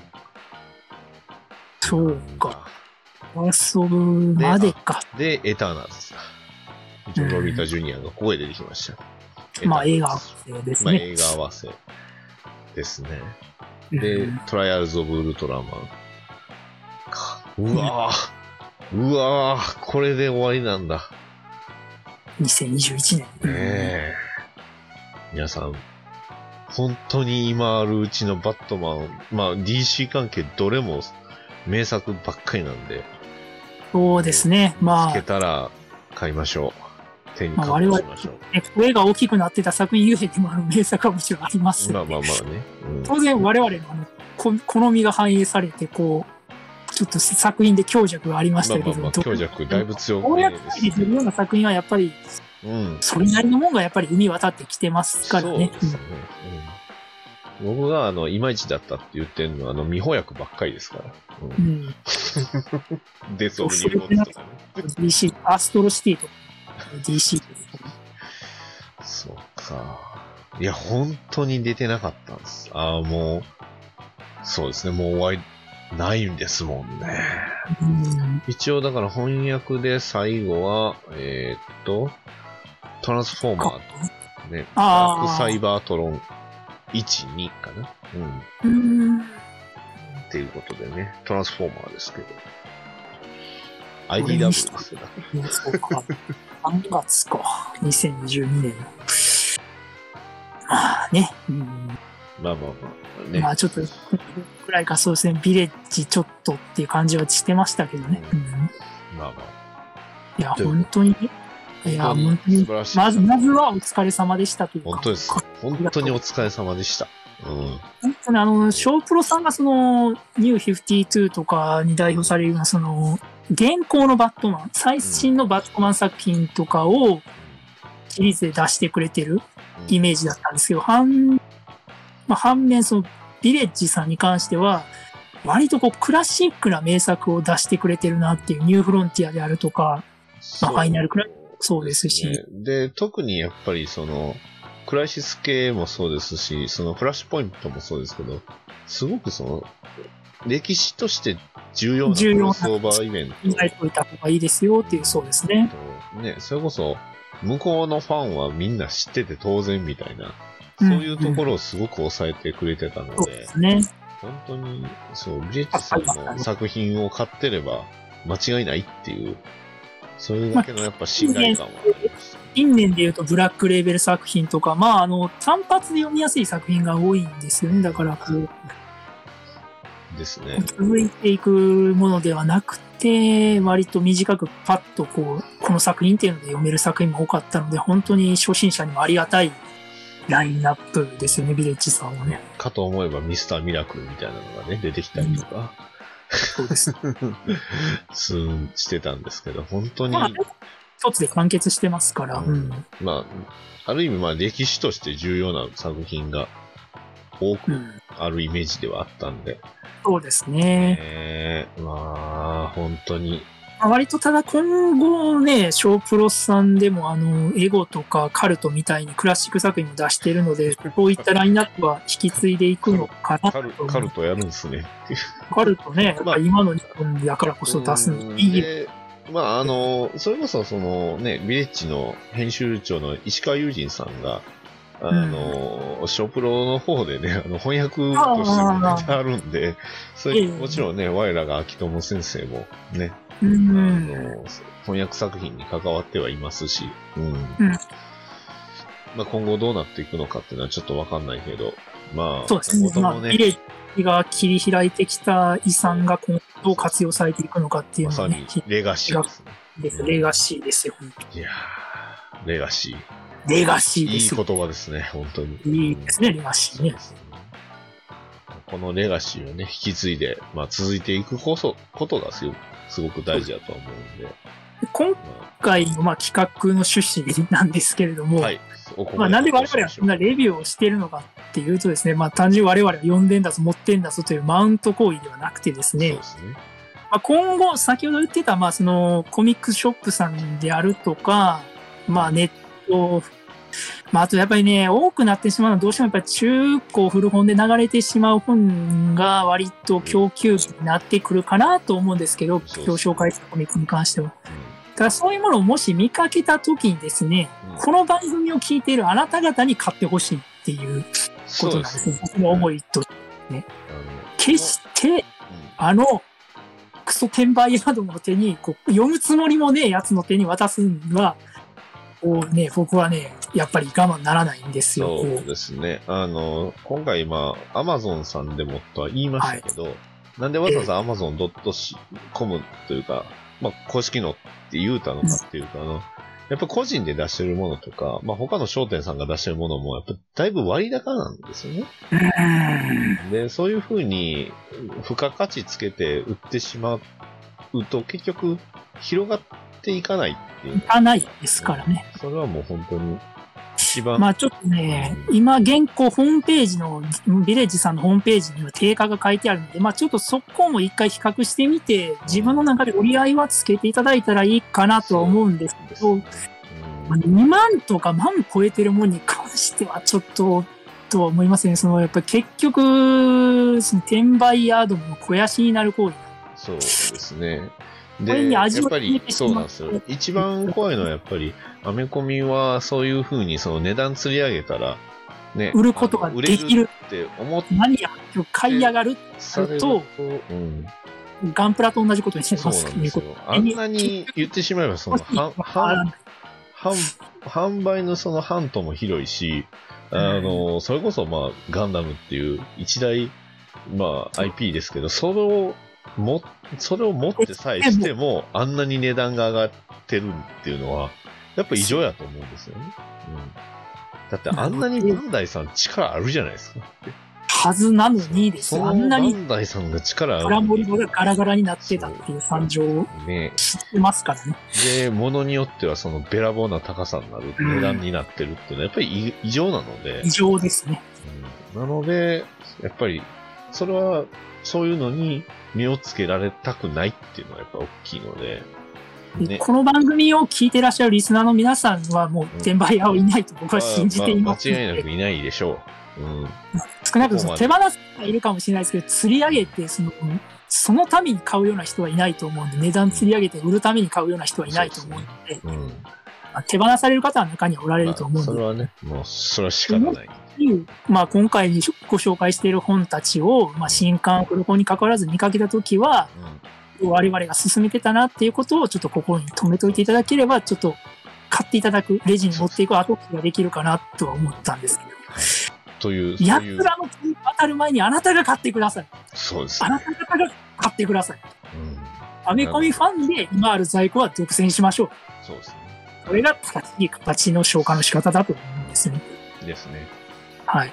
Speaker 5: そうか。カース・オブ・までか。
Speaker 4: で、エターナルズだ。ジョン・ロビータ・ジュニアがここへ出てきました。
Speaker 5: まあ、
Speaker 4: エ
Speaker 5: 映
Speaker 4: ター
Speaker 5: 画
Speaker 4: ナル
Speaker 5: 合わ
Speaker 4: ズ
Speaker 5: せです
Speaker 4: まあ、
Speaker 5: ね
Speaker 4: 映。画合わせですね。
Speaker 5: う
Speaker 4: で
Speaker 5: ん、
Speaker 4: トライアルズ・オブ・ウルトラマンか。うわぁ、うわぁ、これで終わりなんだ。
Speaker 5: 2021年。
Speaker 4: ねえ。皆さん、本当に今あるうちのバットマン、まあ DC 関係どれも名作ばっかりなんで、
Speaker 5: そうですね。ま
Speaker 4: 見つけ
Speaker 5: あ、
Speaker 4: たら買いましょう。手に
Speaker 5: ま
Speaker 4: か
Speaker 5: あ
Speaker 4: け
Speaker 5: 我
Speaker 4: ま
Speaker 5: 々
Speaker 4: しょう。
Speaker 5: ね声が大きくなってた作品ゆえにもあの名作はもちろんあります。
Speaker 4: まあまあまあね。うん
Speaker 5: 当然我々のあのこ好みが反映されて、こう、ちょっと作品で強弱がありましたけ
Speaker 4: まあ
Speaker 5: ど、
Speaker 4: まあまあ、強弱だいぶ強
Speaker 5: 公
Speaker 4: く
Speaker 5: 約
Speaker 4: です
Speaker 5: 通りするような作品はやっぱり、
Speaker 4: うん。
Speaker 5: それなりのもんがやっぱり海渡ってきてますからね
Speaker 4: そう。ですね。うん僕が、あの、いまいちだったって言ってるのは、あの、未翻訳ばっかりですから。
Speaker 5: う
Speaker 4: うん
Speaker 5: ん。
Speaker 4: デス・オブ・ニューポーツとかね。
Speaker 5: DC、アストロシティとか、DC
Speaker 4: そうか。いや、本当に出てなかったんです。ああ、もう、そうですね、もう終わり、ないんですもんね。
Speaker 5: うん。
Speaker 4: 一応、だから翻訳で最後は、えーっと、トランスフォーマーとね、
Speaker 5: あー
Speaker 4: ダークサイバートロン1、2かな。うん。
Speaker 5: うん。
Speaker 4: っていうことでね、トランスフォーマーですけど。IDW ですよ。
Speaker 5: そうか。3月か。2022年の。まあね。うん
Speaker 4: まあまあまあ、ね。
Speaker 5: まあちょっと、ぐらいかそうですね。ビレッジちょっとっていう感じはしてましたけどね。うん
Speaker 4: まあま
Speaker 5: いや、本当にね。いや、
Speaker 4: あ。本
Speaker 5: 本
Speaker 4: 当
Speaker 5: 当
Speaker 4: に素
Speaker 5: に。
Speaker 4: 晴らしい。
Speaker 5: まず、まずはお疲れ様でしたというか。
Speaker 4: 本当です。本当にお疲れ様でした。うん。
Speaker 5: 本当にあの、ショープロさんがその、ニュー52とかに代表されるような、その、現行のバットマン、最新のバットマン作品とかをシリーズで出してくれてるイメージだったんですけど、反、まあ、反面、その、ビレッジさんに関しては、割とこう、クラシックな名作を出してくれてるなっていう、ニューフロンティアであるとか、
Speaker 4: そう
Speaker 5: ファイナルクライそうですし
Speaker 4: ねで、特にやっぱりその、クライシス系もそうですし、そのフラッシュポイントもそうですけど、すごくその、歴史として重要なク
Speaker 5: 重要な
Speaker 4: ロスオーバーイベント。
Speaker 5: 考えておいた方がいいですよっていう、そうですね。
Speaker 4: ね、それこそ、向こうのファンはみんな知ってて当然みたいな、
Speaker 5: うん
Speaker 4: そういうところをすごく抑えてくれてたの
Speaker 5: そうで
Speaker 4: で、
Speaker 5: すね。
Speaker 4: 本当に、そう、ビレッジさんの作品を買ってれば間違いないっていう、それだけのやっぱ信頼感はありましたね。
Speaker 5: 近年でいうとブラックレーベル作品とか、まあ、あの、単発で読みやすい作品が多いんですよね。だから、こう、
Speaker 4: ですね。
Speaker 5: 続いていくものではなくて、割と短くパッとこう、この作品っていうので読める作品も多かったので、本当に初心者にもありがたいラインナップですよね、ビレッジさんはね。
Speaker 4: かと思えばミスターミラクルみたいなのがね、出てきたりとか、
Speaker 5: そうです。
Speaker 4: すんしてたんですけど、本当に、
Speaker 5: まあ、一つで完結してますから、
Speaker 4: う
Speaker 5: うんん。
Speaker 4: まあ、ある意味、まあ、歴史として重要な作品が多く
Speaker 5: うん。
Speaker 4: あるイメージではあったんで、
Speaker 5: そうですね。
Speaker 4: ええまあ、本当に、
Speaker 5: まあ割とただ今後ね、ショープロスさんでもあの、エゴとかカルトみたいにクラシック作品も出してるので、こういったラインナップは引き継いでいくのかな
Speaker 4: カル
Speaker 5: と。
Speaker 4: カルトやるんですね。
Speaker 5: カルトね、やっ
Speaker 4: まあ
Speaker 5: ぱ今の日本だからこそ出す
Speaker 4: う
Speaker 5: の
Speaker 4: ん
Speaker 5: いいよ。
Speaker 4: でまあ、あの、 それこそ、そのね、ビレッジの編集長の石川友人さんが、あの、ショープロの方でね、あの翻訳としても
Speaker 5: あ
Speaker 4: ね
Speaker 5: ー
Speaker 4: あるんで、そ
Speaker 5: え
Speaker 4: れ
Speaker 5: え
Speaker 4: もちろんね、我らが秋友先生もね、
Speaker 5: う
Speaker 4: あ
Speaker 5: ん。
Speaker 4: の翻訳作品に関わってはいますし、うん。まあ、今後どうなっていくのかっていうのはちょっとわかんないけど、まあ、
Speaker 5: そうですね。
Speaker 4: 今
Speaker 5: ま
Speaker 4: 後と
Speaker 5: あ、
Speaker 4: も
Speaker 5: ビレッジが切り開いてきた遺産が今後どう活用されていくのかっていう
Speaker 4: ま
Speaker 5: の
Speaker 4: さ
Speaker 5: はね
Speaker 4: に、レガシーですね。
Speaker 5: ですレガシーですよ。本当に
Speaker 4: いやーレガシー。
Speaker 5: レガシーで
Speaker 4: いい
Speaker 5: す
Speaker 4: 言
Speaker 5: よ。
Speaker 4: 葉ですね、本当に。
Speaker 5: いいですね、レガシ
Speaker 4: そ
Speaker 5: ー
Speaker 4: う
Speaker 5: ね
Speaker 4: で。すね。このレガシーをね、引き継いで、まあ、続いていくこそ、ことがすごく、すごく大事だと思うんで、
Speaker 5: 今
Speaker 4: ま
Speaker 5: 回のまあ企画の趣旨なんですけれど
Speaker 4: あ、
Speaker 5: も、
Speaker 4: はい。おここ
Speaker 5: まあ、なんで我々は
Speaker 4: 発
Speaker 5: こんな
Speaker 4: 表しましょう
Speaker 5: レビューをしているのかっていうとですね、まあ、単純に我々は呼んでんだぞ、持ってんだぞというマウント行為ではなくてです
Speaker 4: そう
Speaker 5: ね
Speaker 4: で、すね。
Speaker 5: まあ、今後、先ほど言ってた、まあ、そのコミックショップさんであるとか、まあ、ネット、まあ、あとやっぱりね、多くなってしまうのは、どうしてもやっぱり中古古本で流れてしまう本が割と供給になってくるかなと思うんですけど、
Speaker 4: そう
Speaker 5: 今日紹介したコミックに関しては。
Speaker 4: うん
Speaker 5: ただそういうものをもし見かけた時にですね、
Speaker 4: うん
Speaker 5: この番組を聞いているあなた方に買ってほしいっていうこ
Speaker 4: そ
Speaker 5: と
Speaker 4: う
Speaker 5: なん
Speaker 4: で
Speaker 5: ですすね
Speaker 4: ね。。
Speaker 5: 僕の思いと。
Speaker 4: あのね
Speaker 5: 決して、
Speaker 4: うん
Speaker 5: あの、クソ転売ヤードの手に、こう読むつもりもねえやつの手に渡すには、こうね、僕はね、やっぱり我慢ならないんですよ。こ
Speaker 4: そう
Speaker 5: う
Speaker 4: ですね。あの、今回、まあ、アマゾンさんでもとは言いましたけど、なんでわざわざアマゾン .com というか、まあ、公式のって言うたのかっていうか、あの、やっぱ個人で出してるものとか、まあ、他の商店さんが出してるものも、やっぱだいぶ割高なんですよね。で、そういうふうに、付加価値つけて売ってしまうと、結局、広がっていかないっていう。
Speaker 5: いかないですからね。
Speaker 4: それはもう本当に、一番、
Speaker 5: まあちょっとね
Speaker 4: う、ん
Speaker 5: 今現行ホームページの、ビレッジさんのホームページには定価が書いてあるので、まあちょっとそこも一回比較してみて、自分の中で折り合いはつけていただいたらいいかなとは思うんですけ
Speaker 4: そう
Speaker 5: ど
Speaker 4: で、すね
Speaker 5: まあ2万とか万超えてるもんに関してはちょっと、とは思いますね。その、やっぱり結局、その転売ヤードも肥やしになる行為。
Speaker 4: そうですね。
Speaker 5: こ
Speaker 4: で、
Speaker 5: れに
Speaker 4: やっ
Speaker 5: 味を
Speaker 4: ぱり
Speaker 5: 決めてし
Speaker 4: そう
Speaker 5: ま
Speaker 4: なん
Speaker 5: う
Speaker 4: ですよ。一番怖いのはやっぱり、アメコミはそういう風にその値段釣り上げたら、ね、
Speaker 5: 売ることが
Speaker 4: あの
Speaker 5: でき
Speaker 4: 売
Speaker 5: る
Speaker 4: れるって思っ
Speaker 5: マニア、買い上がる、
Speaker 4: されると、うん、
Speaker 5: ガンプラと同じことにして
Speaker 4: そ
Speaker 5: ま
Speaker 4: う
Speaker 5: す
Speaker 4: なんですよ。あんなに言ってしまえば、その、販販販販売のその販途も広いし、あの、それこそまあ、ガンダムっていう一大、まあ、IP ですけど、それをも、それを持ってさえしても、あんなに値段が上がってるっていうのは、やっぱ異常やと思うんですよね。うん。だってあんなにバンダイさん力あるじゃないですか。
Speaker 5: はずなのにです
Speaker 4: そ
Speaker 5: よ。
Speaker 4: の
Speaker 5: あ
Speaker 4: バ
Speaker 5: んなに
Speaker 4: ンダイさんが力ある
Speaker 5: プラ
Speaker 4: の
Speaker 5: モ
Speaker 4: に
Speaker 5: デルがガラガラになってたっていう惨状を
Speaker 4: ね
Speaker 5: 知ってますからね。
Speaker 4: で、ものによってはそのべらぼうな高さになる、
Speaker 5: うん
Speaker 4: 値段になってるっていうのはやっぱり異異常なので
Speaker 5: 異、常ですね。
Speaker 4: うんなので、やっぱり、それは、そういうのに目をつけられたくないっていうのはやっぱ大きいので、
Speaker 5: でこの番組を聞いてらっしゃるリスナーの皆さんはもう転売屋はいないと僕は信じていますの
Speaker 4: まあ間違いな
Speaker 5: で、
Speaker 4: くいないでしょう。うん。
Speaker 5: 少なくともその手放す人はいるかもしれないですけど、釣り上げてその、そのために買うような人はいないと思うんで、値段釣り上げて売るために買うような人はいないと思うので、
Speaker 4: うん。
Speaker 5: まあ手放される方は中にはおられると思う
Speaker 4: そ
Speaker 5: の
Speaker 4: れ
Speaker 5: で、
Speaker 4: はね、もう、それは仕方ない。
Speaker 5: まあ、今回ご紹介している本たちを、まあ、新刊、古本に関わらず見かけたときは、
Speaker 4: うん。
Speaker 5: 我々が進めてたなっていうことをちょっと心に留めておいていただければ、ちょっと買っていただく、レジに持っていく後押しができるかなとは思ったんですけど、
Speaker 4: という、そ
Speaker 5: 奴
Speaker 4: ういう、
Speaker 5: らの手に渡る前にあなたが買ってください。
Speaker 4: そうです
Speaker 5: あ
Speaker 4: ね。
Speaker 5: なた方が買ってください。
Speaker 4: うん。
Speaker 5: アメコミファンで今ある在庫は独占しましょう。
Speaker 4: そうですね。
Speaker 5: これが正しい形の消化の仕方だと思うんですね。
Speaker 4: ですね。
Speaker 5: はい。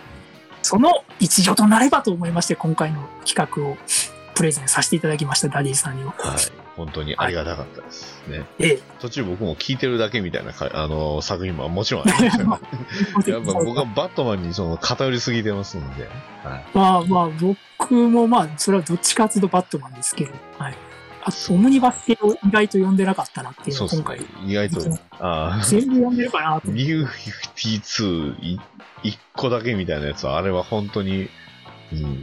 Speaker 5: その一助となればと思いまして、今回の企画をプレゼンさせていただきました、ダディさんには。
Speaker 4: はい。本当にありがたかったですね。
Speaker 5: ええ。
Speaker 4: 途中僕も聞いてるだけみたいなか、あのー作品ももちろんあり ましたよね やっぱ僕はバットマンにその偏りすぎてますので。はい。
Speaker 5: まあまあ、僕もまあ、それはどっちかというとバットマンですけど、はい。あと、オムニバス系を意外と読んでなかったなっていうの
Speaker 4: そう
Speaker 5: は、
Speaker 4: です
Speaker 5: 今
Speaker 4: ね
Speaker 5: 回、。
Speaker 4: 意外と、 ああ、
Speaker 5: 全部読んでるかなと。
Speaker 4: ニュー52い一個だけみたいなやつは、あれは本当に、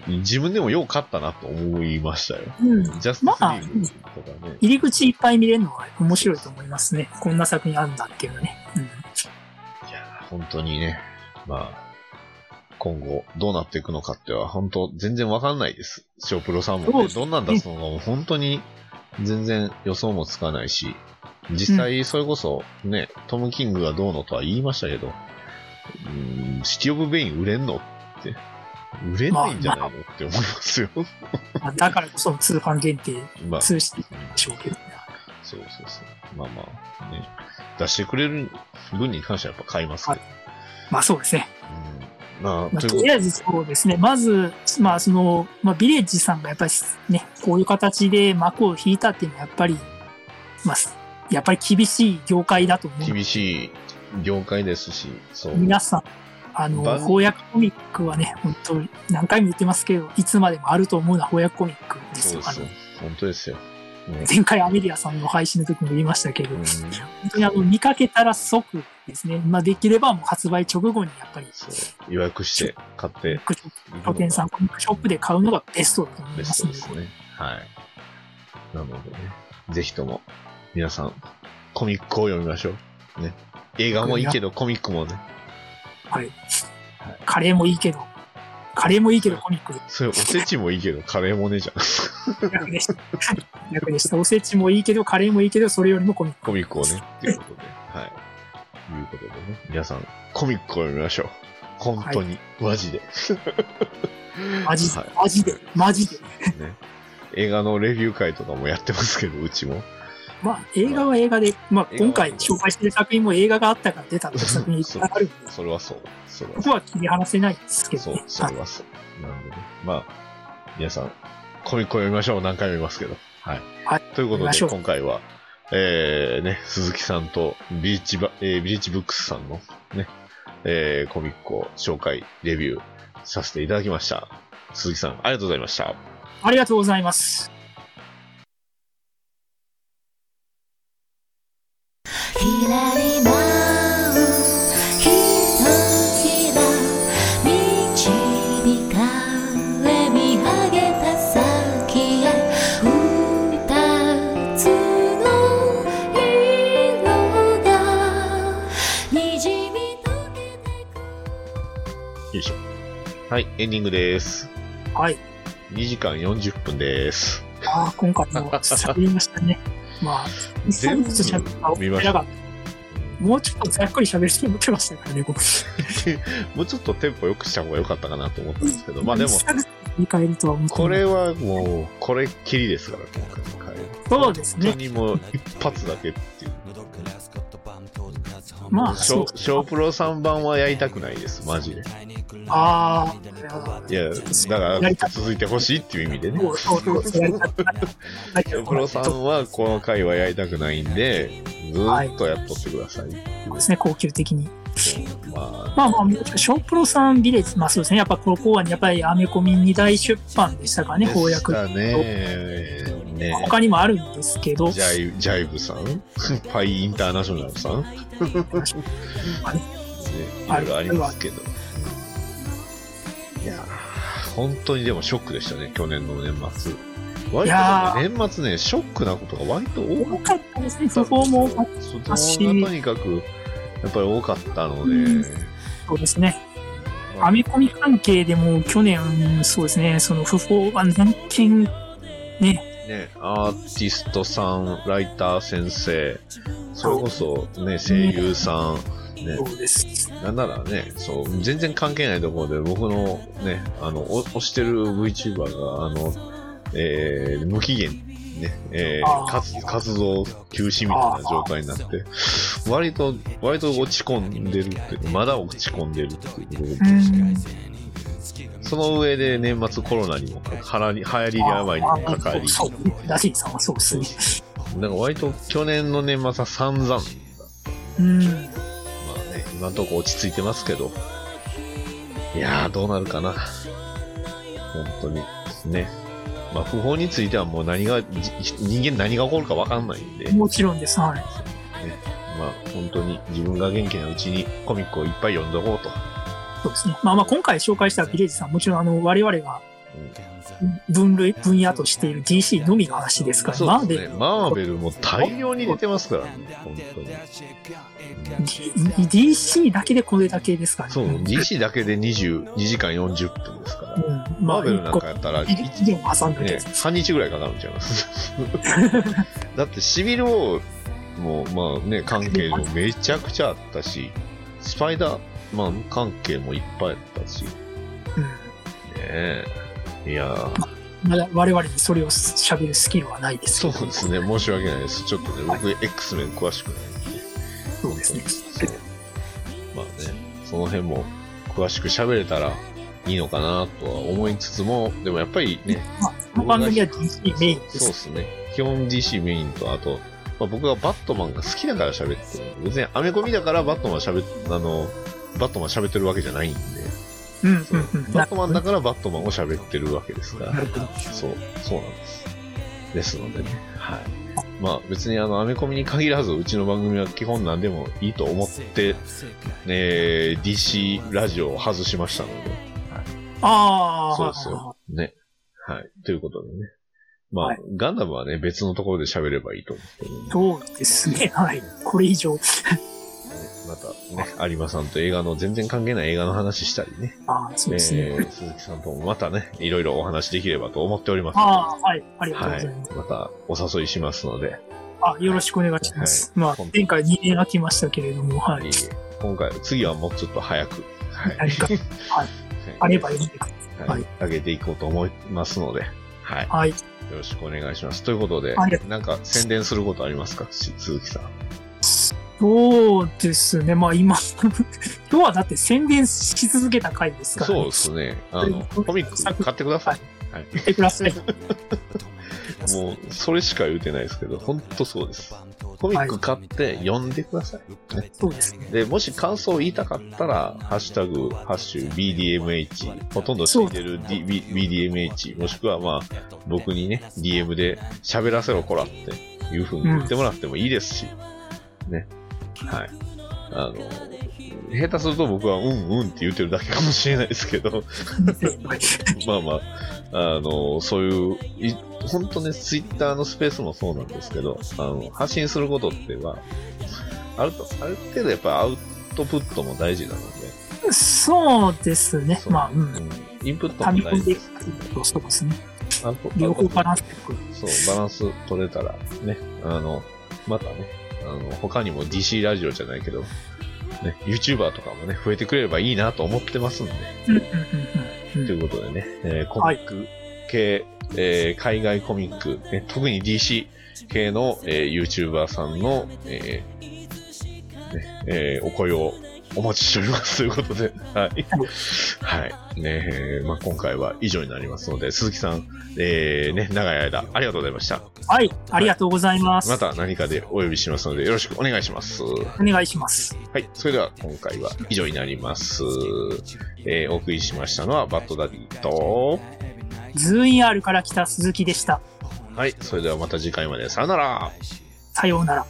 Speaker 4: うん、自分でもよう勝ったなと思いましたよ。
Speaker 5: うん。
Speaker 4: ジャスティスリーグとかね。
Speaker 5: 入り口いっぱい見れるのは面白いと思いますね。こんな作品あるんだっていうのね。うん。
Speaker 4: いやー、本当にね、まあ、今後どうなっていくのかっては、本当全然わかんないです。ショープロさんも、
Speaker 5: そう
Speaker 4: ね、
Speaker 5: ですね
Speaker 4: どんなん出すのかも本当に全然予想もつかないし、実際それこそね、トム・キングがどうのとは言いましたけど、うーんシティ・オブ・ベイン売れんのって、売れないんじゃないのって思いますよ。
Speaker 5: まあだからこそ通販限定、
Speaker 4: まあ、
Speaker 5: 通してるんでしょうけど。
Speaker 4: そうそうそう。まあまあ、ね、出してくれる分に関してはやっぱ買いますけど。
Speaker 5: まあそうですね。
Speaker 4: うん、まあ、
Speaker 5: まあ、
Speaker 4: という
Speaker 5: と
Speaker 4: こと
Speaker 5: り
Speaker 4: で、
Speaker 5: あえずそうですね。まず、まあその、まあビレッジさんがやっぱりね、こういう形で幕を引いたっていうのはやっぱり、まあ、やっぱり厳しい業界だと思う。
Speaker 4: 厳しい業界ですし、そう。
Speaker 5: 皆さん、あの
Speaker 4: バ、ン
Speaker 5: 翻訳コミックはね、本当に何回も言ってますけど、いつまでもあると思うのは翻訳コミックです
Speaker 4: そう
Speaker 5: よ。
Speaker 4: ですよ
Speaker 5: あの。
Speaker 4: 本当ですよ。ね
Speaker 5: 前回アメリアさんの配信の時も言いましたけど、
Speaker 4: うん
Speaker 5: 本当にあの見かけたら即ですね、まあ、できればもう発売直後にやっぱり
Speaker 4: そう予約して買って
Speaker 5: 書
Speaker 4: いくの
Speaker 5: 店さ
Speaker 4: が
Speaker 5: んコミックショップで買うのがベストだと思い
Speaker 4: ベ
Speaker 5: ま
Speaker 4: ス
Speaker 5: す
Speaker 4: ト
Speaker 5: の
Speaker 4: で
Speaker 5: です
Speaker 4: ね。はい。なのでね、ぜひとも皆さんコミックを読みましょう。ね。映画もいいけどコミックもね、
Speaker 5: はい、カレーもいいけどカレーもいいけどコミック
Speaker 4: それおせちもいいけどカレーもねじゃん。
Speaker 5: 逆でした 逆でしたおせちもいいけどカレーもいいけどそれよりもコミック
Speaker 4: コミックをね、っていうことで。はい。ということでね、皆さんコミックを読みましょう。本当に、マジで。
Speaker 5: マジで、
Speaker 4: はい
Speaker 5: マジでマジで
Speaker 4: ね、映画のレビュー会とかもやってますけど、うちも。
Speaker 5: まあ映画は映画で、まあ、
Speaker 4: 映画は
Speaker 5: 今回紹介してる作品も映画があったから出たっていう作品いっぱいあるんで
Speaker 4: それはそう。それは
Speaker 5: ここは切り離せないですけ
Speaker 4: そ
Speaker 5: ど
Speaker 4: う
Speaker 5: ね。。
Speaker 4: それはそう。なのでね。まあ、皆さん、コミックを読みましょう。何回も言いますけど。はい。
Speaker 5: はい
Speaker 4: というこ
Speaker 5: 読み
Speaker 4: と
Speaker 5: ま
Speaker 4: で、
Speaker 5: しょう
Speaker 4: 今回は、えー、ね、鈴木さんとビリッジバ、えービリッジブックスさんのね、えー、コミックを紹介、レビューさせていただきました。鈴木さん、ありがとうございました。
Speaker 5: ありがとうございます
Speaker 6: ひらり舞うひとひら導かれ見上げた先へ二つの色がにじみ溶けてく
Speaker 4: よいしょ。はい、エンディングです。
Speaker 5: はい。
Speaker 4: 2時間40分です。
Speaker 5: ああ、今回も喋りました ね。まあ、
Speaker 4: 全部
Speaker 5: 一冊喋った
Speaker 4: 見ました
Speaker 5: かった。もうちょっとざっくり喋ると思ってましたからね、僕。
Speaker 4: もうちょっとテンポ良くした方が良かったかなと思ったんですけど、まあでも
Speaker 5: 一、冊見返るとは思って
Speaker 4: これ
Speaker 5: を
Speaker 4: はもう、これっきりですから、今回。
Speaker 5: そうです
Speaker 4: 本当
Speaker 5: ね。
Speaker 4: にもう、一発だけっていう。
Speaker 5: まあ、
Speaker 4: シ
Speaker 5: そう
Speaker 4: ョ。ショープロ3番はやりたくないです、マジで。
Speaker 5: ああ、これはい
Speaker 4: や、だから、続いてほしいっていう意味でね。シ
Speaker 5: もうそうそうそうやりたくないはい
Speaker 4: ョープロさんは、この回はやりたくないんで、ずーっとやっとってください。
Speaker 5: そうですね、高級的に。
Speaker 4: まあ、
Speaker 5: まあまあ、もちろんショープロさんビレッジ、まあそうですね、やっぱこの公安にやっぱりアメコミ2大出版でしたからね、翻訳。
Speaker 4: だね。ね
Speaker 5: 他にもあるんですけど、
Speaker 4: ジャイジャイブさん、パイインターナショナルさん、ね、いろいろありますけど。いやー本当にでもショックでしたね、去年の年末。割
Speaker 5: いや
Speaker 4: とでも年末ね、ショックなことが割と多
Speaker 5: 多
Speaker 4: か
Speaker 5: かったですね、
Speaker 4: った
Speaker 5: そ
Speaker 4: んですよ
Speaker 5: こも
Speaker 4: そ
Speaker 5: たし
Speaker 4: こがとにかく、やっぱり多かったので、
Speaker 5: うんそうですね。アメコミ関係でも去年、そうですね、その不法は何件、
Speaker 4: ね、アーティストさん、ライター先生、それこそ、ね、声優さん、ね、
Speaker 5: そうです。
Speaker 4: なんならね、そう、全然関係ないところで、僕のね、あの、お推してる VTuber が、あの、えー、無期限ね、えー、活活動休止みたいな状態になって、割と、割と落ち込んでるっていう、まだ落ち込んでるっていう。
Speaker 5: うん
Speaker 4: その上で年末コロナにもかか、はらに流行りで病にもかかり、
Speaker 5: そう、らしいさんはそうですね。
Speaker 4: なんか割と去年の年末は散々、ま
Speaker 5: うん。
Speaker 4: あね、今んとこ落ち着いてますけど、いやー、どうなるかな。本当に。ね。まあ、不法についてはもう何が、じ人間何が起こるかわかんないんで、
Speaker 5: もちろんです。はい。
Speaker 4: まあ、本当に自分が元気なうちにコミックをいっぱい読んどこうと。
Speaker 5: そうですね。まあまあ、今回紹介したビレージさん、もちろんあの、我々が分類、分野としている DC のみの話ですから、
Speaker 4: そうで
Speaker 5: です
Speaker 4: ね。マーベルも大量に出てますからね、本当に。
Speaker 5: D- DC だけでこれだけですからね。
Speaker 4: そう、DC だけで22時間40分ですから。
Speaker 5: うん。
Speaker 4: マ
Speaker 5: ま
Speaker 4: ー
Speaker 5: あ、
Speaker 4: ベルな
Speaker 5: 一
Speaker 4: ん
Speaker 5: 個
Speaker 4: か、やったら、
Speaker 5: 一一元挟んでる
Speaker 4: ね、
Speaker 5: やつ
Speaker 4: 3日ぐらいかかるんちゃいます だってシビル王もまあね関係もめちゃくちゃあったしスパイダーマン関係もいっぱいあったしねえいやー
Speaker 5: うん。まだ我々にそれを喋るスキルはないですけ
Speaker 4: そう
Speaker 5: ど。
Speaker 4: ですね申し訳ないですちょっとね僕 X メン詳しくないんで
Speaker 5: そうですね。
Speaker 4: そうまあねその辺も詳しく喋れたらいいのかなとは思いつつもでもやっぱりね
Speaker 5: まあ、この番組は DC メインで。
Speaker 4: そうですすね。基本 DC メインと、あと、まあ、僕がバットマンが好きだから喋ってる。別にアメコミだからバットマン喋っ、あの、バットマン喋ってるわけじゃないんで。
Speaker 5: うん
Speaker 4: そううん
Speaker 5: うん。
Speaker 4: バットマンだからバットマンを喋ってるわけですから。そう、そうなんです。ですのでね。はい。まあ別にあの、アメコミに限らず、うちの番組は基本何でもいいと思って、えー、DC ラジオを外しましたので。
Speaker 5: ああ、
Speaker 4: そうですよ。ね。はい。ということでね。まあ、
Speaker 5: はい
Speaker 4: ガンダムはね、別のところで喋ればいいと思うんですけどね、
Speaker 5: そうですね。はい。これ以上。
Speaker 4: またね、有馬さんと映画の全然関係ない映画の話したりね、
Speaker 5: ああ、そうですね。
Speaker 4: えー鈴木さんともまたね、いろいろお話できればと思っております。
Speaker 5: ああ、はい。ありがとうご
Speaker 4: は
Speaker 5: ざ
Speaker 4: い
Speaker 5: います。。
Speaker 4: またお誘いしますので、
Speaker 5: あ、よろしくお願いします。まあ、前回2年空きましたけれども、は
Speaker 4: い
Speaker 5: い
Speaker 4: え。いえ今回、次はもうちょっと早く、はい。
Speaker 5: 何かはいあればいいんで。
Speaker 4: はい
Speaker 5: はい
Speaker 4: 上げていこうと思いますので、はい。
Speaker 5: はい。
Speaker 4: よろしくお願いします。ということで
Speaker 5: はい、
Speaker 4: なんか宣伝することありますかし鈴木さん。
Speaker 5: そうですね。まあ今、 今日はだって宣伝し続けた回ですから、
Speaker 4: そうですね。あの、コミック買ってください。はい。
Speaker 5: 見てください。
Speaker 4: もう、それしか言うてないですけど、ほんとそうです。コミック買って読んでください。ね
Speaker 5: そうですね。
Speaker 4: で、もし感想を言いたかったら、ハッシュタグ、ハッシュ BDMH、ほとんどついてる、D B、BDMH、もしくはまあ、僕にね、DM で喋らせろ、こらっていう風に言ってもらってもいいですし、ね。はい。あの、下手すると僕はうんうんって言ってるだけかもしれないですけど、 まあまあ、あの、そういう、い本当ね、ツイッターのスペースもそうなんですけど、あの、発信することっては、あると、ある程度やっぱアウトプットも大事なので、
Speaker 5: そうですね。
Speaker 4: そう
Speaker 5: まあ、う。
Speaker 4: うんんインプット
Speaker 5: は
Speaker 4: も
Speaker 5: み込
Speaker 4: 大
Speaker 5: ん
Speaker 4: 事
Speaker 5: でい
Speaker 4: です
Speaker 5: くとそうですね。
Speaker 4: アウト
Speaker 5: 両方バラ
Speaker 4: ア
Speaker 5: ン
Speaker 4: ウ
Speaker 5: スよく。
Speaker 4: トそう、バランス取れたら、ね、あの、またね、あの、他にも DC ラジオじゃないけど、ね、YouTuber とかもね、増えてくれればいいなと思ってますんで、
Speaker 5: うんうんうん
Speaker 4: と
Speaker 5: う
Speaker 4: い
Speaker 5: ん。
Speaker 4: うことでね、えーコミック系、えー海外コミック、ね、特に DC 系の、えー、YouTuber さんの、えーねえーお声をお待ちしておりますということで、はい。はい。ねえーまあ、今回は以上になりますので、鈴木さん、えーね、長い間ありがとうございました。
Speaker 5: はい。ありがとうございます。
Speaker 4: また何かでお呼びしますので、よろしくお願いします。は
Speaker 5: お願いします。
Speaker 4: い。それでは今回は以上になります。えーお送りしましたのは、バッドダディと、
Speaker 5: ズーイン R から来た鈴木でした。
Speaker 4: はい、それではまた次回まで。さよなら。
Speaker 5: さようなら。